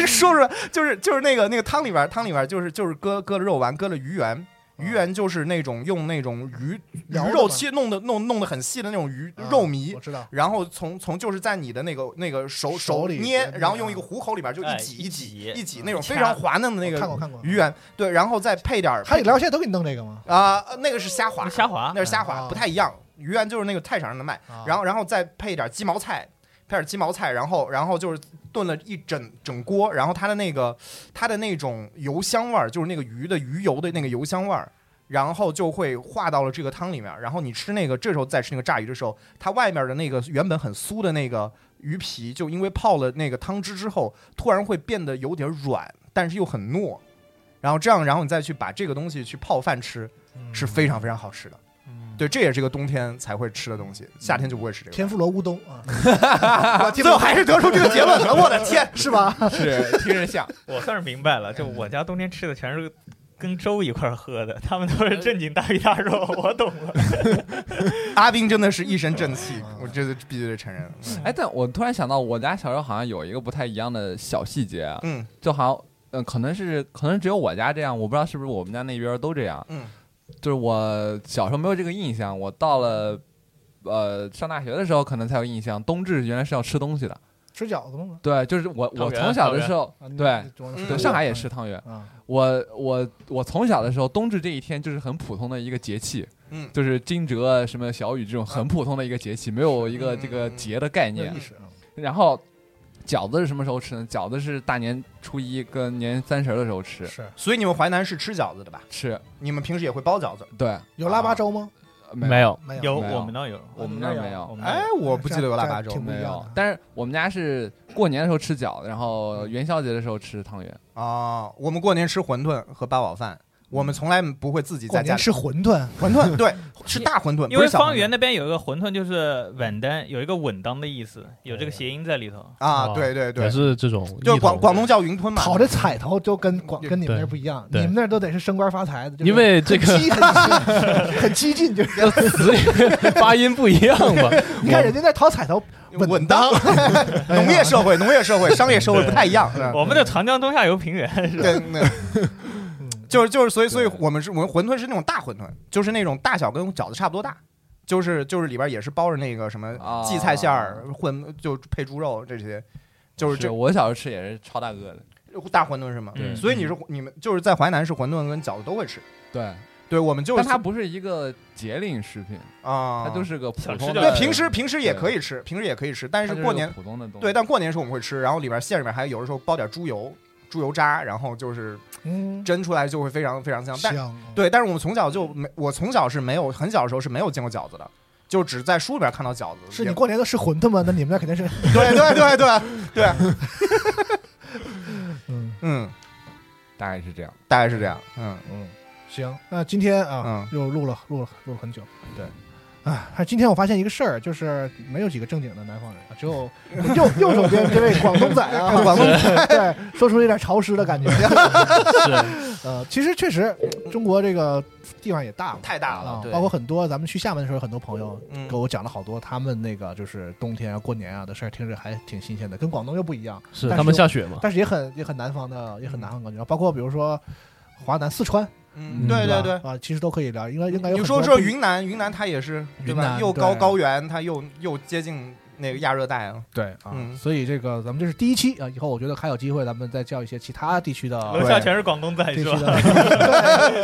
[SPEAKER 6] 说出来就是就是那个那个汤里边儿汤里边儿就是就是搁搁了肉丸搁了鱼圆，鱼圆就是那种用那种鱼鱼
[SPEAKER 4] 摇的
[SPEAKER 6] 肉
[SPEAKER 4] 吗
[SPEAKER 6] 切弄的弄弄得很细的那种鱼
[SPEAKER 4] 啊
[SPEAKER 6] 肉糜
[SPEAKER 4] 我，知道，
[SPEAKER 6] 然后从从就是在你的那个那个手
[SPEAKER 4] 手里
[SPEAKER 6] 捏，
[SPEAKER 4] 对
[SPEAKER 6] 然后用一个虎口里边就一
[SPEAKER 5] 哎
[SPEAKER 6] 挤
[SPEAKER 5] 一
[SPEAKER 6] 挤
[SPEAKER 5] 挤
[SPEAKER 6] 一挤那种
[SPEAKER 5] 掐
[SPEAKER 6] 非常滑嫩的那
[SPEAKER 4] 嗯我看过
[SPEAKER 6] 个
[SPEAKER 4] 看过。
[SPEAKER 6] 鱼圆，对，然后再配点儿
[SPEAKER 4] 还有聊天都给你弄这个吗？
[SPEAKER 6] 啊，那个是虾滑，
[SPEAKER 5] 虾滑
[SPEAKER 6] 那是虾滑，
[SPEAKER 4] 啊
[SPEAKER 6] 不太一样。鱼圆就是那个菜场上的卖
[SPEAKER 4] 啊，
[SPEAKER 6] 然后然后再配点鸡毛菜，配点鸡毛菜，然后然后就是炖了一整整锅，然后它的那个它的那种油香味儿，就是那个鱼的鱼油的那个油香味儿。然后就会化到了这个汤里面，然后你吃那个，这时候再吃那个炸鱼的时候，它外面的那个原本很酥的那个鱼皮，就因为泡了那个汤汁之后，突然会变得有点软，但是又很糯。然后这样，然后你再去把这个东西去泡饭吃，是非常非常好吃的。对，这也是个冬天才会吃的东西，夏天就不会吃这个。
[SPEAKER 4] 天妇罗乌冬啊，
[SPEAKER 6] 最后还是得出这个结论了，我的天！
[SPEAKER 4] 是吧？
[SPEAKER 7] 是听着像，
[SPEAKER 5] 我算是明白了，就我家冬天吃的全是跟粥一块儿喝的，他们都是正经大鱼大肉，我懂了。
[SPEAKER 6] 阿斌真的是一身正气，我这必须得承认。
[SPEAKER 4] 嗯
[SPEAKER 7] 哎，但我突然想到，我家小时候好像有一个不太一样的小细节啊，
[SPEAKER 6] 嗯
[SPEAKER 7] 就好像，呃，可能是可能只有我家这样，我不知道是不是我们家那边儿都这样。
[SPEAKER 6] 嗯，
[SPEAKER 7] 就是我小时候没有这个印象，我到了呃上大学的时候，可能才有印象，冬至原来是要吃东西的。
[SPEAKER 4] 吃饺子吗？
[SPEAKER 7] 对，就是我
[SPEAKER 9] 汤
[SPEAKER 7] 我
[SPEAKER 9] 圆
[SPEAKER 7] 从小的时候
[SPEAKER 4] 啊，你
[SPEAKER 7] 对
[SPEAKER 4] 我
[SPEAKER 6] 嗯
[SPEAKER 7] 对，上海也吃汤圆。
[SPEAKER 4] 啊，
[SPEAKER 7] 我我我从小的时候，冬至这一天就是很普通的一个节气，
[SPEAKER 6] 嗯，
[SPEAKER 7] 就是惊蛰、啊什么小雨这种很普通的一个节气，没有一个这个节的概
[SPEAKER 4] 有
[SPEAKER 7] 念
[SPEAKER 4] 意。识啊，
[SPEAKER 7] 然后饺子是什么时候吃呢？饺子是大年初一跟年三十儿的时候吃
[SPEAKER 4] 是
[SPEAKER 6] 所以你们淮南是吃饺子的吧？
[SPEAKER 7] 吃，
[SPEAKER 6] 你们平时也会包饺子？
[SPEAKER 7] 对，
[SPEAKER 4] 有腊八粥吗？
[SPEAKER 7] 没
[SPEAKER 9] 有，
[SPEAKER 4] 没
[SPEAKER 5] 有，
[SPEAKER 7] 没有
[SPEAKER 5] 我们那有，
[SPEAKER 7] 我们那儿没
[SPEAKER 5] 我
[SPEAKER 7] 有。
[SPEAKER 5] 们那儿
[SPEAKER 6] 哎，我不记得有腊八粥
[SPEAKER 4] 挺不一
[SPEAKER 7] 没
[SPEAKER 4] 样
[SPEAKER 7] 有
[SPEAKER 4] 的，
[SPEAKER 7] 但是我们家是过年的时候吃饺子，然后元宵节的时候吃汤圆。
[SPEAKER 6] 啊。我们过年吃馄饨和八宝饭，我们从来不会自己
[SPEAKER 4] 过
[SPEAKER 6] 在家
[SPEAKER 4] 年
[SPEAKER 6] 里
[SPEAKER 4] 吃馄饨，
[SPEAKER 6] 馄 饨，对，吃大馄饨，
[SPEAKER 5] 因为
[SPEAKER 6] 不是小
[SPEAKER 5] 方
[SPEAKER 6] 馄饨
[SPEAKER 5] 圆那边有一个馄饨，就是稳当，有一个稳当的意思，有这个谐音在里头。
[SPEAKER 6] 啊，对对
[SPEAKER 8] 哦也
[SPEAKER 6] 对，
[SPEAKER 8] 是这种一
[SPEAKER 6] 就
[SPEAKER 8] 种
[SPEAKER 6] 是广广东叫云吞嘛。
[SPEAKER 4] 讨这彩头就跟广
[SPEAKER 6] 对
[SPEAKER 4] 跟你们
[SPEAKER 8] 对
[SPEAKER 4] 那儿不一样，你
[SPEAKER 8] 对
[SPEAKER 4] 们那儿都得是升官发财的，就是
[SPEAKER 8] 因为这
[SPEAKER 4] 很
[SPEAKER 8] 个
[SPEAKER 4] 激很激很激进，就是
[SPEAKER 8] 词语发音不一样吧？
[SPEAKER 4] 你看人家那讨彩头，
[SPEAKER 6] 稳当， 农业社
[SPEAKER 8] 哎
[SPEAKER 6] 会、农业社会、商业社会不太一样。嗯
[SPEAKER 8] 哦
[SPEAKER 5] 我们的长江中下游平原是吧？
[SPEAKER 6] 对， 那就是就是，所以所以我们是我们馄饨是那种大馄饨，就是那种大小跟饺子差不多大，就是就是里边也是包着那个什么
[SPEAKER 7] 啊
[SPEAKER 6] 荠菜馅儿混，就配猪肉这些，就是
[SPEAKER 7] 是
[SPEAKER 6] 这
[SPEAKER 7] 我小时候吃也是超大个的。
[SPEAKER 6] 大馄饨是吗？
[SPEAKER 5] 嗯
[SPEAKER 6] 所以你是你们就是在淮南是馄饨跟饺子都会吃，
[SPEAKER 7] 对，
[SPEAKER 6] 对我们就是
[SPEAKER 7] 但它不是一个节令食品，
[SPEAKER 6] 啊，
[SPEAKER 7] 它就是个普
[SPEAKER 5] 想吃
[SPEAKER 7] 通
[SPEAKER 5] 就
[SPEAKER 6] 对
[SPEAKER 7] 的。
[SPEAKER 6] 平时平时也可以吃，平时也可以吃，但
[SPEAKER 7] 它
[SPEAKER 6] 是
[SPEAKER 7] 就是
[SPEAKER 6] 过
[SPEAKER 7] 个
[SPEAKER 6] 年
[SPEAKER 7] 普通的东西。
[SPEAKER 6] 对，但过年时候我们会吃，然后里边馅里面还有的时候包点猪油。猪油渣，然后就是
[SPEAKER 4] 嗯，
[SPEAKER 6] 蒸出来就会非常非常香，但
[SPEAKER 4] 香，啊
[SPEAKER 6] 对，但是我们从小就没，我从小是没有，很小的时候是没有见过饺子的，就只在书里边看到饺子。
[SPEAKER 4] 是
[SPEAKER 6] 也
[SPEAKER 4] 你过年都吃馄饨吗？那你们那肯定是，
[SPEAKER 6] 对对对对 对，
[SPEAKER 4] 嗯
[SPEAKER 6] 嗯，
[SPEAKER 7] 大概是这样。
[SPEAKER 6] 大概是这样，嗯
[SPEAKER 4] 嗯，行，那今天啊
[SPEAKER 6] 嗯
[SPEAKER 4] 又录了录了录了很久，对。啊，还今天我发现一个事儿，就是没有几个正经的南方人，啊只 有右右手边这位广东仔啊，广东仔对说出了一点潮湿的感 觉。 呃，其实确实，中国这个地方也大嘛，
[SPEAKER 6] 太大了
[SPEAKER 4] 啊
[SPEAKER 6] 对
[SPEAKER 4] 包括很多咱们去厦门的时候，很多朋友
[SPEAKER 6] 嗯
[SPEAKER 4] 给我讲了好多他们那个就是冬天啊、过年啊的事儿，听着还挺新鲜的，跟广东又不一样。
[SPEAKER 8] 是
[SPEAKER 4] 但
[SPEAKER 8] 他们下雪嘛？
[SPEAKER 4] 但是也很也很南方的，也很南方感觉。包括比如说华南、四川，
[SPEAKER 6] 嗯，对对
[SPEAKER 4] 吧
[SPEAKER 6] 对。
[SPEAKER 4] 啊，其实都可以聊，应该应该有
[SPEAKER 6] 你
[SPEAKER 4] 很
[SPEAKER 6] 说
[SPEAKER 4] 多
[SPEAKER 6] 说
[SPEAKER 4] 不一
[SPEAKER 6] 云南，云南它也是对
[SPEAKER 4] 云
[SPEAKER 6] 吧？
[SPEAKER 4] 南
[SPEAKER 6] 又高
[SPEAKER 4] 对
[SPEAKER 6] 高原，它又又接近那个亚热带啊。
[SPEAKER 4] 对啊，
[SPEAKER 6] 嗯
[SPEAKER 4] 所以这个咱们这是第一期啊，以后我觉得还有机会，咱们再叫一些其他地区的 啊
[SPEAKER 5] 楼下全是广东仔
[SPEAKER 4] 地
[SPEAKER 5] 是
[SPEAKER 4] 区
[SPEAKER 5] 吧？
[SPEAKER 4] 的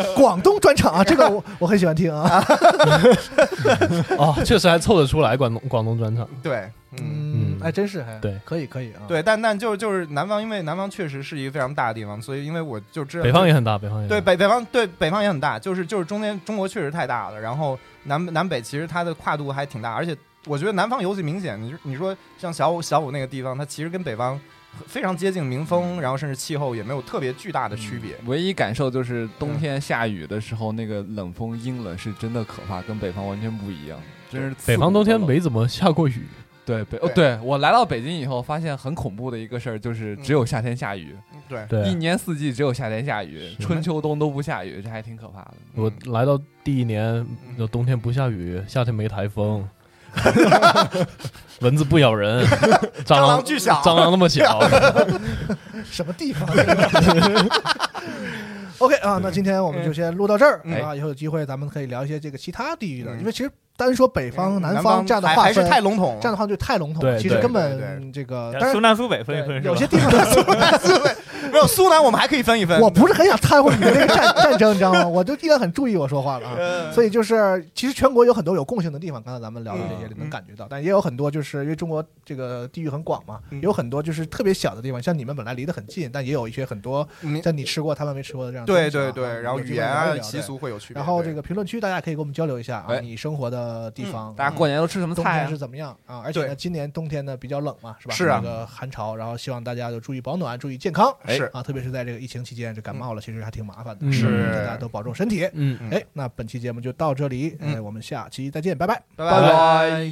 [SPEAKER 4] 对 广东专场啊，这个我我很喜欢听啊，
[SPEAKER 8] 啊，确实还凑得出来广东广东专场。
[SPEAKER 6] 对，嗯，
[SPEAKER 4] 嗯
[SPEAKER 8] 嗯，
[SPEAKER 4] 哎，真是还
[SPEAKER 8] 对
[SPEAKER 4] 可以可以啊，
[SPEAKER 6] 对，但但就就是南方，因为南方确实是一个非常大的地方，所以因为我就知道
[SPEAKER 8] 北方也很大，北方也很
[SPEAKER 6] 对
[SPEAKER 8] 大
[SPEAKER 6] 北北方对北方也很大，就是就是中间中国确实太大了，然后南南北其实它的跨度还挺大，而且我觉得南方尤其明显。你说你说像小武小武那个地方，它其实跟北方非常接近，民
[SPEAKER 8] 嗯
[SPEAKER 6] 风然后甚至气候也没有特别巨大的区别。
[SPEAKER 7] 嗯唯一感受就是冬天下雨的时候，那个冷风阴冷是真的可怕，跟北方完全不一样。真是刺骨
[SPEAKER 8] 北方冬天
[SPEAKER 7] 的冷
[SPEAKER 8] 没怎么下过雨，
[SPEAKER 7] 对北哦，对我来到北京以后，发现很恐怖的一个事儿就是只有夏天下雨，
[SPEAKER 6] 对，
[SPEAKER 7] 一
[SPEAKER 8] 对。
[SPEAKER 7] 年四季只有夏天下雨，春秋冬都不下雨，这还挺可怕的。
[SPEAKER 8] 我
[SPEAKER 6] 嗯
[SPEAKER 8] 来到第一年，就冬天不下雨，夏天没台风， 蚊子不咬人，蟑
[SPEAKER 6] 蟑
[SPEAKER 8] 螂
[SPEAKER 6] 螂巨响
[SPEAKER 8] 蟑螂那么小，
[SPEAKER 4] 什么地方？ OK 啊，那今天我们就先录到这儿
[SPEAKER 6] 嗯
[SPEAKER 4] 啊，以后有机会咱们可以聊一些这个其他地域的，因为其实单说北方、南
[SPEAKER 6] 嗯方
[SPEAKER 4] 方这样的
[SPEAKER 6] 还
[SPEAKER 4] 划
[SPEAKER 6] 还是
[SPEAKER 4] 分，
[SPEAKER 6] 太笼统了，
[SPEAKER 4] 这样的话就太笼统了，
[SPEAKER 8] 对
[SPEAKER 4] 其实
[SPEAKER 8] 对
[SPEAKER 4] 根
[SPEAKER 6] 对对
[SPEAKER 4] 本这个，
[SPEAKER 5] 然
[SPEAKER 4] 但
[SPEAKER 5] 后
[SPEAKER 4] 是
[SPEAKER 5] 苏南苏北分
[SPEAKER 4] 对
[SPEAKER 5] 一分是吧？
[SPEAKER 4] 有些地方
[SPEAKER 6] 没有苏南我们还可以分一分。
[SPEAKER 4] 我不是很想掺和你的那个战战争，你知道吗？我就尽量很注意我说话了啊。
[SPEAKER 6] 呃
[SPEAKER 4] 所以就是，其实全国有很多有共性的地方，刚才咱们聊的这些
[SPEAKER 6] 嗯
[SPEAKER 4] 能感觉到，但也有很多就是因为中国这个地域很广嘛，
[SPEAKER 6] 嗯
[SPEAKER 4] 有很多就是特别小的地方，像你们本来离得很近，但也有一些很多
[SPEAKER 6] 你
[SPEAKER 4] 像你吃过他们没吃过的这样的
[SPEAKER 6] 嗯对
[SPEAKER 4] 东西啊。
[SPEAKER 6] 对对，
[SPEAKER 4] 啊
[SPEAKER 6] 然后
[SPEAKER 4] 有机
[SPEAKER 6] 语
[SPEAKER 4] 会
[SPEAKER 6] 言
[SPEAKER 4] 聊一
[SPEAKER 6] 啊
[SPEAKER 4] 聊
[SPEAKER 6] 习。俗会有
[SPEAKER 4] 对
[SPEAKER 6] 区别。
[SPEAKER 4] 然后
[SPEAKER 6] 对嗯
[SPEAKER 4] 这个评论区大家可以给我们交流一下啊，
[SPEAKER 7] 哎
[SPEAKER 4] 你生活的地方，
[SPEAKER 7] 大家过年都吃什么
[SPEAKER 4] 嗯冬
[SPEAKER 7] 菜
[SPEAKER 4] 天
[SPEAKER 7] 啊
[SPEAKER 4] 是？怎么样啊？而且呢，
[SPEAKER 6] 对
[SPEAKER 4] 今年冬天呢比较冷嘛，是吧？
[SPEAKER 6] 是啊
[SPEAKER 4] 这个寒潮，然后希望大家就注意保暖，注意健康。
[SPEAKER 6] 哎是
[SPEAKER 4] 啊，特别是在这个疫情期间，这感冒了其实还挺麻烦的，
[SPEAKER 8] 嗯
[SPEAKER 6] 是
[SPEAKER 4] 大家都保重身体。
[SPEAKER 8] 嗯
[SPEAKER 6] 嗯
[SPEAKER 4] 哎，那本期节目就到这里，哎，
[SPEAKER 6] 嗯
[SPEAKER 4] 我们下期再见，拜拜。
[SPEAKER 6] 拜
[SPEAKER 7] 拜拜。